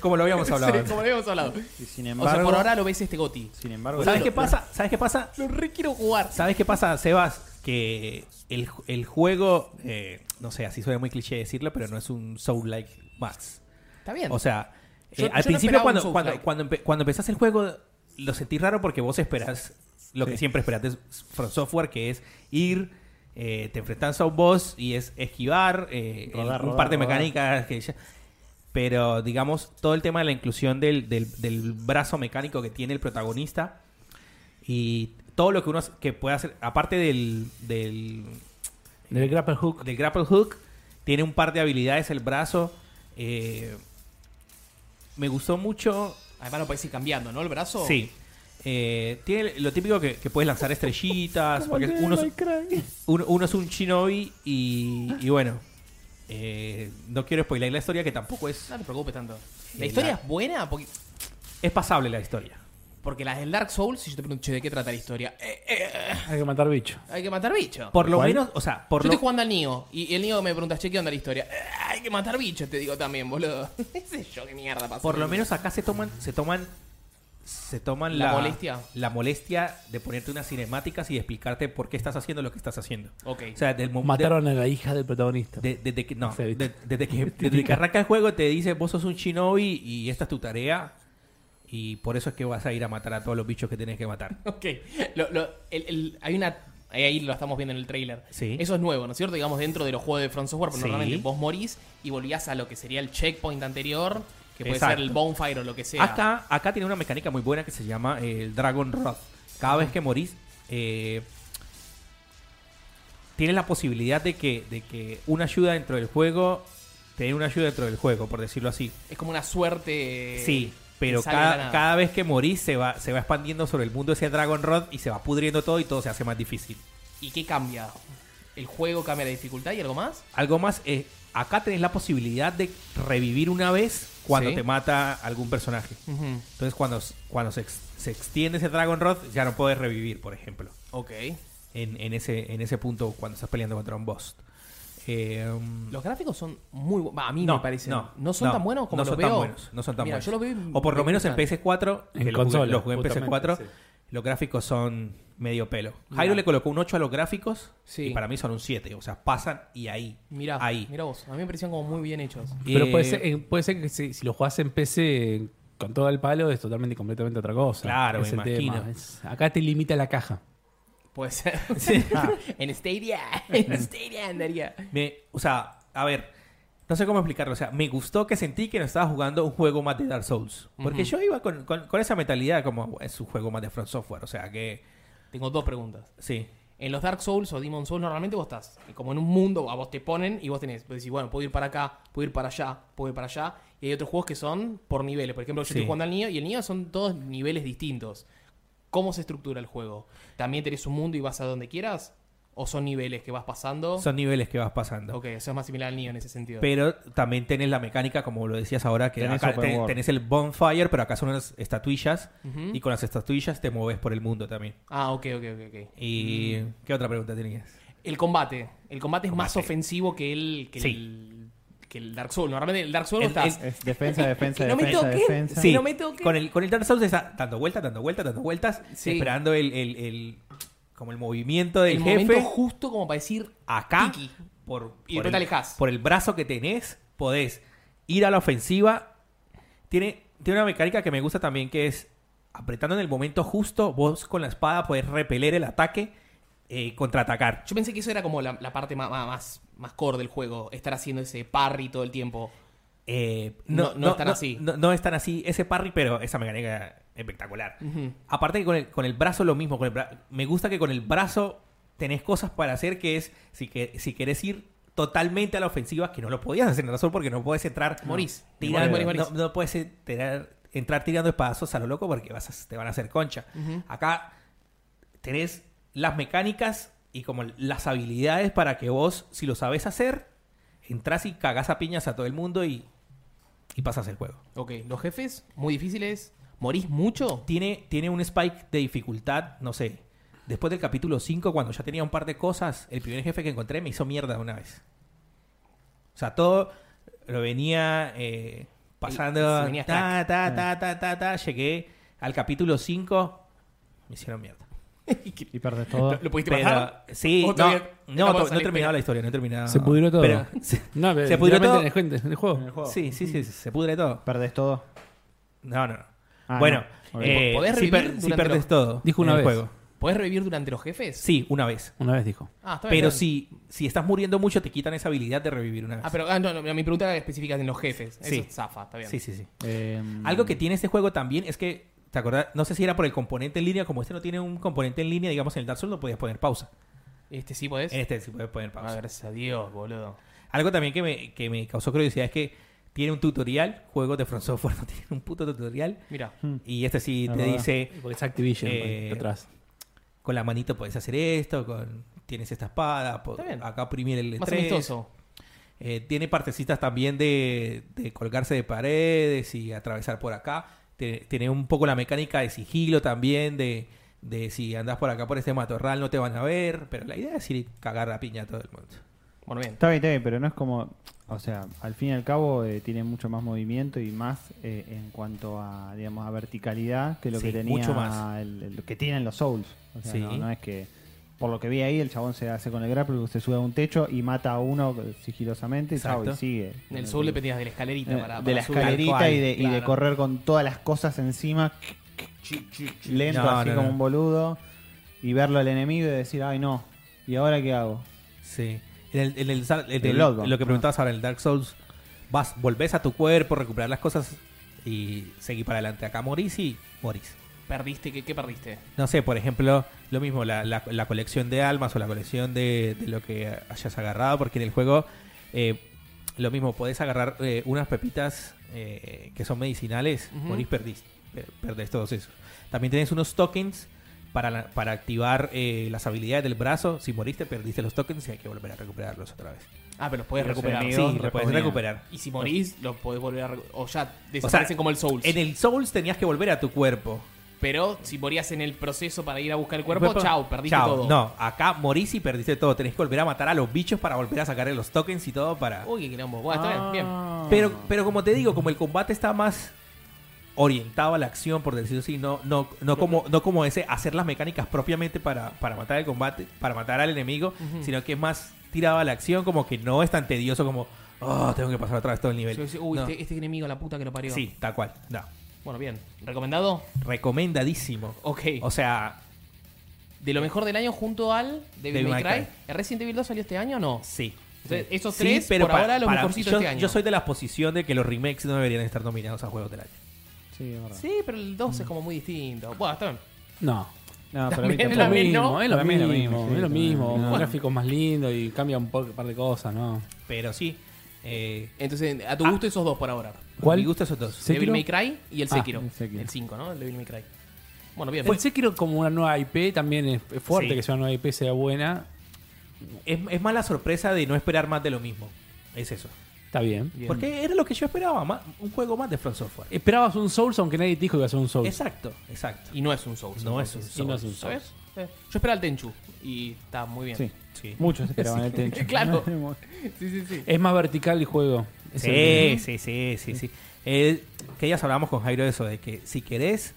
Speaker 3: Como lo habíamos hablado.
Speaker 1: Sí, como lo habíamos hablado.
Speaker 2: Y sin
Speaker 1: o sea,
Speaker 2: embargo,
Speaker 1: por ahora lo ves este Goti.
Speaker 2: sin embargo
Speaker 3: ¿Sabes
Speaker 1: Lo-
Speaker 3: qué
Speaker 1: lo-
Speaker 3: pasa? ¿Sabes qué pasa?
Speaker 1: Lo re quiero jugar.
Speaker 3: ¿Sabes qué pasa, Sebas? Que el, ju- el juego, eh, no sé, así suena muy cliché decirlo, pero no es un Soul-like más.
Speaker 1: Está bien.
Speaker 3: O sea,
Speaker 1: Yo-
Speaker 3: eh, al
Speaker 1: yo no
Speaker 3: principio
Speaker 1: esperaba
Speaker 3: cuando,
Speaker 1: un
Speaker 3: cuando,
Speaker 1: Souls-like.
Speaker 3: cuando, empe- cuando empezás el juego lo sentís raro porque vos esperás lo que siempre esperaste From Software, que es ir, eh, te enfrentás a un boss y es esquivar, eh, el-
Speaker 2: Rodar,
Speaker 3: un
Speaker 2: rodar,
Speaker 3: par de
Speaker 2: rodar.
Speaker 3: mecánicas que ya- Pero, digamos, todo el tema de la inclusión del, del- del brazo mecánico que tiene el protagonista y todo lo que uno hace- que puede hacer, aparte del- del
Speaker 5: del grapple hook.
Speaker 3: del grapple hook. Tiene un par de habilidades el brazo. eh, me gustó mucho.
Speaker 1: Además lo podés ir cambiando, ¿no? El brazo.
Speaker 3: Sí. Eh, tiene lo típico que, que puedes lanzar estrellitas. porque uno, es- uno- uno es un shinobi y, y bueno. eh, no quiero spoiler la historia que tampoco es...
Speaker 1: No te preocupes tanto.
Speaker 3: La-
Speaker 1: La historia es buena porque,
Speaker 3: Es pasable la historia.
Speaker 1: porque las del Dark Souls, si yo te pregunto, che, ¿de qué trata la historia? Eh, eh,
Speaker 5: Hay que matar bicho.
Speaker 1: hay que matar bicho.
Speaker 3: Por lo
Speaker 2: ¿Cuál?
Speaker 3: menos, o sea, por
Speaker 1: yo
Speaker 3: lo...
Speaker 1: estoy jugando al Nio y el Nio me preguntas, che, ¿qué onda la historia? Eh, hay que matar bichos, te digo también, boludo. ¿Qué sé yo qué mierda pasa?
Speaker 3: Por lo menos acá se toman, se toman, se toman la,
Speaker 1: La molestia.
Speaker 3: la molestia de ponerte unas cinemáticas y de explicarte por qué estás haciendo lo que estás haciendo.
Speaker 1: Ok.
Speaker 3: O sea, del mo-
Speaker 5: Mataron a la hija del protagonista.
Speaker 3: de- de- desde que no,
Speaker 5: Sí, viste.
Speaker 3: de- desde que desde que arranca el juego te dice vos sos un shinobi y esta es tu tarea y por eso es que vas a ir a matar a todos los bichos que tenés que matar.
Speaker 1: Ok. Lo- lo- el- el- hay una. Ahí, ahí lo estamos viendo en el trailer.
Speaker 3: Sí.
Speaker 1: Eso es nuevo, ¿no es cierto? Digamos, dentro de los juegos de From Software, porque
Speaker 3: Sí.
Speaker 1: normalmente vos morís y volvías a lo que sería el checkpoint anterior, que puede
Speaker 3: Exacto.
Speaker 1: ser el bonfire o lo que sea.
Speaker 3: Acá, acá tiene una mecánica muy buena que se llama eh, el Dragon Rod. Cada vez que morís, eh, tienes la posibilidad de que, de que una ayuda dentro del juego, tener una ayuda dentro del juego, por decirlo así.
Speaker 1: Es como una suerte.
Speaker 3: sí, pero
Speaker 1: que sale de la
Speaker 3: cada,
Speaker 1: nada.
Speaker 3: cada vez que morís se va, se va expandiendo sobre el mundo ese Dragon Rod y se va pudriendo todo y todo se hace más difícil.
Speaker 1: ¿Y qué cambia? ¿El juego cambia la dificultad y algo más?
Speaker 3: Algo más, eh, acá tenés la posibilidad de revivir una vez cuando
Speaker 1: Sí.
Speaker 3: te mata algún personaje. Entonces cuando, cuando se, ex- se extiende ese Dragon Rod ya no puedes revivir, por ejemplo.
Speaker 1: Ok.
Speaker 3: en, en ese, en ese punto cuando estás peleando contra un boss. Eh, um,
Speaker 1: Los gráficos son muy bu- bah, A mí
Speaker 3: no,
Speaker 1: me parecen.
Speaker 3: No,
Speaker 1: No, son
Speaker 3: no,
Speaker 1: tan buenos como
Speaker 3: no
Speaker 1: los
Speaker 3: son
Speaker 1: veo.
Speaker 3: Tan buenos, no son tan
Speaker 1: Mira,
Speaker 3: buenos.
Speaker 1: yo los veo y
Speaker 3: o por lo
Speaker 1: me
Speaker 3: menos en
Speaker 1: gustan.
Speaker 3: PS4,
Speaker 5: En
Speaker 3: que los jugué-
Speaker 5: consola,
Speaker 3: los jugué en PS4,
Speaker 5: justamente,
Speaker 3: los gráficos son medio pelo. Jairo le colocó un 8 a los gráficos
Speaker 1: Sí.
Speaker 3: y para mí son un 7. O sea, pasan y ahí.
Speaker 1: Mirá,
Speaker 3: ahí.
Speaker 1: mirá vos. A mí me parecían como muy bien hechos.
Speaker 5: Pero
Speaker 3: Eh,
Speaker 5: puede ser, eh, puede ser que si, si lo jugás en PC eh, con todo el palo es totalmente y completamente otra cosa.
Speaker 3: Claro,
Speaker 5: es
Speaker 3: me
Speaker 5: el
Speaker 3: imagino.
Speaker 5: tema. Es- acá te limita la caja.
Speaker 1: Puede ser. en Stadia. En Stadia andaría.
Speaker 3: Me- o sea, a ver, no sé cómo explicarlo. O sea, me gustó que sentí que no estaba jugando un juego más de Dark Souls. Porque
Speaker 1: Ujú.
Speaker 3: yo iba con, con- con esa mentalidad como es un juego más de Front Software. O sea, que
Speaker 1: Tengo dos preguntas.
Speaker 3: sí.
Speaker 1: En los Dark Souls o Demon Souls normalmente vos estás como en un mundo, a vos te ponen y vos tenés, vos decís, bueno, puedo ir para acá, puedo ir para allá, puedo ir para allá. Y hay otros juegos que son por niveles. Por ejemplo, yo estoy
Speaker 3: Sí.
Speaker 1: jugando al niño y el niño son todos niveles distintos. ¿Cómo se estructura el juego? ¿También tenés un mundo y vas a donde quieras? ¿O son niveles que vas pasando?
Speaker 3: Son niveles que vas pasando.
Speaker 1: Ok, eso es más similar al niño en ese sentido.
Speaker 3: Pero también tenés la mecánica, como lo decías ahora, que
Speaker 2: Tenés
Speaker 3: acá
Speaker 2: open
Speaker 3: te-
Speaker 2: world.
Speaker 3: tenés el bonfire, pero acá son unas estatuillas.
Speaker 1: Ujú.
Speaker 3: Y con las estatuillas te moves por el mundo también.
Speaker 1: Ah, ok, ok, ok, ok.
Speaker 3: ¿Y
Speaker 1: Mm.
Speaker 3: qué otra pregunta tenías?
Speaker 1: El combate. El combate es más
Speaker 3: Combate.
Speaker 1: ofensivo que el, que
Speaker 3: Sí.
Speaker 1: el, que el Dark Souls. Normalmente el Dark Souls
Speaker 3: El-
Speaker 1: estás...
Speaker 2: Es defensa, defensa,
Speaker 1: que no me
Speaker 2: defensa,
Speaker 1: toquen.
Speaker 2: defensa.
Speaker 1: Sí. no me toque.
Speaker 3: Con el, con el Dark Souls está dando vueltas, dando vueltas, dando vueltas,
Speaker 1: Sí.
Speaker 3: esperando el, el- el- como el movimiento del
Speaker 1: el
Speaker 3: jefe
Speaker 1: momento justo como para decir...
Speaker 3: acá
Speaker 1: tiki.
Speaker 3: por,
Speaker 1: Y
Speaker 3: por
Speaker 1: después te
Speaker 3: el,
Speaker 1: alejás.
Speaker 3: por el brazo que tenés, podés ir a la ofensiva. Tiene, tiene una mecánica que me gusta también que es apretando en el momento justo, vos con la espada podés repeler el ataque, eh, contraatacar.
Speaker 1: Yo pensé que eso era como la, la parte ma- ma- más, más, core del juego. Estar haciendo ese parry todo el tiempo.
Speaker 3: Eh,
Speaker 1: No- no es tan así.
Speaker 3: No, no es tan así ese parry, pero esa mecánica espectacular.
Speaker 1: Ujú.
Speaker 3: Aparte que con el, con el brazo lo mismo. Con el bra- me gusta que con el brazo tenés cosas para hacer que es, si, que, si querés ir totalmente a la ofensiva, que no lo podías hacer en razón porque no podés entrar...
Speaker 1: Morís.
Speaker 3: tirando-
Speaker 1: Morís, morís, morís.
Speaker 3: No, no podés entrar, entrar tirando espadazos a lo loco porque vas a- te van a hacer concha.
Speaker 1: Ujú.
Speaker 3: Acá tenés las mecánicas y como las habilidades para que vos, si lo sabes hacer, entras y cagás a piñas a todo el mundo y, y pasas el juego.
Speaker 1: Ok, los jefes muy difíciles. ¿Morís mucho?
Speaker 3: Tiene, tiene un spike de dificultad, no sé. Después del capítulo 5, cuando ya tenía un par de cosas, el primer jefe que encontré me hizo mierda de una vez. O sea, todo lo venía eh, pasando.
Speaker 1: Se venía Mm.
Speaker 3: ta, ta, ta, ta, ta, ta. Llegué al capítulo 5, me hicieron mierda.
Speaker 2: Y perdés todo.
Speaker 1: ¿Lo pudiste
Speaker 3: Pero-
Speaker 1: pasar?
Speaker 3: Sí,
Speaker 1: ¿O
Speaker 3: no,
Speaker 1: todavía
Speaker 3: no,
Speaker 1: no
Speaker 3: to-
Speaker 1: vas a
Speaker 3: no
Speaker 1: la
Speaker 3: he terminado
Speaker 1: espera?
Speaker 3: la historia, no he terminado.
Speaker 5: Se pudrió todo.
Speaker 3: Pero-
Speaker 5: No, pero
Speaker 3: Se pudrió
Speaker 5: literalmente
Speaker 3: todo.
Speaker 5: En el, jue- en el juego.
Speaker 2: En el juego.
Speaker 3: sí, sí, sí, se pudre todo.
Speaker 2: Perdés todo.
Speaker 3: No, no, no.
Speaker 2: Ah,
Speaker 3: bueno,
Speaker 2: no. Ok.
Speaker 3: eh,
Speaker 1: ¿Podés
Speaker 3: si,
Speaker 1: revivir
Speaker 3: per- si
Speaker 1: durante
Speaker 3: perdes
Speaker 1: los-
Speaker 3: todo.
Speaker 5: Dijo una
Speaker 3: en el
Speaker 5: vez.
Speaker 3: juego.
Speaker 1: ¿Podés revivir durante los jefes?
Speaker 3: Sí, una vez.
Speaker 5: Una vez dijo.
Speaker 1: Ah, está bien,
Speaker 3: Pero
Speaker 1: está bien.
Speaker 3: si, si estás muriendo mucho, te quitan esa habilidad de revivir una vez.
Speaker 1: Ah, pero ah, no, no, mi pregunta era específica en los jefes. Eso
Speaker 3: Sí.
Speaker 1: es zafa, está bien.
Speaker 3: Sí, sí, sí.
Speaker 2: Eh,
Speaker 5: Em,
Speaker 3: Algo que tiene este juego también es que, ¿te acordás? No sé si era por el componente en línea, como este no tiene un componente en línea, digamos en el Dark Souls no podías poner pausa.
Speaker 1: Este sí podés.
Speaker 3: En este sí puedes poner
Speaker 1: Ah,
Speaker 3: pausa.
Speaker 1: gracias a Dios, boludo.
Speaker 3: Algo también que me, que me causó curiosidad es que tiene un tutorial, juegos de From Software no tienen un puto tutorial,
Speaker 1: Mira.
Speaker 3: y este sí
Speaker 2: Es
Speaker 3: te
Speaker 2: verdad.
Speaker 3: dice,
Speaker 5: Porque es Activision
Speaker 3: Eh,
Speaker 5: atrás.
Speaker 3: con la manito puedes hacer esto, con tienes esta espada, po-
Speaker 1: Está bien.
Speaker 3: acá oprimir el
Speaker 1: Más
Speaker 3: tres.
Speaker 1: amistoso.
Speaker 3: Eh, tiene partecitas también de, de colgarse de paredes y atravesar por acá. Te- tiene un poco la mecánica de sigilo también, de, de si andas por acá por este matorral no te van a ver. Pero la idea es ir y cagar la piña a todo el mundo.
Speaker 1: Bueno, bien.
Speaker 2: Está bien, está bien, pero no es como. O sea, al fin y al cabo eh, tiene mucho más movimiento y más eh, en cuanto a, digamos, a verticalidad que lo
Speaker 3: Sí,
Speaker 2: que tenía
Speaker 3: mucho más.
Speaker 2: el- el- lo que tienen los Souls. O sea,
Speaker 3: Sí.
Speaker 2: no, no es que por lo que vi ahí el chabón se hace con el grapple, se sube a un techo y mata a uno sigilosamente y, chao,
Speaker 3: Exacto.
Speaker 2: y sigue.
Speaker 1: En el sur le pedías de la
Speaker 2: Eh,
Speaker 1: escalerita para,
Speaker 2: de
Speaker 1: para
Speaker 2: la
Speaker 1: subir.
Speaker 2: escalerita
Speaker 3: cual,
Speaker 2: y de, y de
Speaker 1: claro.
Speaker 2: correr con todas las cosas encima, lento
Speaker 3: No,
Speaker 2: así
Speaker 3: no,
Speaker 2: como
Speaker 3: no.
Speaker 2: un boludo, y verlo al enemigo y decir, ay no, ¿y ahora qué hago?
Speaker 3: Sí. En el, en el sal- en
Speaker 2: El
Speaker 3: el-
Speaker 2: Bloodborne.
Speaker 3: lo que preguntabas ahora, en el Dark Souls, vas, volvés a tu cuerpo, recuperar las cosas y seguir para adelante. Acá morís y morís.
Speaker 1: ¿Perdiste? ¿Qué, qué perdiste?
Speaker 3: No sé, por ejemplo, lo mismo, la, la- la colección de almas o la colección de, de lo que hayas agarrado, porque en el juego, eh, lo mismo, podés agarrar eh, unas pepitas eh, que son medicinales,
Speaker 1: Ujú.
Speaker 3: morís, perdís, pe- perdés todos esos. También tenés unos tokens para, la- para activar eh, las habilidades del brazo. Si moriste, perdiste los tokens y hay que volver a recuperarlos otra vez.
Speaker 1: Ah, pero los podés
Speaker 2: Los
Speaker 1: recuperar.
Speaker 3: Sí,
Speaker 2: enemigos.
Speaker 1: Sí.
Speaker 3: lo podés
Speaker 2: reponían.
Speaker 3: recuperar.
Speaker 1: Y si morís, los podés volver a recuperar. O ya desaparecen como el Souls.
Speaker 3: En el Souls tenías que volver a tu cuerpo.
Speaker 1: Pero si morías en el proceso para ir a buscar el cuerpo,
Speaker 3: cuerpo-
Speaker 1: chau, perdiste
Speaker 3: Chao,
Speaker 1: todo.
Speaker 3: No, acá morís y perdiste todo. Tenés que volver a matar a los bichos para volver a sacarle los tokens y todo para.
Speaker 1: Uy, qué quilombo. Bueno, está bien, bien.
Speaker 3: Pero, pero como te digo, como el combate está más orientado a la acción, por decirlo así, no, no, no como, no como ese hacer las mecánicas propiamente para, para matar el combate, para matar al enemigo, sino que es más tirado a la acción, como que no es tan tedioso como, oh, tengo que pasar otra vez todo el nivel.
Speaker 1: Yo decía, Uy,
Speaker 3: No.
Speaker 1: este, este enemigo, la puta que lo parió.
Speaker 3: Sí, tal cual. No.
Speaker 1: Bueno, bien. ¿Recomendado?
Speaker 3: Recomendadísimo.
Speaker 1: Ok.
Speaker 3: O sea, eh,
Speaker 1: De lo mejor del año junto al Devil,
Speaker 3: Devil
Speaker 1: May
Speaker 3: May
Speaker 1: Cry.
Speaker 3: Cry.
Speaker 1: ¿El Resident Evil 2 salió este año o no?
Speaker 3: sí.
Speaker 1: Entonces, esos
Speaker 3: Sí,
Speaker 1: tres, por
Speaker 3: pa-
Speaker 1: ahora, los
Speaker 3: para-
Speaker 1: mejorcitos
Speaker 3: yo,
Speaker 1: este año.
Speaker 3: yo soy de la posición de que los remakes no deberían estar nominados a juegos del año.
Speaker 2: Sí, es verdad.
Speaker 1: Sí, pero el 2 es como muy distinto. Bueno, está bien.
Speaker 5: No.
Speaker 2: No,
Speaker 1: También
Speaker 2: pero a mí
Speaker 1: es
Speaker 5: Es
Speaker 1: lo
Speaker 5: lo
Speaker 1: mismo,
Speaker 2: tampoco.
Speaker 5: mismo, es lo
Speaker 2: también
Speaker 5: mismo,
Speaker 2: lo mismo, sí,
Speaker 5: es lo
Speaker 2: también,
Speaker 5: mismo.
Speaker 2: no.
Speaker 5: Un gráfico más lindo y cambia un po- un par de cosas, ¿no?
Speaker 3: Pero sí, eh,
Speaker 1: Entonces, a tu
Speaker 2: Ah.
Speaker 1: gusto, esos dos por ahora.
Speaker 5: ¿Cuál?
Speaker 3: mi gusto esos dos.
Speaker 1: Devil
Speaker 5: ¿Sekiro?
Speaker 1: May Cry y el
Speaker 5: Ah,
Speaker 1: Sekiro.
Speaker 2: el Sekiro. Pues,
Speaker 1: el 5, ¿no? El Devil May Cry. Bueno, bien.
Speaker 5: El Sekiro como una nueva IP también es es fuerte
Speaker 3: Sí.
Speaker 5: que sea una nueva IP sea buena.
Speaker 3: es, es más la sorpresa de no esperar más de lo mismo. Es eso.
Speaker 5: Está bien.
Speaker 3: Porque era lo que yo esperaba, más- un juego más de From Software.
Speaker 5: Esperabas un Souls, aunque nadie te dijo que iba a ser un Souls.
Speaker 3: Exacto, exacto.
Speaker 1: Y no es un Souls.
Speaker 3: No
Speaker 1: entonces.
Speaker 3: es un
Speaker 5: Y no es un
Speaker 1: ¿Sabes?
Speaker 5: Souls.
Speaker 1: Sí. Yo esperaba el Tenchu y está muy
Speaker 3: Eh,
Speaker 1: bien.
Speaker 2: Sí.
Speaker 3: Sí,
Speaker 2: Muchos esperaban el Tenchu.
Speaker 1: Claro. Sí, sí, sí.
Speaker 5: Es más vertical el juego. Es el-
Speaker 3: sí, sí, sí, sí, sí. Eh, que ya hablábamos con Jairo de eso, de que si querés,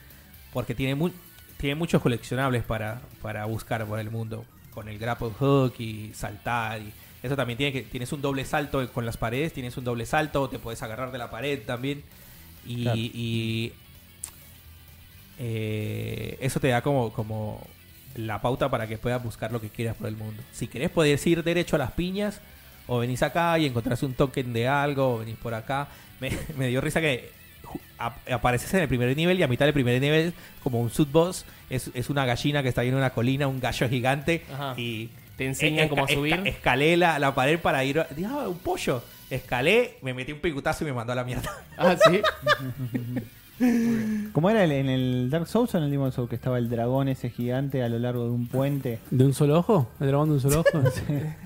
Speaker 3: porque tiene mu- tiene muchos coleccionables para, para buscar por el mundo, con el grapple hook y saltar y eso también tiene que tienes un doble salto con las paredes, tienes un doble salto, te puedes agarrar de la pared también y,
Speaker 2: Claro.
Speaker 3: y, eh, eso te da como como la pauta para que puedas buscar lo que quieras por el mundo. Si querés podés ir derecho a las piñas o venís acá y encontrás un token de algo, o venís por acá. Me, me dio risa que ju- ap- apareces en el primer nivel y a mitad del primer nivel, como un sub-boss, es, es una gallina que está ahí en una colina, un gallo gigante,
Speaker 1: Ajá.
Speaker 3: y e,
Speaker 1: Te enseñan
Speaker 3: esca-
Speaker 1: cómo
Speaker 3: esca-
Speaker 1: subir.
Speaker 3: escalé la, la pared para ir. a- Dije, "Ah, un pollo. Escalé, me metí un picutazo y me mandó a la mierda.
Speaker 1: Ah, sí.
Speaker 2: Como era el- en el Dark Souls o en el Demon Souls que estaba el dragón ese gigante a lo largo de un puente.
Speaker 5: ¿De un solo ojo? ¿El dragón de un solo ojo?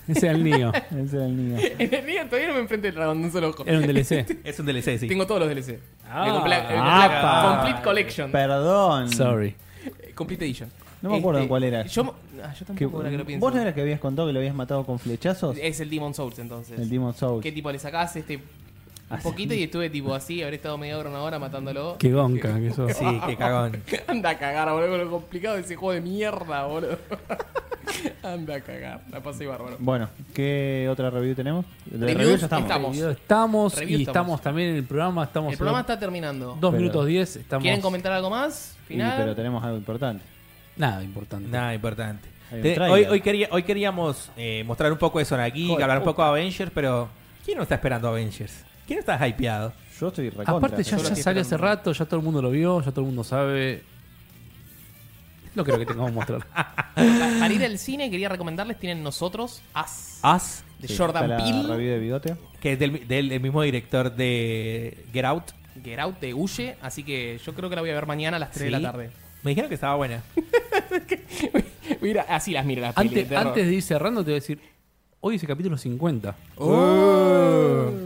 Speaker 5: Ese era el mío.
Speaker 2: Ese era el niño.
Speaker 1: en el día todavía no me enfrenté al dragón de un solo ojo.
Speaker 5: Era un DLC.
Speaker 3: Es un DLC, sí.
Speaker 1: Tengo todos los DLC.
Speaker 5: Ah.
Speaker 1: Me compré la- me compré
Speaker 2: Apa.
Speaker 1: la complete Collection. Mm.
Speaker 2: Perdón.
Speaker 5: Sorry.
Speaker 1: Eh, Complete Edition. Este,
Speaker 2: No me acuerdo cuál era.
Speaker 1: Yo, ah, yo
Speaker 2: Que-
Speaker 1: tampoco ahora que lo pienso.
Speaker 2: ¿Vos no eras que habías contado que lo habías matado con flechazos?
Speaker 1: Es el Demon Souls entonces.
Speaker 2: El Demon Souls. Ah,
Speaker 1: ¿Qué tipo le sacás este un
Speaker 2: Así.
Speaker 1: poquito y estuve tipo así, habré estado media hora una hora matándolo?
Speaker 5: Qué gonca que sos.
Speaker 3: Sí, qué cagón.
Speaker 1: Anda a cagar, boludo, con lo complicado de ese juego de mierda, boludo. Anda a cagar, la pasé bárbaro.
Speaker 2: Bueno, ¿qué otra review tenemos? De
Speaker 1: Reviews,
Speaker 2: review ya estamos.
Speaker 1: estamos.
Speaker 5: Estamos
Speaker 1: Review
Speaker 5: y
Speaker 1: estamos.
Speaker 5: estamos también en el programa. Estamos
Speaker 1: El programa está terminando.
Speaker 5: dos
Speaker 2: Pero-
Speaker 5: minutos 10. Estamos...
Speaker 1: ¿Quieren comentar algo más?
Speaker 2: Y- pero
Speaker 1: Final.
Speaker 2: tenemos algo importante.
Speaker 5: Nada importante.
Speaker 3: Nada importante.
Speaker 2: Hay un
Speaker 3: Te-
Speaker 2: trailer.
Speaker 3: hoy, hoy, quería- hoy queríamos eh, mostrar un poco de Zona Geek,
Speaker 1: Joder,
Speaker 3: hablar un poco de Avengers, pero ¿quién no está esperando Avengers? ¿Quién está hypeado?
Speaker 2: Yo estoy recontra.
Speaker 5: Aparte ya,
Speaker 1: yo lo
Speaker 5: ya
Speaker 1: estoy
Speaker 5: salió hace
Speaker 1: esperando.
Speaker 5: rato, ya todo el mundo lo vio, ya todo el mundo sabe. No creo que tengamos que mostrar.
Speaker 1: Para para ir al cine, quería recomendarles: tienen nosotros As
Speaker 3: Us,
Speaker 1: de
Speaker 2: Sí,
Speaker 1: Jordan
Speaker 2: está la
Speaker 1: Peele.
Speaker 2: review de bigote.
Speaker 3: que es del, del- del mismo director de Get Out.
Speaker 1: Get Out te huye, así que yo creo que la voy a ver mañana a las 3 de
Speaker 3: Sí.
Speaker 1: la tarde.
Speaker 3: Me dijeron que estaba buena.
Speaker 1: Mira, así las miro las pelis
Speaker 5: Antes,
Speaker 1: de terror.
Speaker 5: antes de ir cerrando, te voy a decir: Hoy es el capítulo 50.
Speaker 1: Oh.
Speaker 5: Si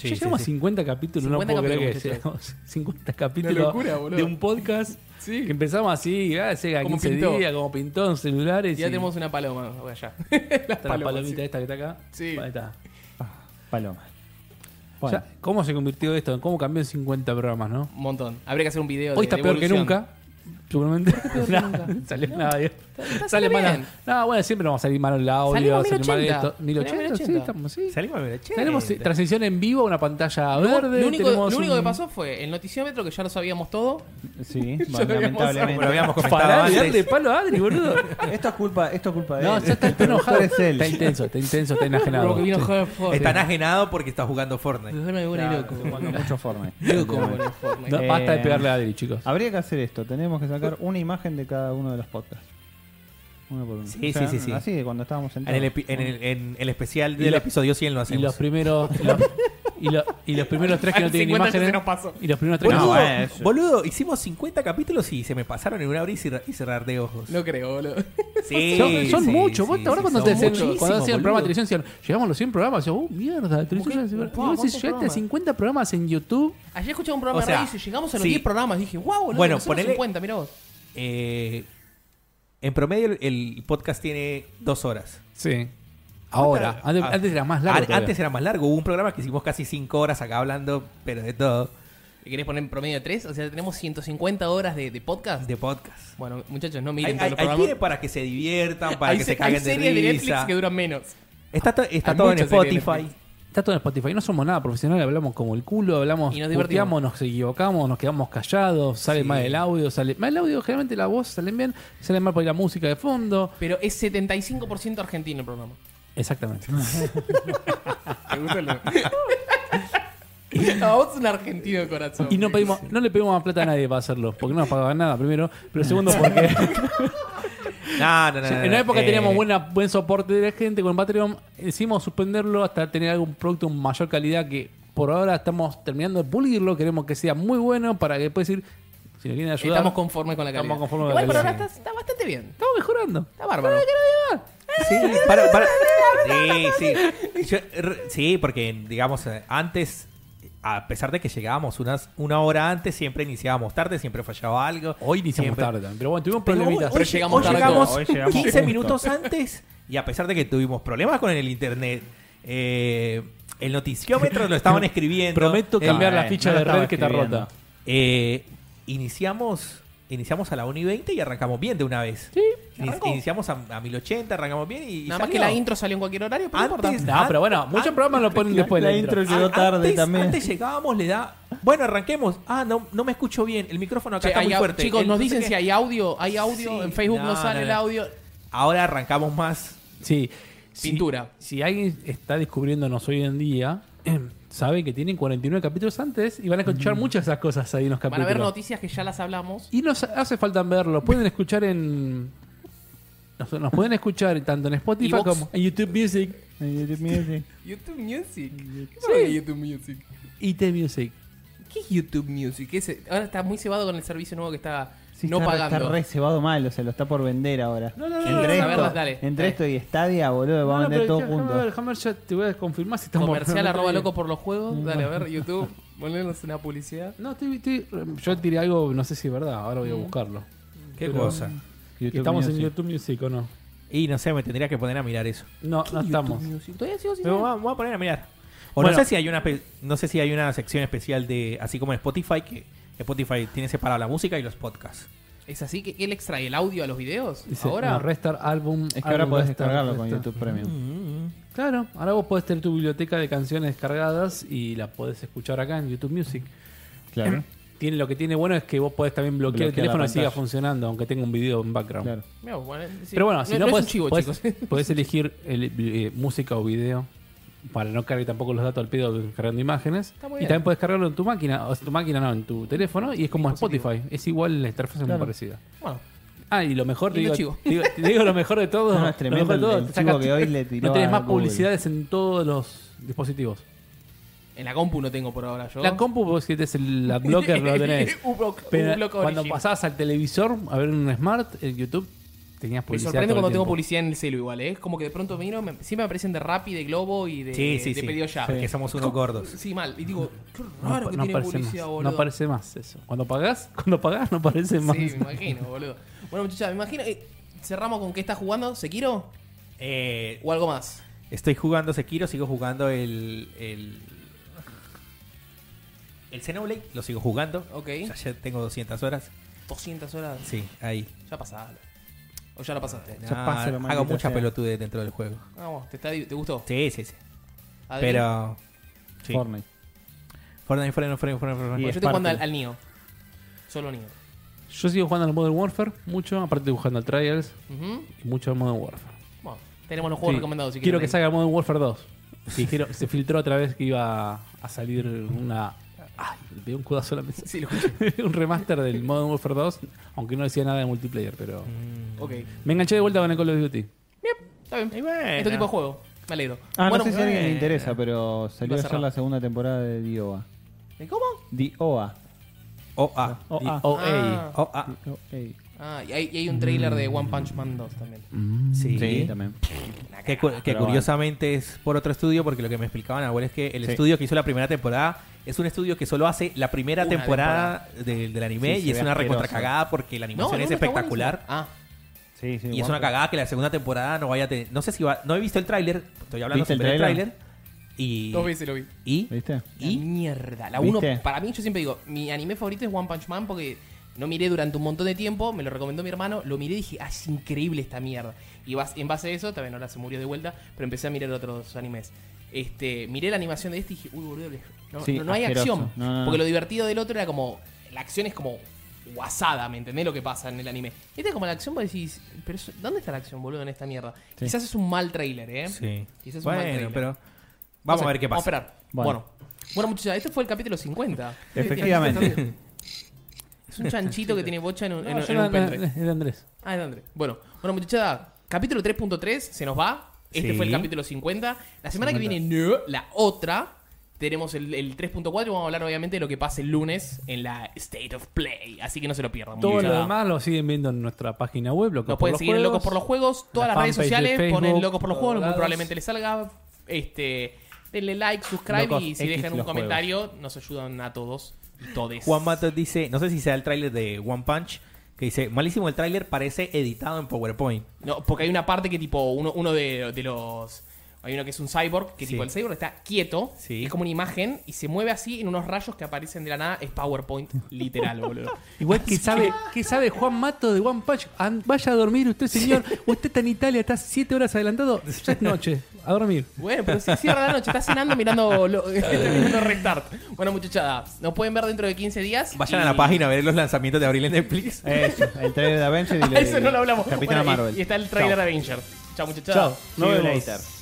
Speaker 3: Sí,
Speaker 5: ya
Speaker 3: sí,
Speaker 5: llevamos
Speaker 3: sí.
Speaker 5: 50 capítulos, no
Speaker 1: 50
Speaker 5: puedo creer que
Speaker 1: capítulos,
Speaker 5: seamos 50 capítulos
Speaker 1: locura, boludo.
Speaker 5: de un podcast
Speaker 1: Sí.
Speaker 5: que empezamos así, ah, llega
Speaker 1: Como
Speaker 5: 15
Speaker 1: pintó.
Speaker 5: días, como pintó en celulares.
Speaker 1: Y ya
Speaker 5: y
Speaker 1: tenemos una paloma voy allá. Las
Speaker 5: está la
Speaker 1: palomas,
Speaker 5: palomita
Speaker 1: sí.
Speaker 5: esta que está acá.
Speaker 1: Sí.
Speaker 5: Ahí está.
Speaker 2: Paloma. Bueno,
Speaker 5: Ya, ¿Cómo se convirtió esto? ¿En cómo cambió en 50 programas, no?
Speaker 1: Un montón. Habría que hacer un video.
Speaker 5: Hoy
Speaker 1: de-
Speaker 5: está
Speaker 1: de
Speaker 5: peor que
Speaker 1: evolución.
Speaker 5: nunca. Seguramente.
Speaker 1: peor que nunca?
Speaker 5: Salió nada, Dios.
Speaker 1: está
Speaker 5: Sale
Speaker 1: bien.
Speaker 5: mal. No, bueno, siempre vamos a salir mal el audio,
Speaker 1: Salimos
Speaker 5: salir mal
Speaker 1: 1080.
Speaker 5: esto. 1080, sí,
Speaker 1: 1080.
Speaker 5: estamos, sí.
Speaker 3: Salimos de che.
Speaker 5: Tenemos eh, transición en vivo a una pantalla
Speaker 1: Lo,
Speaker 5: verde.
Speaker 1: lo único,
Speaker 5: tenemos
Speaker 1: lo único que
Speaker 5: un-
Speaker 1: pasó fue el noticiómetro, que ya lo sabíamos todo.
Speaker 2: sí,
Speaker 1: Ya lo habíamos-
Speaker 3: Como lo
Speaker 2: lamentablemente.
Speaker 3: habíamos comentado
Speaker 5: Pará, de
Speaker 3: antes.
Speaker 5: palo a Adri, boludo.
Speaker 2: esto es culpa, esto es culpa de
Speaker 5: No,
Speaker 2: él.
Speaker 5: ya está,
Speaker 2: El
Speaker 5: está
Speaker 2: productor
Speaker 5: enojado.
Speaker 2: es él.
Speaker 5: Está intenso, está intenso, está enajenado.
Speaker 1: Porque vino
Speaker 5: Sí.
Speaker 1: Joder Fortnite.
Speaker 3: Está enajenado porque está jugando Fortnite.
Speaker 2: Claro,
Speaker 1: loco.
Speaker 2: estoy jugando mucho Fortnite.
Speaker 1: Loco con el Fortnite.
Speaker 5: No,
Speaker 2: Eh,
Speaker 5: basta de pegarle a Adri, chicos.
Speaker 2: Habría que hacer esto, tenemos que sacar una imagen de cada uno de los podcasts. Uno por uno.
Speaker 3: Sí, sí, sí, sí.
Speaker 2: Así de cuando estábamos
Speaker 3: En
Speaker 2: sentados.
Speaker 3: el, epi- en el- en el especial
Speaker 5: Y
Speaker 3: del
Speaker 5: lo-
Speaker 3: episodio 100 lo
Speaker 5: Y los
Speaker 3: hacemos.
Speaker 5: primeros. los- y, lo- y los primeros tres que no
Speaker 1: Al
Speaker 5: tienen
Speaker 1: 50 ya
Speaker 5: imágenes.
Speaker 1: se nos pasó.
Speaker 5: Y los primeros tres que
Speaker 3: Boludo,
Speaker 5: no.
Speaker 2: bueno, eso.
Speaker 3: boludo, hicimos 50 capítulos y se me pasaron en una abrir y cerrar- y cerrar de ojos.
Speaker 1: No creo, boludo.
Speaker 3: Sí,
Speaker 5: son son
Speaker 3: sí,
Speaker 5: muchos.
Speaker 3: sí,
Speaker 5: ¿Vos te
Speaker 3: sí,
Speaker 5: acordás cuando,
Speaker 3: son
Speaker 5: te hacían-
Speaker 1: muchísimos,
Speaker 5: cuando hacían el programa de
Speaker 1: boludo.
Speaker 5: televisión? Decían, llegamos a los 100 programas. Decían, oh, mierda, la televisión ya se
Speaker 1: Guau,
Speaker 5: Y vos
Speaker 1: ¿cuántos
Speaker 5: decís, llegaste a
Speaker 1: programas?
Speaker 5: 50 programas en YouTube.
Speaker 1: Ayer escuchaba un programa
Speaker 3: O sea,
Speaker 1: de radio y llegamos a los
Speaker 3: sí.
Speaker 1: 10 programas. Dije, wow, boludo,
Speaker 3: Bueno,
Speaker 1: bueno,
Speaker 3: ponele-
Speaker 1: 50, mirá vos.
Speaker 3: Eh, en promedio el, el podcast tiene dos horas.
Speaker 5: Sí. Ahora,
Speaker 3: ¿Cuánta-
Speaker 5: antes,
Speaker 3: ah,
Speaker 5: antes era más
Speaker 3: an-
Speaker 5: largo.
Speaker 3: Antes
Speaker 5: todavía.
Speaker 3: era más largo. Hubo un programa que hicimos casi cinco horas acá hablando, pero de todo,
Speaker 1: ¿Le querés poner en promedio 3? O sea, tenemos 150 horas de, de podcast.
Speaker 3: de podcast.
Speaker 1: Bueno, muchachos, no
Speaker 3: Hay,
Speaker 1: miren todos
Speaker 3: hay,
Speaker 1: los
Speaker 3: hay
Speaker 1: programas.
Speaker 3: tiene para que se diviertan, para
Speaker 1: Hay
Speaker 3: que
Speaker 1: se-
Speaker 3: se
Speaker 1: hay
Speaker 3: caguen de
Speaker 1: series de Netflix
Speaker 3: risa.
Speaker 1: que duran menos.
Speaker 3: Está, to- está
Speaker 1: Hay
Speaker 3: todo en
Speaker 1: muchas series de
Speaker 3: Spotify.
Speaker 1: Netflix.
Speaker 5: Está todo en Spotify. No somos nada profesionales. Hablamos como el culo, hablamos,
Speaker 1: Y nos divertimos.
Speaker 5: puteamos, nos equivocamos, nos quedamos callados. Sale
Speaker 3: Sí.
Speaker 5: mal el audio, sale mal el audio. Generalmente la voz sale bien, sale mal por la música de fondo.
Speaker 1: Pero es 75% argentino el programa.
Speaker 5: Exactamente.
Speaker 1: ¿Te gusta el A vos es un argentino de corazón.
Speaker 5: Y no pedimos, no le pedimos más plata a nadie para hacerlo, porque no nos pagaban nada primero, pero segundo porque
Speaker 3: No, no, no, no,
Speaker 5: en
Speaker 3: no.
Speaker 5: una época
Speaker 3: Eh,
Speaker 5: teníamos buena, buen soporte de la gente con Patreon, decidimos suspenderlo hasta tener algún producto de mayor calidad que por ahora estamos terminando de pulirlo, queremos que sea muy bueno para que después ir, si nos quieren ayudar,
Speaker 1: Estamos conformes con la calidad.
Speaker 5: Estamos conformes con
Speaker 1: Igual,
Speaker 5: la
Speaker 1: pero
Speaker 5: calidad.
Speaker 1: ahora está, está bastante bien.
Speaker 5: estamos mejorando.
Speaker 1: Está bárbaro.
Speaker 5: Pero,
Speaker 3: Sí, para- para- sí, sí. Yo, r- sí, porque digamos, eh, antes, a pesar de que llegábamos unas, una hora antes, siempre iniciábamos tarde, siempre fallaba algo.
Speaker 5: Hoy iniciamos
Speaker 3: Siempre-
Speaker 5: tarde también. Pero bueno, tuvimos
Speaker 3: Pero hoy,
Speaker 5: problemitas.
Speaker 1: Pero
Speaker 3: hoy-
Speaker 1: llegamos
Speaker 3: hoy
Speaker 1: tarde
Speaker 3: llegamos
Speaker 1: todos.
Speaker 10: Hoy llegamos
Speaker 3: 15
Speaker 10: justo.
Speaker 3: minutos antes y a pesar de que tuvimos problemas con el internet, eh, el noticiómetro lo estaban escribiendo.
Speaker 5: Prometo
Speaker 3: Eh,
Speaker 5: cambiar
Speaker 2: eh,
Speaker 5: la ficha
Speaker 2: no lo
Speaker 5: de
Speaker 2: estaba
Speaker 5: red que está
Speaker 2: escribiendo.
Speaker 5: rota.
Speaker 3: eh, iniciamos, iniciamos a la 1 y 20 y arrancamos bien de una vez. Ini-
Speaker 1: arrancó.
Speaker 3: Iniciamos a, a 1080, arrancamos bien y.
Speaker 1: Nada más
Speaker 3: salió.
Speaker 1: que la intro salió en cualquier horario, pero no importa.
Speaker 3: Antes-
Speaker 5: No, pero bueno, muchos
Speaker 3: Antes-
Speaker 5: programas lo ponen después de
Speaker 10: la
Speaker 5: la
Speaker 10: intro
Speaker 5: intro.
Speaker 10: llegó
Speaker 3: Ah,
Speaker 10: tarde
Speaker 3: antes,
Speaker 10: también.
Speaker 3: Antes llegábamos, le da. Bueno, arranquemos. Ah, no, no me escucho bien. El micrófono acá
Speaker 1: Che,
Speaker 3: está
Speaker 1: hay
Speaker 3: muy
Speaker 1: au-
Speaker 3: fuerte.
Speaker 1: Chicos,
Speaker 3: El
Speaker 1: nos
Speaker 3: no sé
Speaker 1: dicen
Speaker 3: qué.
Speaker 1: si hay audio. Hay audio.
Speaker 3: Sí.
Speaker 1: en Facebook no,
Speaker 3: No,
Speaker 1: sale
Speaker 3: no,
Speaker 1: el
Speaker 3: no.
Speaker 1: audio.
Speaker 3: Ahora arrancamos más.
Speaker 5: Sí. Si-
Speaker 1: Pintura.
Speaker 5: Si, alguien está descubriéndonos hoy en día, sabe que tienen 49 capítulos antes y van a escuchar muchas de esas cosas ahí en los
Speaker 1: Van a
Speaker 5: capítulos.
Speaker 1: ver noticias que ya las hablamos.
Speaker 5: Y nos hace falta verlo. Pueden escuchar en. Nos, nos pueden escuchar tanto en Spotify
Speaker 1: Evox.
Speaker 5: como en YouTube Music,
Speaker 10: Ah, YouTube Music.
Speaker 1: YouTube Music. ¿Qué
Speaker 5: Sí. es
Speaker 1: YouTube Music?
Speaker 5: IT Music.
Speaker 1: ¿Qué es YouTube Music? ¿Qué es- Ahora está muy cebado con el servicio nuevo que está
Speaker 10: Sí,
Speaker 1: no
Speaker 10: está,
Speaker 1: pagando.
Speaker 10: Está re cebado mal, o sea, lo está por vender ahora. entre
Speaker 1: no, no,
Speaker 10: esto,
Speaker 1: no, dale,
Speaker 10: entre
Speaker 1: dale.
Speaker 10: esto y Stadia, boludo, va a
Speaker 5: No,
Speaker 10: vender
Speaker 5: pero
Speaker 10: todo
Speaker 5: ya, déjame ver,
Speaker 10: junto.
Speaker 5: déjame ver, ya te voy a desconfirmar si estamos.
Speaker 1: Comercial
Speaker 5: no,
Speaker 1: arroba
Speaker 5: no,
Speaker 1: loco por los juegos. Dale, a ver, YouTube. Ponernos una publicidad.
Speaker 5: No, estoy- estoy- yo tiré algo, no sé si es verdad. Ahora
Speaker 1: Mm.
Speaker 5: voy a buscarlo.
Speaker 3: Qué
Speaker 5: Pero-
Speaker 3: cosa.
Speaker 5: Que estamos en
Speaker 10: Music.
Speaker 5: YouTube Music o no.
Speaker 3: Y no sé, me tendría que poner a mirar eso.
Speaker 5: No, no estamos.
Speaker 1: Music? Todavía sigo sin
Speaker 3: Me voy
Speaker 1: saber.
Speaker 3: a, voy a poner a mirar. O
Speaker 5: Bueno.
Speaker 3: no sé si hay una pe- no sé si hay una sección especial de así como en Spotify que Spotify tiene separado la música y los podcasts.
Speaker 1: ¿Es así que él extrae el audio a los videos?
Speaker 5: Dice,
Speaker 1: Ahora.
Speaker 5: no, Restart Album.
Speaker 10: Es que ahora
Speaker 5: album
Speaker 10: podés
Speaker 5: restart,
Speaker 10: descargarlo con
Speaker 5: restart.
Speaker 10: YouTube Premium.
Speaker 5: Claro, ahora vos podés tener tu biblioteca de canciones descargadas y la podés escuchar acá en YouTube Music.
Speaker 10: Claro,
Speaker 5: Tiene, lo que tiene bueno es que vos podés también bloquear el
Speaker 10: Bloquear la
Speaker 5: teléfono y siga
Speaker 10: pantalla.
Speaker 5: funcionando, aunque tenga un video en background.
Speaker 10: claro.
Speaker 1: Mirá vos, bueno, sí.
Speaker 5: Pero bueno, si no, pues,
Speaker 1: es un
Speaker 5: podés,
Speaker 1: chivo,
Speaker 5: podés-
Speaker 1: chicos.
Speaker 5: podés elegir el- eh, música o video para no cargar tampoco los datos al pedo cargando imágenes.
Speaker 1: Está muy
Speaker 5: Y
Speaker 1: bien.
Speaker 5: también podés cargarlo en tu máquina, o sea, tu máquina no, en tu teléfono y es como
Speaker 1: Dispositivo.
Speaker 5: Spotify. Es igual, la interfaz es muy
Speaker 10: Claro.
Speaker 5: parecida.
Speaker 1: Bueno,
Speaker 5: Ah, y lo mejor, te
Speaker 1: Y lo
Speaker 5: digo,
Speaker 1: chivo.
Speaker 5: te digo, te digo lo mejor de todo.
Speaker 10: No, no, es
Speaker 5: lo
Speaker 10: tremendo
Speaker 5: mejor de
Speaker 10: el-
Speaker 5: todo,
Speaker 10: el
Speaker 5: te
Speaker 10: chivo que hoy le tiró
Speaker 5: No tenés
Speaker 10: a
Speaker 5: más
Speaker 10: Google.
Speaker 5: publicidades en todos los dispositivos.
Speaker 1: en la compu no tengo por ahora yo.
Speaker 5: La compu, vos que tenés el adblocker, no lo tenés.
Speaker 1: U-block-
Speaker 5: Pero
Speaker 1: U-block
Speaker 5: cuando
Speaker 1: Origin.
Speaker 5: pasabas al televisor a ver un smart, el YouTube, tenías
Speaker 1: Me
Speaker 5: publicidad.
Speaker 1: sorprende
Speaker 5: todo el
Speaker 1: cuando tengo
Speaker 5: tiempo.
Speaker 1: publicidad en el celu igual, ¿eh? Es como que de pronto miro, me, siempre me aparecen de Rappi, de Globo y de,
Speaker 3: Sí, sí,
Speaker 1: de
Speaker 3: sí.
Speaker 1: pedido ya.
Speaker 3: Que somos unos gordos.
Speaker 1: Sí, mal. Y digo, qué
Speaker 5: No,
Speaker 1: raro que
Speaker 5: no
Speaker 1: tiene
Speaker 5: aparece
Speaker 1: publicidad,
Speaker 5: más,
Speaker 1: boludo.
Speaker 5: no aparece más eso. Cuando pagás, cuando pagás no aparece más.
Speaker 1: Sí, me imagino, boludo. Bueno, muchachos, me imagino. eh, cerramos con qué está jugando, Sekiro
Speaker 3: Eh,
Speaker 1: o algo más.
Speaker 3: Estoy jugando Sekiro, sigo jugando el. El, el Xenoblade, lo sigo jugando.
Speaker 1: Ok.
Speaker 3: O sea, ya tengo 200 horas.
Speaker 1: 200 horas.
Speaker 3: Sí, ahí. Ah,
Speaker 1: Ya pasalo. O ya la pasaste.
Speaker 10: Ya pasa lo maldita
Speaker 3: hago mucha
Speaker 10: sea.
Speaker 3: pelotude dentro del juego.
Speaker 1: Vamos, ¿te, está, ¿te gustó?
Speaker 3: Sí, sí, sí.
Speaker 1: Adri.
Speaker 3: Pero. Sí.
Speaker 10: Fortnite.
Speaker 3: Fortnite, Fortnite, Fortnite, Fortnite, Fortnite.
Speaker 1: Bueno, yo estoy jugando al, al Nioh. Solo Nioh.
Speaker 5: Yo sigo jugando al Modern Warfare, mucho, aparte estoy jugando al Trials
Speaker 1: Ujú.
Speaker 5: y mucho al Modern Warfare.
Speaker 1: Bueno, tenemos los juegos
Speaker 5: Sí.
Speaker 1: recomendados. Si
Speaker 5: Quiero que
Speaker 1: quieres.
Speaker 5: salga Modern Warfare 2. Sí, quiero- se filtró otra vez que iba a salir una. Ay, le pegué un codazo a la mesa.
Speaker 1: Sí, lo escucho.
Speaker 5: un remaster del Modern Warfare 2, aunque no decía nada de multiplayer, pero.
Speaker 1: Ok.
Speaker 5: Me enganché de vuelta con el Call of Duty.
Speaker 1: Está bien.
Speaker 3: Y bueno.
Speaker 1: Este tipo de juego. Me alegro.
Speaker 10: Ah,
Speaker 1: bueno,
Speaker 10: no sé si a alguien le
Speaker 1: eh,
Speaker 10: interesa, pero salió
Speaker 1: Va a
Speaker 10: ayer
Speaker 1: cerrar.
Speaker 10: la segunda temporada de Dioa.
Speaker 1: ¿de ¿Cómo?
Speaker 10: Dioa.
Speaker 3: OA.
Speaker 10: OA.
Speaker 5: OA.
Speaker 1: Ah.
Speaker 10: Oh.
Speaker 3: OA.
Speaker 10: Okay.
Speaker 1: Ah, y hay, y hay un trailer de One Punch Man 2 también.
Speaker 3: Mm. Sí.
Speaker 10: Sí, también.
Speaker 3: Que, cu- que
Speaker 10: Pero
Speaker 3: curiosamente es por otro estudio, porque lo que me explicaban abuelo es que el estudio que hizo la primera temporada es un estudio que solo hace la primera
Speaker 1: Una
Speaker 3: temporada del- del anime
Speaker 10: Sí, se
Speaker 3: y es
Speaker 10: ve
Speaker 3: una
Speaker 10: asqueroso.
Speaker 3: recontracagada porque la animación es
Speaker 1: está bueno
Speaker 3: espectacular.
Speaker 1: eso. Ah,
Speaker 10: Sí, sí,
Speaker 3: Y
Speaker 10: One
Speaker 3: es una
Speaker 10: Punch-
Speaker 3: cagada que la segunda temporada no vaya a tener. No sé si va. No he visto el tráiler. Estoy hablando
Speaker 10: ¿Viste el
Speaker 3: sobre el
Speaker 10: tráiler?
Speaker 3: tráiler. Y.
Speaker 1: dos veces lo vi.
Speaker 3: Y.
Speaker 10: ¿Viste?
Speaker 1: Y
Speaker 3: Y-
Speaker 1: mierda. La
Speaker 10: ¿Viste?
Speaker 1: 1, para mí, yo siempre digo, mi anime favorito es One Punch Man porque no miré durante un montón de tiempo, me lo recomendó mi hermano, lo miré y dije, ah, es increíble esta mierda. Y bas- en base a eso, también ahora se murió de vuelta, pero empecé a mirar otros animes. Este, miré la animación de este y dije, uy, boludo, no,
Speaker 10: Sí,
Speaker 1: no- no hay
Speaker 10: asqueroso.
Speaker 1: acción.
Speaker 10: No, no, no.
Speaker 1: Porque lo divertido del otro era como, la acción es como guasada, ¿me entendés lo que pasa en el anime? Y Este es como la acción, vos decís, pero eso- ¿dónde está la acción, boludo, en esta mierda? Quizás es un mal trailer, ¿eh?
Speaker 3: Sí.
Speaker 1: Quizás es un mal
Speaker 3: Bueno,
Speaker 1: trailer.
Speaker 3: pero. Vamos a ver qué
Speaker 1: Vamos
Speaker 3: pasa.
Speaker 1: esperar. Bueno.
Speaker 10: Bueno.
Speaker 1: bueno. muchachos, este fue el capítulo 50.
Speaker 10: Efectivamente.
Speaker 1: Es un chanchito que tiene bocha en un, en-
Speaker 5: No, yo
Speaker 1: en
Speaker 5: era-
Speaker 1: un pendrive.
Speaker 5: era- era Andrés.
Speaker 1: Ah, es de Andrés. Bueno, bueno muchachada, capítulo 3.3 se nos va. Este
Speaker 3: Sí.
Speaker 1: fue el capítulo 50. La semana que viene, no, la otra. Tenemos el, el 3.4 y vamos a hablar obviamente de lo que pasa el lunes en la State of Play. Así que no se lo pierdan.
Speaker 5: Todo
Speaker 1: muchachos.
Speaker 5: lo demás lo siguen viendo en nuestra página web. Locos
Speaker 1: Nos
Speaker 5: por
Speaker 1: pueden
Speaker 5: los
Speaker 1: seguir en
Speaker 5: Juegos.
Speaker 1: Locos por los Juegos. Todas
Speaker 5: la
Speaker 1: las redes
Speaker 5: fanpage de
Speaker 1: sociales ponen
Speaker 5: Facebook,
Speaker 1: Locos por los
Speaker 5: todos
Speaker 1: Juegos. Muy
Speaker 5: lados.
Speaker 1: probablemente les salga. Este, denle like, subscribe
Speaker 3: Locos
Speaker 1: y si
Speaker 3: X
Speaker 1: dejan un
Speaker 3: los
Speaker 1: comentario nos ayudan a todos y todes.
Speaker 3: Juan Matos dice, no sé si sea el tráiler de One Punch, que dice, malísimo el tráiler, parece editado en PowerPoint.
Speaker 1: No, porque hay una parte que tipo uno, uno de, de los... Hay uno que es un cyborg, que
Speaker 3: Sí.
Speaker 1: tipo el cyborg está quieto, es como una imagen y se mueve así en unos rayos que aparecen de la nada. Es PowerPoint, literal, boludo.
Speaker 5: Igual que sabe, que sabe Juan Mato de One Punch. An- vaya a dormir usted, señor. Usted está en Italia, está siete horas adelantado. Ya es noche. A dormir.
Speaker 1: Bueno, pero si cierra la noche, está cenando mirando, lo, mirando restart. Bueno, muchachada, nos pueden ver dentro de 15 días.
Speaker 3: Vayan
Speaker 1: y-
Speaker 3: a la página a ver los lanzamientos de abril en Netflix.
Speaker 2: Eso, el trailer de Avengers y
Speaker 1: Ah,
Speaker 2: le-
Speaker 1: eso no lo hablamos. Bueno,
Speaker 2: Capitana
Speaker 1: y-
Speaker 2: Marvel.
Speaker 1: Y, está el trailer
Speaker 2: Chao.
Speaker 1: de Avengers. Chao, muchachos.
Speaker 2: Chao. See you later.